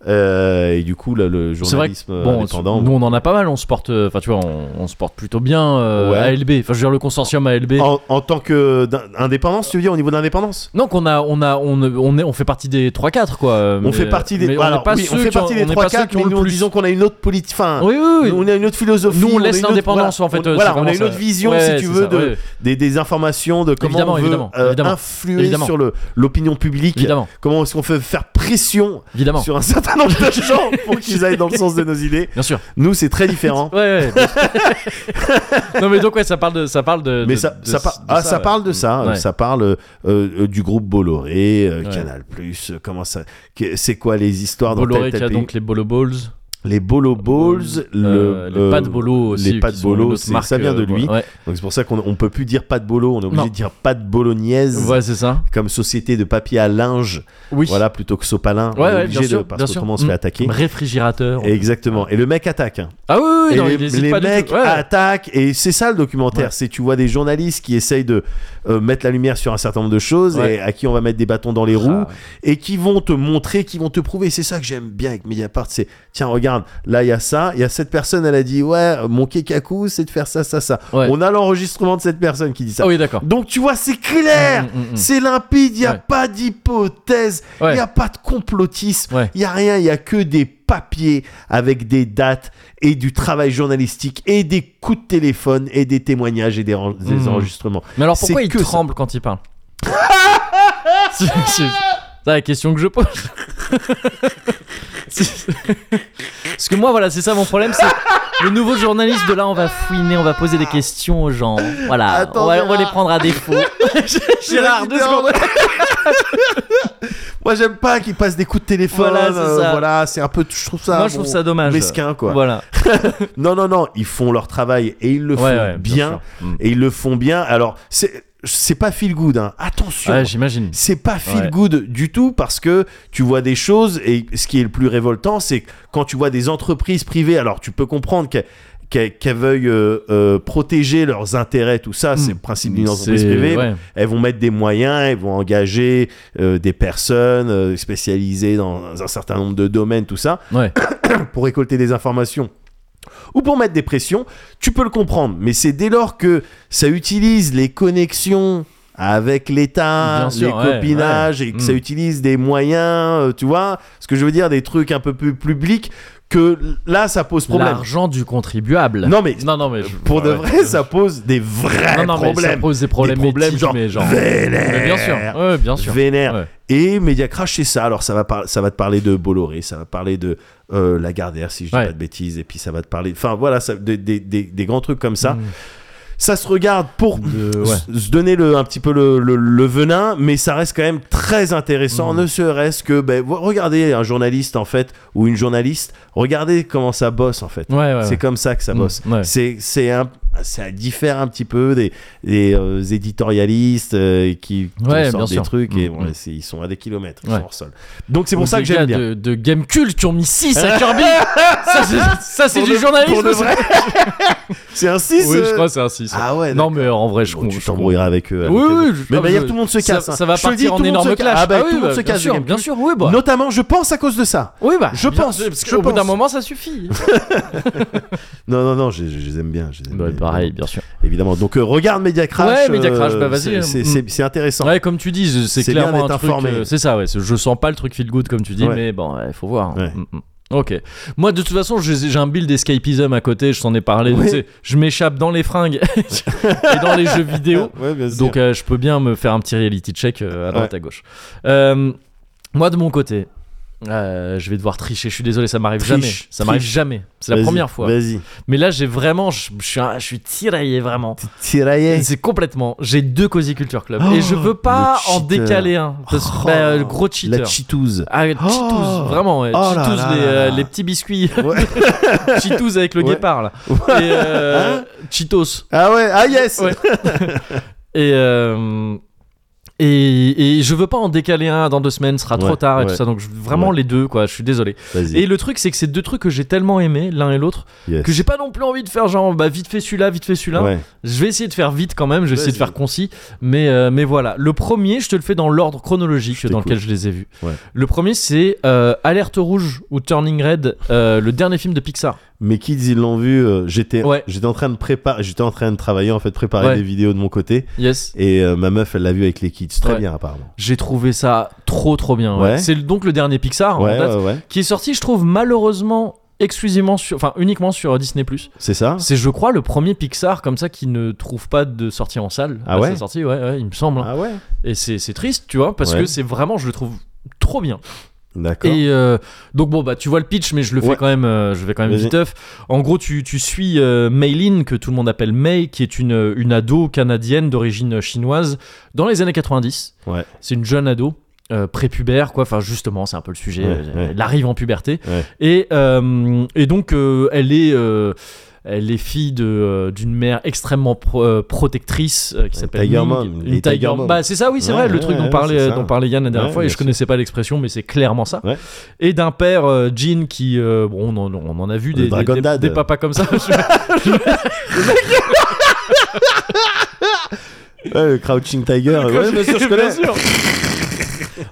Euh, et du coup là, le
C'est vrai que,
journalisme euh,
Bon,
indépendant.
nous on en a pas mal, on se porte, euh, enfin tu vois, on, on se porte plutôt bien euh,
Ouais.
ALB, enfin je veux dire le consortium ALB.
en, en tant que d'in- indépendance, tu veux dire au niveau d'indépendance
Non, qu'on a, on a, on, on est, on fait partie des 3-4 quoi. euh,
on
mais,
fait
euh,
partie des
mais
alors,
est pas
oui, on
ceux
fait
qui ont-
partie des
on est
trois
pas ceux
quatre,
qui ont
mais
le
nous
plus.
disons qu'on a une autre politique enfin
Oui, oui, oui.
on a une autre philosophie
Nous on
a
laisse
une autre-
l'indépendance
voilà,
en fait.
on,
euh,
voilà,
c'est
on a
vraiment
une autre
ça.
vision
Ouais,
si tu
c'est
veux
ça,
de
ouais,
des, des informations de comment
Évidemment,
on veut
évidemment,
euh,
évidemment.
influer
Évidemment.
sur le l'opinion publique
Évidemment,
comment est-ce qu'on fait faire pression
évidemment.
sur un certain nombre de gens pour qu'ils aillent dans le sens de nos idées.
Bien sûr.
Nous, c'est très différent.
Ouais, ouais. bien- non mais donc ouais, ça parle de, ça parle de.
Mais
de-
ça,
de-
ça,
de
par- ah, ça
ouais.
parle de ça.
Ouais.
Ça parle euh, euh, du groupe Bolloré, euh,
Ouais.
Canal Plus. euh, comment ça que- C'est quoi les histoires dans
Bolloré
tel,
qui
tel
a
pays
donc les Bolo Balls,
Les Bolo Balls,
euh,
le,
les pas de Bolo aussi,
les pas
qui
de
sont une
Bolo,
autre
c'est-
marque,
ça vient de
euh,
lui.
Ouais,
Donc c'est pour ça qu'on on peut plus dire pas de Bolo. On est obligé
Non.
de dire pas de bolognaise.
ouais, c'est ça.
Comme société de papier à linge,
Oui.
voilà, plutôt que sopalin,
Ouais,
on
ouais,
est obligé
bien sûr,
de, parce
bien sûr.
qu'autrement on se fait
Mm.
attaquer.
Réfrigérateur.
Exactement. Et le mec attaque. hein.
Ah oui, oui,
Et
non,
les,
il hésite
les
pas du
mecs
tout. Ouais.
attaquent et c'est ça le documentaire
Ouais.
c'est tu vois des journalistes qui essayent de euh, mettre la lumière sur un certain nombre de choses
Ouais.
et à qui on va mettre des bâtons dans les
Ah,
roues
ouais.
et qui vont te montrer qui vont te prouver c'est ça que j'aime bien avec Mediapart c'est tiens regarde là il y a ça il y a cette personne elle a dit ouais euh, mon kekaku c'est de faire ça ça ça
Ouais.
on a l'enregistrement de cette personne qui dit ça
Ah oui, d'accord.
donc tu vois c'est clair
Mm, mm, mm.
c'est limpide, il n'y a
Ouais.
pas d'hypothèse, il
Ouais.
n'y a pas de complotisme, il
Ouais.
n'y a rien, il n'y a que des papiers avec des dates et du travail journalistique et des coups de téléphone et des témoignages et des, ren- des
Mm.
enregistrements.
Mais alors
C'est
pourquoi il
que ça.
tremble quand il parle C'est c'est- c'est la question que je pose. C'est- Parce que moi, voilà, c'est ça mon problème, c'est le nouveau journaliste de là, on va fouiner, on va poser des questions aux gens. Voilà,
Attends,
on va, on va
Gérard.
les prendre à défaut. Gérard, deux
Gérard.
secondes.
Moi j'aime pas qu'ils passent des coups de téléphone,
Voilà, c'est
euh,
ça.
voilà, c'est un peu, je trouve ça,
Moi, je
bon,
trouve ça dommage.
mesquin quoi.
Voilà.
Non non non, ils font leur travail et ils le font
Ouais, ouais,
bien,
sûr. Mm.
et ils le font bien. Alors c'est c'est pas feel good, hein. attention.
Ouais, j'imagine.
c'est pas feel
Ouais.
good du tout parce que tu vois des choses et ce qui est le plus révoltant c'est que quand tu vois des entreprises privées alors tu peux comprendre qu'elles qu'elles- qu'elles veuillent euh, euh, protéger leurs intérêts tout ça c'est le principe d'une entreprise
Hmm. C'est-
privée
ouais.
elles vont mettre des moyens elles vont engager euh, des personnes euh, spécialisées dans un certain nombre de domaines tout ça
Ouais.
pour récolter des informations ou pour mettre des pressions, tu peux le comprendre. Mais c'est dès lors que ça utilise les connexions avec
Bien
l'État, les
sûr, ouais,
copinages,
ouais.
et que
Mm.
ça utilise des moyens, euh, tu vois, ce que je veux dire, des trucs un peu plus publics, que là, ça pose problème.
L'argent du contribuable.
Non, mais-
non, non, mais je-
Pour de
ouais,
vrai,
ouais.
ça pose des vrais
non, non, mais
problèmes.
ça pose des problèmes,
Des problèmes
éthiques,
genre
mais genre
vénère.
Mais bien sûr, ouais, bien sûr.
Vénère.
Ouais.
Et Media Crash, c'est ça. Alors, ça va, par- ça va te parler de Bolloré, ça va te parler de euh, Lagardère, si je dis
Ouais.
pas de bêtises, et puis ça va te parler. Enfin, voilà, ça- des, des- des- des grands trucs comme ça.
Mm.
Ça se regarde pour
De- Euh, ouais.
s- se donner le, un petit peu le, le- le venin, mais ça reste quand même très
Mmh.
intéressant, ne serait-ce que, ben, vo- regardez un journaliste, en fait, ou une journaliste, regardez comment ça bosse, en fait.
Ouais, ouais, ouais.
C'est comme ça que ça
Mm,
bosse.
ouais.
C'est, c'est un, ça diffère un petit peu des, des, euh, éditorialistes euh, qui, qui
Ouais,
sortent
bien
des
sûr.
trucs et
Mm,
bon,
mm.
c'est- ils sont à des kilomètres, ils
Ouais.
sont hors sol. Donc c'est pour
Ou
ça
des
que j'aime
gars
bien.
De, de Gamecult qui ont mis 6 à Kirby. ça, c'est- ça, c'est
Pour
du
de-
journalisme.
pour de vrai. C'est un 6
Oui, je crois que c'est un 6.
Ah ouais.
non,
d'accord.
mais en vrai, je
Bon,
comprends.
tu t'embrouilleras avec eux. avec
Oui,
eux.
oui, je-
Mais
ah,
d'ailleurs,
je-
tout le monde se
Ça-
casse. hein.
Ça, va
Je te
partir
dis,
en
tout le monde
énorme
se
clash.
casse. Ah bah,
oui,
tout le monde
bah,
se
bien
casse.
sûr, bien sûr, oui, bah.
Notamment, je pense à cause de ça.
Oui, bah.
Je
bien
pense,
sûr, Parce
je
qu'au bout d'un
pense.
moment, ça suffit.
Non, non, non, je, je- je les aime bien. je les aime
Bah,
bien,
pareil, bien sûr.
Évidemment. Donc euh, regarde Media Crash. euh, hein.
Ouais, Media Crash, bah, vas-y.
c'est- C'est
Mm.
c'est- c'est intéressant.
Ouais, comme tu dis, c'est
C'est bien
clairement
d'être
un truc.
informé.
euh, c'est ça, ouais. c'est- Je sens pas le truc feel good comme tu dis,
Ouais.
mais bon, il faut voir.
Ouais.
Mm, mm. Ok. Moi, de toute façon, j'ai j'ai un build escapism à côté. Je t'en ai parlé.
Ouais.
tu sais, Je m'échappe dans les fringues et dans les jeux vidéo.
Ah, Ouais, bien sûr.
Donc euh, je peux bien me faire un petit reality check euh, à droite
Ouais.
à gauche. Euh, moi de mon côté, euh, je vais devoir tricher. Je suis désolé, ça m'arrive
Triche,
jamais. Ça m'arrive
triche.
jamais. C'est la
Vas-y,
première fois.
Vas-y.
Mais là j'ai vraiment, je, je suis, un- je suis tiraillé vraiment.
Tiraillé.
C'est complètement. J'ai deux Cozy Culture Club
Oh,
et je veux pas
le
en
cheater.
décaler un. Parce que
Oh,
bah, euh, gros
La
cheater.
chitouse.
Ah, Cheetos,
Oh.
vraiment, ouais.
Oh là
Cheetos,
là
les,
là
euh,
là.
les petits biscuits.
Ouais.
Cheetos avec le
Ouais. Hein
guépard, là. Et, euh, Cheetos.
Ah ouais, ah yes
Ouais. Et, euh, et, et je veux pas en décaler un dans deux semaines, ce sera trop
Ouais,
tard et
ouais.
tout ça. Donc je- vraiment
Ouais.
les deux, quoi. Je suis désolé.
Vas-y.
Et le truc, c'est que c'est deux trucs que j'ai tellement aimé l'un et l'autre
Yes.
que j'ai pas non plus envie de faire genre bah vite fait celui-là, vite fait celui-là.
Ouais.
Je vais essayer de faire vite quand même. Je vais essayer de
Vas-y.
faire concis. Mais euh, mais voilà. Le premier, je te le fais dans l'ordre chronologique
Je
dans
t'écoute.
lequel je les ai vus.
Ouais.
Le premier, c'est euh, Alerte rouge ou Turning Red, euh, le dernier film de Pixar.
Mes kids, ils l'ont vu. euh, j'étais,
Ouais.
j'étais en train de préparer, j'étais en train de travailler en fait, préparer
Ouais.
des vidéos de mon côté.
Yes.
Et euh, ma meuf, elle l'a vu avec les kids. Très
Ouais.
bien, apparemment.
J'ai trouvé ça trop trop bien. ouais.
Ouais.
C'est donc le dernier Pixar en
ouais,
date.
ouais, ouais.
qui est sorti, je trouve, malheureusement exclusivement sur, enfin uniquement sur Disney+.
C'est ça.
C'est, je crois, le premier Pixar comme ça qui ne trouve pas de sortie en salle.
Ah
à
ouais
sa sortie, ouais, ouais, il me semble. hein.
Ah ouais.
Et c'est, c'est triste, tu vois, parce
Ouais.
que c'est vraiment, je le trouve trop bien.
D'accord.
Et euh, donc bon, bah tu vois le pitch, mais je le fais
Ouais.
quand même, euh, je vais quand même
Vas-y.
vite off. En gros, tu, tu suis euh, Maylin, que tout le monde appelle May, qui est une, une ado canadienne d'origine chinoise dans les années 90.
Ouais.
C'est une jeune ado. euh, prépubère quoi enfin justement c'est un peu le sujet
Ouais,
euh,
ouais.
elle arrive en puberté
Ouais.
et, euh, et donc euh, elle est euh, elle est fille de, euh, d'une mère extrêmement pro- euh, protectrice euh, qui s'appelle
Tiger
Ming.
Mom,
Une
les
Tiger
Tiger Mom.
Bah, c'est ça, oui, c'est
Ouais,
vrai, le
ouais,
truc dont,
ouais,
parlait,
c'est ça.
dont parlait Yann la dernière
Ouais,
fois, et
bien
je
sûr.
connaissais pas l'expression, mais c'est clairement ça.
Ouais.
Et d'un père, euh, Jean, qui. euh, bon, on, en- on en a vu
Le
des, des,
Dragon
des-
Dad.
des papas comme ça. Je-
Ouais, le Crouching Tiger. ouais, bien sûr, je connais.
sûr.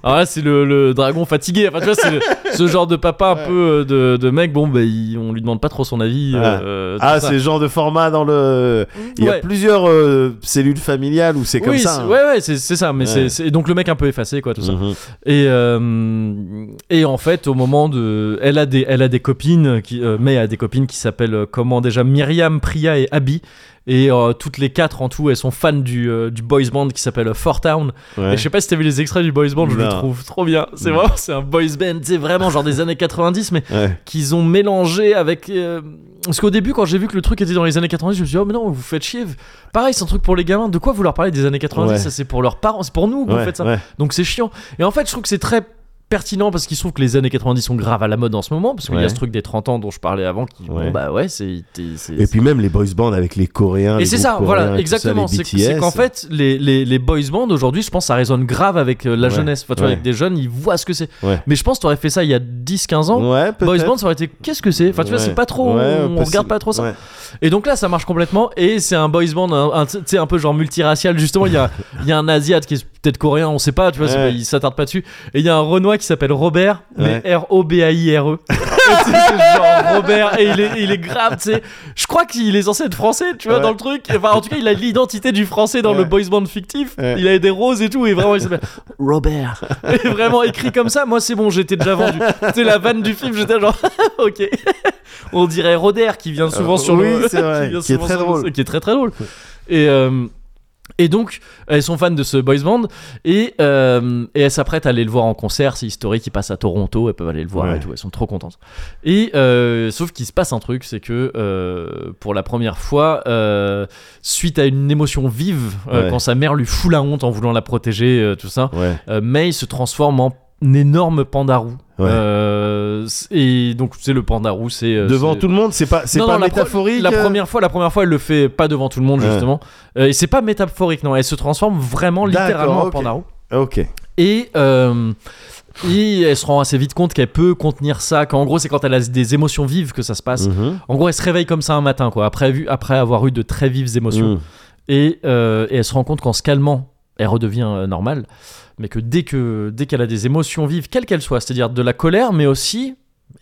Ah ouais, c'est le, le dragon fatigué. Enfin, tu vois, c'est le- ce genre de papa un peu euh, de, de mec. Bon, bah, il- on lui demande pas trop son avis.
Ouais.
euh, tout
Ah,
ça.
c'est le genre de format dans le. Il y a
Ouais.
plusieurs euh, cellules familiales où c'est comme
oui,
ça.
c'est-
hein.
ouais, ouais, c'est c'est ça. Mais
Ouais.
c'est- c'est donc le mec un peu effacé, quoi, tout ça.
Mhm.
Et, euh, et en fait, au moment de. Elle a des, elle a des copines, qui, euh, mais elle a des copines qui s'appellent euh, comment déjà Myriam, Priya et Abby. Et euh, toutes les quatre en tout, elles sont fans du, euh, du boys band qui s'appelle Four Town.
Ouais.
Et je sais pas si t'as vu les extraits du boys band, je le
Non.
trouve trop bien. C'est
Non.
vraiment, c'est un boys band, c'est vraiment genre des années 90, mais
Ouais.
qu'ils ont mélangé avec. euh, Parce qu'au début, quand j'ai vu que le truc était dans les années 90, je me suis dit, oh, mais non, vous faites chier. Pareil, c'est un truc pour les gamins. De quoi vous leur parlez des années 90
Ouais.
Ça, c'est pour leurs parents, c'est pour nous qu'on
Ouais,
fait ça.
ouais.
Donc c'est chiant. Et en fait, je trouve que c'est très pertinent parce qu'il se trouve que les années 90 sont graves à la mode en ce moment parce qu'il y a
Ouais.
ce truc des 30 ans dont je parlais avant qui bon,
Ouais.
bah ouais c'est t'es- c'est-
Et puis même les boys bands avec les Coréens.
et
les
c'est
groupes
ça
coréens
voilà
et tout ça,
exactement
les
c'est c'est qu'en
BTS.
fait les, les, les boys bands aujourd'hui je pense que ça résonne grave avec euh, la
Ouais.
jeunesse enfin, tu vois,
Ouais.
avec des jeunes ils voient ce que c'est
Ouais.
mais je pense que t'aurais fait ça il y a 10-15 ans
Ouais, peut-être.
Boys Band, ça aurait été qu'est-ce que c'est Enfin, tu vois,
Ouais.
c'est pas trop.
Ouais,
on
possible.
regarde pas trop ça.
Ouais.
Et donc là, ça marche complètement. Et c'est un Boys Band, un, un- tu sais, un peu genre multiracial. Justement, il y a, il y a un Asiate qui est peut-être coréen, on sait pas, tu vois, c'est
Ouais.
pas- ils s'attardent pas dessus. Et il y a un Renoir qui s'appelle Robert, mais
Ouais.
R-O-B-A-I-R-E. E. Et tu sais, c'est genre Robert, et il est, il est grave, tu sais. Je crois qu'il est censé être français, tu vois,
Ouais.
dans le truc. Enfin, en tout cas, il a l'identité du français dans le
Ouais.
boys band fictif.
Ouais.
Il a des roses et tout, et vraiment, il s'appelle Robert. Et vraiment écrit comme ça, moi, c'est bon, j'étais déjà vendu. tu sais, la vanne du film, j'étais genre, ok. On dirait Roder qui vient souvent
Euh,
sur le.
oui, c'est vrai,
vient
qui est
souvent
très
sur le-
drôle.
Qui est très très drôle. Et. euh, et donc, elles sont fans de ce boys band et, euh, et elles s'apprêtent à aller le voir en concert. C'est historique, ils passent à Toronto, elles peuvent aller le voir
Ouais.
et tout. Elles sont trop contentes. Et euh, sauf qu'il se passe un truc, c'est que euh, pour la première fois, euh, suite à une émotion vive, euh,
Ouais.
quand sa mère lui fout la honte en voulant la protéger, euh, tout ça,
Ouais.
euh, May se transforme en un énorme panda roux.
Ouais.
Euh, c- et donc, tu sais, le panda roux, c'est. euh,
Devant
c'est-
tout le monde, c'est pas, c'est
Non,
pas
non, la pro-
métaphorique.
la
euh
première fois, la première fois, elle le fait pas devant tout le monde
Ouais.
justement. Euh, et c'est pas métaphorique, non. Elle se transforme vraiment
D'accord,
littéralement en
ok.
panda roux. Ah,
Ok.
Et, euh, et elle se rend assez vite compte qu'elle peut contenir ça. Qu'en gros, c'est quand elle a des émotions vives que ça se passe.
Mhm.
En gros, elle se réveille comme ça un matin, quoi. Après, vu- après avoir eu de très vives émotions.
Mhm.
Et, euh, et elle se rend compte qu'en se calmant, elle redevient euh, normale. Mais que dès que dès qu'elle a des émotions vives, quelles qu'elles soient, c'est-à-dire de la colère, mais aussi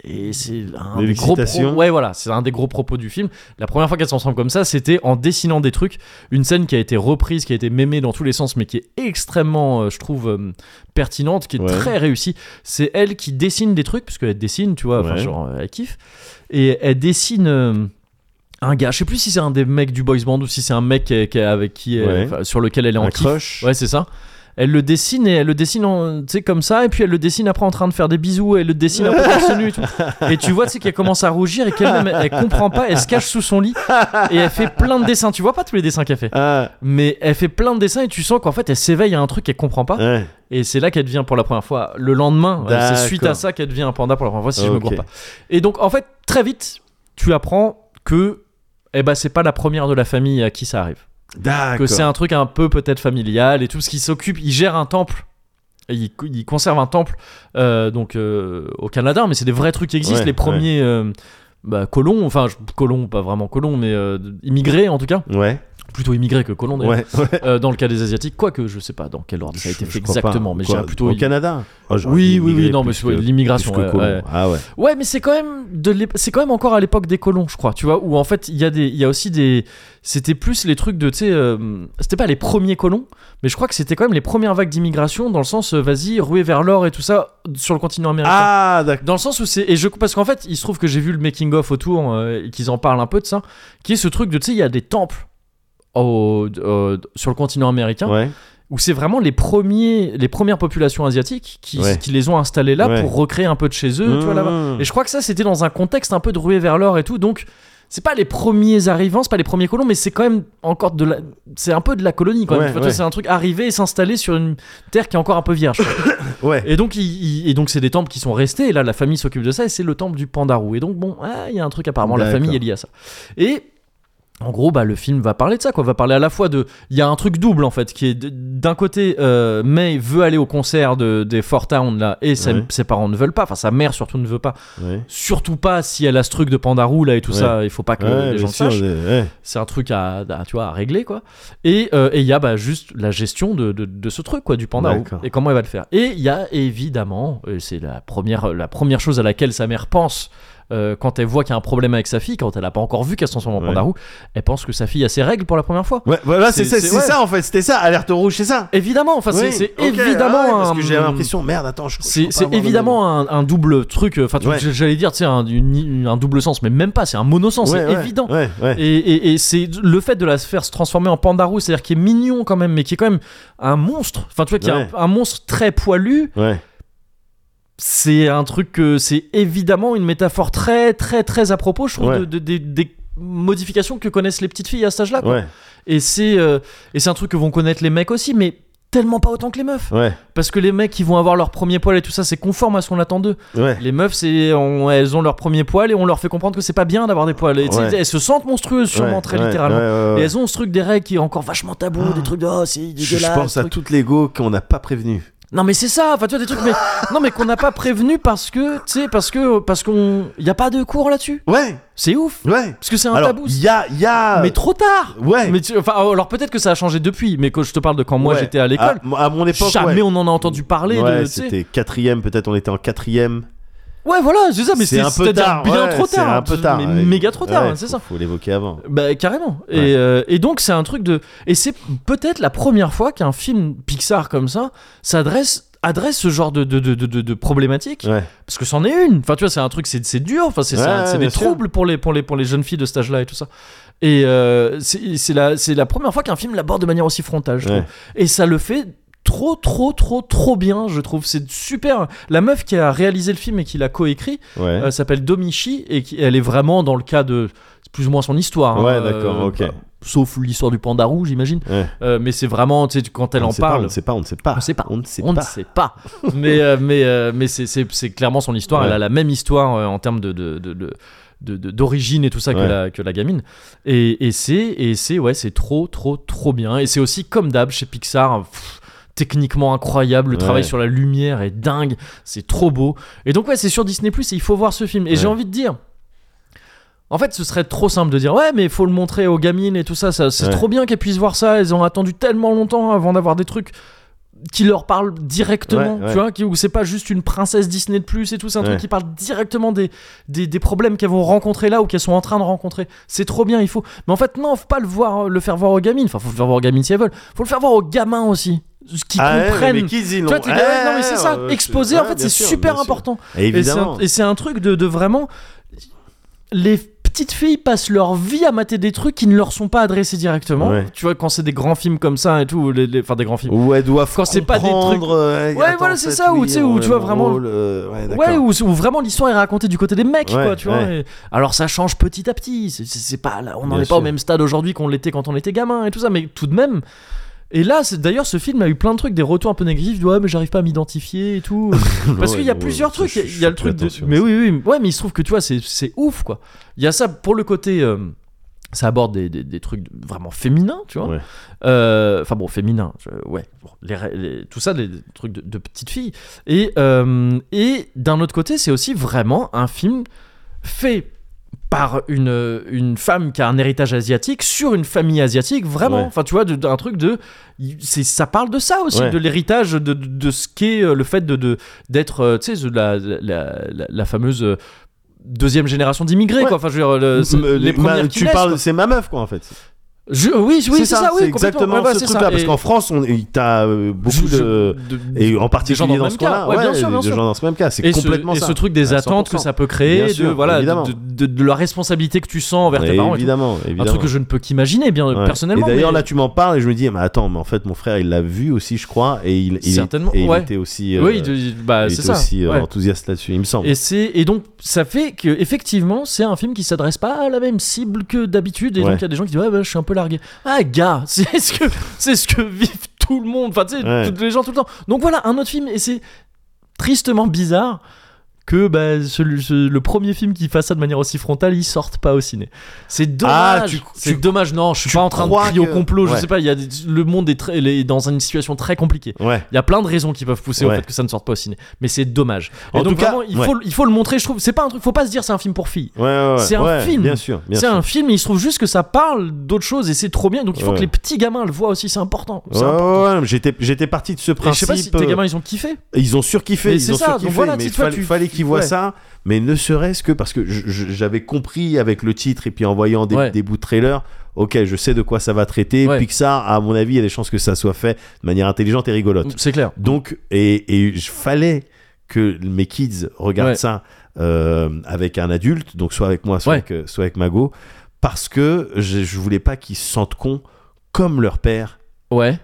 et c'est un
De
des gros
l'excitation.
pro- ouais voilà c'est un des gros propos du film la première fois qu'elles s'ensemble comme ça c'était en dessinant des trucs une scène qui a été reprise qui a été mémée dans tous les sens mais qui est extrêmement euh, je trouve euh, pertinente qui est
Ouais.
très réussie c'est elle qui dessine des trucs parce qu'elle dessine tu vois enfin
Ouais.
genre euh, elle kiffe et elle dessine euh, un gars, je sais plus si c'est un des mecs du boys band ou si c'est un mec qui- qui- avec qui, elle-
Ouais.
enfin, sur lequel elle est en
Un
kiff.
crush.
Ouais, c'est ça. Elle le dessine et elle le dessine en- tu sais, comme ça, et puis elle le dessine après en train de faire des bisous, elle le dessine un peu torse nu et tout. Et tu vois, tu sais, qu'elle commence à rougir et qu'elle-même, elle comprend pas, elle se cache sous son lit et elle fait plein de dessins. Tu vois pas tous les dessins qu'elle fait,
Ah,
mais elle fait plein de dessins et tu sens qu'en fait, elle s'éveille à un truc qu'elle comprend pas.
ouais.
Et c'est là qu'elle devient pour la première fois. Le lendemain, euh, c'est
D'accord.
suite à ça qu'elle devient un panda pour la première fois, si je me
Ok.
gourre pas. Et donc, en fait, très vite, tu apprends que eh ben, c'est pas la première de la famille à qui ça arrive. Que
D'accord.
c'est un truc un peu peut-être familial et tout ce qui s'occupe. Il gère un temple. Et il, co- il conserve un temple euh, donc euh, au Canada, mais c'est des vrais trucs qui existent.
Ouais,
les premiers euh, bah, colons, enfin je- colons, pas vraiment colons, mais euh, immigrés en tout cas,
Ouais.
plutôt immigrés que colons d'ailleurs.
Ouais. ouais.
Euh, dans le cas des Asiatiques, quoique je sais pas dans quel ordre ça a été
Je-
fait
je crois pas.
exactement, mais
Quoi,
j'ai plutôt
au Canada. Ah, j'aurais
Oui,
dit
oui, oui,
immigré
non, mais
plus
c'est ouais,
que-
l'immigration.
plus que
ouais,
colon.
ouais.
Ah ouais.
Ouais, mais c'est quand même de l'ép- c'est quand même encore à l'époque des colons, je crois. Tu vois, où en fait il y a des, il y a aussi des, c'était plus les trucs de, tu sais, euh, c'était pas les premiers colons, mais je crois que c'était quand même les premières vagues d'immigration dans le sens, euh, vas-y, ruer vers l'or et tout ça sur le continent américain.
Ah d'accord.
Dans le sens où c'est et je parce qu'en fait il se trouve que j'ai vu le making of autour euh, et qu'ils en parlent un peu de ça, qui est ce truc de, tu sais, il y a des temples au- au- sur le continent américain
Ouais.
où c'est vraiment les premiers les premières populations asiatiques qui,
Ouais.
qui les ont installés là
Ouais.
pour recréer un peu de chez eux tu vois, là-bas.
Mhm.
et je crois que ça c'était dans un contexte un peu de ruée vers l'or et tout donc c'est pas les premiers arrivants c'est pas les premiers colons mais c'est quand même encore de la c'est un peu de la colonie quand même
Ouais,
Tu vois, toi,
ouais.
c'est un truc arriver et s'installer sur une terre qui est encore un peu vierge
Ouais.
et donc, il- il- et donc c'est des temples qui sont restés. Et là, la famille s'occupe de ça. Et c'est le temple du Pandarou. Et donc, bon, ah, il y a un truc apparemment. La
D'accord.
famille est liée à ça. Et en gros, bah, le film va parler de ça. Quoi, va parler à la fois de. Il y a un truc double en fait, qui est d- d'un côté, euh, May veut aller au concert de, des Four Town là, et sa-
Ouais.
ses parents ne veulent pas. Enfin, sa mère surtout ne veut pas.
Ouais.
Surtout pas si elle a ce truc de Pandarou là et tout
Ouais.
ça. Il faut pas que
Ouais,
les gens
bien
le
sûr,
sachent
ouais.
c'est un truc à, à, tu vois, à régler quoi et euh, et il y a bah, juste la gestion de, de, de ce truc quoi du panda
D'accord.
et comment elle va le faire et il y a évidemment euh, c'est la première la première chose à laquelle sa mère pense euh, quand elle voit qu'il y a un problème avec sa fille, quand elle n'a pas encore vu qu'elle se transforme en
Ouais.
panda roux, elle pense que sa fille a ses règles pour la première fois.
Ouais, voilà,
C'est-
c'est ça,
c'est-
c'est
ouais.
ça en fait, c'était ça, alerte rouge, c'est ça.
Évidemment, enfin c'est-
Oui,
c'est
ok,
évidemment
ah ouais, parce que
un-
j'ai l'impression, merde, attends, je. je
C'est
crois pas
c'est
avoir
évidemment un, un double truc, euh, enfin tu vois,
Ouais.
j'allais dire, tu sais, un, une- un double sens, mais même pas, c'est un monosens,
donné.
c'est
Ouais, ouais,
évident.
Ouais, ouais.
Et, et- et c'est le fait de la faire se transformer en pandarou, c'est-à-dire qui est mignon quand même, mais qui est quand même un monstre. Enfin, tu vois, qui est
Ouais.
un, un monstre très poilu.
Ouais.
C'est un truc que c'est évidemment une métaphore très, très, très à propos, je trouve,
Ouais.
de- de- des- des modifications que connaissent les petites filles à cet âge-là. quoi.
Ouais.
Et c'est euh, et c'est un truc que vont connaître les mecs aussi, mais tellement pas autant que les meufs.
Ouais.
Parce que les mecs qui vont avoir leur premier poil et tout ça, c'est conforme à ce qu'on attend d'eux.
Ouais.
Les meufs, c'est, on- elles ont leur premier poil et on leur fait comprendre que c'est pas bien d'avoir des poils. Et tu sais,
Ouais.
Elles se sentent monstrueuses, sûrement
ouais,
très
ouais,
littéralement.
ouais, ouais, ouais.
Et elles ont ce truc des règles qui est encore vachement tabou, des trucs de oh, c'est
Je- je
dégueulasse.
pense à
truc.
toutes les go qu'on n'a pas prévenues.
Non mais c'est ça, enfin tu vois des trucs mais non mais qu'on n'a pas prévenu parce que tu sais parce que parce qu'on y a pas de cours là-dessus.
Ouais,
C'est ouf.
ouais.
Parce que c'est un
Alors,
tabou.
il y a, il y a.
Mais trop tard.
Ouais.
Mais tu- enfin alors peut-être que ça a changé depuis mais quand je te parle de quand moi
Ouais.
j'étais à l'école,
À, à mon époque,
jamais
ouais.
on en a entendu parler de
Ouais,
tu sais.
c'était quatrième, peut-être on était en quatrième.
Ouais voilà, c'est ça Ah, mais
C'est
c'est
un peu
c'est-à-dire
tard,
bien
ouais,
trop
c'est
tard.
un peu tard,
Mais
ouais.
méga trop tard,
Ouais,
hein, c'est ça.
Faut l'évoquer avant.
Bah carrément.
Ouais.
Et, euh, et donc c'est un truc de et c'est peut-être la première fois qu'un film Pixar comme ça s'adresse adresse ce genre de de, de, de, de- de problématique
Ouais.
parce que c'en est une. Enfin tu vois c'est un truc c'est c'est dur. Enfin c'est c'est
Ouais,
un-
ouais,
c'est
bien
des
sûr.
troubles pour les pour les pour les jeunes filles de cet âge-là et tout ça. Et euh, c'est c'est la c'est la première fois qu'un film l'aborde de manière aussi frontale. Je trouve.
Ouais.
Et ça le fait trop trop trop trop bien je trouve c'est super la meuf qui a réalisé le film et qui l'a coécrit
Ouais.
elle Euh, s'appelle Domichi et qui- elle est vraiment dans le cas de c'est plus ou moins son histoire. hein,
Ouais, d'accord, ok.
bah, sauf l'histoire du panda rouge, j'imagine.
Ouais.
Euh, mais c'est vraiment, tu sais, quand elle
On
en
ne sait pas,
parle.
On ne sait pas, on ne sait pas.
On sait pas.
On ne sait
on ne
pas.
sait pas, mais euh, mais euh, mais c'est- c'est c'est clairement son histoire. Elle
Ouais.
a la même histoire euh, en termes de de- de- de- de- de- d'origine et tout ça que,
Ouais.
la, que la gamine et, et c'est et c'est ouais c'est trop trop trop bien et c'est aussi comme d'hab chez Pixar hein, pff, techniquement incroyable le
Ouais.
travail sur la lumière est dingue c'est trop beau et donc ouais c'est sur Disney Plus et il faut voir ce film et j'ai
Ouais.
envie de dire en fait, ce serait trop simple de dire ouais, mais il faut le montrer aux gamines et tout ça. ça c'est
Ouais.
trop bien qu'elles puissent voir ça. Elles ont attendu tellement longtemps avant d'avoir des trucs qui leur parlent directement.
Ouais, ouais.
Tu vois, qui, où c'est pas juste une princesse Disney de plus et tout. C'est un
Ouais.
truc qui parle directement des, des, des problèmes qu'elles vont rencontrer là ou qu'elles sont en train de rencontrer. C'est trop bien. Il faut. Mais en fait, non, faut pas le voir, le faire voir aux gamines. Enfin, faut le faire voir aux gamines si elles veulent. Faut le faire voir aux gamins aussi, qui
Ah ouais,
comprennent.
mais qu'ils y
Tu
l'ont.
vois, tu dis,
Eh,
ouais, non, mais c'est ça.
euh,
Exposer,
ouais,
en fait,
bien
c'est
sûr,
super
bien sûr.
important.
Et
Et c'est un-
Évidemment.
Et c'est un, truc de, de vraiment. Les petites filles passent leur vie à mater des trucs qui ne leur sont pas adressés directement.
Ouais.
Tu vois, quand c'est des grands films comme ça et tout, les, les- enfin des grands films.
Ou elles doivent
Quand c'est pas des
comprendre,
trucs-
euh, hey,
Ouais,
attends,
voilà, c'est
cette
ça, ou, tu sais,
fille,
où
on
tu
aime
vois
mon
vraiment-
rôle, euh, ouais, d'accord.
Ouais, où, où vraiment l'histoire est racontée du côté des mecs,
Ouais,
quoi, tu vois.
ouais.
et- alors ça change petit à petit. C'est- C'est c'est pas, là- on n'en
Bien
est pas au
sûr.
même stade aujourd'hui qu'on l'était quand on était gamin et tout ça, mais tout de même. Et là, c'est- d'ailleurs, ce film a eu plein de trucs, des retours un peu négatifs, de ouais, mais j'arrive pas à m'identifier et tout. Parce
Ouais,
qu'il y a
ouais,
plusieurs
ça,
trucs.
je-
Il y a- il y a le
je
truc
fais
de.
attention à
Mais
ça.
oui, oui. Ouais, mais il se trouve que tu vois, c'est- c'est ouf, quoi. Il y a ça pour le côté. euh, ça aborde des, des- des trucs de- vraiment féminins, tu vois.
Ouais.
Euh, Enfin bon, féminin, je- ouais. Bon, les ra- les- tout ça, des des trucs de, de petites filles. Et, euh, et d'un autre côté, c'est aussi vraiment un film fait par une, une femme qui a un héritage asiatique sur une famille asiatique, vraiment.
Ouais.
Enfin, tu vois, de- d'un truc de. il- c'est- Ça parle de ça aussi,
Ouais.
de l'héritage, de, de, de ce qu'est euh, le fait de- de d'être, euh, tu sais, de la, la, la- la fameuse euh, deuxième génération d'immigrés,
Ouais.
quoi. Enfin, je veux dire, le- euh, c'est-
Me-
les
euh, ma-
premières qui
tu
naissent,
parles,
quoi.
c'est ma meuf quoi en fait.
Je- oui, oui, c'est ça, oui,
c'est
complètement.
exactement
Ouais, ouais,
ce
c'est ça.
truc-là. Parce
Et-
qu'en France, on, il- t'as euh, beaucoup
je-
de
de-
et en
gens dans
particulier
le
dans
même
ce
cas.
cas-là,
Ouais, bien sûr, bien
des
sûr.
gens dans ce même cas, c'est
et ce-
complètement
et
ça.
ce truc des
À
attentes que
100%.
ça peut créer,
Bien
de,
sûr,
voilà, de,
évidemment.
de- de- de la responsabilité que tu sens envers tes
Et
parents. et tout.
Évidemment, évidemment.
Un truc que je ne peux qu'imaginer, bien
Ouais.
personnellement.
Et d'ailleurs,
mais-
là, tu m'en parles et je me dis, eh, mais attends, mais en fait, mon frère, il l'a vu aussi, je crois, et il, il,
Certainement,
et il
ouais.
était aussi, euh,
oui, de- il- bah,
il
c'est
était
ça.
aussi euh,
ouais.
enthousiaste là-dessus, il me semble.
Et c'est et donc ça fait que effectivement c'est un film qui s'adresse pas à la même cible que d'habitude et
Ouais.
donc il y a des gens qui disent ouais bah, je suis un peu largué. Ah gars, c'est ce que c'est ce que vivent tout le monde, enfin tu sais
Ouais.
toutes les gens tout le temps. Donc voilà un autre film et c'est tristement bizarre que bah, celui- ce- le premier film qui fasse ça de manière aussi frontale, il sorte pas au ciné. C'est dommage.
Ah, tu-
c'est
tu-
dommage. Non, je suis
tu
pas en train de
crois
crier au
que-
complot. Je
Ouais.
sais pas. Il y a des- le monde est, très, il est dans une situation très compliquée.
Ouais.
Il y a plein de raisons qui peuvent pousser au
Ouais.
fait que ça ne sorte pas au ciné, mais c'est dommage. Et
En
donc
tout cas,
vraiment, il,
ouais.
faut, il faut le montrer, je trouve. C'est pas un truc, faut pas se dire c'est un film pour filles.
Ouais, ouais, ouais.
C'est un
Ouais,
film.
Bien sûr, bien
C'est
sûr.
un film, il se trouve juste que ça parle d'autre chose et c'est trop bien. Donc il faut
Ouais.
que les petits gamins le voient aussi, c'est important. C'est
Ouais,
important.
ouais, ouais, mais j'étais, j'étais parti de ce
Et je sais
principe.
pas si tes
euh,
gamins ils ont kiffé.
Ils ont surkiffé,
Mais c'est
ils ont
ça,
surkiffé,
donc voilà,
mais
tu-
il
toi,
fallait,
tu-
fallait qu'ils voient
ouais.
ça, mais ne serait-ce que parce que je- je- j'avais compris avec le titre et puis en voyant des,
Ouais.
des bouts de trailer, ok, je sais de quoi ça va traiter.
Ouais.
Pixar, à mon avis, il y a des chances que ça soit fait de manière intelligente et rigolote.
Bah, C'est clair.
Donc, et, et il fallait que mes kids regardent
Ouais.
ça euh, avec un adulte, donc soit avec moi, soit,
Ouais.
avec, euh, soit avec Mago, parce que je, je voulais pas qu'ils se sentent cons comme leur père
Ouais.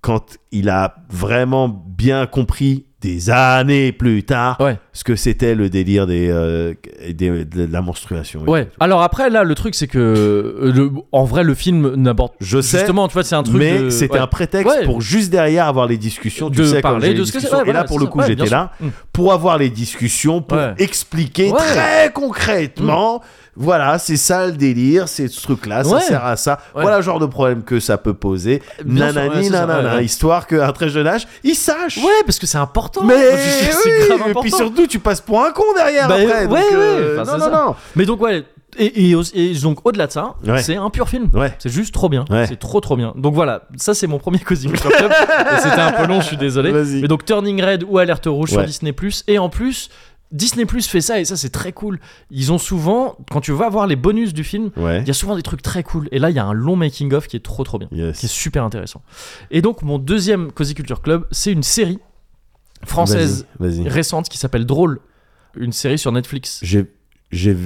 quand il a vraiment bien compris des années plus tard
Ouais.
ce que c'était le délire des, euh, des- de la menstruation. et
Ouais.
tout.
Alors après là, le truc c'est que euh, le- en vrai le film n'aborde
Je sais,
justement, tu vois, c'est un truc.
mais
de-
c'était
ouais.
un prétexte
Ouais.
pour juste derrière avoir les discussions. Tu
De
sais, quand
parler
j'ai les
de ce que c'est,
discussions.
ouais,
Et
voilà,
là, pour
c'est
le
ça.
coup,
Ouais, bien
j'étais
sûr.
là
Mm.
pour avoir les discussions, pour
Ouais.
expliquer
Ouais.
très concrètement Voilà, c'est ça le délire, c'est ce truc-là, ça
Ouais.
sert à ça.
Ouais.
Voilà le genre de problème que ça peut poser.
Bien sûr, ouais,
Nanani,
c'est ça,
nanana,
ouais, ouais.
histoire qu'à un très jeune âge, il sache.
Ouais, parce que c'est important.
Mais
Je- je- c'est
oui,
grave
et puis
important.
surtout, tu passes pour un con derrière
Bah,
après. donc,
ouais,
euh,
ouais, enfin,
non,
c'est
non,
ça.
non.
Mais donc, ouais, et, et, et donc au-delà de ça,
Ouais.
c'est un pur film.
Ouais.
C'est juste trop bien.
Ouais.
C'est trop trop bien. Donc voilà, ça c'est mon premier Cozy Culture Club. Et C'était un peu long, je suis désolé.
Vas-y.
Mais donc Turning Red ou Alerte Rouge sur
Ouais.
Disney+. Et en plus, Disney+, fait ça et ça c'est très cool. Ils ont souvent, quand tu vas voir les bonus du film,
Ouais.
il y a souvent des trucs très cool. Et là, il y a un long making-of qui est trop trop bien
Yes.
qui est super intéressant. Et donc mon deuxième Cozy Culture Club, c'est une série française
Vas-y. vas-y.
récente qui s'appelle Drôle, une série sur Netflix.
J'ai, j'ai vu.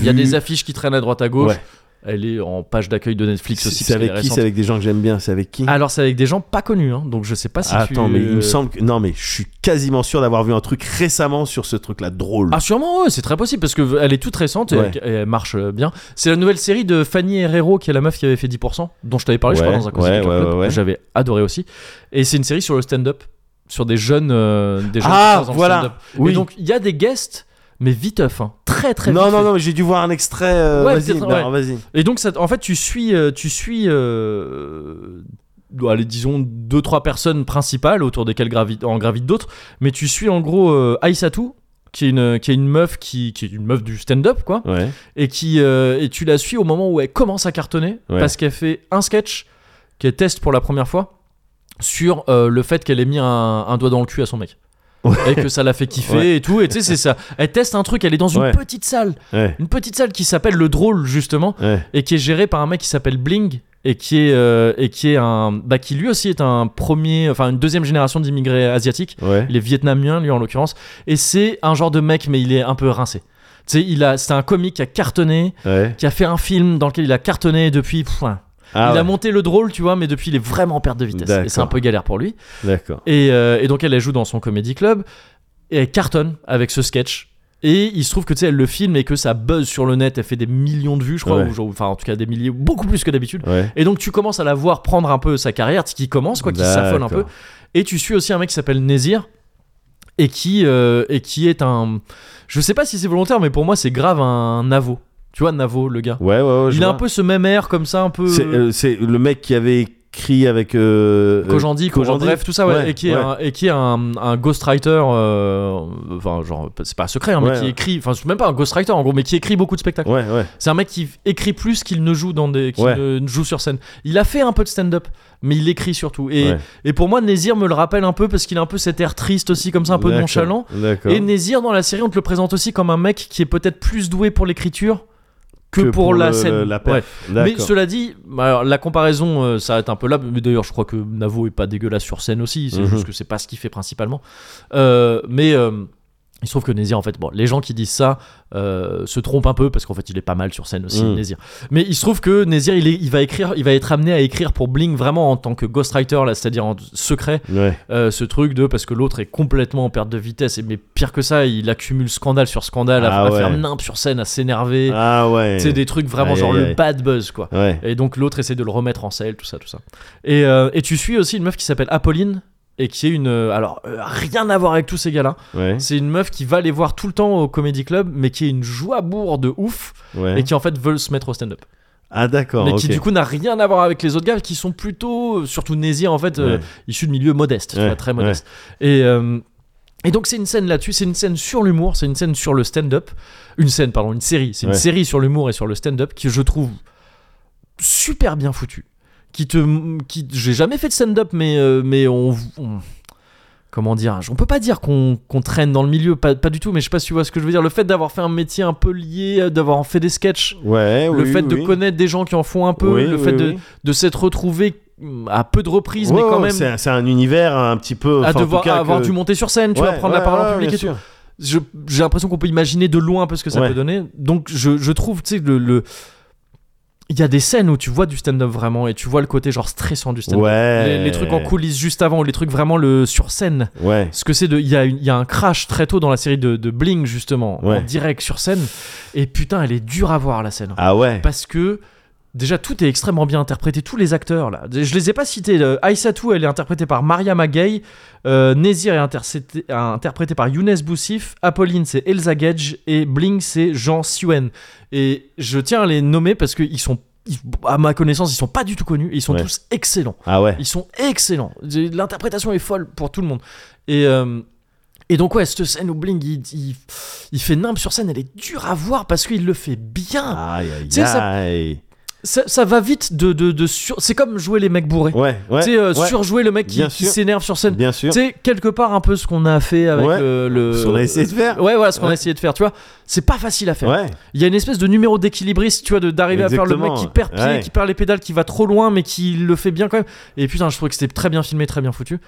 Il y a des affiches qui traînent à droite à gauche.
Ouais.
Elle est en page d'accueil de Netflix aussi. parce
C'est
qu'elle
avec
est
qui
récente.
C'est avec des gens que j'aime bien. C'est avec qui
Alors c'est avec des gens pas connus, hein, donc je sais pas si tu-
Mm. Attends, mais il me semble que. Non, mais je suis quasiment sûr d'avoir vu un truc récemment sur ce truc-là drôle.
Ah sûrement, ouais, c'est très possible parce que elle est toute récente et
Ouais.
elle, et elle marche euh, bien. C'est la nouvelle série de Fanny Herrero qui est la meuf qui avait fait 10%, dont je t'avais parlé, je
Ouais,
crois, dans un Cozy
ouais,
Culture
ouais,
Club,
ouais, ouais.
que j'avais adoré aussi. Et c'est une série sur le stand-up, sur des jeunes, euh, des jeunes qui
Ah,
passent dans le stand-up.
voilà.
Et donc il y a des guests, mais viteuf, hein. très très
non,
vite
non,
fait.
non, mais j'ai dû voir un extrait. euh,
Ouais,
vas-y,
peut-être,
non, vas-y.
Et donc ça, en fait tu suis, euh, tu suis, euh, bon, allez disons deux trois personnes principales autour desquelles gravitent, en gravitent d'autres, mais tu suis en gros euh, Aïssatou, qui est une, qui est une meuf qui, qui est une meuf du stand-up quoi.
Ouais.
et qui euh, et tu la suis au moment où elle commence à cartonner
Ouais.
parce qu'elle fait un sketch qu'elle teste pour la première fois sur euh, le fait qu'elle ait mis un, un doigt dans le cul à son mec et que ça l'a fait kiffer
Ouais.
et tout et tu sais c'est ça elle teste un truc elle est dans une
Ouais.
petite salle
Ouais.
une petite salle qui s'appelle le drôle justement
Ouais.
et qui est gérée par un mec qui s'appelle Bling et qui est euh, et qui est un bah qui lui aussi est un premier enfin une deuxième génération d'immigrés asiatiques
Ouais.
il est vietnamien, lui, en l'occurrence. Et c'est un genre de mec, mais il est un peu rincé. Tu sais, il a, c'est un comique qui a cartonné,
ouais.
qui a fait un film dans lequel il a cartonné et depuis. pff, ouais.
Ah,
il a
ouais,
monté le drôle, tu vois, mais depuis, il est vraiment en perte de vitesse. Et c'est un
D'accord.
peu galère pour lui.
D'accord.
Et, euh, et donc, elle, elle joue dans son comédie club et elle cartonne avec ce sketch. Et il se trouve que tu sais, elle le filme et que ça buzz sur le net. Elle fait des millions de vues, je crois,
Ouais.
ou genre- enfin, en tout cas, des milliers, beaucoup plus que d'habitude.
Ouais.
Et donc tu commences à la voir prendre un peu sa carrière, tu- qui commence quoi, qui s'affole un peu.
D'accord.
Et tu suis aussi un mec qui s'appelle Nézir et qui euh, et qui est un, je sais pas si c'est volontaire, mais pour moi c'est grave un Navo. Tu vois Navo le gars.
Ouais, ouais, ouais. je
Il a un
vois.
peu ce même air comme ça, un peu.
C'est, euh, c'est le mec qui avait écrit avec. Euh,
Kojandi, pour-
Kojandi.
bref, tout ça, ouais,
Ouais,
et qui est
ouais.
un, et qui est un, un ghostwriter, euh, enfin, genre, c'est pas un secret, hein, mais
Ouais.
qui écrit, enfin, c'est même pas un ghostwriter en gros, mais qui écrit beaucoup de spectacles.
euh, Ouais, ouais.
C'est un mec qui écrit plus qu'il ne joue dans des, qu'il
Ouais.
ne ne joue sur scène. Il a fait un peu de stand-up, mais il écrit surtout. Et,
Ouais.
et pour moi, Nézir me le rappelle un peu parce qu'il a un peu cet air triste aussi, comme ça, un peu
D'accord,
nonchalant.
D'accord.
Et Nézir dans la série, on te le présente aussi comme un mec qui est peut-être plus doué pour l'écriture que, pour, la
le-
scène.
La
Ouais.
perf.
Mais
D'accord.
cela dit, bah, alors, la comparaison euh, s'arrête un peu là. Mais d'ailleurs, je crois que Navo est pas dégueulasse sur scène aussi. C'est
Mhm.
juste que c'est pas ce qu'il fait principalement. Euh, mais euh, il se trouve que Nézir, en fait, bon, les gens qui disent ça euh, se trompent un peu parce qu'en fait, il est pas mal sur scène aussi,
Mhm.
Nézir. Mais il se trouve que Nézir, il, est- il va écrire, il va être amené à écrire pour Bling vraiment en tant que ghostwriter, là, c'est-à-dire en secret,
Ouais.
euh, ce truc de parce que l'autre est complètement en perte de vitesse. Et mais pire que ça, il accumule scandale sur scandale, à-
Ah
à,
ouais.
faire nimp sur scène, à s'énerver.
Ah ouais.
C'est des trucs vraiment
Aïe,
genre
aïe,
le
aïe.
bad buzz quoi.
Ouais.
Et donc l'autre essaie de le remettre en selle, tout ça, tout ça. Et, euh, et tu suis aussi une meuf qui s'appelle Apolline. Et qui est une. euh, alors, euh, rien à voir avec tous ces gars-là.
Ouais.
C'est une meuf qui va les voir tout le temps au Comedy Club, mais qui est une joie bourre de ouf,
Ouais.
et qui en fait veulent se mettre au stand-up.
Ah d'accord.
mais
ok.
qui du coup n'a rien à voir avec les autres gars, qui sont plutôt, euh, surtout Nézir en fait, euh,
Ouais.
issus de milieux modestes, tu
Ouais,
vois, très modestes. Et. euh, et donc c'est une scène là-dessus, c'est une scène sur l'humour, c'est une scène sur le stand-up, une scène pardon, une série, c'est une
Ouais.
série sur l'humour et sur le stand-up qui je trouve super bien foutue. Qui te, qui, j'ai jamais fait de stand-up, mais euh, mais on, on- comment dire, on peut pas dire qu'on qu'on traîne dans le milieu, pas, pas du tout, mais je sais pas si tu vois ce que je veux dire. Le fait d'avoir fait un métier un peu lié, d'avoir fait des sketchs,
Ouais.
le
Ah oui,
fait de
oui.
connaître des gens qui en font un peu,
Oui,
le
oui,
fait de,
oui.
de s'être retrouvé mm, à peu de reprises, mais
Ouais,
quand
ouais,
même
C'est, c'est un univers hein, un petit peu.
à
enfin, en
devoir
tout cas,
à avoir
que-
dû monter sur scène, tu
Ouais,
vois, prendre
ouais,
la parole
ouais,
en public
bien
et tout.
sûr.
Je- j'ai l'impression qu'on peut imaginer de loin un peu ce que ça
Ouais.
peut donner. Donc je, je trouve, tu sais, le. le- il y a des scènes où tu vois du stand-up vraiment et tu vois le côté genre stressant du stand-up.
Ouais.
Les, les trucs en coulisses juste avant, les trucs vraiment le sur scène.
Ouais.
Ce que c'est de, il y, a une- il y a un crash très tôt dans la série de, de Bling justement, en
Ouais.
direct sur scène. Et putain, elle est dure à voir la scène
Ah ouais.
parce que Déjà, tout est extrêmement bien interprété. Tous les acteurs, là. Je les ai pas cités. Euh, Aïssatou, elle est interprétée par Maria Magay. Euh, Nézir est intercété- euh, interprété par Younes Boussif. Apolline, c'est Elsa Gage. Et Bling, c'est Jean Suen. Et je tiens à les nommer parce qu'ils sont, ils- à ma connaissance, ils sont pas du tout connus. Et ils sont
Ouais.
tous excellents.
Ah ouais.
Ils sont excellents. J'ai- L'interprétation est folle pour tout le monde. Et, euh, et donc, ouais, cette scène où Bling, il, il, il fait nimbe sur scène, elle est dure à voir parce qu'il le fait bien.
Aïe, aïe,
Tu sais, ça-
aïe.
Ça, ça va vite de. de, de sur... C'est comme jouer les mecs bourrés.
Ouais, ouais.
tu sais, euh,
ouais,
surjouer le mec qui,
Bien
qui
sûr.
s'énerve sur scène.
Bien sûr.
Tu sais, quelque part, un peu ce qu'on a fait avec
Ouais.
euh, le.
Ce qu'on a essayé de faire.
Ouais, voilà, ce qu'on a
Ouais.
essayé de faire, tu vois. C'est pas facile à faire.
Ouais.
Il y a une espèce de numéro d'équilibriste, tu vois, de- d'arriver à faire le mec
Exactement,
qui perd pied,
ouais.
qui perd les pédales, qui va trop loin, mais qui le fait bien quand même. Et putain, je trouvais que c'était très bien filmé, très bien foutu.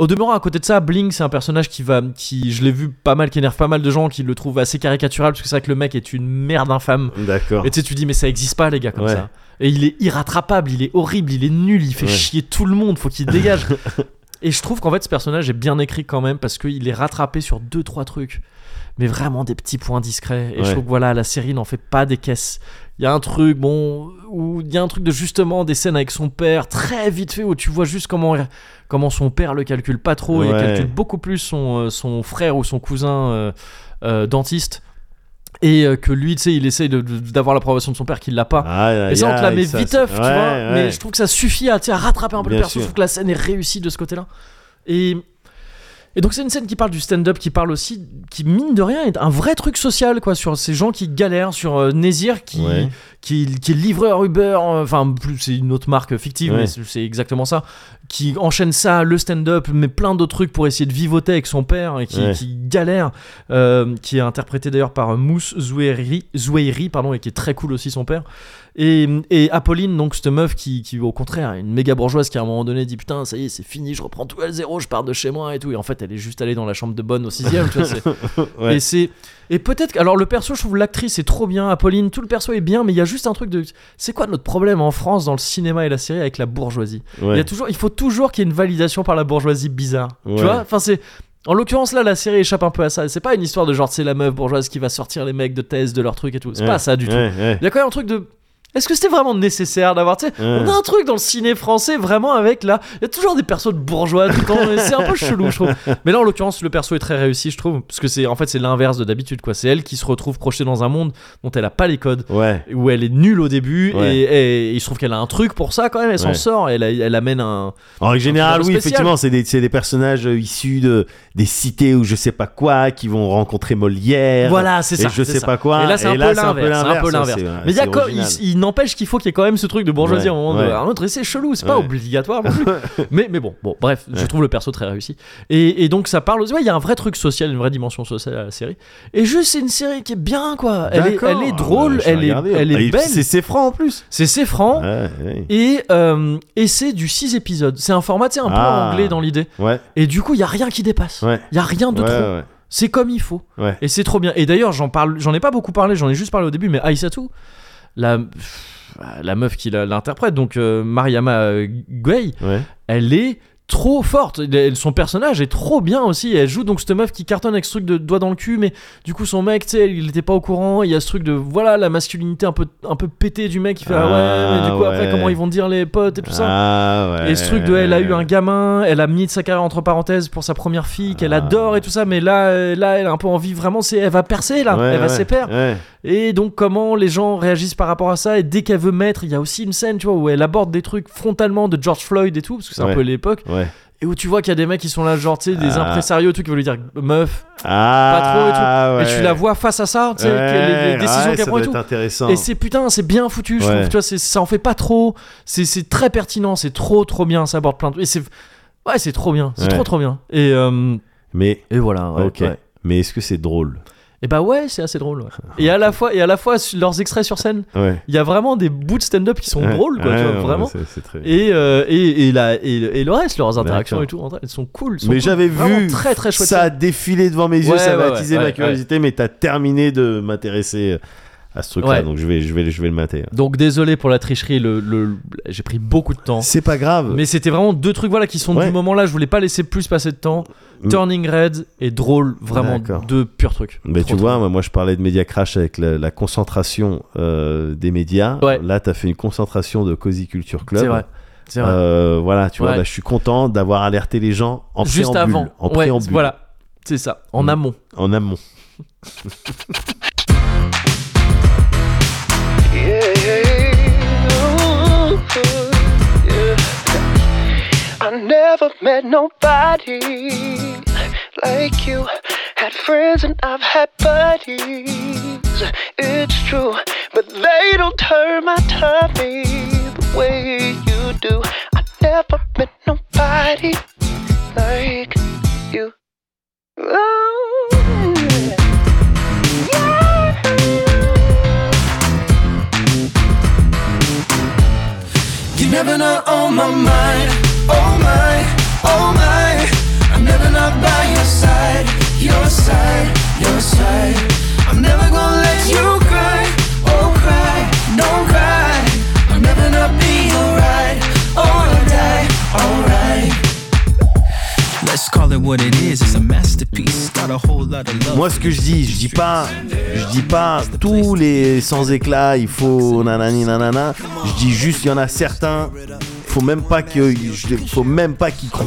Au demeurant, à côté de ça, Bling, c'est un personnage qui va, qui, je l'ai vu pas mal, qui énerve pas mal de gens, qui le trouve assez caricatural, parce que c'est vrai que le mec est une merde infâme.
D'accord.
Et tu sais, tu dis, mais ça existe pas, les gars, comme
Ouais.
ça. Et il est irrattrapable, il est horrible, il est nul, il fait
Ouais.
chier tout le monde, faut qu'il dégage. Et je trouve qu'en fait, ce personnage est bien écrit quand même, parce qu'il est rattrapé sur deux, trois trucs. Mais vraiment des petits points discrets. Et je
Ouais.
trouve que voilà, la série n'en fait pas des caisses. Il y a un truc, bon, où il y a un truc de justement des scènes avec son père, très vite fait, où tu vois juste comment, comment son père le calcule pas trop, il
Ouais.
calcule beaucoup plus son, euh, son frère ou son cousin euh, euh, dentiste. Et euh, que lui, tu sais, il essaye de- de- d'avoir l'approbation de son père, qu'il l'a pas.
Aïe, aïe,
Et ça, on te la
aïe,
met
Ah, ça,
viteuf,
ça-
tu
ouais,
vois.
ouais.
Mais je trouve que ça suffit à, tu sais, à rattraper un peu
Bien
le perso.
sûr.
Je trouve que la scène est réussie de ce côté-là. Et. Et donc c'est une scène qui parle du stand-up, qui parle aussi, qui mine de rien est un vrai truc social quoi, sur ces gens qui galèrent, sur euh, Nézir qui,
Ouais.
qui, qui est livreur Uber, euh, enfin plus c'est une autre marque fictive,
Ouais.
mais c'est c'est exactement ça, qui enchaîne ça, le stand-up, mais plein d'autres trucs pour essayer de vivoter avec son père et qui,
Ouais.
qui galère, euh, qui est interprété d'ailleurs par euh, Mousse Zoueiri, Zoueiri, pardon, et qui est très cool aussi son père. Et, et Apolline, donc cette meuf qui, qui, au contraire, est une méga bourgeoise qui à un moment donné dit putain, ça y est, c'est fini, je reprends tout à zéro, je pars de chez moi et tout. Et en fait, elle est juste allée dans la chambre de bonne au sixième. tu vois, c'est-
Ouais.
Et c'est et peut-être que- alors le perso, je trouve l'actrice est trop bien, Apolline, tout le perso est bien, mais il y a juste un truc de c'est quoi notre problème en France dans le cinéma et la série avec la bourgeoisie Il y
Ouais.
a toujours, il faut toujours qu'il y ait une validation par la bourgeoisie bizarre.
Ouais.
Tu vois Enfin c'est en l'occurrence là, la série échappe un peu à ça. C'est pas une histoire de genre c'est la meuf bourgeoise qui va sortir les mecs de thèse de leur truc et tout. C'est
Ouais.
pas ça du tout.
Ouais, ouais.
Il y a quand même un truc de. Est-ce que c'était vraiment nécessaire d'avoir, tu sais,
Ouais.
on a un truc dans le ciné français vraiment avec là, il y a toujours des persos de bourgeois tout le temps, et c'est un peu chelou, je trouve. Mais là, en l'occurrence, le perso est très réussi, je trouve, parce que c'est, en fait, c'est l'inverse de d'habitude, quoi. C'est elle qui se retrouve projetée dans un monde dont elle a pas les codes,
Ouais.
où elle est nulle au début,
Ouais.
et, et il se trouve qu'elle a un truc pour ça quand même, elle s'en
Ouais.
sort, elle, a- elle amène un.
En règle générale,
Un
oui,
spécial.
effectivement, c'est des, c'est des personnages euh, issus de, des cités ou je sais pas quoi qui vont rencontrer Molière.
Voilà, c'est
et
ça.
je
c'est
sais
ça.
pas quoi.
Et là, c'est un, peu l'inverse. C'est un peu
ça,
l'inverse.
c'est-
Mais il y a
c'est
quoi-
original.
il, il n'empêche qu'il faut qu'il y ait quand même ce truc de bourgeoisie
Ouais,
à un moment de-
ouais.
à un autre. Et c'est chelou, c'est pas
Ouais.
obligatoire non plus. mais, mais bon, bon, bref, je trouve le perso très réussi. Et, et donc ça parle aussi. ouais, il y a un vrai truc social, une vraie dimension sociale à la série. Et juste, c'est une série qui est bien, quoi. Elle, est,
D'accord.
elle est
Ah,
drôle,
bah, je vais
elle, est,
regarder.
elle
Ah,
est
et
belle.
C'est c'est franc en plus.
C'est c'est franc.
Ouais, ouais.
Et, euh, et c'est du 6 épisodes. C'est un format, tu sais, un
Ah.
peu anglais dans l'idée.
Ouais.
Et du coup, il y a rien qui dépasse. Il
Ouais.
y a rien de
ouais,
trop.
ouais.
C'est comme il faut.
Ouais.
Et c'est trop bien. Et d'ailleurs, j'en parle, j'en ai pas beaucoup parlé, j'en ai juste parlé au début, mais Aïssatou, la, pff, la meuf qui la- l'interprète, donc euh, Mariama euh, Gueye,
Ouais.
elle est trop forte. Elle- elle- Son personnage est trop bien aussi. Elle joue donc cette meuf qui cartonne avec ce truc de doigt dans le cul, mais du coup, son mec, tu sais, il était pas au courant. Il y a ce truc de, voilà, la masculinité un peu, un peu pétée du mec qui fait, ah, ouais,
Ah,
mais du coup, après,
ouais.
comment ils vont dire les potes et tout ça.
Ah ouais.
Et ce truc de elle a eu
Euh.
un gamin, elle a mis de sa carrière entre parenthèses pour sa première fille qu'elle
Ah.
adore et tout ça, mais là, euh, là, elle a un peu envie vraiment, c'est, elle va percer là,
Ouais,
elle va
ouais,
s'épaire.
ouais.
Et donc comment les gens réagissent par rapport à ça et dès qu'elle veut mettre, il y a aussi une scène, tu vois, où elle aborde des trucs frontalement de George Floyd et tout, parce que c'est un
Ouais.
peu l'époque,
Ouais.
et où tu vois qu'il y a des mecs qui sont là, genre, tu sais, des
Ah.
impresarios et tout qui veulent lui dire meuf,
Ah,
et tu
ouais.
la vois face à ça, tu sais, que les, les
Ouais,
décisions
ouais,
qu'elle
ça
prend et
doit
tout.
être intéressant.
Et c'est putain, c'est bien foutu, je
Ouais.
trouve. Tu vois, c'est- ça en fait pas trop. C'est- C'est très pertinent, c'est trop trop bien, ça aborde plein de. Et c'est. Ouais, c'est trop bien, c'est
Ouais.
trop trop bien. Et, euh,
Mais
et voilà, ouais,
ok.
ouais.
Mais est-ce que c'est drôle
Et bah ouais, c'est assez drôle. ouais. Et à la fois, et à la fois su- leurs extraits sur scène,
Ouais.
il y a vraiment des bouts de stand-up qui sont
Ouais.
drôles, quoi, tu
Ouais,
vois,
ouais,
vraiment.
c'est- C'est très.
Et, euh, et, et, la, et, le- et le reste, leurs interactions
D'accord.
et tout, entre elles, elles sont cool. sont
Mais
cool.
j'avais
Vraiment
vu
Très très chouette.
ça a défilé devant mes yeux,
Ouais,
ça
ouais,
m'a
ouais,
attisé
ouais,
ma
ouais.
curiosité, mais t'as terminé de m'intéresser euh, à ce truc-là.
Ouais.
Donc je vais, je, vais, je vais le mater.
Donc désolé pour la tricherie, le, le- j'ai pris beaucoup de temps.
C'est pas grave.
Mais c'était vraiment deux trucs voilà qui sont
Euh. Ouais.
du moment là. Je voulais pas laisser plus passer de temps.
Mm.
Turning Red et drôle, vraiment
D'accord.
deux purs trucs.
Mais
Trop
tu
drôle.
vois, moi, moi, je parlais de média crash avec la, la concentration euh, des médias.
Ouais.
Là, t'as fait une concentration de Cozy Culture Club.
c'est vrai, c'est vrai.
Euh, voilà, tu vois,
Ouais.
bah, je suis content d'avoir alerté les gens en
Juste
préambule,
avant,
en
Ouais,
préambule,
voilà, c'est ça, en
Mm.
amont.
en amont.
I never met nobody like you. Had friends and I've had buddies. It's true, but they don't turn my tummy the way you do. I never met nobody like you. Oh,
You've never not on my mind. Oh my, oh my. I'm never not by your side, your side, your side. I'm never gonna let you cry. Oh cry, don't cry. I'll never not be alright. Oh, I'll die, alright.
Let's call it what it is, it's a masterpiece. Got a whole lot of love.
Moi, ce que je dis, je dis pas, je dis pas tous les sans éclat, il faut nanani nanana. Je dis juste, il y en a certains. Faut même pas que, je- faut même pas qu'ils croisent,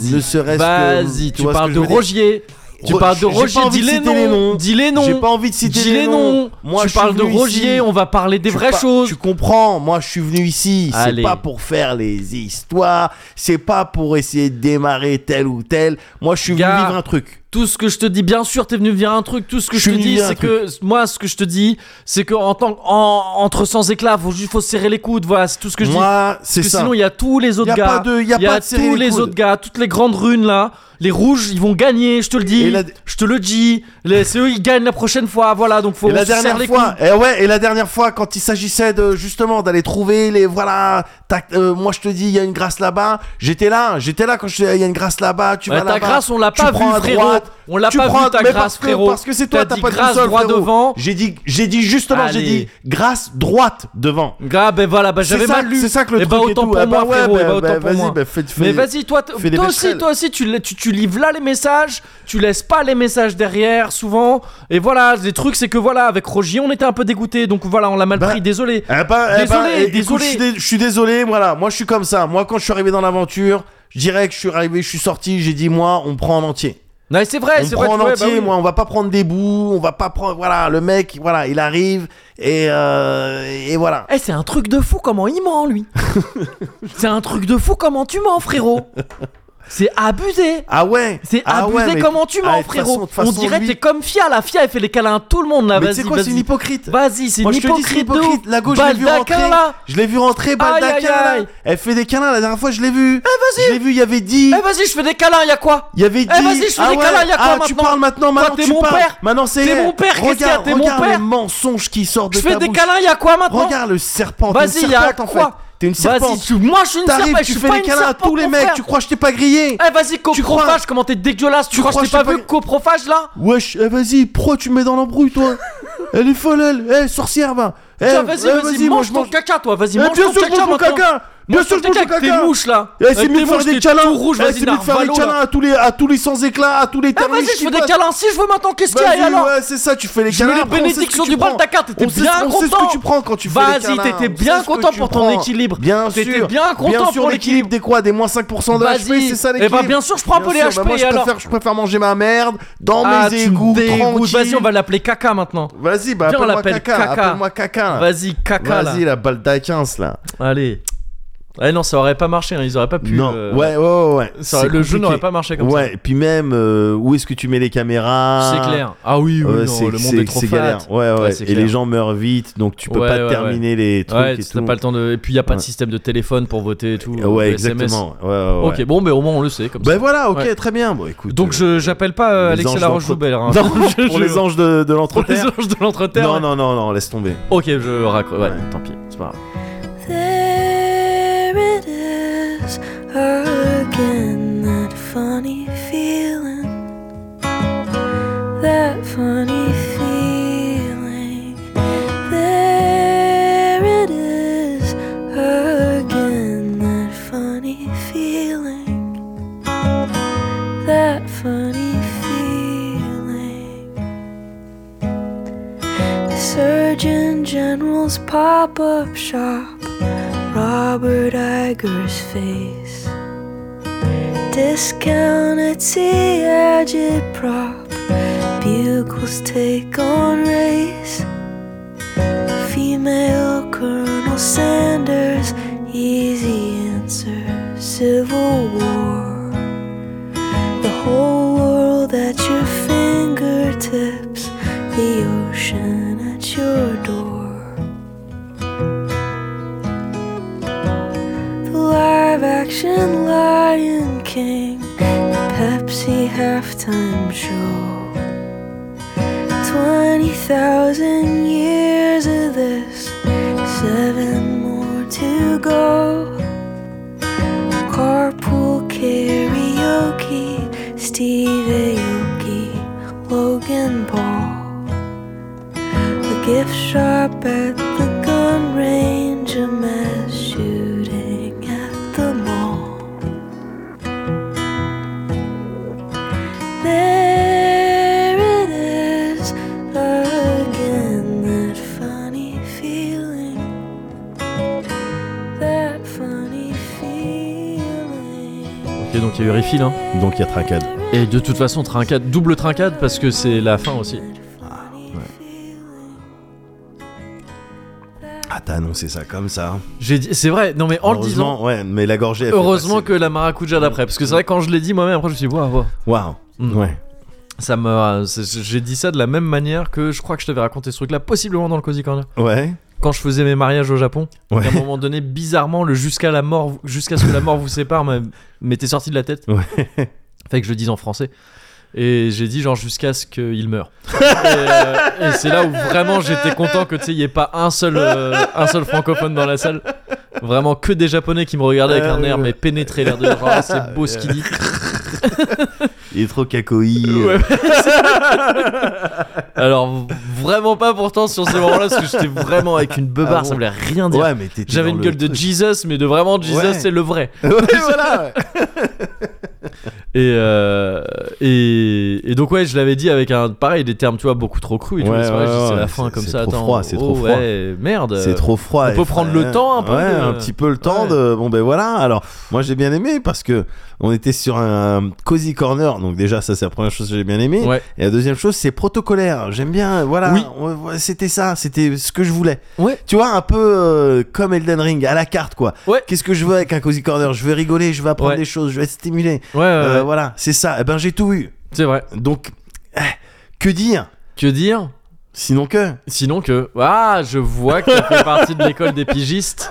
Vas-y,
ne serait-ce que.
Vas-y, tu,
vois ce
parles de
que je veux dire
Rogier. Tu
Ro-
parles de
j'ai pas
Rogier,
envie
dis
de
les
citer les
noms,
noms.
dis les noms.
J'ai pas envie de citer
Dis
les,
les
noms.
noms. tu parles de Rogier,
Rogier
on va parler des
Tu
vraies
par-
choses.
Tu comprends, moi je suis venu ici, c'est
Allez.
pas pour faire les histoires, c'est pas pour essayer de démarrer tel ou tel. Moi je suis venu
Gars,
vivre un truc.
Tout ce que je te dis, bien sûr, t'es venu me dire un truc. Tout ce que
Je
je, te
suis venu
dis,
dire un
c'est que moi, ce que je te dis, c'est que en tant que- en- entre sans éclat, faut juste faut serrer les coudes. Voilà, c'est tout ce que je dis.
Moi, c'est
Parce que
ça.
sinon, il y a tous les
Y
autres
a
gars.
pas de- y a pas de
tous
serrer les
les
coudes.
autres gars, toutes les grandes runes là. Les rouges, ils vont gagner, je te le dis.
Et la-
Je te le dis. Les, c'est eux, ils gagnent la prochaine fois. Voilà, donc faut
et la
on se serre
dernière
les
fois,
coudes.
et ouais, et la dernière fois quand il s'agissait de justement d'aller trouver les voilà, tac, euh, moi je te dis il y a une grâce là-bas, j'étais là, j'étais là quand je te dis, il y a une grâce là-bas, tu
Ouais,
vas
ta
là-bas.
grâce, on l'a
tu
pas
prends
vue,
à
frérot.
droite,
On l'a
tu
pas
prends-
vue, ta
mais
grâce,
parce que,
frérot.
Parce que c'est toi,
T'as
t'as
dit
pas de
grâce
boussole,
droit
frérot.
devant.
J'ai dit, j'ai dit justement, j'ai
Allez.
dit grâce droite devant.
Gars, ben voilà, bah,
C'est
j'avais
ça-
mal lu.
C'est ça que le
Eh ben,
truc
autant
est tout.
pour
Ah
moi,
bah ouais,
frérot, eh
bah,
ben, autant
bah,
pour
vas-y,
moi.
bah, fais- fais-
Mais vas-y, toi, t-
fais des
toi aussi,
bescherelles.
toi aussi, tu, la- tu, tu livres là les messages, tu laisses pas les messages derrière souvent. Et voilà, les trucs, c'est que voilà, avec Rogier, on était un peu dégoûté, donc voilà, on l'a mal
Bah,
pris, désolé.
Eh ben, eh ben,
Désolé,
eh, écoute,
désolé.
je suis dé- je suis désolé, voilà. Moi, je suis comme ça. Moi, quand je suis arrivé dans l'aventure, je dirais que je suis arrivé, je suis sorti, j'ai dit, moi, on prend en entier.
Non, mais c'est vrai,
on
c'est
prend
vrai.
en
tu vois, bah
entier,
oui.
moi, on va pas prendre des bouts, on va pas prendre. Voilà, le mec, voilà, il arrive, et, euh, et voilà.
Eh, c'est un truc de fou comment il ment, lui. c'est un truc de fou comment tu mens, frérot. C'est abusé.
Ah ouais
C'est
ah
abusé
ouais, mais-
comment tu
Ah,
mens,
de toute façon-
frérot.
de toute façon,
on dirait
lui-
que t'es comme Fia, la Fia, elle fait les câlins à tout le monde là,
Mais
vas-y.
tu sais quoi, c'est
vas-y.
une hypocrite.
Vas-y, c'est
Moi,
une
je te dis,
hypocrite.
c'est une
de ouf.
hypocrite. La gauche, je l'ai vu
Baldaquin,
rentrer.
là.
Je l'ai vu rentrer, Baldaquin,
aïe,
là.
aïe.
Elle fait des câlins, la dernière fois, je l'ai vu. Je l'ai vu, il y avait 10.
Eh, vas-y, je fais des câlins, y'a quoi
Il y avait dit.
vas-y, je fais
ah
des
ouais,
câlins, y a quoi
ah, tu
maintenant
parles maintenant,
Toi,
maintenant
t'es
tu
mon
parles.
père.
Maintenant c'est.
T'es mon père, qu'est-ce qu'il y a
regarde,
T'es mon
regarde
père.
le mensonge qui sort de
Je
ta
fais des
bouche.
câlins, y'a quoi maintenant
Regarde le serpent. t'es
Vas-y,
une
y'a
serpente, en fait.
quoi
T'es une
Vas-y,
serpente.
tu- moi je suis une
T'arrives,
serpente, je
tu
suis
fais
pas
des
une
câlins à
serpente,
tous les
mon
mecs.
frère.
Tu crois que je t'ai pas grillé
Eh vas-y coprophage,
crois-
comment t'es dégueulasse, tu,
Tu
crois que
crois
je t'ai pas
que je
vu
t'ai
coprophage là
Wesh, eh, vas-y, pourquoi tu me mets dans l'embrouille, toi Elle est folle, elle. Eh, sorcière, va. Eh,
Tiens vas-y,
eh,
vas-y,
moi,
mange
je
ton
mange.
caca toi, vas-y,
Eh,
mange
Bien
ton
sûr, je mange
caca
mon
maintenant
caca. Bien sûr, je mange mon
caca, avec tes
caca.
mouches là
Eh, c'est
Avec tes
mieux de faire
mouches,
des
t'es
câlins.
tout rouge,
Eh,
vas-y,
c'est mieux de faire des
narvalo,
câlins
là.
à tous les, à tous les sans éclats, à tous les
Eh
termites
vas-y, je
qui
fais des
passent.
câlins si je veux maintenant, qu'est-ce qu'il y a
Vas-y,
et alors
ouais, c'est ça, tu fais les
Je
câlins.
mets les
après, on sait ce que
bénédictions
tu
du
prends.
Baldaquin, t'étais
On sait-
bien
On sait ce
content.
que tu prends quand tu fais les
Vas-y,
câlins.
t'étais
on
bien
sait ce que
content
tu
pour ton
prends.
équilibre.
Bien sûr.
T'étais bien content
Bien sûr,
pour l'équilibre.
l'équilibre des quoi Des moins 5% de
Vas-y.
HP, c'est ça
Eh
l'équilibre
ben, bien sûr, je prends un peu les
sûr, bah,
HP,
moi, je
et alors
préfère- Je préfère manger ma merde dans
Ah,
mes
tu me
égouts,
dégoûtes. Vas-y,
tranquille.
on va l'appeler caca maintenant
Vas-y, bah
Viens, on
appelle-moi
l'appelle
caca.
caca.
Appelle-moi caca. là.
Vas-y, caca là
Vas-y, la Baldaquin, là.
Allez Ouais non, ça aurait pas marché, hein, ils auraient pas pu
Non,
euh,
ouais, ouais, ouais, ouais.
ça-
C'est
le jeu
compliqué.
n'aurait pas marché comme ça.
Ouais, et puis même, euh, où est-ce que tu mets les caméras
C'est clair. Ah oui, oui,
Ouais,
non,
c'est-
le
c'est-
monde est trop
c'est
fat.
galère. Ouais, ouais.
Ouais, c'est
et
clair.
les gens meurent vite, donc tu peux
Ouais,
pas
ouais,
terminer les trucs
Ouais,
et
t'as
tout.
pas le temps de. Et puis il y a pas de
Ouais.
système de téléphone pour voter et tout.
Euh, ouais,
de SMS.
exactement. Ouais, ouais, ouais.
Ok, bon, mais au moins on le sait comme
Ben
ça.
voilà, ok,
Ouais.
très bien. Bon, écoute.
Donc je j'appelle pas euh,
les
Alexis
anges
Laroche-Joubert. hein.
Non,
Je-
pour
je-
les anges de, de
pour les
l'entretien.
anges de l'entreterre.
Non, non, non, non, laisse tomber.
Ok, je raccroche. Ouais,
Ouais.
tant pis, c'est pas grave.
There it is again, that funny feeling. That funny feeling Daniels pop up shop, Robert Iger's face. Discount Etsy agitprop, Bugle's take on race. Female Colonel Sanders, easy answer, Civil War. The whole world at your fingertips, the ocean at your door. The live action Lion King, the Pepsi halftime show. 20,000 years of this, seven more to go. Carpool karaoke, Steve Aoki, Logan Paul. The gift shop at the gun range, a mass shooting at the mall. There it is again, that funny feeling. That funny feeling.
Ok, donc il y a eu refill, hein.
Donc il y a Trincade.
Et de toute façon, trincade, double trincade parce que c'est la fin aussi.
Ah, t'as annoncé ça comme ça.
J'ai dit, c'est vrai, non mais en le disant,
Heureusement, ouais, mais la gorgée. elle fait
heureusement
passer.
que la maracuja d'après, parce que c'est vrai quand je l'ai dit moi-même, après je me suis dit, waouh, waouh.
Waouh.
Mm.
Ouais.
ça me, euh, c'est- j'ai dit ça de la même manière que je crois que je t'avais raconté ce truc-là, possiblement dans le Cozy Corner.
Ouais.
Quand je faisais mes mariages au Japon,
Ouais.
à un moment donné, bizarrement, le jusqu'à la mort, jusqu'à ce que la mort vous sépare, m'a- m'était sorti de la tête.
Ouais.
Fait que je le dis en français. Et j'ai dit genre jusqu'à ce qu'il meure. et euh, et c'est là où vraiment j'étais content que tu sais, il n'y ait pas un seul, euh, un seul francophone dans la salle. Vraiment que des japonais qui me regardaient
Ah
avec un air mais pénétré, l'air de genre ah, c'est beau ce qu'il dit.
Il est trop cacoï. euh,
Ouais. Alors vraiment pas pourtant sur ce moment-là parce que j'étais vraiment avec une beubare,
Ah bon
ça voulait rien dire.
Ouais, mais t'étais.
J'avais
dans
une
le
gueule de
truc.
Jesus, mais de vraiment Jesus,
Ouais.
c'est le vrai.
Ouais, voilà. ouais.
Et, euh, et, et donc, ouais, je l'avais dit avec un. Pareil, des termes, tu vois, beaucoup trop crus. et tout,
Ouais,
mais c'est vrai,
ouais,
je dis, c'est
ouais,
la fin
c'est-
comme
c'est
ça.
trop
attends,
froid, c'est
oh,
trop froid.
Ouais, merde.
C'est trop froid.
Euh, On
et
peut prendre le
frère.
temps un peu
Ouais,
de-
un petit peu le temps
Ouais.
de. Bon ben voilà. Alors moi j'ai bien aimé parce que on était sur un cozy corner. Donc déjà ça c'est la première chose que j'ai bien aimé.
Ouais.
Et la deuxième chose c'est protocolaire. J'aime bien. Voilà.
Oui.
On- voilà, C'était ça. C'était ce que je voulais.
Ouais.
Tu vois un peu euh, comme Elden Ring à la carte quoi.
Ouais.
Qu'est-ce que je veux avec un cozy corner Je veux rigoler. Je veux apprendre
Ouais.
des choses. Je veux être stimulé.
Ouais, ouais,
Euh,
ouais,
Voilà. C'est ça. Eh ben j'ai tout eu.
c'est vrai.
Donc eh, que dire
Que dire
Sinon que.
Sinon que. Ah, je vois que tu fait partie de l'école des pigistes.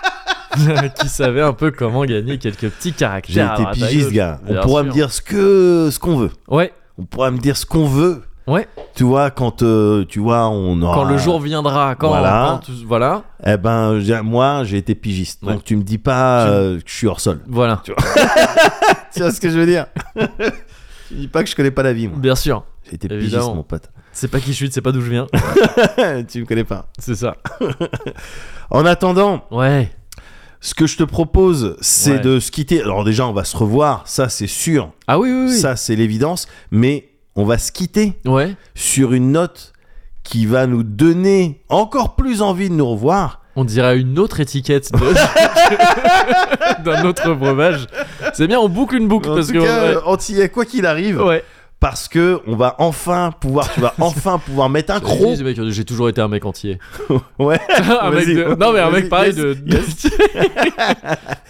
qui savait un peu comment gagner quelques petits caractères.
J'ai
à
été
droite à
pigiste,
gauche.
gars. On
Bien
pourra
sûr.
me dire ce que ce qu'on veut.
Ouais,
On pourra me dire ce qu'on veut.
Ouais.
Tu vois, quand euh, tu vois, on aura.
quand le jour viendra, quand.
Ah. Voilà.
quand- voilà.
Eh ben, j'ai- moi, j'ai été pigiste.
Ouais.
Donc tu me dis pas
Tu-
euh, que je suis hors sol.
Voilà.
tu vois ce que je veux dire Tu dis pas que je connais pas la vie. Moi.
Bien sûr.
J'ai été
Évidemment.
pigiste, mon pote.
C'est pas qui je suis, c'est pas d'où je viens.
tu me connais pas.
C'est ça.
En attendant,
Ouais.
ce que je te propose, c'est
Ouais.
de se quitter. Alors déjà, on va se revoir. Ça, c'est sûr.
Ah oui, oui, oui.
Ça, c'est l'évidence. Mais on va se quitter.
Ouais.
sur une note qui va nous donner encore plus envie de nous revoir.
On dirait une autre étiquette de- d'un autre breuvage. C'est bien, on boucle une boucle
En
parce
tout
que.
cas,
ouais.
euh, Antillais, quoi qu'il arrive,
ouais.
parce que on va enfin pouvoir, tu vas enfin pouvoir mettre un croc.
Excuse, mec, J'ai toujours été un mec entier.
Ouais.
un mec
Vas-y.
de... Non, mais un mec
Vas-y.
pareil
Yes.
de.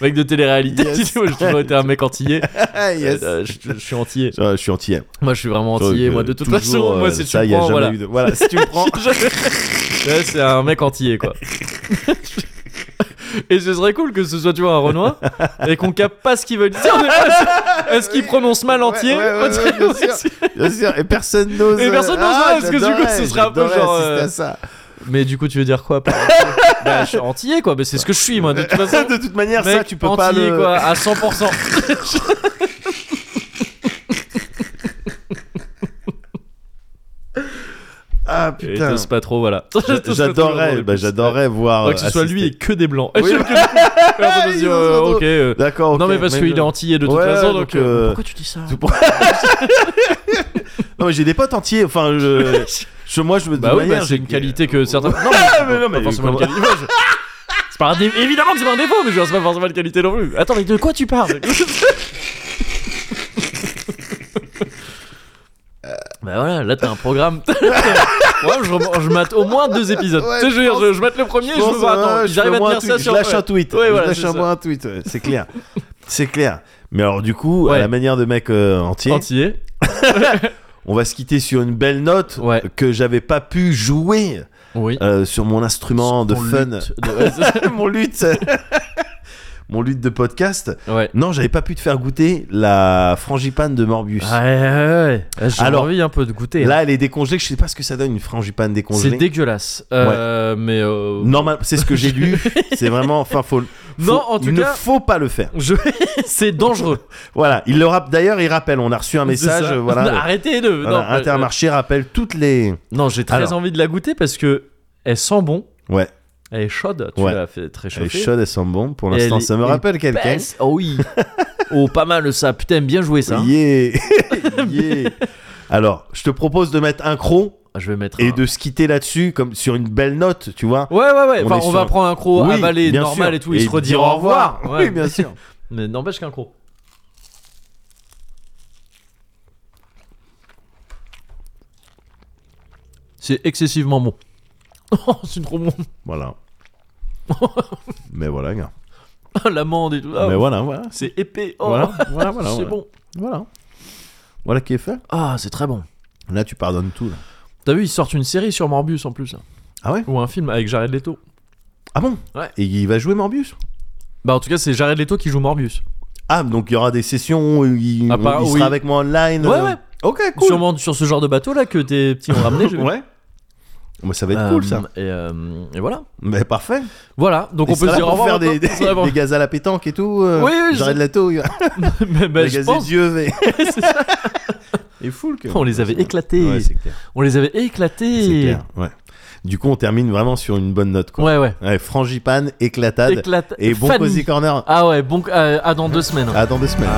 mec de télé-réalité.
Yes.
tu vois, J'ai toujours été un mec antillais.
Yes.
Euh, je, je suis antillais.
Euh, je suis antillais.
Moi, je suis vraiment
Donc,
antillais.
euh,
Moi, de toute
toujours,
façon, moi,
euh,
c'est
ça.
tu
y a
prends,
jamais
voilà.
eu de- Voilà, si tu me prends.
Ouais, c'est un mec antillais, quoi. Et ce serait cool que ce soit, tu vois, un Renoir et qu'on capte pas ce qu'ils veulent dire. On est pas- Est-ce qu'ils prononcent mal entier
ouais, ouais, ouais, bien sûr. Bien sûr, et personne n'ose.
Et personne n'ose,
ah,
ouais, parce que du coup,
j'adorais,
ce serait un peu
j'adorais
genre,
assister à
euh,
ça.
Mais du coup, tu veux dire quoi par Bah, je suis antillais, quoi. Mais c'est ce que je suis, moi, de toute façon.
De toute manière, ça,
Mec,
tu peux pas
antillais,
le.
quoi, à 100%.
Ah
Et
putain.
t'oses pas trop, voilà.
J'adorerais, bah, j'adorerais voir.
Faudrait que ce
euh,
soit lui
assister.
et que des blancs.
Oui.
Personne se dit,
Ils en
euh,
sont trop-
ok. euh,
D'accord.
Non,
ok,
mais parce qu'il est antillais de toute
Ouais,
façon,
donc,
donc. euh,
euh,
Pourquoi tu dis ça
Tout pour- non, mais j'ai des potes entiers. Enfin, je, Je- moi, je me
Bah
de
oui,
manière,
bah, j'ai
c'est
une
que-
qualité que certains. Non,
Ah, mais non, mais
pas forcément
comment-
une qualité. C'est pas un dé- Évidemment que c'est pas un défaut, mais je veux dire, c'est pas forcément une qualité non plus. Attends, mais de quoi tu parles Bah voilà, là t'as un programme. T'as un programme, je, rem- je mate au moins deux épisodes.
Ouais,
tu sais, je, veux
je
dire, je, je mate le premier et je
pense,
me vois, attends,
ouais,
ils
je
arrivent
fais
à
moins un
tenir ça
tweet,
sur.
Je lâche un tweet.
Ouais,
je
voilà,
lâche
c'est
un,
ça.
moins un tweet. ouais, C'est clair. c'est clair. Mais alors, du coup,
Ouais.
à la manière de mec euh, entier,
Entier.
on va se quitter sur une belle note
Ouais.
que j'avais pas pu jouer
Oui.
euh, sur mon instrument de
Ton
fun.
lutte de- ouais, c'est-
mon lutte. mon lutte de podcast.
Ouais.
Non, j'avais pas pu te faire goûter la frangipane de Morbius.
Ouais, ouais, ouais. J'ai
Alors,
envie un peu de goûter.
Là, elle est décongelée. Je sais pas ce que ça donne une frangipane
c'est
décongelée.
dégueulasse. Euh, Mais. euh,
Normal, c'est ce que j'ai lu. C'est vraiment, enfin, faut.
Non,
faut-
en tout
il ne
cas-
faut pas le faire.
Je... c'est dangereux.
Voilà, il le rappelle. D'ailleurs, il rappelle. On a reçu un message.
C'est ça. Ah,
euh, Voilà,
Arrêtez de.
Voilà,
non, euh,
Intermarché rappelle toutes les.
euh, Non, j'ai très
Alors.
envie de la goûter parce que elle sent bon.
Ouais.
Elle est chaude. Tu
Ouais.
l'as fait très
Elle est
chauffée.
chaude, elle sent bon. Pour
Et elle
l'instant,
est-
ça me
elle
rappelle quelqu'un.
Baisse. Oh oui. oh, pas mal ça. Putain, bien joué ça.
Yeah. Yeah. Alors, je te propose de mettre un cron
Je vais mettre.
et
un-
de se quitter là-dessus, comme sur une belle note, tu vois.
Ouais, ouais, ouais.
On
Enfin,
est
on
sur
va
un-
prendre un croc
Oui,
avalé,
bien
ah, bah, normal
sûr.
et tout. Il
Et
se redire
dire
au revoir.
Oui,
Ouais.
bien sûr.
Mais n'empêche qu'un croc. C'est excessivement bon. Oh, c'est trop bon.
Voilà. Mais voilà, gars.
L'amande et tout. Ah,
Mais voilà, voilà.
C'est épais. Oh,
Voilà, voilà, voilà.
c'est
voilà.
bon.
Voilà. Voilà qui est fait.
Ah, c'est très bon.
Là, tu pardonnes tout. Là.
T'as vu, ils sortent une série sur Morbius en plus. hein.
Ah ouais
Ou un film avec Jared Leto.
Ah bon
Ouais.
Et il va jouer Morbius
Bah, en tout cas, c'est Jared Leto qui joue Morbius.
Ah, donc il y aura des sessions où il,
Ah, par-
il sera
oui.
avec moi online.
Ouais,
euh,
ouais.
Ok, cool.
Sûrement sur ce genre de bateau là que tes petits ont ramené. j'ai vu.
Ouais. Bah, ça va être
Euh,
cool ça.
Et, euh, et voilà.
Mais parfait.
Voilà, donc
Il
on peut
sera
se
là
dire au
pour
revoir.
faire des, des,
maintenant. Ça va pour-
des gaz à la pétanque et tout. euh,
Oui, oui, je
Jared
sais.
Leto, il-
Mais, bah,
les
je
gaz
pense.
des yeux. mais-
C'est ça.
Et full que.
On les avait éclatés.
Ouais, c'est clair.
on les avait
C'est
éclatés.
clair. Ouais. Du coup, on termine vraiment sur une bonne note quoi.
Ouais, ouais.
Ouais, frangipane, éclatade
Éclate.
et bon Ah.
Fanny.
cozy corner.
Ah ouais, bon. euh, à dans deux semaines.
À dans deux semaines.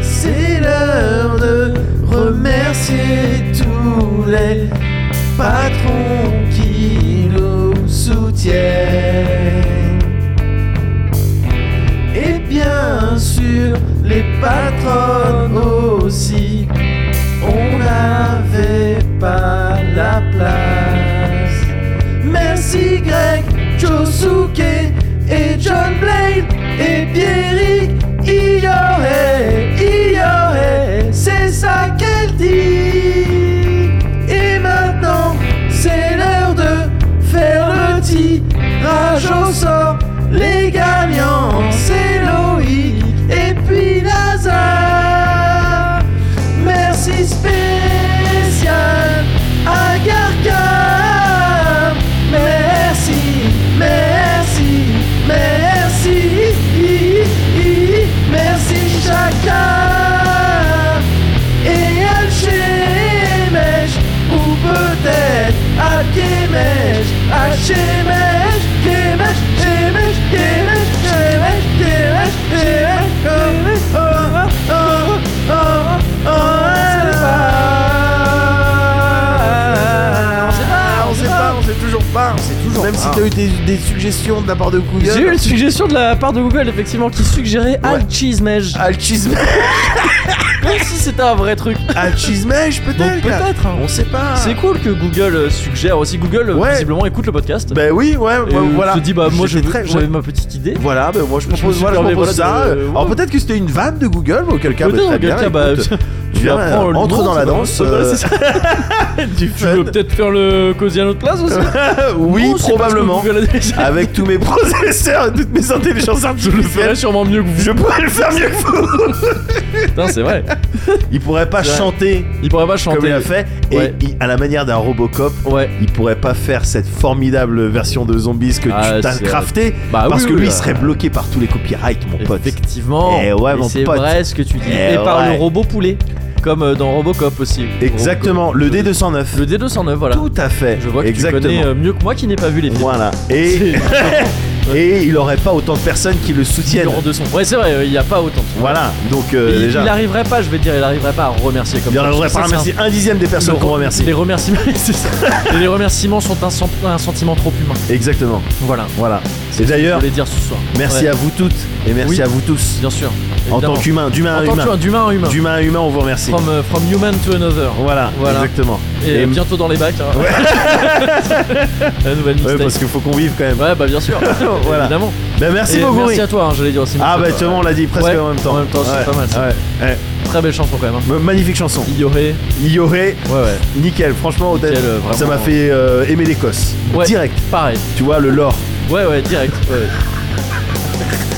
C'est l'heure de remercier tous les patrons qui nous soutiennent. Et bien sûr, les patronnes aussi. On n'avait pas la place. Merci Greg, Josuke et John Blade et Pierrick. Il y aurait, il y aurait, c'est ça qu'elle dit. Et maintenant, c'est l'heure de faire le tirage au sort. Les
tête à Kemesh, à Shemesh, Kemesh, Shemesh, Kemesh, Shemesh, Kemesh, Shemesh, Kemesh, oh, oh, oh, oh, oh,
On sait pas, on sait pas, on sait toujours pas, on sait toujours
Même
pas.
si
t'as eu des, suggestions de la part de Google.
J'ai eu une suggestion de la part de Google, effectivement, qui suggérait Al Cheesemej. Comme si c'était un vrai truc.
Alchismèche
Donc
peut-être
peut-être. hein.
On sait pas.
C'est cool que Google euh, suggère aussi. Google, euh,
Ouais.
visiblement, écoute le podcast.
Ben oui, ouais,
Et
ouais, voilà.
se dit, bah, moi, je
J'étais
veux-
très-
j'avais
ouais.
ma petite idée.
Voilà, ben moi je propose,
suis
voilà, je
permis,
propose
voilà,
ça.
de-
Alors
ouais.
peut-être que c'était une vanne de Google, mais auquel cas, bah,
Peut-être
très
en quel
bien.
cas, bah,
écoute, tu
tu
viens,
apprends
euh,
le
entre
nom,
dans
c'est
la
pas-
danse.
voilà,
euh,
c'est ça.
du
Tu veux
fun.
peut-être faire le cosy à notre place aussi
Oui,
Oh, c'est pas ce que
probablement. Ah,
Google a déjà-
Avec tous mes processeurs et toutes mes intelligences
Je le ferais
artificielles,
sûrement mieux que vous.
je pourrais le faire mieux que vous.
Putain, c'est vrai.
Il pourrait pas
C'est vrai.
chanter
Il pourrait pas
comme il
chanter.
a fait,
Ouais.
et il- à la manière d'un Robocop.
Ouais.
Il pourrait pas faire cette formidable version de Zombies que
Ah,
tu t'as
c'est-
crafté
Bah
parce
oui,
que
oui,
lui
bah.
il serait bloqué par tous les copyrights mon pote.
Effectivement.
Eh ouais, mon
c'est
pote.
vrai ce que tu dis.
Eh
Et par le
ouais.
robot poulet. Comme euh, dans Robocop aussi.
Exactement, le
Robocop.
D209.
Le D209, voilà.
Tout à fait.
Je vois que
Exactement.
tu connais euh, mieux que moi qui n'ai pas vu les films.
Voilà. Et, et il aurait pas autant de personnes qui le
Il
soutiennent.
rend de son. Ouais, c'est vrai, euh, il n'y a pas autant de son.
Voilà. Donc euh,
il,
déjà,
il arriverait pas, je vais te dire, il arriverait pas à remercier comme
il
ça.
n'aurait
Ça,
pas
c'est
remercié un dixième des
un-
personnes
le-
qu'on remercie.
Les remerciements, c'est ça. Et les remerciements sont un, sen- un sentiment trop humain.
Exactement.
Voilà.
Voilà. Et
Je
d'ailleurs,
voulais dire ce soir.
merci
Ouais,
à vous toutes et merci
Oui.
à vous tous.
Bien sûr.
En
évidemment.
tant qu'humain, d'humain
En
à
tant
humain.
qu'humain, d'humain à humain.
D'humain à humain, on vous remercie.
From, euh, from human to another.
Voilà,
Voilà.
exactement.
Et,
Et-
bientôt dans les bacs. hein. La nouvelle
Ouais,
mixtape.
parce qu'il faut qu'on vive quand même.
Ouais, bah bien sûr.
Voilà.
Évidemment.
Bah, merci
Et
beaucoup.
merci
oui.
à toi, hein, j'allais dire aussi.
Ah
merci
bah
à
tu
toi.
vois, on l'a dit presque
Ouais,
en même temps.
en même temps, c'est
Ouais,
pas mal, ça.
ouais, ouais.
Très belle chanson quand même. hein.
M- Magnifique chanson.
Il y aurait.
Il y aurait
Ouais, ouais.
nickel. Franchement, Odette,
Nickel, euh, vraiment.
ça m'a fait euh, aimer l'Écosse.
Ouais.
Direct.
Pareil.
Tu vois le lore.
Ouais, ouais, direct. Ouais.